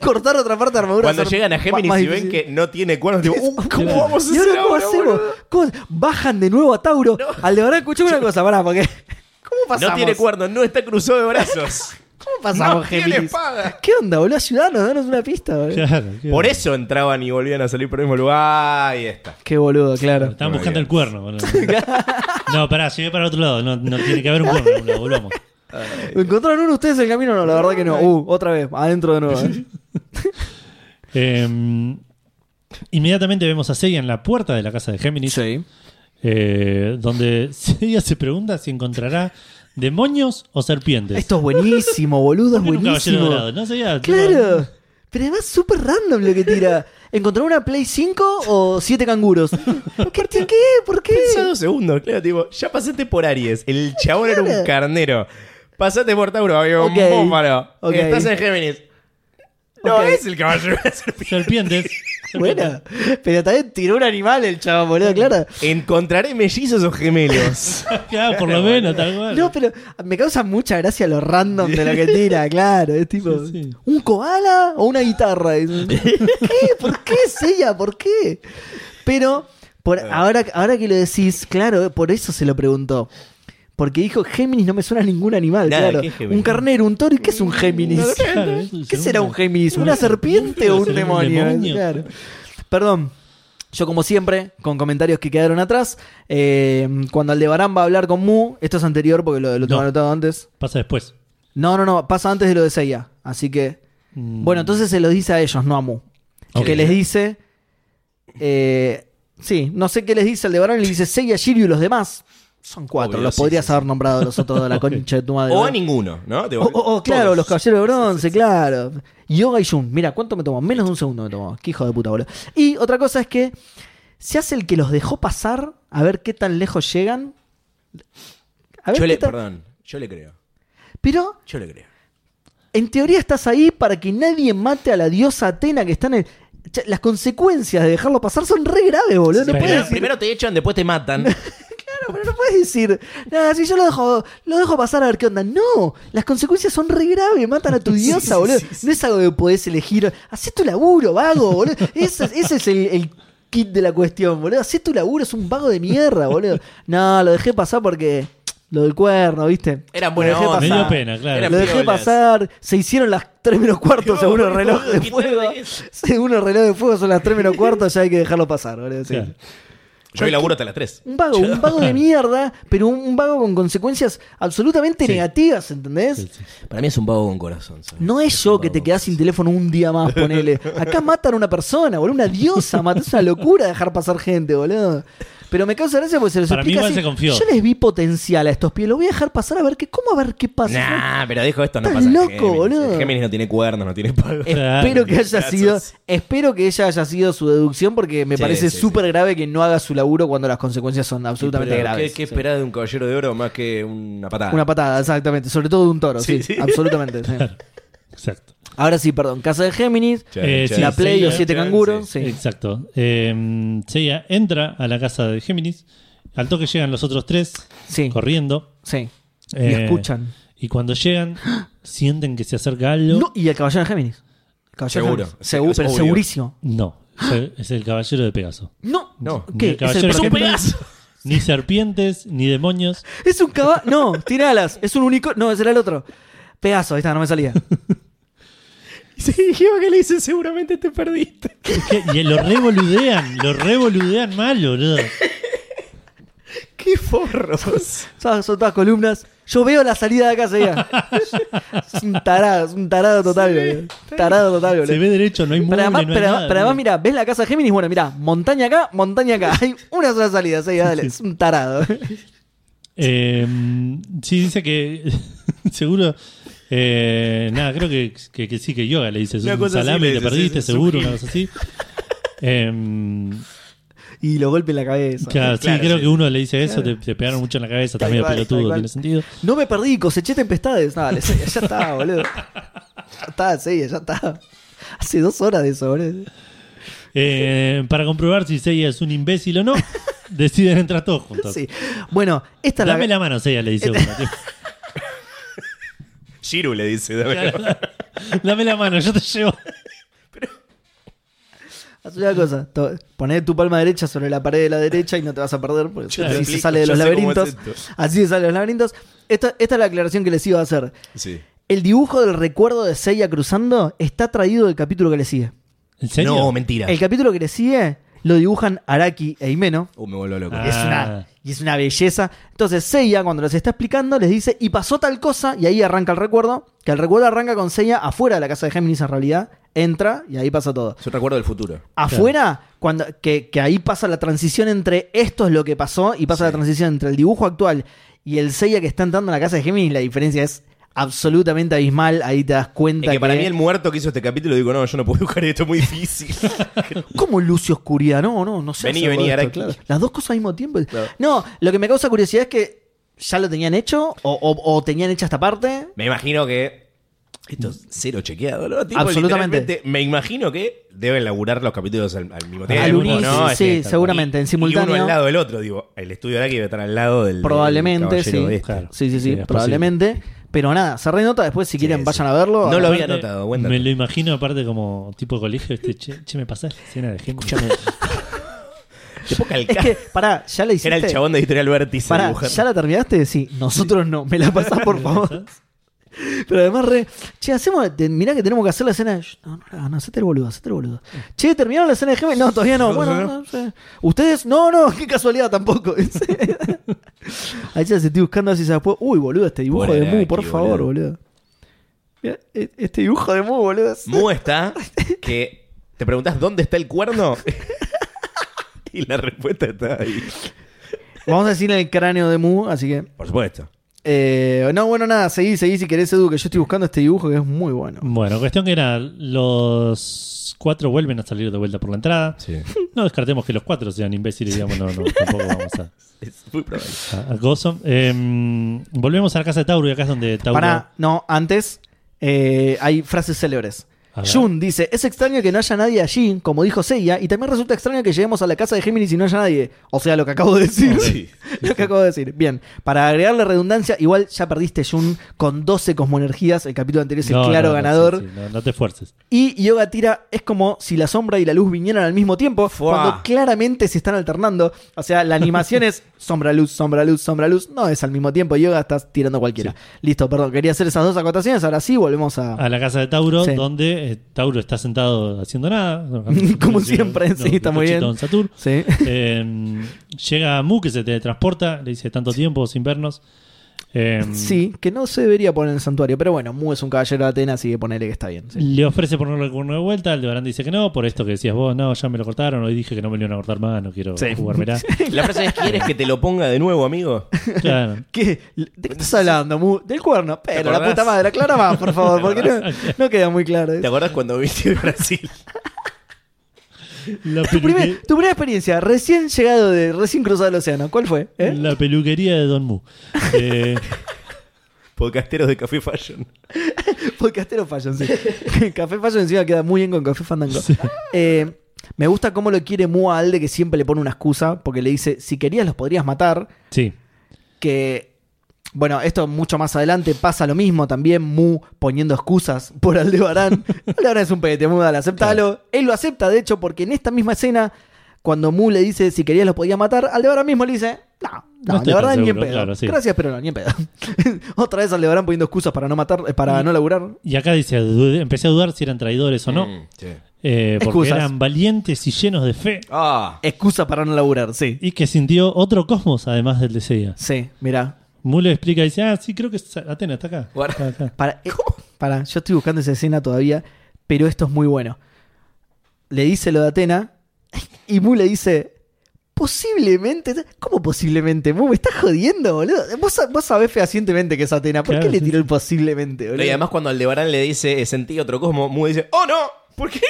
D: Cortar otra parte de armadura.
E: Cuando
D: hacer
E: llegan a
D: más-
E: Géminis
D: más
E: y ven
D: difícil.
E: que no tiene cuernos, digo, uh, ¿cómo vamos a
D: ¿Y
E: hacer
D: ahora cómo
E: ahora,
D: hacemos?
E: boludo?
D: ¿Cómo- Bajan de nuevo a Tauro. Aldebarán, escuchame una cosa, pará, porque. ¿Cómo pasamos?
E: No tiene cuernos, no está cruzado de brazos.
D: ¿Cómo pasamos,
E: no tiene
D: Géminis?
E: espada.
D: ¿Qué onda, boludo? Ayudanos, danos una pista, boludo.
C: Claro, claro.
E: Por eso entraban y volvían a salir por el mismo lugar. Ahí está.
D: Qué boludo, claro.
C: Estaban
E: Muy
C: buscando
E: bien.
C: el cuerno. boludo. No, pará, llegué para otro lado. No, no tiene que haber un cuerno. boludo, volvamos.
D: ¿Encontraron uno ustedes en el camino? No, la verdad que no. Uh, otra vez, adentro de nuevo. eh.
C: Eh, inmediatamente vemos a Seiya en la puerta de la casa de Géminis. eh, donde Seiya se pregunta si encontrará demonios o serpientes.
D: Esto es buenísimo, boludo, es
C: Era un caballero
D: buenísimo.
C: dorado, ¿no? Seiya, tipo,
D: Claro. Pero además es súper random lo que tira. ¿Encontrar una Play 5 o 7 canguros? ¿Por qué? ¿Por qué?
E: Pensá dos segundos, claro, tipo, ya pasaste por Aries, el chabón era un
D: Claro.
E: carnero. Pasaste por Tauro, había un
D: Ok,
E: búfalo.
D: ok.
E: Estás en Géminis. No
D: Ok.
E: es el caballero de la serpiente.
C: Serpientes.
D: Bueno, pero también tiró un animal el chabón, boludo, claro.
E: Encontraré mellizos o gemelos.
C: Claro, por lo menos, tal cual.
D: No, pero me causa mucha gracia lo random de lo que tira, claro. Es tipo,
C: Sí, sí.
D: ¿un koala o una guitarra? Y- ¿Qué? ¿Por qué es ella? ¿Por qué? Pero por, ahora, ahora que lo decís, claro, por eso se lo preguntó. Porque dijo, Géminis no me suena a ningún animal,
E: Nada,
D: claro.
E: ¿qué es Géminis?
D: un carnero, un toro, ¿y qué es un Géminis?
C: Claro, es un
D: ¿Qué será un
C: segundo.
D: Géminis? ¿Una
C: ¿Un
D: serpiente
C: monstruo?
D: o un
C: ¿Será un
D: demonio?
C: demonio?
D: Claro. Perdón. Yo, como siempre, con comentarios que quedaron atrás. eh, cuando Aldebarán va a hablar con Mu, esto es anterior porque lo, lo tengo
C: No.
D: anotado antes.
C: Pasa después.
D: No, no, no, pasa antes de lo de Seiya. Así que.
C: Mm,
D: Bueno, entonces se los dice a ellos, no a Mu.
C: Ok.
D: Que les dice. eh, sí, no sé qué les dice Aldebarán. Le dice Seiya, Shiryu y los demás. Son cuatro,
E: Obvio,
D: los
E: sí,
D: podrías
E: sí,
D: haber nombrado los otros de la concha de tu madre.
E: o
D: ¿verdad?
E: a ninguno, ¿no? Tipo,
D: Oh, oh, oh, claro,
E: todos.
D: los caballeros de bronce, claro. Yoga y Jun. Mira, ¿cuánto me tomó? Menos de un segundo me tomó. Qué hijo de puta, boludo. Y otra cosa es que se hace el que los dejó pasar a ver qué tan lejos llegan. A ver
E: Yo
D: qué
E: le,
D: tan-
E: perdón, yo le creo.
D: Pero
E: Yo le creo.
D: en teoría estás ahí para que nadie mate a la diosa Atena que está en el... Ch- Las consecuencias de dejarlo pasar son re graves, boludo. No
C: Sí,
D: puedes
E: Primero,
D: decir,
E: primero te echan, después te matan.
D: claro, pero no puedes decir, nada, si yo lo dejo, lo dejo pasar a ver qué onda. No, las consecuencias son re graves, matan a tu diosa, boludo. No es algo que podés elegir. Hacé tu laburo, vago, boludo. Ese, es- ese es el, el kit de la cuestión, boludo. Hacé tu laburo, es un vago de mierda, boludo. No, lo dejé pasar porque lo del cuerno, ¿viste?
E: Eran
D: Lo
E: buena
D: dejé
E: onda.
C: Me dio
D: pasar.
C: pena, claro.
E: Era-
D: Lo dejé
E: piolas.
D: pasar, se hicieron las 3 menos cuarto,
E: No,
D: según el
E: boludo,
D: reloj de
E: qué
D: fuego.
E: tarde es.
D: Según el reloj de fuego son las 3 menos cuarto, ya hay que dejarlo pasar, boludo. Sí.
C: Claro.
E: Yo hoy laburo hasta las 3.
D: Un vago, un vago de mierda, pero un, un vago con consecuencias absolutamente
C: Sí.
D: negativas, ¿entendés?
E: Para mí es un vago con corazón. ¿sabes?
D: No es yo que te quedás sin teléfono un día más, ponele. Acá matan a una persona, boludo, una diosa, mata. Es una locura dejar pasar gente, boludo. Pero me causa gracia porque se les
C: Para mí
D: explica
C: igual
D: así.
C: se confió.
D: Yo les vi potencial a estos pies, lo voy a dejar pasar a ver qué, cómo a ver qué pasa.
E: Nah, pero dijo esto no
D: Estás
E: pasa. en
D: loco,
E: Géminis.
D: boludo.
E: El Géminis no tiene cuernos, no tiene pago.
D: Espero que haya
E: Gracias.
D: sido, espero que ella haya sido su deducción porque me
E: Sí,
D: parece
E: sí,
D: súper grave que no haga su laburo cuando las consecuencias son absolutamente
E: Pero,
D: graves.
E: ¿Qué, qué
D: Sí.
E: esperás de un caballero de oro más que una patada?
D: Una patada, exactamente. Sobre todo de un toro, sí.
E: Ah. Sí, sí.
D: Absolutamente. sí.
C: Exacto.
D: Ahora sí, perdón. Casa de Géminis,
C: Eh, sí,
D: la
C: sí,
D: Play o
C: sí,
D: Siete
E: sí.
D: Canguros. Sí.
C: Exacto. Eh, Seiya entra a la casa de Géminis. Al toque llegan los otros tres
D: Sí.
C: corriendo.
D: sí. y
C: Eh,
D: escuchan.
C: Y cuando llegan, sienten que se acerca algo.
D: No, y el caballero de Géminis. El caballero de
E: Seguro.
D: Géminis. Seguro,
E: Es
D: pero
E: obvio.
D: segurísimo.
C: No, es- es el caballero de Pegaso.
D: No,
E: No.
C: Ni
D: ¿Qué?
C: el
D: ¿Es,
C: caballero
D: el
C: de
D: prototipo?
C: Pegaso, Ni serpientes, ni demonios.
D: es un caballo. No, tiene alas. Es un único. No, ese era el otro. Pegaso, ahí está, no me salía.
E: Sí, yo que le dice seguramente te perdiste.
C: Es que- y lo revoludean, lo revoludean mal, boludo.
E: ¡Qué forros!
D: Son, son todas columnas. Yo veo la salida de acá, sería. es un tarado, es un tarado total, boludo. Tarado total, boludo.
C: Se ve derecho, no hay mueble,
D: Pero además,
C: no hay
D: pero
C: nada,
D: pero además,
C: boludo.
D: mira, ves la casa de Géminis, bueno, mira, montaña acá, montaña acá. Hay una sola salida, Seiya, dale, es un tarado.
C: Eh, sí, dice que seguro. eh, nada, creo que, que- que sí, que yoga le dice. "Sos
E: Una
C: un
E: cosa así
C: salame,
E: le
C: te
E: dice,
C: perdiste,
E: sí, sí,
C: seguro,
E: sí.
C: una cosa así. Eh,
D: Y lo golpe en la cabeza.
C: claro, sí,
E: Claro,
C: creo
E: sí,
C: que uno le dice eso, te, te pegaron mucho en la cabeza,
D: Tal
C: también
D: cual, tal
C: pelotudo,
D: cual.
C: tiene sentido.
D: No me perdí, coseché tempestades. No, dale, Seiya, ya está, boludo. Ya está, Seiya, ya está. Hace dos horas de eso, boludo.
C: Eh, para comprobar si Seiya es un imbécil o no, deciden entrar todos juntos.
D: Sí. Bueno, esta es
C: Dame la mano, Seiya le dice uno. tipo.
E: Shiru le dice. dame la-
C: Claro, Dame la mano, yo te llevo.
D: Haz una cosa, to- poné tu palma derecha sobre la pared de la derecha y no te vas a perder, porque
E: Claro,
D: así
E: te
D: se
E: explico,
D: sale de
E: yo
D: los
E: sé cómo es
D: laberintos.
E: esto.
D: Así se sale de los laberintos. Esta, esta es la aclaración que les iba a hacer.
E: Sí.
D: El dibujo del recuerdo de Seiya cruzando está traído del capítulo que le sigue.
C: ¿En serio?
E: No, mentira.
D: El capítulo que le sigue lo dibujan Araki e Himeno.
E: Uh, me vuelvo loco.
C: Ah.
D: Y es una, y es una belleza. Entonces Seiya, cuando les está explicando, les dice, y pasó tal cosa, y ahí arranca el recuerdo, que el recuerdo arranca con Seiya afuera de la casa de Géminis en realidad, entra y ahí pasa todo.
E: Es un recuerdo del futuro.
D: Afuera, cuando, que, que ahí pasa la transición entre esto es lo que pasó y pasa la transición entre el dibujo actual y el Seiya que está entrando en la casa de Géminis, la diferencia es absolutamente abismal. Ahí te das cuenta.
E: Es que para mí el muerto que hizo este capítulo, digo, no, yo no puedo buscar esto, es muy difícil.
D: ¿Cómo luz y oscuridad? No, no, no sé.
E: Vení,
D: hacerlo
E: vení,
D: esto,
E: ahora-
D: claro. Las dos cosas al mismo tiempo. No, lo que me causa curiosidad es que ya lo tenían hecho o, o- o tenían hecha esta parte.
E: Me imagino que. Esto es cero chequeado, ¿no? Tipo,
D: Absolutamente.
E: literalmente, Me imagino que deben laburar los capítulos al, al mismo tiempo.
D: Al unísono,
E: ¿no? Así,
D: sí,
E: tal cual.
D: seguramente, en
E: Y- Y
D: simultáneo.
E: uno al lado del otro, digo. El estudio ahora que debe estar al lado del. del
D: Probablemente, sí.
E: caballero este.
C: Claro.
D: Sí,
C: Sí,
D: sí, sí,
C: es posible.
D: probablemente. Pero nada, se renota después si quieren
E: sí.
D: vayan a verlo.
E: No lo había
C: Aparte,
E: notado, buen dato.
C: Me lo imagino aparte como tipo colegio, este, che, che, me pasás la escena de gente.
E: Qué poca
D: Es
E: alca-
D: que, pará, ya la hiciste.
E: Era el chabón de Editorial Vértice.
D: Pará,
E: dibujando.
D: ¿ya la terminaste? Sí, nosotros no. Me la pasás, por favor. Pero además, re. Che, hacemos. te- mirá que tenemos que hacer la escena. de- No, no, no, no, hacete el boludo, hacete el boludo. Che, ¿terminaron la escena de Gemma? No, todavía no. Bueno, no sé. ¿Ustedes? No, no, qué casualidad tampoco. Ahí ya se estoy buscando así se después. Uy, boludo, este dibujo
E: Pobre
D: de Mu,
E: Araki,
D: por favor,
E: boludo.
D: boludo. Mirá, e- Este dibujo de Mu, boludo. es-
E: Mu está que te preguntás dónde está el cuerno. y la respuesta está ahí.
D: Vamos a decir el cráneo de Mu, así que.
E: Por supuesto.
D: eh, no, bueno, nada, seguí, seguí si querés, Edu, que yo estoy buscando este dibujo que es muy bueno.
C: Bueno, cuestión que era, los cuatro vuelven a salir de vuelta por la entrada. No descartemos que los cuatro sean imbéciles, digamos, no, no, tampoco vamos a...
E: Es muy probable.
C: a- a Gotham. Em, volvemos a la casa de Tauro y acá es donde Tauro...
D: Para, no, antes eh, hay frases célebres.
C: A ver.
D: Jun dice, es extraño que no haya nadie allí, como dijo Seiya, y también resulta extraño que lleguemos a la casa de Géminis y no haya nadie. O sea, lo que acabo de decir.
C: Oh,
D: lo que acabo de decir. Bien, para agregarle redundancia, igual ya perdiste Jun con 12 cosmoenergías, el capítulo anterior es
C: No,
D: el claro
C: no, no,
D: ganador.
C: sí, sí, no, no te esfuerces.
D: Y Yoga Tira es como si la sombra y la luz vinieran al mismo tiempo,
E: Fuá.
D: cuando claramente se están alternando. O sea, la animación es sombra, luz, sombra, luz, sombra, luz. No es al mismo tiempo, Yoga estás tirando cualquiera. Listo, perdón, quería hacer esas dos acotaciones, ahora sí volvemos a...
E: Ah.
C: A la casa de Tauro,
D: Sí.
C: donde eh, Tauro está sentado haciendo nada.
D: Como siempre, sí, está muy bien.
C: Don Satur.
D: Sí.
C: Eh, llega Mu que se teletransporta, le dice tanto tiempo sin vernos. Eh,
E: Mm.
D: Sí, que no se debería poner en el santuario, pero bueno, Mu es un caballero de Atenas, así que ponele que está bien. sí.
C: Le ofrece ponerle el cuerno de vuelta, Aldebarán dice que no, por esto que decías vos, no, ya me lo cortaron, hoy dije que no me lo iban a cortar más, no quiero
D: Sí.
C: jugármela.
E: La frase es: ¿Quieres que te lo ponga de nuevo, amigo?
C: Claro.
D: ¿Qué? ¿De qué estás hablando, Mu? Del cuerno. Pero la
E: acordás?
D: puta madre, aclara más, por favor, porque no, no queda muy claro.
E: ¿Te acordás cuando viniste de Brasil?
C: La,
D: Tu, primer-
C: peluque-
D: tu primera experiencia, recién llegado de, recién cruzado el océano, ¿cuál fue? eh?
C: la peluquería de Don Mu. Eh,
E: Podcasteros de Café Fashion.
D: Podcastero Fashion, sí. Café Fashion encima queda muy bien con Café Fandango. Eh, me gusta cómo lo quiere Mua Alde, que siempre le pone una excusa, porque le dice, si querías los podrías matar,
C: sí.
D: que... Bueno, esto mucho más adelante pasa lo mismo también, Mu poniendo excusas por Aldebarán. Aldebarán es un pedete, Mu, dale, aceptalo. Él lo acepta, de hecho, porque en esta misma escena, cuando Mu le dice si querías los podías matar, Aldebarán mismo le dice, no, no,
C: No estoy
D: Aldebarán
C: tan
D: ni en
C: seguro,
D: pedo.
C: claro, sí.
D: Gracias, pero no, ni en pedo. Otra vez Aldebarán poniendo excusas para no matar, eh, para no laburar.
C: Y acá dice, "Dudé- empecé a dudar si eran traidores o no,
E: Mm, sí.
C: eh, porque
D: Excusas.
C: eran valientes y llenos de fe,
E: Ah.
D: Excusa para no laburar, sí.
C: y que sintió otro cosmos además del de Seiya.
D: Sí, mirá.
C: Mu le explica, dice, ah, sí, creo que es Atena está acá.
E: Guarda.
C: Está acá.
D: Para, eh, para, yo estoy buscando esa escena todavía, pero esto es muy bueno. Le dice lo de Atena y Mu le dice, posiblemente, ¿cómo posiblemente? Mu, me estás jodiendo, boludo. Vos, sa- vos sabés fehacientemente que es Atena, ¿por
C: Claro,
D: qué le
C: sí,
D: tiró el posiblemente,
E: No,
D: boludo?
E: Y además, cuando Aldebarán le dice: eh, Sentí otro cosmo, Mu dice: ¡Oh no! ¿Por qué?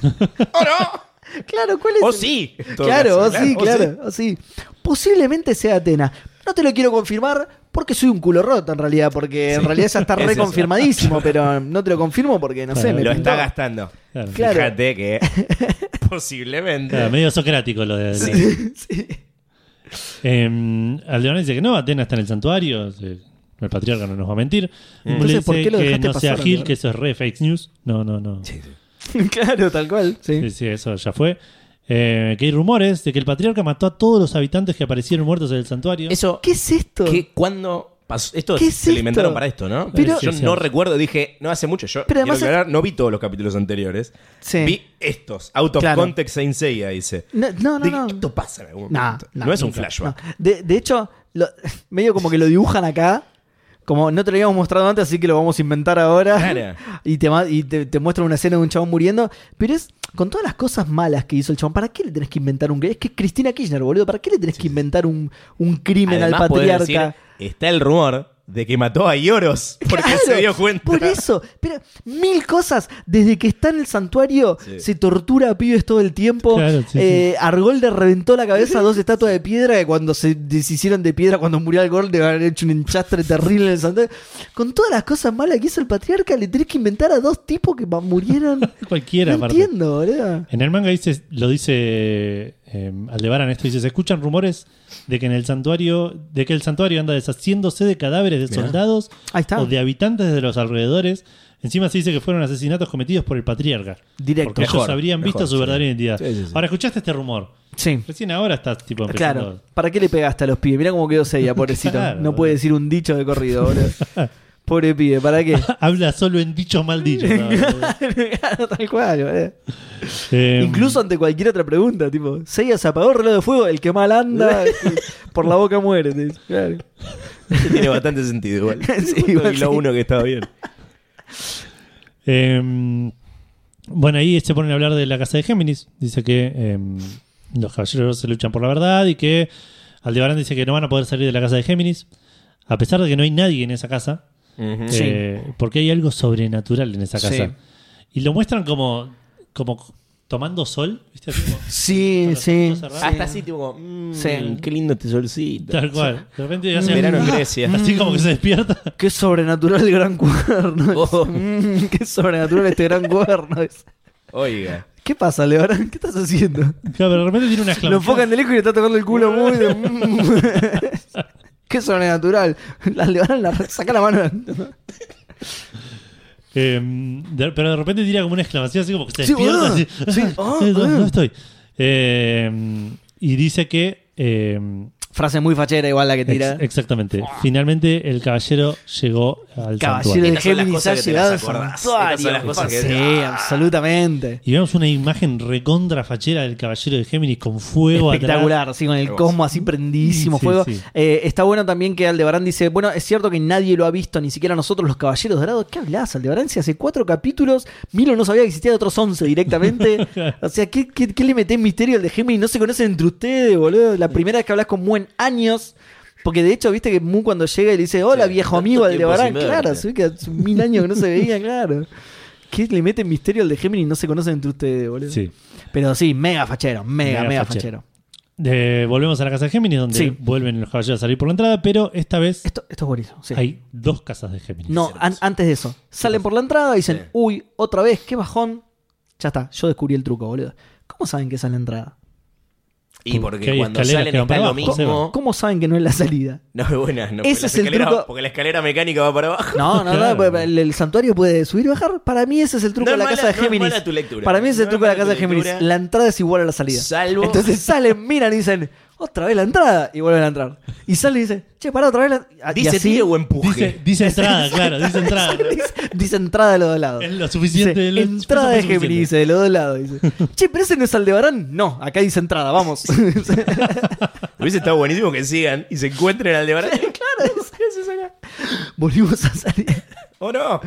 E: ¡Oh no!
D: claro, ¿cuál es?
E: ¡Oh
D: el-
E: sí! En todo
D: Claro,
E: caso,
D: oh, sí,
E: oh,
D: claro, oh, sí. Posiblemente sea Atena. No te lo quiero confirmar porque soy un culo roto en realidad, porque en realidad ya está
E: es eso.
D: reconfirmadísimo, pero no te lo confirmo porque no sé.
C: Claro,
D: me
E: Lo
D: pintó.
E: está gastando.
C: Claro.
D: Claro.
E: Fíjate que posiblemente.
C: Claro, medio socrático lo de Atena.
D: Sí.
C: Eh, Aldebarán dice que no, Atena está en el santuario, se- el patriarca no nos va a mentir. Mu
D: Entonces,
C: le
D: ¿por
C: dice
D: qué lo
C: que
D: dejaste
C: no sea
D: pasar,
C: Gil,
D: Aldebarán?
C: que eso es re fake news. No, no, no.
D: claro, tal cual. Sí.
C: Sí, sí, eso ya fue. Eh, que hay rumores de que el patriarca mató a todos los habitantes que aparecieron muertos en el santuario.
E: Eso.
D: ¿Qué es esto?
E: ¿Qué, ¿Cuándo pasó? Esto
D: ¿Qué es
E: se lo inventaron
D: esto?
E: para esto, ¿no?
D: Pero-
E: yo
C: Sí, sí,
E: no
C: sí.
E: recuerdo, dije, no hace mucho. Yo
D: Pero
E: quiero
D: además es-
E: aclarar, no vi todos los capítulos anteriores.
D: Sí.
E: Vi estos, Out of
D: Claro.
E: Context Saint Seiya, dice.
D: No, no, no.
E: Dije,
D: no.
E: Esto pasa en algún
D: Nah,
E: momento.
D: nah,
E: no es un
D: nunca.
E: flashback.
D: No. De, de hecho, lo- medio como que lo dibujan acá. Como no te lo habíamos mostrado antes, así que lo vamos a inventar ahora.
E: Claro.
D: Y, te, ma- y te, te muestran una escena de un chabón muriendo. Pero es con todas las cosas malas que hizo el chabón. ¿Para qué le tenés que inventar un crimen? Es que es Cristina Kirchner, boludo. ¿Para qué le tenés que inventar un, un crimen
E: Además,
D: al
E: podés
D: patriarca?
E: decir, está el rumor de que mató a Ioros porque
D: Claro,
E: se dio cuenta.
D: Por eso, pero mil cosas. Desde que está en el santuario,
E: Sí.
D: se tortura a pibes todo el tiempo.
C: Claro, sí,
D: Eh, Argol le reventó la cabeza a dos estatuas de piedra que cuando se deshicieron de piedra, cuando murió Argol, le habían hecho un enchastre terrible en el santuario. Con todas las cosas malas que hizo el patriarca, le tenés que inventar a dos tipos que ma- murieron.
C: Cualquiera,
D: no
C: aparte.
D: entiendo, boludo.
C: En el manga dice, lo dice eh, Aldebaran esto, dice, se escuchan rumores de que en el santuario, de que el santuario anda deshaciéndose de cadáveres de
E: Mirá.
C: soldados
D: Ahí está.
C: o de habitantes de los alrededores. Encima se dice que fueron asesinatos cometidos por el patriarca.
D: Directo.
C: Porque ellos
E: Mejor,
C: habrían
E: mejor,
C: visto su
E: sí.
C: verdadera identidad.
E: Sí, sí, sí.
C: Ahora escuchaste este rumor.
D: Sí.
C: Recién ahora estás tipo empezando.
D: Claro, ¿para qué le pegaste a los pibes? Mirá cómo quedó Seiya, pobrecito.
C: Claro.
D: No puede decir un dicho de corrido, boludo. Pobre pibe, ¿para qué?
C: Habla solo en dichos malditos. ¿no?
D: Tal cual, boludo.
C: Eh,
D: Incluso ante cualquier otra pregunta, tipo, Seiya se apagó el reloj de fuego, el que mal anda, por la boca muere. te dice. Claro.
E: Tiene bastante sentido igual.
D: Sí,
E: Justo
D: igual
E: vi lo
D: sí.
E: uno que estaba bien.
C: eh, bueno, ahí se ponen a hablar de la casa de Géminis. Dice que eh, los caballeros se luchan por la verdad y que Aldebarán dice que no van a poder salir de la casa de Géminis. A pesar de que no hay nadie en esa casa. eh, porque hay algo sobrenatural en esa
D: Sí.
C: casa. Y lo muestran como, como tomando sol. ¿viste? Así como-
D: Sí, sí.
C: ojos cerrados.
E: Hasta así, tipo, como,
D: Sí.
E: "Mm, qué lindo este solcito.
C: Tal cual. De repente hace-
E: Verano en Grecia.
C: Así como que se despierta.
D: Qué sobrenatural el gran cuerno.
E: Oh.
D: Mm, qué sobrenatural este gran cuerno.
E: Oiga.
D: ¿Qué pasa, León? ¿Qué estás haciendo?
C: Claro, pero de repente tiene una
D: Lo enfocan de lejos y le está tocando el culo muy de... mm. Qué sobrenatural. La León la saca la mano.
C: Eh, de- pero de repente tira como una exclamación así como que se
D: Sí,
C: despierta.
D: ah,
C: así,
D: sí, ah,
C: "¿Dó-
D: ah".
C: ¿Dónde estoy? Eh, y dice que... eh,
D: Frase muy fachera igual la que
C: ex-
D: tira.
C: exactamente. Finalmente el caballero llegó al
D: Caballero
C: santuario.
D: de
E: Estas son las
D: Géminis ha
E: cosas que te las
D: llegado al
E: acordás. Estas
D: santuario.
E: son las cosas que-
D: Sí, absolutamente.
C: Y vemos una imagen recontra fachera del caballero de Géminis con fuego atrás.
D: Espectacular, sí, con el
E: Hermoso.
D: cosmo así prendidísimo
C: Sí,
D: fuego.
C: sí.
D: Eh, está bueno también que Aldebarán dice, bueno, es cierto que nadie lo ha visto, ni siquiera nosotros los Caballeros Dorados. ¿Qué hablás, Aldebarán? Si hace cuatro capítulos, Milo no sabía que existía de otros once directamente. o sea, ¿qué, qué, qué le metés misterio al de Géminis? No se conocen entre ustedes, boludo. La primera vez que hablas con Mu en años... Porque de hecho, viste que Mu cuando llega y le dice, hola
E: Sí,
D: viejo
E: tanto
D: amigo
E: tiempo
D: Aldebarán,
E: sin verte.
D: claro, se ve que hace mil años que no se veía, claro. ¿Qué le meten misterio al de Géminis? No se conocen entre ustedes, boludo.
C: Sí.
D: Pero sí, mega fachero, mega,
C: Mega
D: mega,
C: fachero.
D: fachero.
C: Eh, volvemos a la casa de Géminis donde
D: Sí.
C: vuelven los caballeros a salir por la entrada, pero esta vez
D: Esto, esto es buenísimo. sí.
C: hay dos casas de Géminis.
D: No, an- antes de eso. Salen por la entrada y dicen,
E: Sí.
D: uy, otra vez, qué bajón. Ya está, yo descubrí el truco, boludo. ¿Cómo saben que es a la entrada?
E: Y
C: Porque hay
E: porque cuando
C: escaleras
E: salen
C: que van
E: está
C: para
E: lo
C: abajo,
E: mismo.
C: Seba.
D: ¿Cómo saben que no es la salida?
E: No, buena, no.
D: Ese
E: porque
D: es
E: las
D: el
E: escaleras-
D: truco.
E: Porque la escalera mecánica va para abajo.
D: No, no,
C: Claro.
D: no, el, el santuario puede subir y bajar. Para mí ese es el truco
E: No
D: de la
E: es mala-
D: casa de
E: no es
D: Géminis.
E: mala tu lectura.
D: Para mí ese es el
E: No
D: truco
E: es
D: de la
E: mala
D: casa de
E: tu
D: Géminis.
E: lectura.
D: La entrada es igual a la salida.
E: Salvo-
D: Entonces salen, miran y dicen, otra vez la entrada. Y vuelven a entrar. Y salen y dicen, che, pará, otra vez la... y
E: Dice
D: así-
E: tiro o empuje.
C: Dice, dice entrada, claro, dice entrada.
D: Dice, dice entrada de los dos lados.
C: Es lo suficiente,
D: Dice,
C: es lo
D: entrada de
C: suficiente.
D: Géminis, dice, de los dos lados. Dice. che, pero ese no es Aldebarán. No, acá dice entrada, vamos.
E: Hubiese estado buenísimo que sigan y se encuentren al de
D: claro, es- volvimos a salir.
E: ¿O no?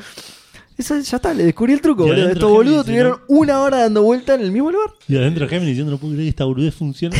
D: Eso ya está, le descubrí el truco,
C: Y
D: boludo.
C: adentro
D: Estos
C: Géminis,
D: boludos tuvieron
C: ¿no?
D: una hora dando vuelta en el mismo lugar.
C: Y adentro Géminis diciendo, no puedo creer que esta boludez funciona.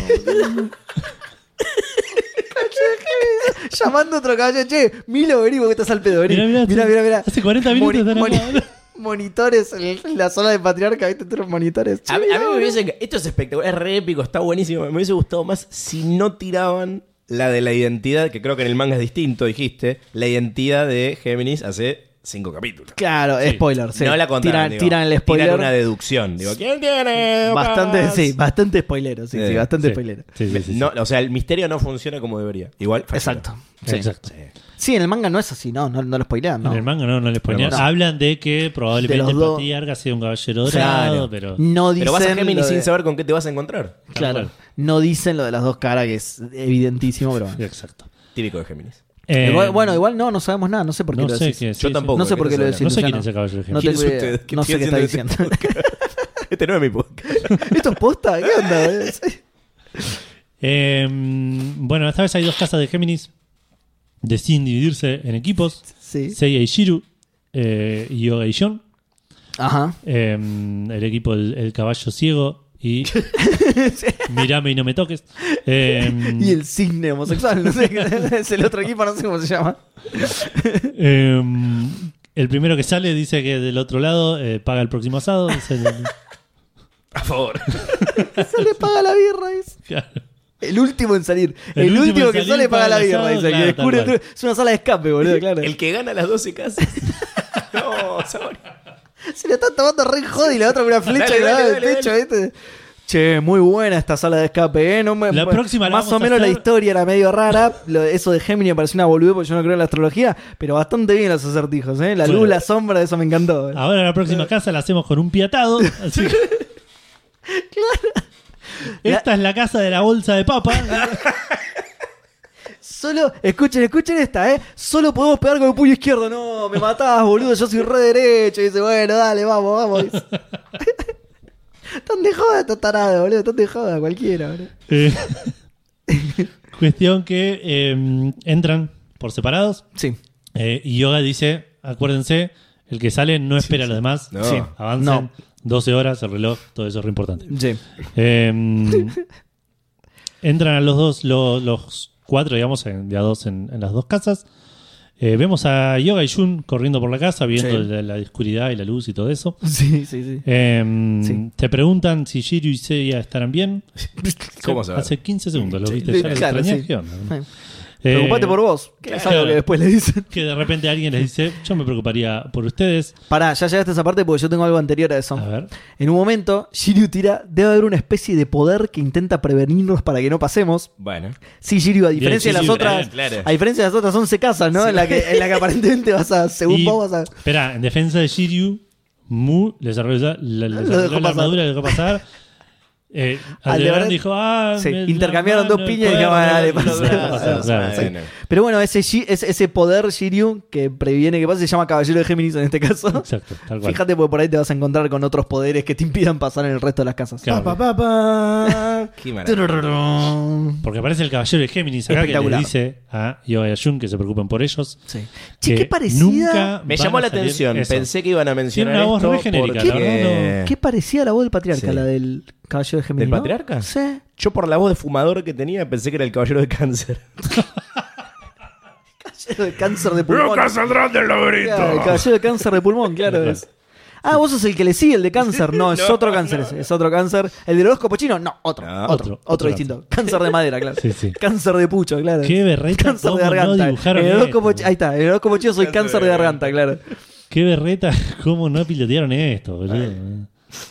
D: Llamando a otro caballero, che, Milo, vení porque estás al pedo, vení.
C: Mirá,
D: Mirá,
C: mirá,
D: mirá, mirá.
C: hace 40 minutos están acá, boludo.
D: Monitores en la zona de patriarca, viste, todos los monitores. Che,
E: A, mí- a
D: mirá,
E: mí me
D: boludo.
E: hubiese. Esto es espectacular, es re épico, está buenísimo. Me hubiese gustado más si no tiraban la de la identidad, que creo que en el manga es distinto, dijiste. La identidad de Géminis hace cinco capítulos.
D: Claro, spoiler, sí.
E: No la contaron.
D: tiran,
E: digo.
D: tiran el spoiler.
E: Tiran una deducción. Digo, ¿quién tiene?
D: Bastante,
E: hojas?
D: sí, bastante spoilero, sí,
E: Eh,
D: sí, bastante
C: Sí.
D: spoilero.
C: Sí, sí, sí, sí.
E: No, o sea, el misterio no funciona como debería. Igual. funciona.
D: Exacto. Sí.
C: Exacto.
D: Sí, en el manga no es así, no, no, no lo spoilean, ¿no?
C: En el manga no, no les ponía.
D: No.
C: Hablan de que probablemente
D: De
C: el
D: los dos.
C: patriarca sea un caballero
D: Claro. Mm.
C: dorado, pero.
D: No dicen
E: Pero vas a Géminis
D: lo de-
E: sin saber con qué te vas a encontrar.
D: Claro,
C: cual.
D: no dicen lo de las dos caras, que es evidentísimo, pero bueno.
C: Exacto.
E: Típico de Géminis.
C: Eh,
D: Igual- bueno, igual no, no sabemos nada, no sé por qué
C: no
D: lo
C: sé
D: decís.
C: qué es.
E: Yo tampoco.
D: No sé por qué lo decís.
C: No sé quién
D: Luciano.
C: es el caballero de
D: No
C: Géminis.
D: tengo
E: ¿Quién es
D: idea.
E: usted? ¿Qué
D: No sé qué
E: estoy
D: está
E: haciendo
D: diciendo.
E: Este no es mi podcast.
D: ¿Esto es posta? ¿Qué onda? eh? Sí.
C: Eh, bueno, esta vez hay dos casas de Géminis. Deciden dividirse en equipos.
D: Sí.
C: Seiya y Shiru. eh, y Yoga y John. Em,
D: Ajá.
C: Eh, el equipo El, el Caballo Ciego y mirame y no me toques. Eh,
D: Y el cisne homosexual, no sé, qué- es el otro equipo, no sé cómo se llama.
C: eh, el primero que sale dice que del otro lado eh, paga el próximo asado. dice el-
F: A favor.
D: Eso le paga la birra, dice.
C: claro.
D: El último en salir. El,
C: El último
D: último,
C: en
D: que
C: salir
D: sale paga la
C: paga el
D: birra,
C: asado,
D: dice.
C: claro,
D: que
C: tal
D: descubre
C: cual.
D: otro- Es una sala de escape, boludo, claro.
E: El que gana las 12 casas. no, Sabori.
D: Se le está tomando re joda y la otra con una flecha
E: Dale,
D: grabada
E: dale,
D: del
E: dale,
D: techo, ¿viste? Che, muy buena esta sala de escape, ¿eh? No me-
C: La
D: me-
C: próxima la
D: Más
C: vamos
D: o
C: a
D: menos
C: hacer-
D: la historia era medio rara. Lo- eso de Gemini me pareció una boludez porque yo no creo en la astrología, pero bastante bien los acertijos, ¿eh? La luz,
C: Bueno. Ah.
D: la sombra, eso me encantó. ¿eh?
C: Ahora la próxima casa la hacemos con un piatado. así que- Esta es la casa de la bolsa de papa.
D: Solo, escuchen, escuchen esta, ¿eh? Solo podemos pegar con el puño izquierdo. No, me matás, boludo, yo soy re derecho. Y dice, bueno, dale, vamos, vamos. Dice. Están de joda estos tarados, boludo, están de joda cualquiera, boludo.
C: Eh, cuestión que eh, entran por separados.
D: Sí.
C: Eh, y Yoga dice, acuérdense, el que sale no espera a los demás.
E: No. Sí.
C: Avanzan.
D: No.
C: 12 horas, el reloj, todo eso es re importante.
D: Sí.
C: Eh, entran a los dos, lo- los cuatro, digamos, en, de a dos en, en las dos casas. Eh, vemos a Yoga y Jun corriendo por la casa, viendo
D: Sí.
C: la, la oscuridad y la luz y todo eso.
D: Sí, sí, sí.
C: Eh,
D: Sí.
C: Te preguntan si Shiryu y Seiya estarán bien.
E: ¿Cómo saber?
C: Hace 15 segundos los viste.
D: Sí,
C: ya los
D: claro,
C: extrañás,
D: sí.
C: ¿qué onda?
D: Sí.
C: Eh,
D: Preocupate por vos. Que es
C: claro.
D: algo que después le dicen.
C: Que de repente alguien les dice, yo me preocuparía por ustedes.
D: Pará, ya llegaste a esa parte porque yo tengo algo anterior a eso.
C: A ver.
D: En un momento, Shiryu tira, debe haber una especie de poder que intenta prevenirnos para que no pasemos.
E: Bueno.
D: Sí, Shiryu, a diferencia
C: Bien,
D: de
C: Shiryu,
D: las otras,
E: bien, claro.
D: a diferencia de las otras 11 casas, ¿no? En la que, en la que aparentemente vas a, según
C: Y-
D: vos vas a.
C: Espera, en defensa de Shiryu, Mu les arregló, le- les
D: Lo
C: arregló
D: dejó
C: la
D: pasar.
C: armadura, lo dejó pasar. Eh, Aldebarán
D: Aldebarán-
C: dijo, ah,
D: Sí,
C: me-
D: intercambiaron
C: la
D: dos
C: mano,
D: piñas y
C: el
D: dijeron,
C: cuerno,
D: "Ah, dale,
C: los
D: pasa".
C: brazos,
E: Ah,
C: claro,
E: bueno.
C: sí.
D: Pero bueno, ese, Shi- ese, ese poder Shiryu que previene que pase se llama Caballero de Géminis en este caso.
C: Exacto, tal cual.
D: Fíjate porque por ahí te vas a encontrar con otros poderes que te impidan pasar en el resto de las casas.
C: Claro,
E: Qué maravilla.
D: Turururú.
C: Porque aparece el caballero de Géminis acá que le
D: Espectacular.
C: dice a Yo y a Jun que se preocupen por ellos.
D: Sí. Che,
C: que
D: qué parecida.
C: nunca
E: Me
C: van
E: llamó
C: a
E: la
C: salir
E: atención.
C: eso.
E: Pensé que iban a mencionar
C: Tiene una voz
E: esto
C: re genérica,
E: porque-
C: la verdad
D: Qué parecida la voz del patriarca,
E: Sí.
D: la del caballero de Géminis.
E: ¿Del
D: ¿no?
E: patriarca?
D: Sí.
E: Yo por la voz de fumador que tenía pensé que era el caballero de cáncer.
D: Caballero de cáncer de pulmón.
F: Nunca saldrán del laberinto.
D: Claro, el caballero de cáncer de pulmón, claro. es. Ah, vos sos el que le sigue, el de cáncer. No, es otro cáncer ese, es otro cáncer. El del horóscopo chino, no, otro.
E: No,
D: otro,
C: Ah, otro,
D: otro,
C: otro
D: distinto. Cáncer de madera, claro.
C: Sí, sí.
D: Cáncer de pucho, claro.
C: Qué berreta,
D: Cáncer
C: cómo
D: de
C: no
D: garganta.
C: dibujaron
D: el horóscopo
C: esto.
D: chi- ahí está, el horóscopo chino soy cáncer de garganta, claro.
C: Qué berreta, cómo no pilotearon esto, boludo.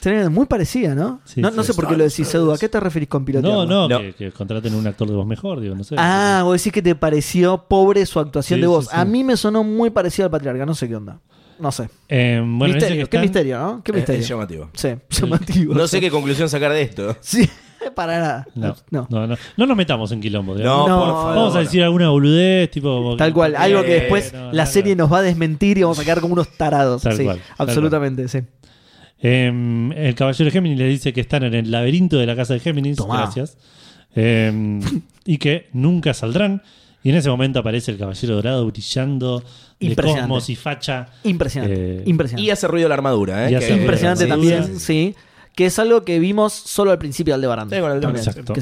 D: Tenés- Muy parecida, ¿no?
C: Sí,
D: no,
C: sí.
D: no sé por qué lo decís, Edu. ¿A qué te referís con pilotear?
C: No, no,
E: No.
C: Que, que contraten un actor de voz mejor, digo, no sé.
D: Ah, vos decís que te pareció pobre su actuación
C: Sí,
D: de voz.
C: sí, sí.
D: A mí me sonó muy parecido al patriarca, no sé qué onda. No sé.
C: Eh, bueno, dice que
D: misterio, qué
C: están-
D: misterio, ¿no? Qué
E: Es-
D: misterio.
E: es llamativo.
D: Sí, llamativo.
E: No sé qué conclusión sacar de esto.
D: Sí, para nada.
C: No, no, no, no nos metamos en quilombo. digamos.
E: No,
D: No,
E: por favor.
C: Vamos a decir alguna boludez, tipo. como
D: Tal
C: que-
D: cual, algo que
E: Eh,
D: después
C: no,
D: la
C: no,
D: serie nos va a desmentir y vamos a quedar como unos tarados.
C: Tal
D: sí,
C: cual, tal
D: absolutamente, sí.
C: Eh, el caballero de Géminis le dice que están en el laberinto de la casa de Géminis.
D: Tomá.
C: Gracias. Eh, y que nunca saldrán. Y en ese momento aparece el caballero dorado brillando de
D: Impresionante.
C: cosmos y facha.
D: Impresionante,
C: Eh,
E: Y
D: impresionante.
E: hace ruido la armadura, ¿eh?
C: Y
E: Que-
C: hace ruido
D: impresionante
C: sí,
D: también,
C: sí,
D: sí. Que es algo que vimos solo al principio del de Baranda.
E: Sí, con Aldebarán.
C: Exacto.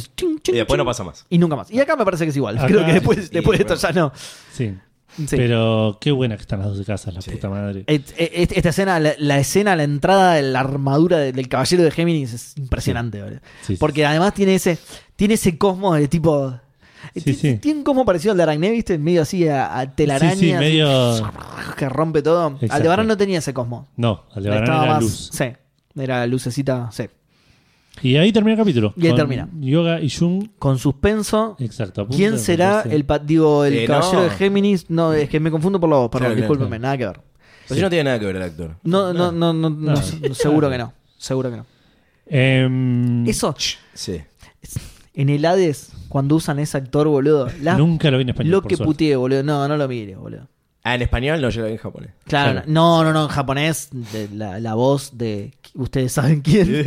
E: Y después no pasa más.
D: Y nunca más. Y acá me parece que es igual.
C: Acá-
D: Creo que después,
E: Sí,
D: después de esto ya no.
C: Sí.
D: Sí.
C: Pero qué buena que están las 12 casas, la puta madre.
D: Et- e, et- Esta escena, la, la escena, la entrada de la armadura de- del caballero de Géminis es impresionante, ¿vale?
C: Sí, sí,
D: Porque además tiene ese, tiene ese cosmos de tipo.
C: Sí,
D: ti-
C: sí.
D: Tiene un cosmo parecido al de Aracne, ¿viste? Medio así a, a telaraña.
C: Sí, sí,
D: así,
C: medio-
D: Que rompe todo.
C: Exacto.
D: Aldebarán no tenía ese cosmo.
C: No, Aldebarán
D: Estaba
C: era
D: más-
C: luz.
D: Sí, era lucecita, sí.
C: Y ahí termina el capítulo.
D: Y ahí
C: con
D: termina.
C: Yoga y Jung.
D: Con suspenso.
C: Exacto. a punto
D: ¿Quién
C: de
D: será
C: meterse.
D: el, pa- digo, el
E: Eh,
D: caballero
E: no.
D: de Géminis? No, es que me confundo por la voz, perdón,
E: Claro, claro,
D: discúlpeme, nada que ver.
E: Pues no tiene nada que ver el actor.
D: No, no, no, no, no,
C: No.
D: seguro que no. Seguro que no.
C: Em,
D: Eso,
E: Sí.
D: en el Hades, cuando usan ese actor, boludo. la-
C: Nunca lo vi en español.
D: lo
C: por
D: que
C: suerte.
D: puteé, boludo. No, no lo mire, boludo.
E: Ah, en español no, yo lo vi en japonés.
D: Claro,
C: Claro.
D: no, no, no. En japonés, de la, la voz de ustedes saben quién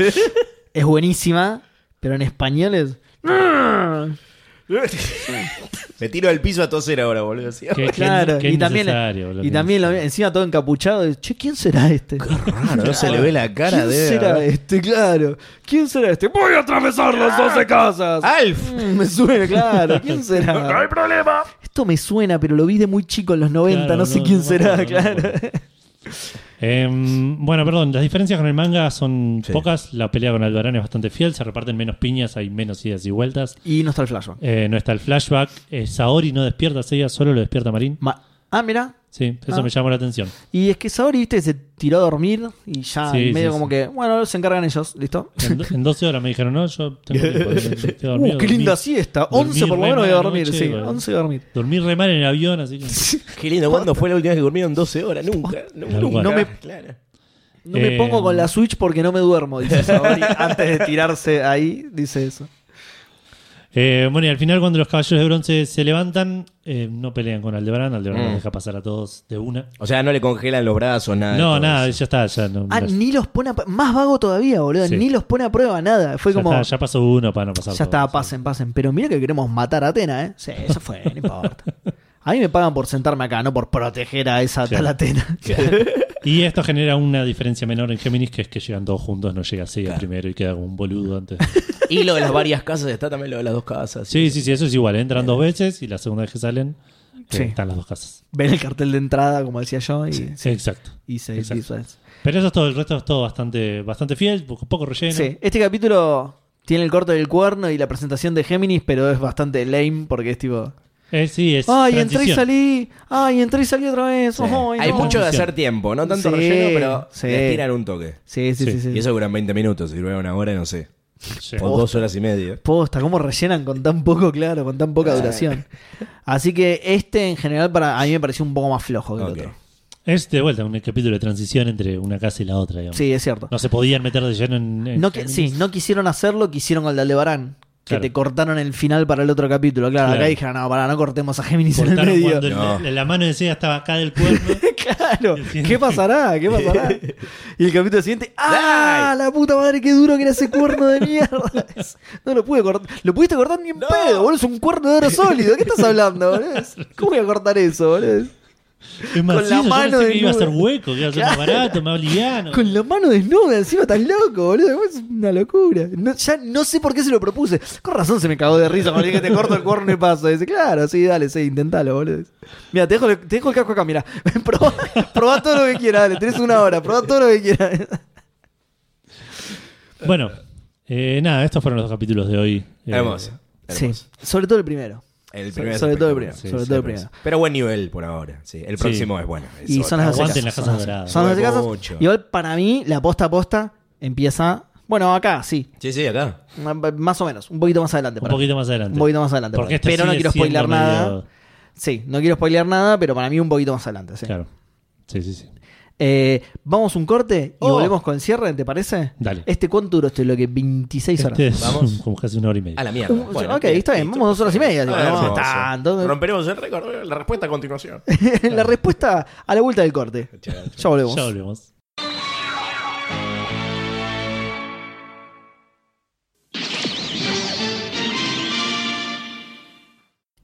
D: es buenísima, pero en español es.
E: Me tiro al piso a toser ahora, boludo. así.
C: Que- que-
D: Claro,
C: que
D: y
C: es
D: también,
C: necesario, boludo,
D: y
C: que
D: también lo- encima todo encapuchado. de, Che, ¿quién será este?
E: Claro, no se le ve la cara
D: ¿Quién
E: de.
D: será este? Claro. ¿Quién será este? Voy a atravesar las 12 casas.
E: Alf.
D: Mm, me suena, claro. ¿Quién
F: ¡No hay
D: será?
F: problema!
D: Esto me suena, pero lo vi de muy chico en los 90.
C: Claro,
D: no sé
C: no,
D: quién
C: no me
D: será,
C: acuerdo, no me
D: claro.
C: Em, bueno, perdón, las diferencias con el manga son
E: Sí.
C: pocas. La pelea con Albarán es bastante fiel, se reparten menos piñas, hay menos idas y vueltas.
D: y no está el flashback.
C: Eh, no está el flashback. Eh, Saori no despierta a Seiya, solo lo despierta Marín.
D: Ma- ah, mira.
C: Sí, eso
D: Ah.
C: me llamó la atención.
D: Y es que Saori, viste, se tiró a dormir y ya
C: Sí,
D: medio
C: sí,
D: como
C: sí.
D: que, bueno, se encargan ellos, ¿listo.
C: En, do- en 12 horas me dijeron, no, yo tengo tiempo. estoy
D: Uh,
C: dormido,
D: qué
C: dormí-
D: linda siesta.
C: dormí
D: 11 por lo
C: re
D: menos voy a
C: mal
D: dormir,
C: anoche,
D: sí.
C: boludo.
D: 11 voy a dormir.
C: Dormí re mal en el avión, así que.
E: Qué lindo, ¿cuándo fue la última vez que durmieron 12 horas? Nunca, nu-
C: Tal
E: nunca.
C: cual.
D: No me-
E: Claro.
D: No me
C: Eh,
D: pongo con la Switch porque no me duermo, dice Saori. Antes de tirarse ahí, dice eso.
C: Eh, bueno, y al final, cuando los caballeros de bronce se levantan, eh, no pelean con Aldebarán. Aldebarán
E: Mm.
C: los deja pasar a todos de una.
E: O sea, no le congelan los brazos, nada. de
C: No,
E: todo
C: nada,
E: eso.
C: ya está. Ya, no,
D: Ah,
C: ya-
D: ni los pone a pr- Más vago todavía, boludo.
C: Sí.
D: Ni los pone a prueba nada. Fue
C: ya
D: como.
C: está, ya pasó uno para no pasar.
D: ya
C: todo,
D: está,
C: sí.
D: pasen, pasen. Pero mira que queremos matar a Atena, ¿eh? Sí, eso fue, no importa. A mí me pagan por sentarme acá, no por proteger a esa
C: Sí.
D: tal Atena.
C: Y esto genera una diferencia menor en Géminis, que es que llegan todos juntos, no llega Seiya primero y queda como un boludo antes.
E: Y lo de las varias casas, está también lo de las dos casas.
C: Sí, sí, sí, eso es igual. Entran dos veces y la segunda vez que salen, eh,
D: Sí.
C: están las dos casas.
D: Ven el cartel de entrada, como decía yo, y,
C: Exacto.
D: y se
C: Exacto.
D: visualiza.
C: Pero eso es todo, el resto es todo bastante, bastante fiel, poco, poco relleno.
D: Sí, este capítulo tiene el corte del cuerno y la presentación de Géminis, pero es bastante lame porque es tipo.
C: Eh, sí, es
D: Ay, entré y
C: transición.
D: salí. Ay, entré y salí otra vez.
E: Sí.
D: Ay,
E: Hay
D: no.
E: mucho de hacer tiempo, no tanto
D: Sí,
E: relleno, pero
D: sí.
E: le tiran un toque.
D: Sí, sí, sí.
C: Sí.
D: sí.
E: Y eso duran 20 minutos, si duran una hora, no sé.
C: Sí.
E: O dos horas y media.
D: Posta, cómo rellenan con tan poco, claro, con tan poca duración. Así que este en general para a mí me pareció un poco más flojo que
E: Ok.
D: el otro.
C: Es de vuelta un capítulo de transición entre una casa y la otra, digamos.
D: Sí, es cierto.
C: No se podían meter de lleno en. en
D: No, qui-
C: Géminis.
D: sí, no quisieron hacerlo, quisieron al de Aldebarán. Que
C: Claro.
D: te cortaron el final para el otro capítulo. Claro, acá
C: Claro.
D: dijeron, no, para, no cortemos a Géminis en el
C: Cortaron
D: medio.
C: cuando el-
E: No.
C: la- la mano de Seiya estaba acá del cuerno.
D: Claro, ¿qué pasará? ¿Qué pasará? Y el capítulo siguiente, ¡ah!
E: Ay.
D: La puta madre, qué duro que era ese cuerno de mierda. Es- No lo pude cortar. Lo pudiste cortar ni en
E: No.
D: pedo, boludo. Es un cuerno de oro sólido. ¿Qué estás hablando, boludo? Es- ¿Cómo voy a cortar eso, boludo?
C: Es más,
D: Con la
C: sí, yo
D: mano
C: pensé que iba a
D: desnuda.
C: ser hueco, que iba a ser más
D: Claro.
C: barato, más liviano.
D: Con la mano desnuda, encima estás loco, boludo. Es una locura. No- ya no sé por qué se lo propuse. Con razón se me cagó de risa cuando le dije te corto el cuerno y paso. Dice, claro, sí, dale, sí, intentalo, boludo. Mira, te dejo, el- te dejo el casco acá, mira. probá, probá todo lo que quieras, dale. Tenés una hora, probá todo lo que quieras.
C: Bueno, eh, nada, estos fueron los dos capítulos de hoy. Eh,
E: Hermoso.
D: Sí,
E: hermoso.
D: sobre todo el primero.
E: El
D: So-
E: primero es
D: sobre todo el primero.
E: espectacular.
D: sobre
C: sí,
D: todo el
C: pero
D: primero.
E: Pero buen nivel por ahora. Sí. El próximo es bueno. es
D: Y
E: otro.
D: son las doce
C: Aguanten
D: casas,
C: las
D: son
C: casas doradas.
D: Son las doce casas.
E: Mucho.
D: Igual para mí, la posta a posta empieza. Bueno, acá sí.
E: Sí, sí, acá.
D: Más o menos. Un poquito más adelante.
C: Un
D: para mí.
C: poquito más adelante.
D: Un poquito más adelante.
C: Porque
D: para mí.
C: este
D: pero no
C: sigue
D: quiero spoiler
C: siendo medio-
D: nada. Sí, no quiero spoiler nada, pero para mí un poquito más adelante. sí.
C: Claro. Sí, sí, sí.
D: Eh, vamos un corte y
E: Oh.
D: volvemos con cierre, ¿te parece?
C: Dale.
D: ¿Este cuánto duró este bloque? 26 horas.
C: Este es
E: Vamos.
C: como casi una hora y media.
E: A la mierda.
D: Un- ok, está bien, vamos dos horas y media. digo, no,
E: hermoso.
D: tanto.
F: Romperemos el récord. La respuesta a continuación.
D: la respuesta a la vuelta del corte. Ya volvemos.
C: Este- Ya volvemos.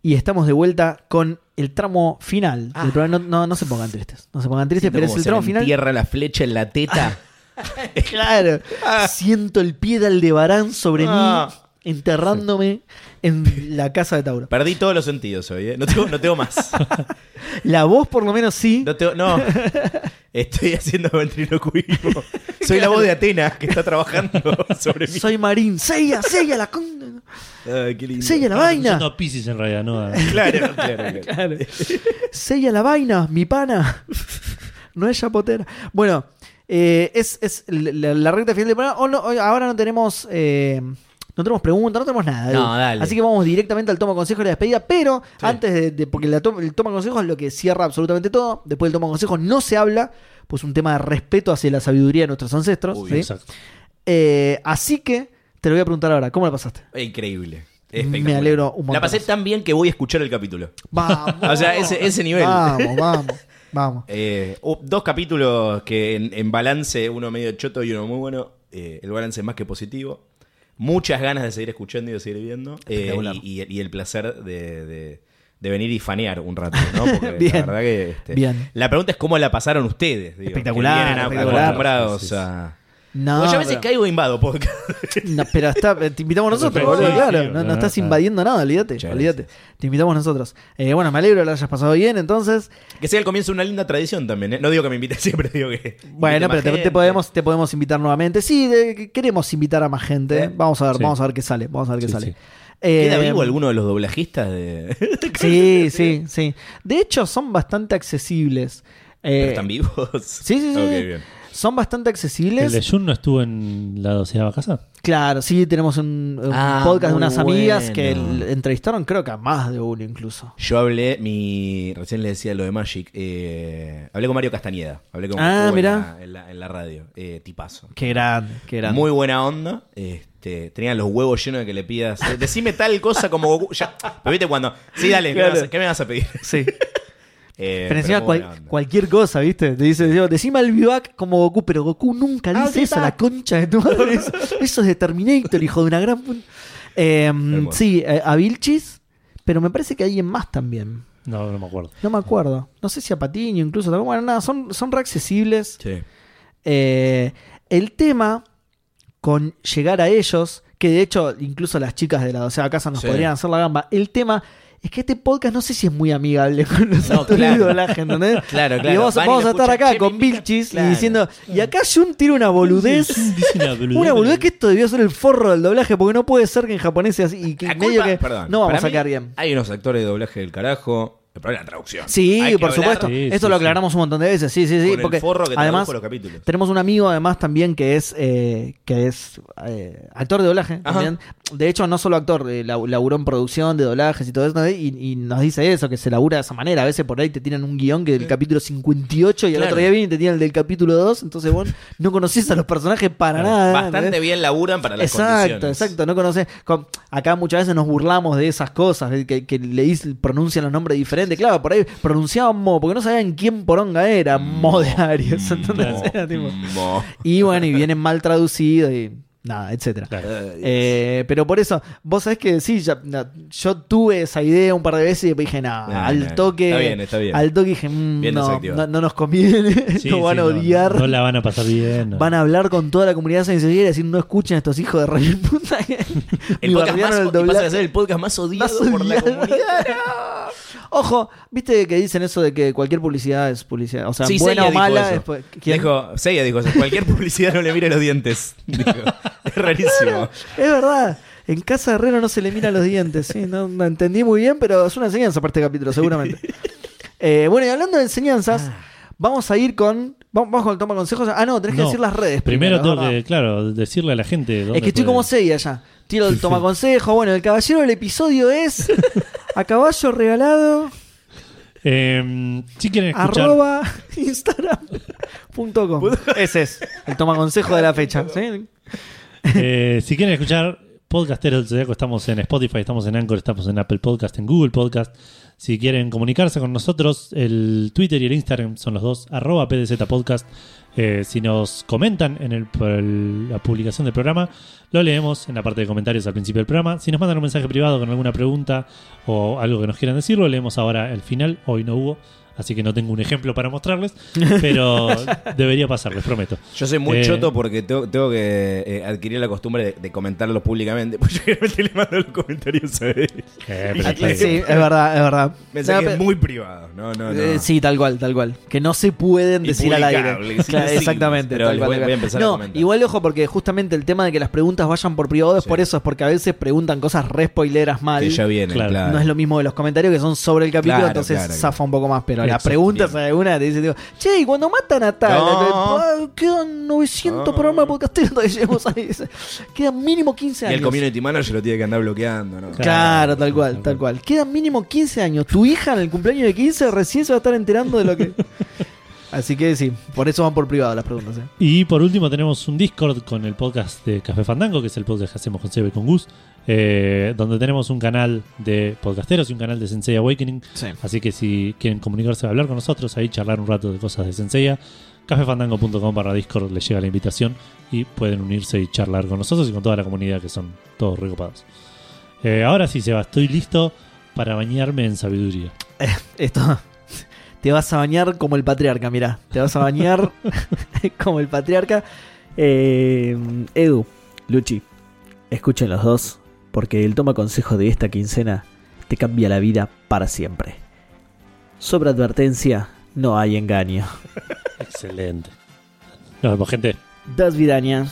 D: Y estamos de vuelta con el tramo final.
E: Ah.
D: del programa. no, no, no se pongan tristes. No se pongan tristes, pero es el tramo final.
E: Tierra la flecha en la teta.
D: Claro. Siento el pie de Aldebarán sobre
E: Ah.
D: mí, enterrándome en la casa de Tauro.
E: Perdí todos los sentidos hoy, ¿eh? No tengo, no tengo más.
D: La voz, por lo menos, sí.
E: No, tengo- no. Estoy haciendo ventriloquismo. Soy la voz de Atenas que está trabajando sobre mí.
D: Soy Marín. Sella, sella la con...
E: Ay, qué lindo.
D: Sella la
C: Estaba escuchando
D: vaina.
C: a Pisces en realidad, ¿no? A-
E: Claro, claro, claro.
D: Sella la vaina, mi pana. No es chapotera. Bueno, eh, es, es la, la recta final del programa. Oh, no, hoy- ahora no tenemos. eh, no tenemos preguntas, no tenemos nada.
E: No,
D: Edu.
E: dale.
D: Así que vamos directamente al toma consejo y la despedida. Pero antes de. de- porque la to- el toma consejo es lo que cierra absolutamente todo. Después del toma consejo no se habla. Pues un tema de respeto hacia la sabiduría de nuestros ancestros.
E: Uy,
D: ¿sí?
C: Exacto.
D: Eh, así que te lo voy a preguntar ahora. ¿Cómo la pasaste?
E: Increíble.
D: Me
E: Espectacular.
D: alegro un montón.
E: La pasé tan bien que voy a escuchar el capítulo.
D: Vamos.
E: O sea, ese, ese nivel.
D: Vamos, vamos, vamos.
E: Eh, u- dos capítulos que en, en balance, uno medio choto y uno muy bueno. Eh, el balance es más que positivo. muchas ganas de seguir escuchando y de seguir viendo. eh,
D: Espectacular.
E: y, y- y el placer de, de- de venir y fanear un rato, ¿no? Porque
D: Bien.
E: la verdad que. este,
D: Bien.
E: La pregunta es cómo la pasaron ustedes. digo, que
D: Espectacular,
E: vienen a-
D: espectacular.
E: acostumbrados
D: Sí, sí, sí.
E: a.
D: No,
E: Bueno, yo a veces
D: pero-
E: caigo e invado podcast.
D: No, pero está, eh, te invitamos nosotros,
C: Sí,
D: boludo,
C: sí,
D: claro.
C: sí,
D: no, no
C: no,
D: estás
C: no,
D: invadiendo nada, olvídate,
E: Muchas
D: olvídate. Te invitamos nosotros. Eh, bueno, me alegro que lo hayas pasado bien, entonces.
E: Que sea el comienzo de una linda tradición también, ¿eh? No digo que me invite siempre, digo que. invite
D: Bueno,
E: más
D: pero te, te
E: gente.
D: podemos, te podemos invitar nuevamente. Sí, de- que queremos invitar a más gente.
E: Sí.
D: Vamos a ver,
C: Sí.
D: vamos a ver qué sale. Vamos a ver qué
C: Sí,
D: sale.
C: sí.
D: Eh,
E: ¿Queda vivo alguno de los doblajistas de.?
D: Sí, sí, sí. De hecho, son bastante accesibles. Eh,
E: Pero están vivos.
D: Sí, sí, sí.
E: Ok, bien.
D: Son bastante
C: El
D: accesibles.
C: de Jun no estuvo en la doceava casa.
D: Claro, sí, tenemos un, un
E: Ah,
D: podcast de
E: muy
D: unas amigas
E: bueno.
D: que l- entrevistaron, creo que a más de uno incluso.
E: Yo hablé, mi. Recién les decía lo de Magic. eh, hablé con Mario Castañeda. Hablé con
D: Ah,
E: estuvo en
D: mirá.
E: la- En, la, en la radio. eh, tipazo.
D: Qué grande, qué grande.
E: Muy buena onda. Este, tenían los huevos llenos de que le pidas. eh, decime tal cosa como Goku. Ya. Pero viste cuando. Sí, dale, ¿qué me
D: Claro.
E: vas a- ¿qué me vas a pedir?
D: Sí.
E: Eh,
D: Pero encima
E: muy
D: cual-
E: buena onda.
D: cualquier cosa, ¿viste? Te dice, digo, decime al vivac como Goku, pero Goku nunca dice eso, la concha de tu madre. Eso, eso es de Terminator, hijo de una gran... pun- Eh,
E: Hermoso.
D: sí, eh, a Vilchis, pero me parece que alguien más también.
C: No, no me acuerdo.
D: No me acuerdo. No sé si a Patiño incluso también. Bueno, nada, son, son re accesibles.
E: Sí.
D: Eh, el tema con llegar a ellos, que de hecho incluso las chicas de la doceava casa nos
E: Sí.
D: podrían hacer la gamba, el tema es que este podcast no sé si es muy amigable con los
E: No,
D: actores
E: claro.
D: de doblaje, ¿entendés?
E: Claro,
D: Y
E: claro.
D: vamos,
E: Van y
D: vamos
E: lo
D: a estar
E: escuchan,
D: acá
E: "Che,
D: con
E: mi-
D: Vilchis
E: claro.
D: y diciendo, y acá Jun tira una boludez.
C: Dice una boludez.
D: Una boludez que esto debió ser el forro del doblaje, porque no puede ser que en japonés sea así. Y que
E: La
D: medio
E: culpa-
D: que
E: perdón,
D: no vamos
E: para
D: a
E: mí
D: quedar bien.
E: Hay unos actores de doblaje del carajo. El problema es la traducción.
D: Sí,
E: Hay que
D: por
E: hablar
D: supuesto.
E: con
C: Sí,
D: Esto
C: sí,
D: lo
C: sí.
D: aclaramos un montón de veces. Sí, sí, sí.
E: el
D: porque
E: forro que
D: además,
E: tradujo los capítulos.
D: Tenemos un amigo además también que es eh, que es eh, actor de doblaje.
E: Ajá.
D: también. De hecho, no solo actor, eh, lau- laburó en producción de doblajes y todo eso, ¿no? y, y nos dice eso, que se labura de esa manera. A veces por ahí te tiran un guión que del capítulo 58 y al
E: Claro.
D: otro día viene y te tiran el del capítulo 2, entonces vos no conocés a los personajes para nada.
E: Bastante
D: ¿entendés?
E: bien laburan para las
D: Exacto,
E: condiciones.
D: exacto, no conoces. con- Acá muchas veces nos burlamos de esas cosas, de que, que le dis- pronuncian los nombres diferentes. Claro, por ahí pronunciaban Mo, porque no sabían quién poronga era, Mo de Arias. Entonces era tipo-
E: Mo.
D: y bueno, y vienen mal traducidos y nada, etcétera. Eh, pero por eso, vos sabés que sí, ya- na- yo tuve esa idea un par de veces y después dije, no,
E: Nah,
D: al
E: nah,
D: toque.
E: está bien, está bien.
D: Al toque dije, mm,
E: Bien
D: no,
E: desactivado.
D: no, no nos conviene,
C: Sí,
D: nos van
C: sí,
D: a
C: no,
D: odiar.
C: No, la van a pasar bien. no.
D: Van a hablar con toda la comunidad sensorial y decir, no escuchen a estos hijos de re puta. que
E: El podcast
D: bardearon el
E: más, y pasan
D: doblaje".
E: a ser el podcast más odiado
D: Más
E: por la
D: odiado.
E: comunidad.
D: Ojo, viste que dicen eso de que cualquier publicidad es publicidad. O sea,
E: Sí,
D: buena
E: Seiya
D: o
E: dijo
D: mala.
E: eso.
D: después- ¿Quién?
E: Dijo, Seiya dijo eso. Cualquier publicidad no le mire los dientes. Dijo. Es rarísimo.
D: Es verdad. En casa de Herrero no se le mira los dientes. Sí, no, no entendí muy bien, pero es una enseñanza para este capítulo, seguramente. Eh, bueno, y hablando de enseñanzas,
E: Ah.
D: vamos a ir con. Vamos, vamos con el toma consejos. Ah, no, tenés que
C: No.
D: decir las redes.
C: Primero,
D: Primero,
C: tengo
D: ¿verdad?
C: que, claro, decirle a la gente. dónde
D: Es que estoy
C: puede-
D: como Seiya ya. Tiro el toma consejo. Bueno, el caballero del episodio es. A caballo regalado.
C: Eh, si quieren escuchar.
D: arroba instagram.com. Ese es el toma consejo de la fecha. ¿sí?
C: Eh, si quieren escuchar Podcasteros del Zodiaco, estamos en Spotify, estamos en Anchor, estamos en Apple Podcast, en Google Podcast. Si quieren comunicarse con nosotros, el Twitter y el Instagram son los dos, arroba PDZ Podcast. Eh, si nos comentan en el- por el- la publicación del programa, lo leemos en la parte de comentarios al principio del programa. Si nos mandan un mensaje privado con alguna pregunta o algo que nos quieran decir, lo leemos ahora al final. Hoy no hubo, así que no tengo un ejemplo para mostrarles, pero debería pasar, les prometo.
E: Yo soy muy
C: Eh,
E: choto porque tengo, tengo que eh, adquirir la costumbre de, de comentarlos públicamente. Pues yo generalmente le mando los comentarios a él.
C: Eh, pero está bien.
D: Sí, es verdad, es verdad.
E: Mensajes
D: No, pero-
E: muy privados. No, no, no.
D: Eh, sí, tal cual, tal cual. Que no se pueden decir al aire.
E: Impublicables,
D: Claro,
E: sin
D: exactamente.
E: signos. Pero
D: tal cual,
E: voy-
D: tal
E: voy a
D: cual.
E: empezar a
D: no,
E: comentar.
D: igual ojo, porque justamente el tema de que las preguntas vayan por privado es
E: Sí.
D: por eso, es porque a veces preguntan cosas re spoileras mal.
E: que ya viene,
C: Claro.
E: claro.
D: No es lo mismo de los comentarios que son sobre el capítulo,
E: Claro,
D: entonces
E: claro, claro.
D: zafa un poco más. Pero las
C: Exacto,
D: preguntas
E: bien.
D: alguna te dicen, digo, che, y cuando matan a tal,
E: No. Ah.
D: Ah, quedan 900
E: No.
D: programas de podcastero todavía llegamos ahí. Dice, Quedan mínimo 15
E: Y
D: años.
E: el community manager lo tiene que andar bloqueando, ¿no?
D: Claro, tal cual, tal cual. Quedan mínimo 15 años. Tu hija en el cumpleaños de 15 recién se va a estar enterando de lo que. Así que sí, por eso van por privado las preguntas. ¿eh?
G: Y por último tenemos un Discord con el podcast de Café Fandango, que es el podcast que hacemos con Seba y con Gus, eh, donde tenemos un canal de podcasteros y un canal de Sensei Awakening.
D: Sí.
G: Así que si quieren comunicarse, hablar con nosotros, ahí charlar un rato de cosas de Senseiya, cafefandango.com para Discord les llega la invitación y pueden unirse y charlar con nosotros y con toda la comunidad que son todos recopados. Eh, ahora sí, Seba, estoy listo para bañarme en sabiduría.
D: Esto. Te vas a bañar como el patriarca, mirá. Te vas a bañar como el patriarca. Eh, Edu, Luchi, escuchen los dos, porque el toma consejo de esta quincena te cambia la vida para siempre. Sobre advertencia, no hay engaño.
G: Excelente. Nos vemos, gente.
D: Das vidaña.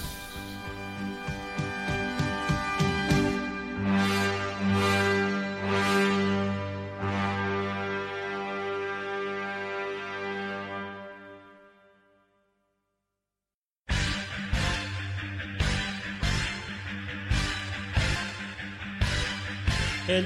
C: El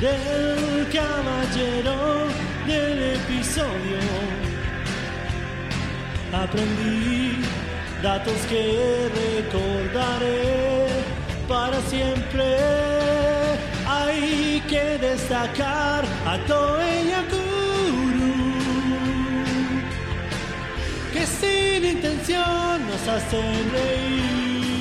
C: del caballero del episodio. Aprendí datos que recordaré para siempre. Hay que destacar a Toei Yakuru que sin intención nos hacen reír.